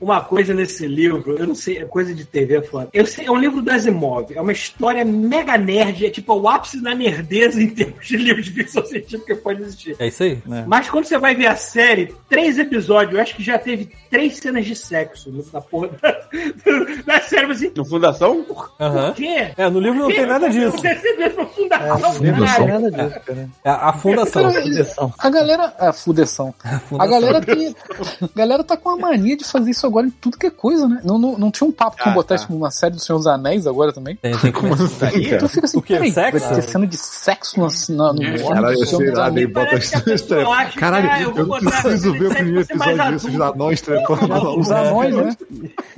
Speaker 3: uma coisa nesse livro, eu não sei, é coisa de TV foda. Eu sei, é um livro do Asimov, é uma história mega nerd, é tipo o ápice da nerdeza em termos de livro de ficção científica que pode existir.
Speaker 1: É isso aí?
Speaker 4: Né?
Speaker 3: Mas quando você vai ver a série, três episódios, eu acho que já teve três cenas de sexo no- na porra da, da série, assim,
Speaker 8: No Fundação?
Speaker 1: Aham.
Speaker 3: por quê?
Speaker 1: É, no livro não tem nada disso.
Speaker 3: Você mesmo fundação,
Speaker 5: É, não
Speaker 3: caralho.
Speaker 5: tem nada disso, cara.
Speaker 1: É a fundação.
Speaker 5: Direção.
Speaker 2: A galera. A fudeção. A galera, tem, a galera tá com a mania de fazer isso agora em tudo que é coisa, né? Não, não, não tinha um papo que
Speaker 8: Ah,
Speaker 2: eu botar
Speaker 8: tá.
Speaker 2: isso numa série do Senhor dos Anéis agora também?
Speaker 1: Tem, tem que
Speaker 4: Como assim,
Speaker 2: Então
Speaker 4: cara?
Speaker 2: fica assim,
Speaker 1: O quê?
Speaker 2: peraí, vai
Speaker 1: Sexo?
Speaker 2: ter cena de sexo na, na, no
Speaker 4: Caralho,
Speaker 2: ônibus do Senhor
Speaker 4: sei
Speaker 2: dos
Speaker 4: lá,
Speaker 2: Anéis?
Speaker 4: nem bota
Speaker 3: Parece que a
Speaker 4: isso é- no
Speaker 3: pessoa acha que,
Speaker 4: Caralho,
Speaker 3: ah, eu
Speaker 4: eu,
Speaker 3: vou botar
Speaker 4: preciso ver o
Speaker 3: esse
Speaker 4: primeiro
Speaker 3: sexo mais
Speaker 4: episódio desses
Speaker 3: adulto.
Speaker 4: anões tretando na
Speaker 2: Os
Speaker 4: luz.
Speaker 2: anões, né?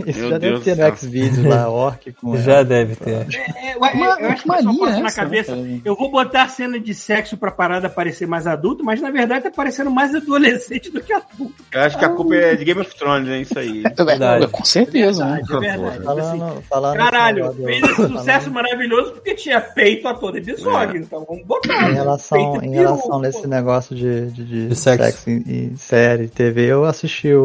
Speaker 5: Isso
Speaker 8: Meu
Speaker 5: já
Speaker 8: Deus
Speaker 5: deve ter
Speaker 8: do céu.
Speaker 5: no X-Videos lá, Orc com.
Speaker 1: Já deve ter.
Speaker 3: É, eu, eu,
Speaker 2: Uma-
Speaker 3: eu acho que
Speaker 2: uma
Speaker 3: eu só
Speaker 2: mania
Speaker 3: passo na
Speaker 2: essa, né,
Speaker 3: cabeça.
Speaker 2: cara?
Speaker 3: Eu vou botar a cena de sexo pra parada parecer mais adulto, mas na verdade tá parecendo mais adolescente do que adulto.
Speaker 8: Eu acho que a culpa é de Game of Thrones, é isso aí.
Speaker 2: É,
Speaker 1: Verdade.
Speaker 2: Com certeza, né?
Speaker 3: Verdade, é verdade. Assim,
Speaker 5: Falando, falando
Speaker 3: Caralho,
Speaker 5: nesse negócio-
Speaker 3: fez esse
Speaker 5: falando-
Speaker 3: sucesso maravilhoso porque tinha peito a todo episódio,
Speaker 4: É.
Speaker 3: então vamos botar.
Speaker 5: Em relação,
Speaker 3: Feito
Speaker 5: em
Speaker 3: peru,
Speaker 5: relação
Speaker 3: pô.
Speaker 5: a esse negócio de, de, de
Speaker 1: De sexo.
Speaker 5: sexo, em, em série, TV, eu assisti o,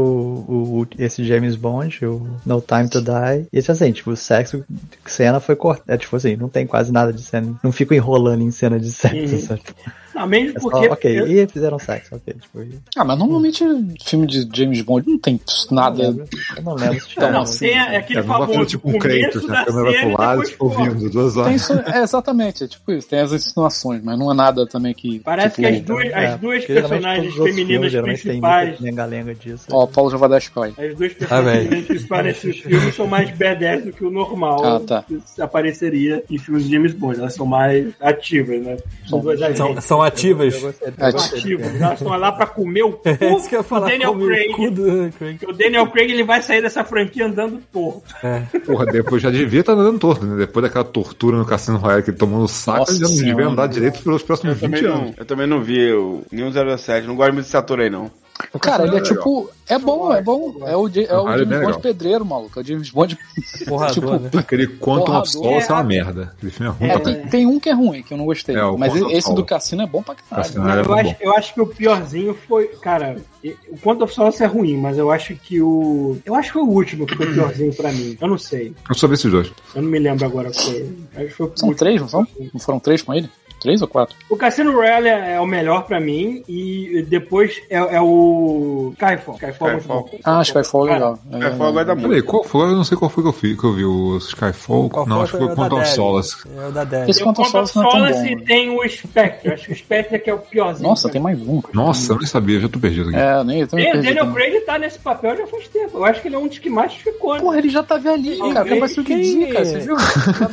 Speaker 5: o- o- esse James Bond, o No Time to Die, e assim, tipo, o sexo, cena foi cortada, é, tipo assim, não tem quase nada de cena, não fico enrolando em cena de sexo,
Speaker 3: Uhum.
Speaker 5: sabe?
Speaker 3: Não, mesmo
Speaker 5: É só,
Speaker 3: porque.
Speaker 5: ok,
Speaker 3: eu-
Speaker 5: e fizeram sexo, ok, tipo, eu
Speaker 2: Ah, mas normalmente filme de James Bond não tem
Speaker 5: não
Speaker 2: nada.
Speaker 5: lembro, eu não lembro se
Speaker 3: Tá Não,
Speaker 5: tinha,
Speaker 3: não,
Speaker 5: assim,
Speaker 3: tem a- é aquele
Speaker 4: É, vamos fazer
Speaker 3: famoso
Speaker 4: tipo um
Speaker 3: começo
Speaker 4: Kratos, né?
Speaker 3: da
Speaker 4: a câmera vai pro
Speaker 3: cena e
Speaker 4: lado,
Speaker 3: depois
Speaker 4: tipo, ouvindo, duas
Speaker 2: Tem
Speaker 4: horas.
Speaker 2: isso, é, exatamente, é tipo isso, tem as insinuações, mas não é nada também que.
Speaker 3: Parece que
Speaker 2: tipo,
Speaker 3: as duas, as duas
Speaker 5: é, porque geralmente
Speaker 3: personagens
Speaker 5: todos os outros
Speaker 3: femininas
Speaker 5: filmes, geralmente tem
Speaker 3: principais.
Speaker 5: muita lenga-lenga disso.
Speaker 2: Ó, o Paulo já vai dar spoiler.
Speaker 3: As duas
Speaker 1: Ah,
Speaker 3: personagens
Speaker 1: velho.
Speaker 3: femininas principais nesses filmes são mais badass do que o normal
Speaker 2: Ah, tá.
Speaker 3: que apareceria em filmes de James Bond. Elas são mais ativas, né? São duas
Speaker 1: São,
Speaker 3: agentes.
Speaker 1: são ativas.
Speaker 5: Eu gostei, eu
Speaker 2: Ah,
Speaker 3: São
Speaker 5: gostei do filme.
Speaker 3: ativas. Elas estão lá pra comer o cu
Speaker 1: É isso que eu ia
Speaker 3: do
Speaker 1: falar.
Speaker 3: Daniel
Speaker 1: come o cu
Speaker 3: Craig.
Speaker 1: do Craig.
Speaker 3: O Daniel Craig ele vai sair dessa franquia andando torto.
Speaker 4: Porra, depois já devia estar andando torto, né? Depois daquela tortura no Cassino Royale que ele tomou no saco,
Speaker 2: Nossa
Speaker 4: ele já não devia
Speaker 2: Senhora.
Speaker 4: andar direito pelos
Speaker 8: Eu
Speaker 4: próximos
Speaker 8: também
Speaker 4: 20
Speaker 8: não,
Speaker 4: anos.
Speaker 8: eu também não vi o, nenhum 07, não gosto muito desse ator aí, não.
Speaker 2: Cara, ele é
Speaker 4: legal.
Speaker 2: tipo. É bom, é bom. É o, Ja- é o
Speaker 4: Ah, ele é bem
Speaker 2: James Bond
Speaker 4: legal.
Speaker 2: pedreiro, maluco. É o James Bond.
Speaker 1: Porrador,
Speaker 2: tipo,
Speaker 1: né?
Speaker 4: Aquele Quantum
Speaker 2: Porrador.
Speaker 4: of Solace é
Speaker 3: É,
Speaker 4: uma merda. Aquele filme é ruim
Speaker 2: é,
Speaker 4: também.
Speaker 2: tem, tem um que é ruim, que eu não gostei.
Speaker 4: É, o
Speaker 2: mas
Speaker 4: Quantum of
Speaker 2: esse do
Speaker 4: Solace.
Speaker 2: cassino é bom pra caralho.
Speaker 4: Cassino.
Speaker 3: Não,
Speaker 4: Ah,
Speaker 3: eu,
Speaker 4: tá
Speaker 3: acho,
Speaker 4: bom.
Speaker 3: eu acho que o piorzinho foi. Cara, e- o Quanto of Solace é ruim, mas eu acho que o. Eu acho que foi o último que foi o piorzinho pra mim. Eu não sei.
Speaker 4: Eu só vi esses dois.
Speaker 3: Eu não me lembro agora qual foi. Acho que foi o
Speaker 4: é
Speaker 2: São
Speaker 3: último.
Speaker 2: três, não são? Não foram três com ele? Três ou quatro?
Speaker 3: O Cassino Royale é o melhor pra mim e depois é, é o Skyfall. Skyfall é muito
Speaker 8: Skyfall.
Speaker 3: bom.
Speaker 2: Ah, Skyfall é legal. É,
Speaker 8: É, foi agora da música.
Speaker 4: Peraí, qual foi? Eu não sei qual foi que eu, fi- que eu vi. O Skyfall?
Speaker 1: Qual
Speaker 4: não, acho que foi
Speaker 1: é o
Speaker 4: o
Speaker 1: da
Speaker 4: Quantum of
Speaker 1: Debbie.
Speaker 4: Solace.
Speaker 1: É o da Debbie.
Speaker 2: Esse Quantum
Speaker 3: Quantum
Speaker 2: of Solace não é tão bom.
Speaker 3: Solace
Speaker 2: né?
Speaker 3: tem o Spectre. Acho que o Spectre é que é o piorzinho.
Speaker 2: Nossa,
Speaker 3: pra
Speaker 2: tem
Speaker 3: mim.
Speaker 2: mais um.
Speaker 4: Nossa, eu nem sabia, já tô perdido aqui.
Speaker 2: É, nem eu também
Speaker 3: E o
Speaker 2: perdi
Speaker 3: Daniel
Speaker 2: também.
Speaker 3: Craig tá nesse papel já faz tempo. Eu acho que ele é um dos que mais ficou. né?
Speaker 2: né? Porra, ele já tá velhinho, cara. Até parece o
Speaker 1: Quem-
Speaker 2: Didi, cara. Você viu?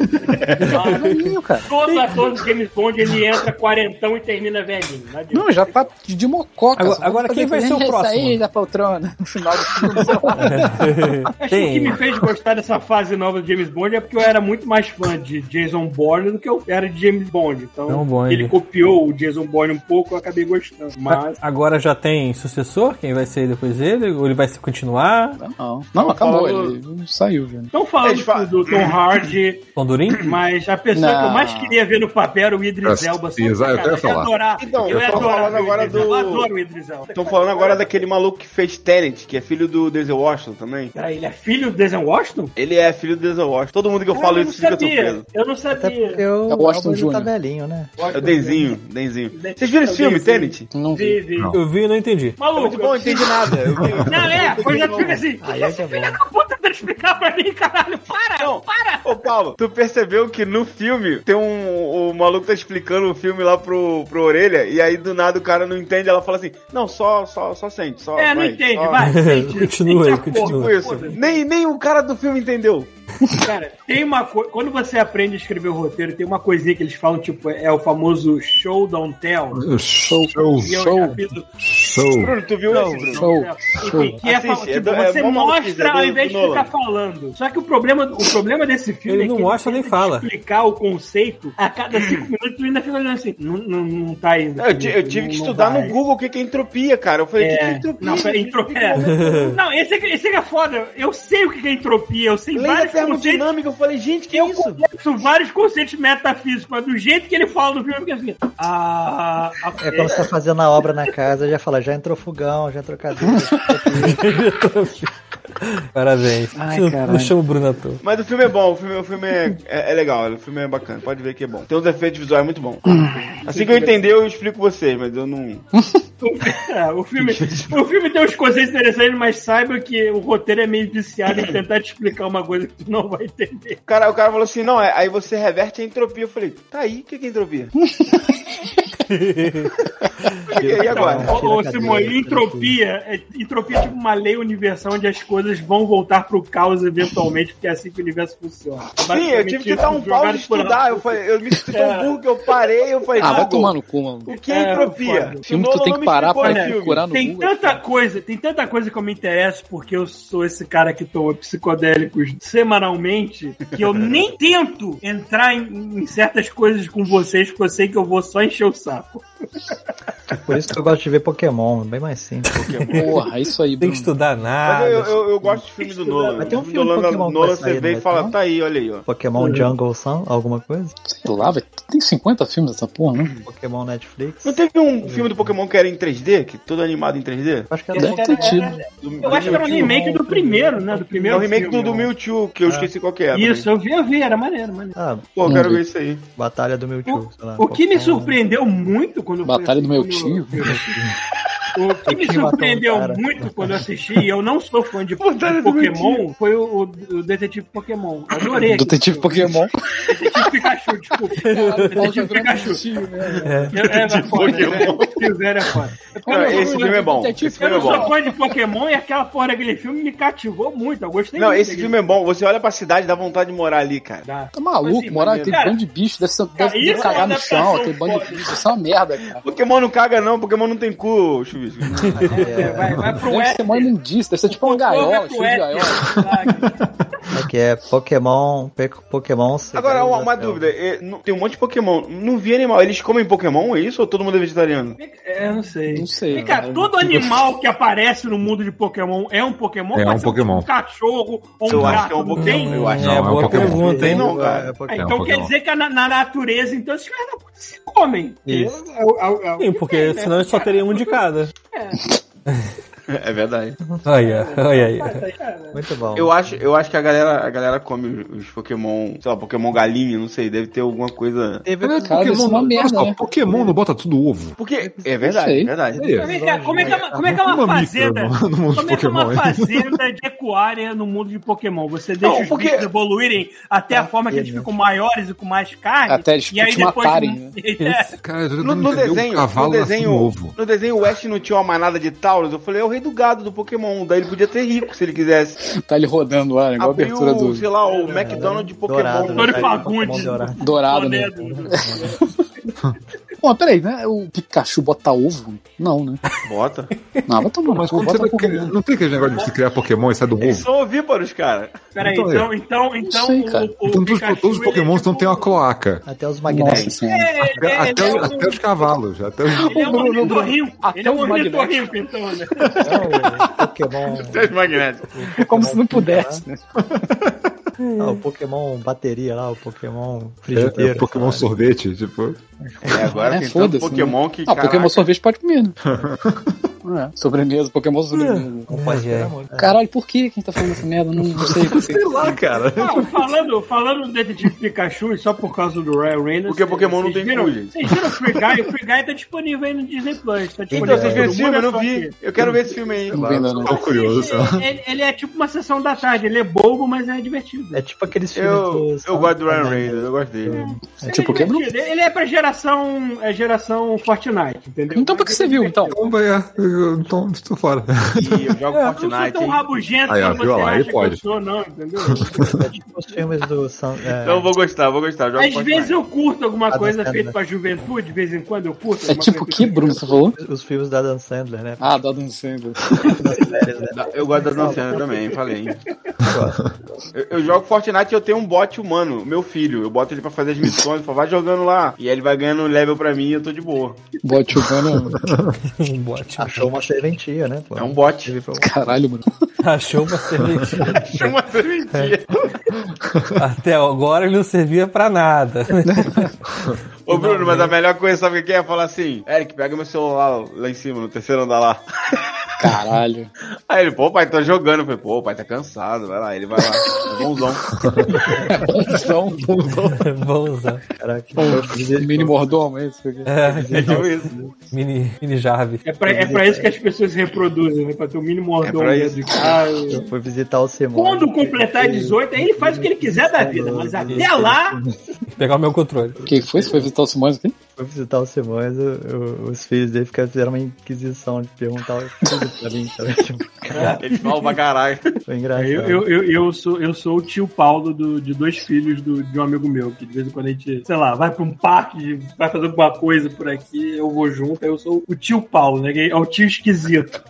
Speaker 2: Ele tá velhinho, cara.
Speaker 3: Todo ator do James Bond ele entra quarentão e termina velhinho. Não adianta.
Speaker 2: Não, já tá de mocó, cara.
Speaker 1: Agora- agora quem vai ser o próximo?
Speaker 2: Sair da poltrona no final do filme. sei lá.
Speaker 3: Acho que o que
Speaker 1: Tem.
Speaker 3: me fez gostar dessa fase nova do James Bond é porque eu era muito mais fã de Jason Bourne do que eu era de James Bond.
Speaker 1: Não,
Speaker 3: Então,
Speaker 1: Bond.
Speaker 3: ele copiou o Jason Bourne um pouco, eu acabei gostando. Mas
Speaker 1: Ah, Agora já tem sucessor? Quem vai ser depois dele? Ou ele vai se continuar?
Speaker 2: Não, não, acabou.
Speaker 8: falando-
Speaker 2: Ele saiu, velho.
Speaker 3: Estão falando
Speaker 8: Eles falam-
Speaker 3: do Tom Hardy,
Speaker 1: Tondurim?
Speaker 3: mas a pessoa
Speaker 2: Não.
Speaker 3: que eu mais queria ver no papel era o Idris
Speaker 4: Nossa,
Speaker 3: Elba. só
Speaker 4: Idris Elba, eu
Speaker 3: pra
Speaker 4: quero
Speaker 3: caralho.
Speaker 4: falar.
Speaker 3: adorar.
Speaker 8: Então,
Speaker 3: eu ia
Speaker 8: eu tô
Speaker 3: adorar
Speaker 8: falando
Speaker 3: ver o
Speaker 8: agora
Speaker 3: Idris Elba.
Speaker 8: do-
Speaker 3: Eu adoro o Idris Elba.
Speaker 8: Estão falando agora daquele maluco que fez Tenet, que é filho do Denzel Washington também.
Speaker 3: Peraí, ele é filho do Denzel Washington?
Speaker 8: Ele é filho do Denzel Washington. Todo mundo que eu
Speaker 3: Caralho,
Speaker 8: falo isso fica surpreso.
Speaker 3: sabia. Eu não
Speaker 5: Até
Speaker 3: sabia.
Speaker 5: porque eu,
Speaker 2: É o Washington
Speaker 5: Álvaro tá
Speaker 2: Júnior.
Speaker 5: velhinho, né?
Speaker 8: É o Denzinho, Denzinho. Vocês viram esse
Speaker 3: É o
Speaker 8: filme,
Speaker 3: Denzinho.
Speaker 8: Tenet?
Speaker 2: Não vi.
Speaker 3: Vi, vi.
Speaker 1: Eu vi e não entendi.
Speaker 3: Maluco,
Speaker 8: Muito Tá bom, não
Speaker 3: eu preciso-
Speaker 8: entendi Ah, nada. Eu vi-
Speaker 3: Não, é, eu já fico assim.
Speaker 5: Aí é que é bom.
Speaker 3: Filha da puta, tenta explicar pra mim, caralho. Para,
Speaker 8: Não.
Speaker 3: para.
Speaker 8: Ô, Paulo, tu percebeu que no filme tem um. O maluco tá explicando o filme lá pro, pro orelha, e aí do nada o cara não entende, ela fala assim: Não, só, só, só sente, só.
Speaker 3: É, não
Speaker 8: vai,
Speaker 3: entende,
Speaker 8: só."
Speaker 3: vai. Sente,
Speaker 1: Continua aí,
Speaker 3: sente a porra,
Speaker 8: Tipo
Speaker 1: continua.
Speaker 8: isso.
Speaker 3: foda-se.
Speaker 8: Nem, nem o cara do filme entendeu.
Speaker 3: Cara, tem uma coisa. Quando você aprende a escrever o roteiro, tem uma coisinha que eles falam, tipo, é o famoso show don't tell.
Speaker 4: Show,
Speaker 3: E eu
Speaker 4: show,
Speaker 3: já fiz o
Speaker 4: show.
Speaker 8: Bruno, tu viu esse, Bruno?
Speaker 2: Show,
Speaker 3: Enfim,
Speaker 2: show.
Speaker 3: que é, fa-
Speaker 8: Assiste, é
Speaker 3: tipo,
Speaker 8: do- é
Speaker 3: você
Speaker 8: mó maluquice, é
Speaker 3: mostra
Speaker 8: do-
Speaker 3: ao invés
Speaker 8: do
Speaker 3: de ficar
Speaker 8: Nolan.
Speaker 3: falando. Só que o problema, o problema desse filme
Speaker 1: Ele
Speaker 3: é
Speaker 1: não
Speaker 3: que
Speaker 1: mostra nem
Speaker 3: tenta
Speaker 1: fala.
Speaker 3: explicar o conceito a cada cinco minutos tu ainda fica olhando assim, não, não, não tá indo.
Speaker 8: Eu, ti- eu tive que estudar no
Speaker 3: Google.
Speaker 8: Google o que que é entropia, cara. Eu falei, o que que é entropia?
Speaker 3: Não, pera, entro... é. não esse, aqui, esse aqui é foda. Eu sei o que é entropia, eu sei
Speaker 8: Lei da
Speaker 3: vários conceitos.
Speaker 8: termodinâmica, eu falei, gente, que
Speaker 3: Eu
Speaker 8: isso?
Speaker 3: conheço vários conceitos metafísicos, mas do jeito que ele fala no filme, porque assim. Ah, a-
Speaker 5: É quando você tá fazendo a obra na casa, já fala, já entrou fogão, já entrou cadeira.
Speaker 1: Parabéns.
Speaker 2: Ai,
Speaker 1: Não-
Speaker 2: caralho.
Speaker 1: não chama o Bruno à toa.
Speaker 8: Mas o filme é bom, o filme, o filme é, é- é legal, o filme é bacana, pode ver que é bom. Tem uns efeitos visuais muito bons. Assim que eu entender, eu explico vocês, mas eu não.
Speaker 3: É, o, filme, o filme tem uns conceitos interessantes, mas saiba que o roteiro é meio viciado em tentar te explicar uma coisa que tu não vai entender.
Speaker 8: O cara, o cara falou assim: não, é, aí você reverte a entropia. Eu falei: tá aí, o que que é entropia? e
Speaker 3: Tá,
Speaker 8: agora?
Speaker 3: Ô, ô, Simone, entropia, é, entropia é tipo uma lei universal onde as coisas vão voltar pro caos eventualmente, porque é assim que o universo funciona.
Speaker 8: Sim, eu tive que dar um pau de estudar. Eu, falei, eu me senti tão burro que eu parei. Eu falei,
Speaker 2: Ah, vai
Speaker 8: Google,
Speaker 2: tomar no cu, mano.
Speaker 8: O que
Speaker 3: É,
Speaker 8: é entropia?
Speaker 3: foda.
Speaker 8: Se
Speaker 2: Filme
Speaker 8: o
Speaker 2: tu
Speaker 8: Nolan
Speaker 2: tem
Speaker 8: não
Speaker 2: que
Speaker 8: me
Speaker 2: parar
Speaker 8: explicou,
Speaker 3: né,
Speaker 2: pra
Speaker 8: filme.
Speaker 2: procurar Tá no
Speaker 3: Tem
Speaker 2: Google.
Speaker 3: tanta coisa, tem tanta coisa que eu me interesso porque eu sou esse cara que toma psicodélicos semanalmente que eu nem tento entrar em, em certas coisas com vocês porque eu sei que eu vou só encher o saco.
Speaker 5: É Por isso que eu gosto de ver Pokémon, bem mais simples.
Speaker 2: Porra, é isso aí,
Speaker 1: Tem que
Speaker 2: Bruno.
Speaker 1: estudar
Speaker 8: Mas
Speaker 1: nada.
Speaker 8: Ah, eu, eu, eu gosto de filme do Nolan.
Speaker 5: Mas tem um
Speaker 8: O
Speaker 5: filme do
Speaker 8: Nolan,
Speaker 5: Pokémon que
Speaker 8: Nolan
Speaker 5: vai
Speaker 8: você
Speaker 5: sair,
Speaker 8: vê
Speaker 5: né?
Speaker 8: e fala,
Speaker 5: Então?
Speaker 8: tá aí, olha aí, ó.
Speaker 5: Pokémon
Speaker 3: Uhum.
Speaker 5: Jungle Sun, alguma coisa?
Speaker 2: Sei lá, velho. Tem 50 filmes dessa porra, né?
Speaker 5: Pokémon Netflix?
Speaker 8: Não teve um filme do Pokémon que era em 3D? Que todo animado em 3D?
Speaker 5: Acho que é
Speaker 3: É.
Speaker 5: era
Speaker 2: Deve
Speaker 5: Pokémon.
Speaker 2: ter tido.
Speaker 8: Do-
Speaker 3: Eu acho que era um
Speaker 8: Mewtwo.
Speaker 3: remake do primeiro, né? Do
Speaker 8: É
Speaker 3: primeiro
Speaker 8: o remake do,
Speaker 3: filme.
Speaker 8: do Mewtwo, que eu esqueci qual que é.
Speaker 3: Isso, eu vi, eu vi, era maneiro, maneiro.
Speaker 5: Ah,
Speaker 8: Pô, eu quero ver isso aí.
Speaker 5: Batalha do Mewtwo, sei lá.
Speaker 3: O que me
Speaker 5: Pokémon.
Speaker 3: surpreendeu muito quando eu fui
Speaker 2: Batalha do meu
Speaker 3: assistir
Speaker 2: tio.
Speaker 3: o- O que me
Speaker 8: um
Speaker 3: surpreendeu muito quando eu assisti, e eu não sou fã de de Pokémon, foi o, o- o Detetive Pokémon. Adorei. aquele
Speaker 2: Detetive
Speaker 3: filme.
Speaker 2: Pokémon.
Speaker 3: Detetive Pikachu, desculpa. Detetive Pikachu.
Speaker 2: né?
Speaker 3: É, é, é foda, né? Fizeram, é foda.
Speaker 8: Não, esse filme é bom. Esse
Speaker 3: Eu
Speaker 8: filme é
Speaker 3: não sou
Speaker 8: bom.
Speaker 3: fã de Pokémon e aquela porra daquele filme me cativou muito. Eu gostei
Speaker 8: Não,
Speaker 3: muito.
Speaker 8: esse filme é bom. Você olha pra cidade e dá vontade de morar ali, cara.
Speaker 3: Dá.
Speaker 2: Tá maluco,
Speaker 3: Assim,
Speaker 2: morar
Speaker 3: maneiro.
Speaker 2: aquele
Speaker 3: Cara,
Speaker 2: bando de bicho, deve, ser, deve
Speaker 3: isso é uma
Speaker 2: cagar no
Speaker 3: adaptação
Speaker 2: chão, aquele bando de
Speaker 3: foda.
Speaker 2: bicho, isso é uma merda, cara.
Speaker 8: Pokémon não caga, não. Pokémon não tem cu, chuvisco. é
Speaker 3: É,
Speaker 5: né?
Speaker 3: Vai, vai pro
Speaker 2: Deve ser mó
Speaker 3: Éter.
Speaker 2: imundice, deve ser tipo uma
Speaker 3: Pokémon
Speaker 2: gaiola, cheio
Speaker 3: vai pro
Speaker 2: de
Speaker 3: Éter,
Speaker 2: gaiola.
Speaker 3: sabe?
Speaker 5: É que é Pokémon. Pe- Pokémon
Speaker 8: Agora, uma,
Speaker 5: Segredo
Speaker 8: uma
Speaker 5: da
Speaker 8: dúvida. é, não- tem um monte de Pokémon. Não vi animal. Eles comem Pokémon, é isso? Ou todo mundo é vegetariano?
Speaker 3: É, eu não sei.
Speaker 2: Não sei.
Speaker 3: Vem cá,
Speaker 2: cara.
Speaker 3: todo animal que aparece no mundo de Pokémon é um Pokémon?
Speaker 4: É um
Speaker 3: Pode ser
Speaker 4: Pokémon.
Speaker 3: Um cachorro ou um
Speaker 8: Eu
Speaker 3: gato?
Speaker 8: acho que é um Pokémon,
Speaker 3: Tem?
Speaker 8: eu acho.
Speaker 1: é,
Speaker 4: Não, é um
Speaker 1: boa
Speaker 4: Pokémon.
Speaker 1: pergunta, hein?
Speaker 8: Não, cara.
Speaker 5: É
Speaker 3: Ah,
Speaker 5: Pokémon.
Speaker 4: É um
Speaker 3: então quer
Speaker 4: Pokémon.
Speaker 3: dizer que na, na natureza, então, esses caras da puta se comem.
Speaker 5: Isso.
Speaker 3: É o- é o- é o que
Speaker 1: Sim, porque
Speaker 3: tem, né?
Speaker 1: senão a gente só teria um de cada.
Speaker 8: É verdade.
Speaker 2: Então,
Speaker 1: Olha, olha aí.
Speaker 5: Muito bom.
Speaker 8: Eu acho, eu acho que a galera, a galera come os, os Pokémon, sei lá, Pokémon galinha, não sei, deve ter alguma coisa.
Speaker 5: Teve
Speaker 4: Mas
Speaker 2: Cara, isso é
Speaker 4: um
Speaker 5: um
Speaker 4: Pokémon,
Speaker 2: uma
Speaker 4: não,
Speaker 2: merda,
Speaker 4: nossa,
Speaker 2: né?
Speaker 4: Pokémon não bota tudo ovo.
Speaker 8: Porque é verdade,
Speaker 2: sei.
Speaker 8: é verdade.
Speaker 4: Aí,
Speaker 3: Como é que é, como é que é uma, como é que é uma
Speaker 4: Uma
Speaker 3: fazenda?
Speaker 4: micro no- no mundo de
Speaker 3: Como é que é uma
Speaker 4: Pokémon, hein?
Speaker 3: fazenda de ecuária no mundo de Pokémon? Você deixa
Speaker 8: Não,
Speaker 3: os
Speaker 8: porque-
Speaker 3: bichos evoluírem até a forma que eles ficam maiores e com mais carne.
Speaker 2: Até eles
Speaker 3: e aí
Speaker 2: te
Speaker 3: depois.
Speaker 2: matarem, né?
Speaker 3: É.
Speaker 4: Cara, eu tô
Speaker 8: No,
Speaker 4: tentando
Speaker 8: no
Speaker 4: entender um
Speaker 8: desenho, no
Speaker 4: cavalo
Speaker 8: desenho,
Speaker 4: assim, ovo.
Speaker 8: no desenho o West não tinha uma manada de Tauros. Eu falei, é o rei do gado do Pokémon. Daí ele podia ser rico se ele quisesse.
Speaker 2: Tá ele rodando lá, igual a
Speaker 8: Abriu,
Speaker 2: abertura do né?
Speaker 8: sei lá, o McDonald's de Pokémon.
Speaker 5: Dourado.
Speaker 3: Antônio
Speaker 5: Aí,
Speaker 3: Fagundes.
Speaker 5: Pokémon Dourado.
Speaker 2: Dourado, né?
Speaker 3: Bonedo.
Speaker 2: Pô, peraí, né? O Pikachu bota ovo? Não, né?
Speaker 8: Bota.
Speaker 2: Não, vai tomar. Mas
Speaker 4: Mas quando você vai criar, não tem aquele negócio de você criar Pokémon e sai do
Speaker 8: Eles
Speaker 4: ovo?
Speaker 8: são ovíparos, cara.
Speaker 3: Peraí,
Speaker 4: Então,
Speaker 3: então, então, então,
Speaker 2: sei, cara.
Speaker 3: o, o
Speaker 4: Então todos,
Speaker 3: Pikachu,
Speaker 4: todos os
Speaker 3: ele é
Speaker 4: Pokémon não
Speaker 3: tipo-
Speaker 4: tem uma cloaca.
Speaker 5: Até os
Speaker 2: Nossa
Speaker 5: magnéticos.
Speaker 2: senhora.
Speaker 3: É,
Speaker 4: Até,
Speaker 3: é,
Speaker 4: até
Speaker 3: ele é
Speaker 4: os-
Speaker 3: um-
Speaker 4: até os cavalos. Até os...
Speaker 3: Ele é um
Speaker 2: Bruno,
Speaker 3: ornitorrinco.
Speaker 2: Bruno.
Speaker 3: Ele é um
Speaker 2: Até os magnéticos.
Speaker 3: ornitorrinco, então, né?
Speaker 5: É o Pokémon.
Speaker 8: Três magnéticos.
Speaker 2: É como se não pudesse, né?
Speaker 5: ah, o Pokémon bateria lá, o Pokémon
Speaker 4: É, é
Speaker 5: frigideiro.
Speaker 4: Pokémon
Speaker 5: sei lá.
Speaker 4: sorvete, tipo.
Speaker 8: É, agora
Speaker 2: É,
Speaker 8: tem tanto
Speaker 2: foda-se,
Speaker 8: Pokémon que.
Speaker 2: Ah, Pokémon
Speaker 8: caraca.
Speaker 2: sorvete pode comer, né? É, Sobremesa, Pokémon sobremesa.
Speaker 1: Não pode ser.
Speaker 5: é.
Speaker 4: É.
Speaker 2: Caralho, por que quem tá falando essa merda? Não, não sei. Por quê.
Speaker 4: Sei lá, cara.
Speaker 3: Não, falando, falando do Detetive Pikachu, e só por causa do Ryan Reynolds.
Speaker 8: Porque Pokémon não
Speaker 3: vocês
Speaker 8: tem
Speaker 3: viram-
Speaker 8: cu, gente.
Speaker 3: Vocês viram o Free Guy? O Free Guy tá disponível aí no Disney Plus. Tá disponível
Speaker 8: Então, vocês viram
Speaker 3: pra todo
Speaker 8: esse filme? Eu
Speaker 3: mundo,
Speaker 8: não
Speaker 3: é só
Speaker 8: vi.
Speaker 3: aqui.
Speaker 8: Eu quero ver esse filme aí.
Speaker 2: Não vendo, não.
Speaker 4: Tô curioso. sei lá.
Speaker 3: Ele, ele- ele é tipo uma sessão da tarde, ele é bobo, mas é divertido.
Speaker 5: É tipo aqueles filmes
Speaker 8: Eu,
Speaker 5: do- né?
Speaker 8: eu gosto do Ryan Reynolds, eu gosto dele.
Speaker 2: É tipo Pokémon?
Speaker 3: divertido. Ele é pra geração, é geração Fortnite, entendeu?
Speaker 2: Então por que você viu, então?
Speaker 4: Então, vai, é, eu- então, estou fora.
Speaker 8: Ih, eu jogo
Speaker 3: Eu não sou
Speaker 8: Fortnite.
Speaker 3: tão
Speaker 8: hein?
Speaker 3: rabugento
Speaker 4: Aí, ó,
Speaker 3: quanto
Speaker 4: viu
Speaker 3: você
Speaker 4: lá, aí
Speaker 3: acha que eu
Speaker 4: pode.
Speaker 3: sou, não, entendeu?
Speaker 5: É tipo os filmes do. Sam- é,
Speaker 8: Então eu vou gostar, vou gostar. eu Jogo
Speaker 3: Às vezes eu curto alguma
Speaker 5: Adam
Speaker 3: coisa
Speaker 5: Sandler.
Speaker 3: feita pra juventude, de vez em quando eu curto.
Speaker 2: É
Speaker 3: alguma
Speaker 2: tipo o
Speaker 3: coisa
Speaker 2: que, Bruno? Você falou?
Speaker 5: Os filmes da Dan Sandler, né?
Speaker 2: Ah, tá dançando.
Speaker 8: Eu gosto da Dancena também, falei. Eu, eu jogo Fortnite e eu tenho um bot humano, meu filho. Eu boto ele pra fazer as missões, eu falo, vai jogando lá. E aí ele vai ganhando level pra mim e eu tô de boa.
Speaker 2: Bote humano.
Speaker 1: Um bote.
Speaker 5: Achou uma serventia, né? Pô?
Speaker 8: É um bot. É
Speaker 5: Ele foi um-
Speaker 2: Caralho, mano.
Speaker 1: Achou uma cerveja.
Speaker 8: Chama a serventia.
Speaker 5: É.
Speaker 1: Até agora ele não servia pra nada.
Speaker 8: Ô Bruno,
Speaker 5: né?
Speaker 8: mas a melhor coisa, sabe o que é? Falar assim, Eric, pega meu celular lá em cima, no terceiro andar lá.
Speaker 2: Caralho.
Speaker 8: Aí ele, pô, pai, tá jogando. Eu falei, pô, pai, tá cansado, vai lá. Ele vai lá, é bonzão.
Speaker 2: É Bonzão,
Speaker 1: Bonzão.
Speaker 5: Caraca.
Speaker 2: um mini mordomo, é isso? aqui.
Speaker 1: É,
Speaker 8: É tipo isso.
Speaker 1: mini, mini Jarve.
Speaker 3: É pra, é pra isso que as pessoas reproduzem, né? Pra ter o mínimo mordomo
Speaker 8: É pra
Speaker 3: dentro de casa.
Speaker 5: Foi visitar o Simão.
Speaker 3: Quando completar 18, aí ele faz o que ele quiser da vida, mas até lá.
Speaker 1: Pegar o meu controle.
Speaker 2: Quem foi? Você foi visitar o Simões aqui?
Speaker 5: Foi visitar o Simões, o- o- os filhos dele ficaram, fizeram uma inquisição de perguntar tudo pra mim. sabe? Tipo,
Speaker 8: Ele fala pra caralho.
Speaker 5: Foi engraçado.
Speaker 3: Eu, eu, eu, eu sou, eu sou o tio Paulo do- de dois filhos do- de um amigo meu, que de vez em quando a gente, sei lá, vai pra um parque, vai fazer alguma coisa por aqui, eu vou junto, aí eu sou o tio Paulo, né? que É o tio esquisito.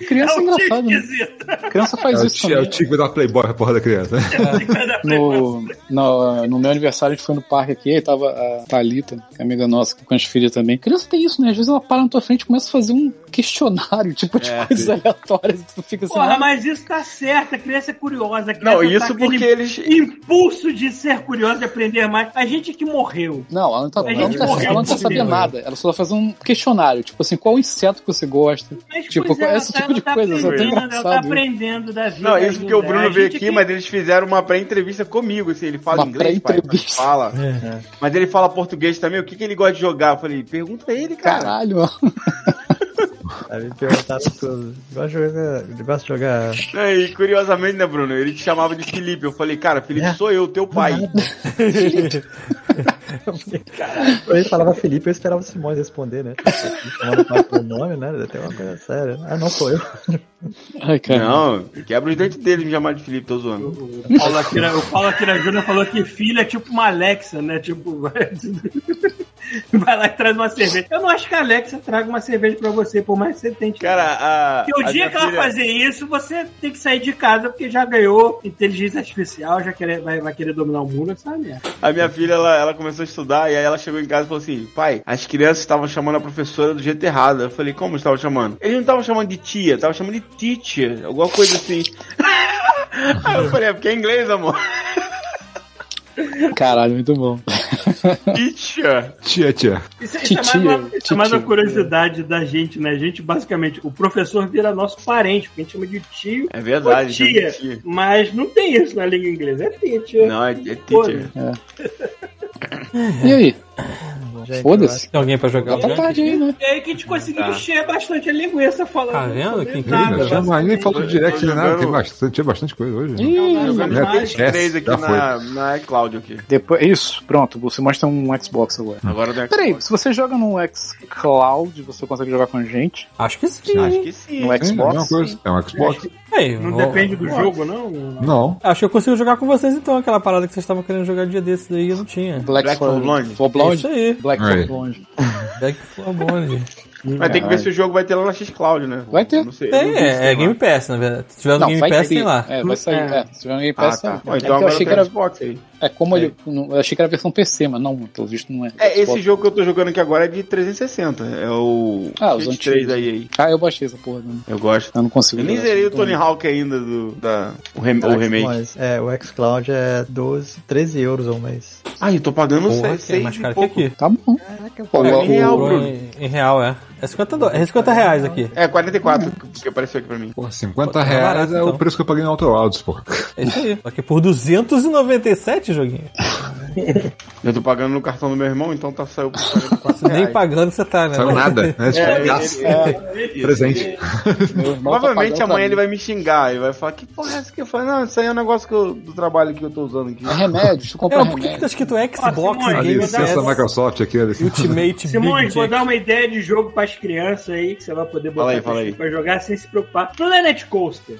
Speaker 3: É
Speaker 2: Criança é
Speaker 3: o tio
Speaker 2: engraçada, né?
Speaker 3: esquisito.
Speaker 2: Criança
Speaker 4: É
Speaker 2: faz
Speaker 4: o,
Speaker 2: isso
Speaker 4: ti- é o
Speaker 2: também.
Speaker 4: tio que vai dar playboy pra porra da criança, né?
Speaker 3: tá
Speaker 2: No, no, no meu aniversário, a gente foi no parque aqui, aí tava a Thalita, que é amiga nossa, que com as filhas também. Criança tem isso, né? Às vezes ela para na tua frente e começa a fazer um questionário, tipo, de
Speaker 8: É,
Speaker 2: coisas aleatórias, e tu fica assim,
Speaker 3: Porra,
Speaker 2: ah,
Speaker 3: mas isso tá certo, a criança é curiosa. A criança
Speaker 8: Não,
Speaker 3: tá
Speaker 8: isso
Speaker 3: com
Speaker 8: porque
Speaker 3: aquele
Speaker 8: eles.
Speaker 3: Impulso de ser curiosa, de aprender mais. A gente que morreu.
Speaker 2: Não, ela não tá,
Speaker 3: A
Speaker 2: ela não
Speaker 3: gente
Speaker 2: tá-
Speaker 3: morreu
Speaker 2: ela não tá
Speaker 3: de
Speaker 2: sabendo
Speaker 3: medo. né?
Speaker 2: nada. Ela só faz um questionário, tipo assim, qual inseto que você gosta?
Speaker 3: Mas,
Speaker 2: Tipo,
Speaker 3: pois é,
Speaker 2: esse
Speaker 3: ela
Speaker 2: tipo de
Speaker 3: ela
Speaker 2: coisa, isso é tão
Speaker 3: aprendendo, Ela
Speaker 2: engraçado,
Speaker 3: tá aprendendo da vida.
Speaker 8: Não, isso porque o
Speaker 3: ainda. A
Speaker 8: Bruno veio
Speaker 3: gente
Speaker 8: aqui,
Speaker 3: que-
Speaker 8: mas eles fizeram uma pré-entrevista comigo, assim, ele fala
Speaker 2: Uma
Speaker 8: inglês, pai, pai,
Speaker 2: pré-entrevista.
Speaker 8: fala.
Speaker 3: É.
Speaker 8: Mas ele fala português também, o que, que ele gosta de jogar? Eu falei, pergunta ele, cara.
Speaker 2: Caralho, mano.
Speaker 5: Aí me perguntaram tudo. Gosto de jogar. Gosto de jogar.
Speaker 8: É, E curiosamente, né, Bruno, ele te chamava de Felipe, eu falei, cara, Felipe
Speaker 5: É.
Speaker 8: sou eu, teu pai.
Speaker 5: Quando ele falava Felipe, eu esperava o Simões responder, né? Me Chamando pra- pelo nome, né? Deve ter uma coisa séria. Ah, não sou eu.
Speaker 2: Ai,
Speaker 3: é
Speaker 2: cara.
Speaker 8: Não, quebra os dentes dele de me chamar de Felipe, tô zoando.
Speaker 3: O Paulo Akira, o Paulo Akira Júnior falou que filho é tipo uma Alexa, né? Tipo, vai, vai lá e traz uma cerveja. Eu não acho que a Alexa traga uma cerveja pra você, por mais que você tente.
Speaker 8: Cara, a.
Speaker 3: Porque o
Speaker 8: a
Speaker 3: um dia
Speaker 8: minha
Speaker 3: que ela
Speaker 8: filha-
Speaker 3: fazer isso, você tem que sair de casa porque já ganhou inteligência artificial, já querer, vai, vai querer dominar o mundo, sabe? merda.
Speaker 8: A minha filha, ela, ela começou a estudar e aí ela chegou em casa e falou assim: pai, as crianças estavam chamando a professora do jeito errado. Eu falei: como estavam chamando? Eles não estavam chamando de tia, estavam chamando de teacher, alguma coisa assim. aí eu falei: é porque é inglês, amor.
Speaker 2: Caralho, muito bom.
Speaker 8: Teacher.
Speaker 4: Tia, tia.
Speaker 3: Isso, isso é mais, uma, isso é mais uma
Speaker 2: Titio.
Speaker 3: curiosidade da gente, né? A gente, basicamente, o professor vira nosso parente, porque a gente chama de tio
Speaker 8: É verdade,
Speaker 3: Ô,
Speaker 8: chama
Speaker 3: tia.
Speaker 8: de tia.
Speaker 3: Mas não tem isso na língua inglesa. É teacher.
Speaker 8: Não, é, é teacher.
Speaker 2: E aí?
Speaker 5: Gente,
Speaker 2: Foda-se.
Speaker 1: Tem alguém pra jogar?
Speaker 2: Já tá
Speaker 1: Dante?
Speaker 2: tarde aí, né?
Speaker 3: É aí que a gente conseguiu
Speaker 8: Tá.
Speaker 3: encher bastante a linguiça falando.
Speaker 1: Tá vendo? Que incrível.
Speaker 3: Nada,
Speaker 1: Cara,
Speaker 4: Jamais nem falo de direct nem nada,
Speaker 8: jogando-
Speaker 4: tem bastante, tinha bastante coisa hoje. né?
Speaker 2: Ih,
Speaker 8: Jogamos
Speaker 4: Já
Speaker 8: mais
Speaker 4: tem-
Speaker 8: três
Speaker 4: é,
Speaker 8: aqui
Speaker 4: já foi.
Speaker 8: na, na iCloud aqui.
Speaker 2: depois, isso, pronto. Você mostra um Xbox agora.
Speaker 8: Agora é do
Speaker 2: Peraí,
Speaker 8: Xbox.
Speaker 2: se você joga no xCloud, você consegue jogar com a gente?
Speaker 1: Acho que sim.
Speaker 8: Acho que sim.
Speaker 2: No
Speaker 4: Sim, é a mesma
Speaker 2: Xbox?
Speaker 4: coisa. É um Xbox?
Speaker 1: Aí,
Speaker 3: Não
Speaker 1: vou-
Speaker 3: depende do jogo, não?
Speaker 4: Não.
Speaker 1: Acho que eu consigo jogar com vocês então, aquela parada que vocês estavam querendo jogar dia desses aí e eu não tinha.
Speaker 2: Black,
Speaker 8: Black
Speaker 2: for
Speaker 8: for Blonde.
Speaker 2: For
Speaker 1: É
Speaker 2: Blonde?
Speaker 1: isso aí.
Speaker 2: Black for
Speaker 4: Aí.
Speaker 2: Blonde.
Speaker 1: Então Deck for Blonde.
Speaker 8: Mas tem que ver se o jogo vai ter lá na Xcloud, né?
Speaker 2: Ah. Vai ter.
Speaker 8: Não sei. eu não
Speaker 1: Tem,
Speaker 8: vi se
Speaker 1: é, é
Speaker 8: lá.
Speaker 1: Game Pass, na verdade. Se tiver no
Speaker 2: Não,
Speaker 1: Game
Speaker 2: vai
Speaker 1: Pass,
Speaker 2: sair.
Speaker 1: tem lá.
Speaker 2: É, vai sair. É, se tiver no Game
Speaker 8: Ah,
Speaker 2: Pass,
Speaker 8: tá.
Speaker 2: é.
Speaker 8: Bom,
Speaker 2: é
Speaker 8: então
Speaker 2: que eu
Speaker 8: agora
Speaker 2: achei que
Speaker 8: tem
Speaker 2: era,
Speaker 8: Xbox aí.
Speaker 2: é como
Speaker 8: É.
Speaker 2: ele- não, eu achei que era a versão PC, mas não, pelo visto não é.
Speaker 8: É, esse
Speaker 2: Xbox.
Speaker 8: jogo que eu tô jogando aqui agora é de 360. É o.
Speaker 2: Ah, os
Speaker 8: Street
Speaker 2: antigos.
Speaker 8: 3 aí, aí.
Speaker 2: Ah, eu baixei essa porra, né?
Speaker 8: Eu gosto.
Speaker 2: Eu não consigo.
Speaker 8: Eu nem
Speaker 2: jogar,
Speaker 8: zerei o
Speaker 2: assim,
Speaker 8: Tony Hawk ainda do. Da, o, rem- o remake.
Speaker 5: Simões, é, o xCloud é 12, 13 euros ao mês.
Speaker 8: Ah, eu tô pagando
Speaker 1: Porra, que é
Speaker 8: 6
Speaker 1: mais
Speaker 8: e
Speaker 1: caro que
Speaker 8: um pouco.
Speaker 1: aqui.
Speaker 2: Tá bom. Pô,
Speaker 8: É,
Speaker 2: o-
Speaker 8: em real,
Speaker 2: o-
Speaker 8: Bruno.
Speaker 1: Em, em real, é. É 50, do... é 50 reais aqui.
Speaker 8: É, 44 que- que apareceu aqui pra mim.
Speaker 4: Porra, 50
Speaker 1: Pô, tá
Speaker 4: reais
Speaker 1: barato,
Speaker 4: é o
Speaker 1: então.
Speaker 4: preço que eu paguei no Auto Wilds, porra.
Speaker 1: É isso aí. Só que por 297 joguinho.
Speaker 8: Eu tô pagando no cartão do meu irmão, então tá saiu por 44
Speaker 1: Nem
Speaker 8: reais.
Speaker 1: pagando você tá, né?
Speaker 4: Saiu nada, né? Tipo,
Speaker 8: É,
Speaker 4: graça,
Speaker 8: ele- ele-
Speaker 4: presente.
Speaker 2: meu irmão tá
Speaker 8: Provavelmente
Speaker 2: pagando
Speaker 8: amanhã ele
Speaker 2: pra
Speaker 8: vai me xingar. Ele vai falar: Que porra é essa que eu falei? Não, isso aí é um negócio que eu- do trabalho que eu tô usando aqui.
Speaker 2: mim. É remédio, deixa
Speaker 1: É,
Speaker 2: eu comprar
Speaker 1: mas por que, que
Speaker 2: remédio.
Speaker 1: tá escrito Xbox
Speaker 3: Simões,
Speaker 4: A
Speaker 1: Game
Speaker 4: licença da
Speaker 1: Pass
Speaker 4: Microsoft aqui, olha assim.
Speaker 1: Ultimate Big
Speaker 3: Simões, vou
Speaker 1: Jack?
Speaker 3: dar uma ideia de jogo pras crianças aí, que você vai poder botar
Speaker 8: Fala aí,
Speaker 3: pra-
Speaker 8: fala aí.
Speaker 3: pra jogar sem se preocupar. Planet Coaster.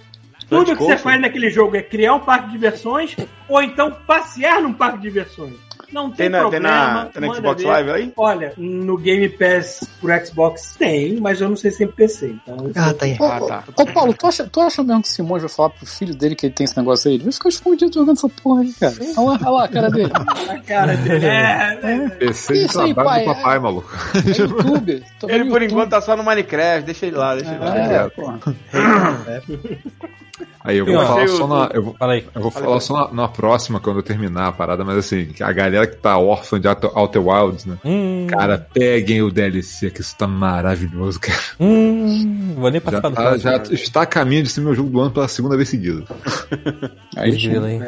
Speaker 3: Tudo que você
Speaker 8: Coaster?
Speaker 3: faz naquele jogo é criar um parque de diversões ou então passear num parque de diversões. Não tem,
Speaker 8: Tem na, tem
Speaker 3: problema.
Speaker 8: na, tem na
Speaker 3: manda
Speaker 8: Xbox
Speaker 3: ver.
Speaker 8: Live aí?
Speaker 3: Olha, no Game Pass pro Xbox tem, mas eu não sei se tem PC, então...
Speaker 5: Ah, tá errado.
Speaker 2: Ô, ô, ô, Paulo, tu acha, tu acha mesmo que o Simões vai falar pro filho dele que ele tem esse negócio aí? Ele vai ficar escondido jogando essa porra aí, cara. Olha lá, olha lá a cara dele.
Speaker 3: na cara dele. É, é.
Speaker 4: PC de
Speaker 2: Isso aí,
Speaker 4: trabalho do
Speaker 2: pai,
Speaker 4: papai, maluco.
Speaker 2: É YouTube. É. Tô vendo
Speaker 8: Ele por tá
Speaker 2: YouTube.
Speaker 1: É.
Speaker 8: enquanto tá só no Minecraft, deixa ele lá, deixa ele lá.
Speaker 2: É, porra.
Speaker 4: Aí eu vou
Speaker 1: Eu
Speaker 4: falar
Speaker 8: achei
Speaker 4: só
Speaker 8: o-
Speaker 4: na. Eu vou,
Speaker 1: Fala aí.
Speaker 4: eu vou falar só na, na próxima quando eu terminar a parada, mas assim, a galera que tá órfã de Outer Outer Wilds, né?
Speaker 1: Hum,
Speaker 4: Cara, peguem o DLC, que isso tá maravilhoso, cara.
Speaker 1: hum, vou nem
Speaker 4: Já,
Speaker 1: participar do
Speaker 4: tá-
Speaker 1: próximo.
Speaker 4: já está a caminho de ser meu jogo do ano pela segunda vez seguida.
Speaker 2: Aí,
Speaker 1: Vigila aí.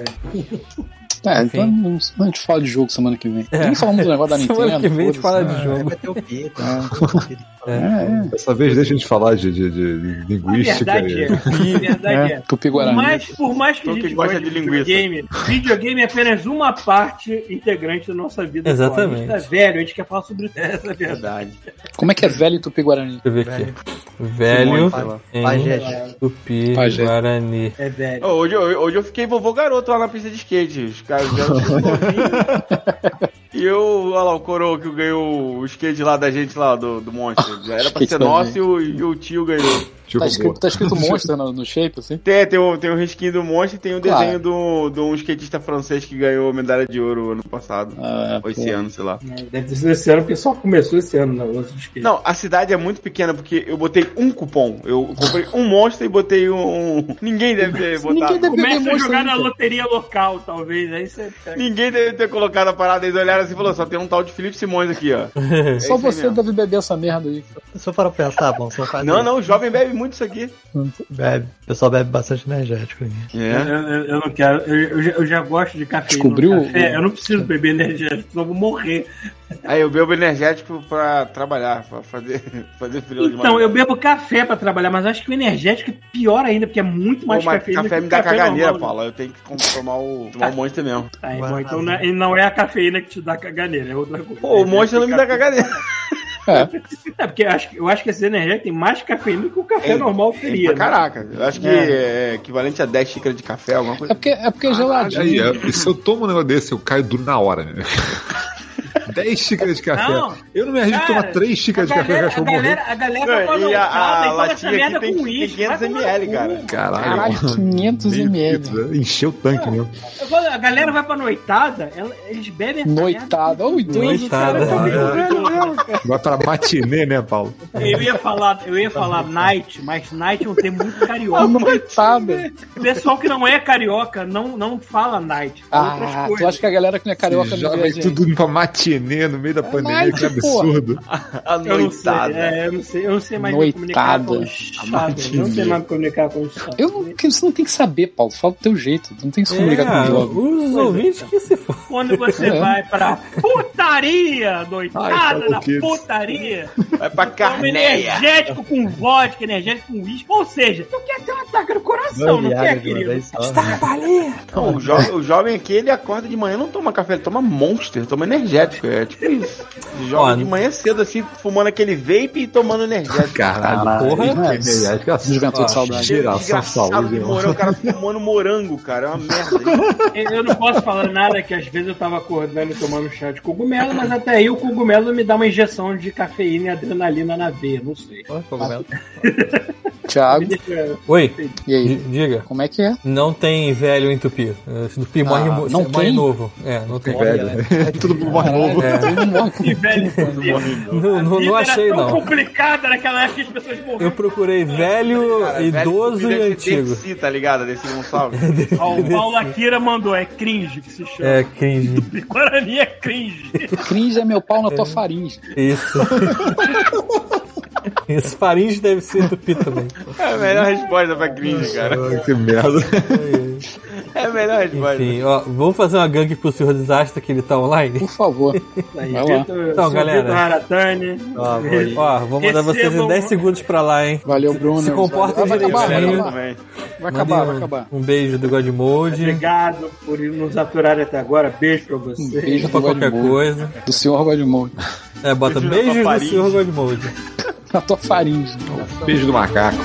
Speaker 2: é, então, não- a gente fala de jogo semana que vem. Nem falamos do negócio da Nintendo.
Speaker 1: É. Semana que vem a gente fala
Speaker 2: foda-se.
Speaker 1: de
Speaker 8: né?
Speaker 1: jogo.
Speaker 5: Vai ter o Pedro.
Speaker 2: É,
Speaker 4: Dessa vez deixa a gente falar de, de, de linguística.
Speaker 3: verdade é. A verdade
Speaker 2: é.
Speaker 3: é.
Speaker 2: é. Tupi
Speaker 3: Por
Speaker 2: Guarani.
Speaker 3: mais, por mais que
Speaker 8: Então,
Speaker 3: a gente
Speaker 8: quem gosta
Speaker 3: goste
Speaker 8: de linguiça.
Speaker 3: videogame, videogame é apenas uma parte integrante da nossa vida.
Speaker 1: Exatamente.
Speaker 3: A gente tá velho, a gente quer falar sobre essa verdade.
Speaker 8: Verdade.
Speaker 2: Como é que é velho Tupi Guarani?
Speaker 1: Deixa eu ver
Speaker 5: Velho.
Speaker 1: aqui. Velho
Speaker 5: É.
Speaker 1: em
Speaker 5: Pajete.
Speaker 1: Tupi
Speaker 2: Pajé.
Speaker 1: Guarani.
Speaker 3: É velho.
Speaker 8: Ô, hoje, eu- hoje eu fiquei vovô garoto lá na pista de skate. Os caras vieram tudo novinho. E eu, olha lá, o coroa que ganhou o skate lá da gente lá do, do monstro. Já era pra
Speaker 2: Skate
Speaker 8: ser
Speaker 2: da
Speaker 8: nosso
Speaker 2: gente.
Speaker 8: e o, e o tio ganhou.
Speaker 4: Tio
Speaker 2: Tá
Speaker 4: robô.
Speaker 2: escrito, tá escrito monstro no, no shape, assim?
Speaker 8: Tem, tem, o, tem o risquinho do monstro e tem o
Speaker 2: Claro.
Speaker 8: desenho do- de um skatista francês que ganhou medalha de ouro ano passado.
Speaker 2: Ah,
Speaker 8: Ou esse
Speaker 2: pô.
Speaker 8: ano, sei lá.
Speaker 3: É, Deve ter sido esse ano, porque só começou esse ano né, na lança de skate.
Speaker 8: Não, a cidade é muito pequena porque eu botei um cupom. Eu comprei um monstro e botei um. Ninguém deve ter botado.
Speaker 2: Ninguém deve ter
Speaker 3: Começa a
Speaker 2: monstro
Speaker 3: jogar na
Speaker 2: nunca.
Speaker 3: loteria local, talvez. Aí você pega.
Speaker 8: Ninguém deve ter colocado a parada. Eles olharam assim e falaram: só tem um tal de Felipe Simões aqui, ó. É isso
Speaker 2: Só
Speaker 8: aí
Speaker 2: você
Speaker 8: mesmo.
Speaker 2: deve beber essa merda aí.
Speaker 5: Só para pensar, bom, só faz
Speaker 8: Não, não, o jovem bebe muito isso aqui.
Speaker 5: isso. Bebe. O pessoal bebe bastante energético. né?
Speaker 8: É.
Speaker 3: Eu, eu- eu não quero, eu, eu já, eu já gosto de café.
Speaker 2: Descobriu o-
Speaker 3: Café. Eu não preciso beber energético, senão eu vou morrer.
Speaker 8: Aí eu bebo energético pra trabalhar, pra fazer, fazer frio de
Speaker 3: Então, eu bebo café pra trabalhar, mas acho que o energético é pior ainda, porque é muito mais
Speaker 8: Pô, mas
Speaker 3: cafeína
Speaker 8: café
Speaker 3: que
Speaker 8: me
Speaker 3: o
Speaker 8: dá caganeira,
Speaker 3: normal, né?
Speaker 8: Paula. Eu tenho que com- tomar o, tomar o monstro mesmo.
Speaker 3: Tá, irmão,
Speaker 5: Guaraná,
Speaker 3: então
Speaker 5: né?
Speaker 3: não é, não é a cafeína que te dá caganeira, é outra coisa.
Speaker 8: Pô, o monstro não me dá caganeira.
Speaker 2: É,
Speaker 3: É, porque eu acho, que- eu acho que esse energético tem mais cafeína que o café
Speaker 8: É,
Speaker 3: normal teria.
Speaker 8: Pra
Speaker 3: né?
Speaker 8: Caraca, eu acho que é equivalente a 10 xícaras de café, alguma
Speaker 2: é
Speaker 8: coisa.
Speaker 2: porque é, porque é
Speaker 4: Aí,
Speaker 2: geladinho.
Speaker 4: é, e se eu tomo um negócio desse, eu caio duro na hora, né? 10 xícaras de café.
Speaker 3: Não,
Speaker 4: eu não me arrisco a
Speaker 3: cara,
Speaker 4: tomar 3
Speaker 3: A
Speaker 4: xícaras de café, eu
Speaker 3: galera,
Speaker 4: acho que
Speaker 3: a
Speaker 4: eu vou morrer.
Speaker 3: galera, a galera
Speaker 8: Não,
Speaker 3: tá falando,
Speaker 8: e a-
Speaker 3: "Calma,
Speaker 8: a
Speaker 3: e fala essa
Speaker 8: latinha aqui
Speaker 3: merda
Speaker 8: tem
Speaker 3: com uísque,
Speaker 8: 500
Speaker 3: vai tomar no
Speaker 8: ml,
Speaker 3: cu.
Speaker 8: cara.
Speaker 4: Caralho.
Speaker 2: Caralho, 500 ml.
Speaker 4: mano. Encheu o tanque mesmo.
Speaker 3: Eu falo, A galera vai pra noitada, ela- eles bebem essa
Speaker 2: Noitada. Ô, idoso,
Speaker 1: Noitada.
Speaker 2: cara. Tá meio velho mesmo, cara.
Speaker 4: Vai pra matinê, né, Paulo?
Speaker 3: merda. Eu ia falar, eu ia falar night, mas night é um termo muito
Speaker 2: tá Uma
Speaker 3: carioca.
Speaker 2: noitada.
Speaker 3: O pessoal que não é carioca não, não fala night, fala outras
Speaker 2: Ah, tu
Speaker 3: coisas.
Speaker 2: acha que a galera que não é carioca
Speaker 4: Já
Speaker 2: não vê a
Speaker 4: vem
Speaker 2: gente? tipo,
Speaker 4: tudo indo pra matinê no meio da pandemia,
Speaker 2: night,
Speaker 4: que absurdo.
Speaker 3: Eu não, sei,
Speaker 8: Anoitada.
Speaker 3: é, eu, não sei, eu não sei mais me comunicar
Speaker 2: Noitada.
Speaker 3: com os chatos. Eu não sei mais me comunicar com os chatos.
Speaker 2: Eu não, que você não tem que saber, Paulo. Fala do teu jeito. Não tem que se comunicar
Speaker 1: É,
Speaker 2: com o jogo.
Speaker 1: os ouvintes que se for.
Speaker 3: Quando você
Speaker 2: É.
Speaker 3: vai pra putaria, noitada
Speaker 4: Ai,
Speaker 3: na
Speaker 4: Paulo Kids.
Speaker 3: putaria,
Speaker 8: Vai
Speaker 3: toma
Speaker 8: pra carneia.
Speaker 3: energético com vodka, energético com uísque. Ou seja, tu quer ter um ataque no coração, não,
Speaker 5: Viagra
Speaker 3: quer,
Speaker 5: de uma
Speaker 3: querido? Tá.
Speaker 5: vez só,
Speaker 2: Tá,
Speaker 5: né?
Speaker 8: Não, o, jo o jovem aqui, ele acorda de manhã, não toma café, ele toma monster, toma energético. É tipo isso. Ele Joga
Speaker 1: Ó,
Speaker 8: de manhã cedo, assim, fumando aquele vape e tomando energético.
Speaker 4: Caralho, porra. é
Speaker 2: né?
Speaker 4: Que viagem.
Speaker 2: Juventude saudável.
Speaker 4: Geração
Speaker 8: Desgraçado
Speaker 4: saúde,
Speaker 8: de
Speaker 4: irmão.
Speaker 8: morango, o cara fumando morango, cara. É uma merda.
Speaker 3: Eu eu não posso falar nada que às vezes eu tava acordando e tomando chá de cogumelo, mas até aí o cogumelo me dá uma injeção de cafeína e adrenalina na veia, não sei.
Speaker 5: Pô, é cogumelo.
Speaker 3: Me
Speaker 2: Thiago,
Speaker 3: deixa-
Speaker 1: Oi,
Speaker 2: e aí?
Speaker 1: di- diga.
Speaker 2: Como é que é?
Speaker 1: Não tem velho em Tupi. Esse Tupi morre, mo-
Speaker 2: Ah, não
Speaker 1: morre
Speaker 2: tem?
Speaker 1: novo. É, não tem.
Speaker 4: Velho, né? Tudo morre novo.
Speaker 1: É.
Speaker 2: Todo mundo morre com-
Speaker 3: Que velho.
Speaker 1: Não, não, não
Speaker 3: Vida
Speaker 1: achei,
Speaker 3: era tão
Speaker 1: não.
Speaker 3: complicada naquela época que as pessoas morriam.
Speaker 1: Eu procurei velho, idoso
Speaker 8: Velho,
Speaker 1: e
Speaker 8: deve ser
Speaker 1: antigo.
Speaker 8: Desi, tá ligado? Desse Gonçalves.
Speaker 3: Ó, o Paulo Akira mandou, é cringe que se chama.
Speaker 1: É, cringe.
Speaker 3: Guarani é cringe.
Speaker 2: Cringe é meu pau na tua faringe.
Speaker 1: Isso. Isso, faringe deve ser Tupi também.
Speaker 8: É a melhor resposta pra cringe, cara.
Speaker 4: Ah, Que merda.
Speaker 8: É a melhor resposta.
Speaker 1: Enfim, ó, vamos fazer uma gangue pro Senhor Desastre que ele tá online?
Speaker 2: Por favor. Vai
Speaker 3: Aí,
Speaker 2: Tá lá.
Speaker 3: Vitor-
Speaker 1: Então,
Speaker 3: Vitor
Speaker 1: galera.
Speaker 3: Haratani.
Speaker 5: Ó, vou aí.
Speaker 1: Ó, vou mandar vocês em
Speaker 3: Recebam-
Speaker 1: 10 segundos pra lá, hein?
Speaker 2: Valeu, Bruno.
Speaker 1: Se comportem
Speaker 2: Ah, vai acabar, vai
Speaker 8: né?
Speaker 1: direitinho.
Speaker 2: acabar.
Speaker 8: Também.
Speaker 2: Vai acabar, vai
Speaker 1: Mandem um-
Speaker 2: acabar.
Speaker 1: Um beijo do Godmode.
Speaker 3: Obrigado por nos aturar até agora. Beijo pra vocês.
Speaker 2: Beijo
Speaker 1: Pra
Speaker 2: do
Speaker 1: qualquer
Speaker 2: Godmode.
Speaker 1: coisa.
Speaker 2: Do senhor Godmode.
Speaker 1: É, bota
Speaker 8: Beijo na tua
Speaker 1: beijos do
Speaker 8: faringe.
Speaker 1: senhor Godmode.
Speaker 2: Na tua faringe.
Speaker 4: Beijo do macaco.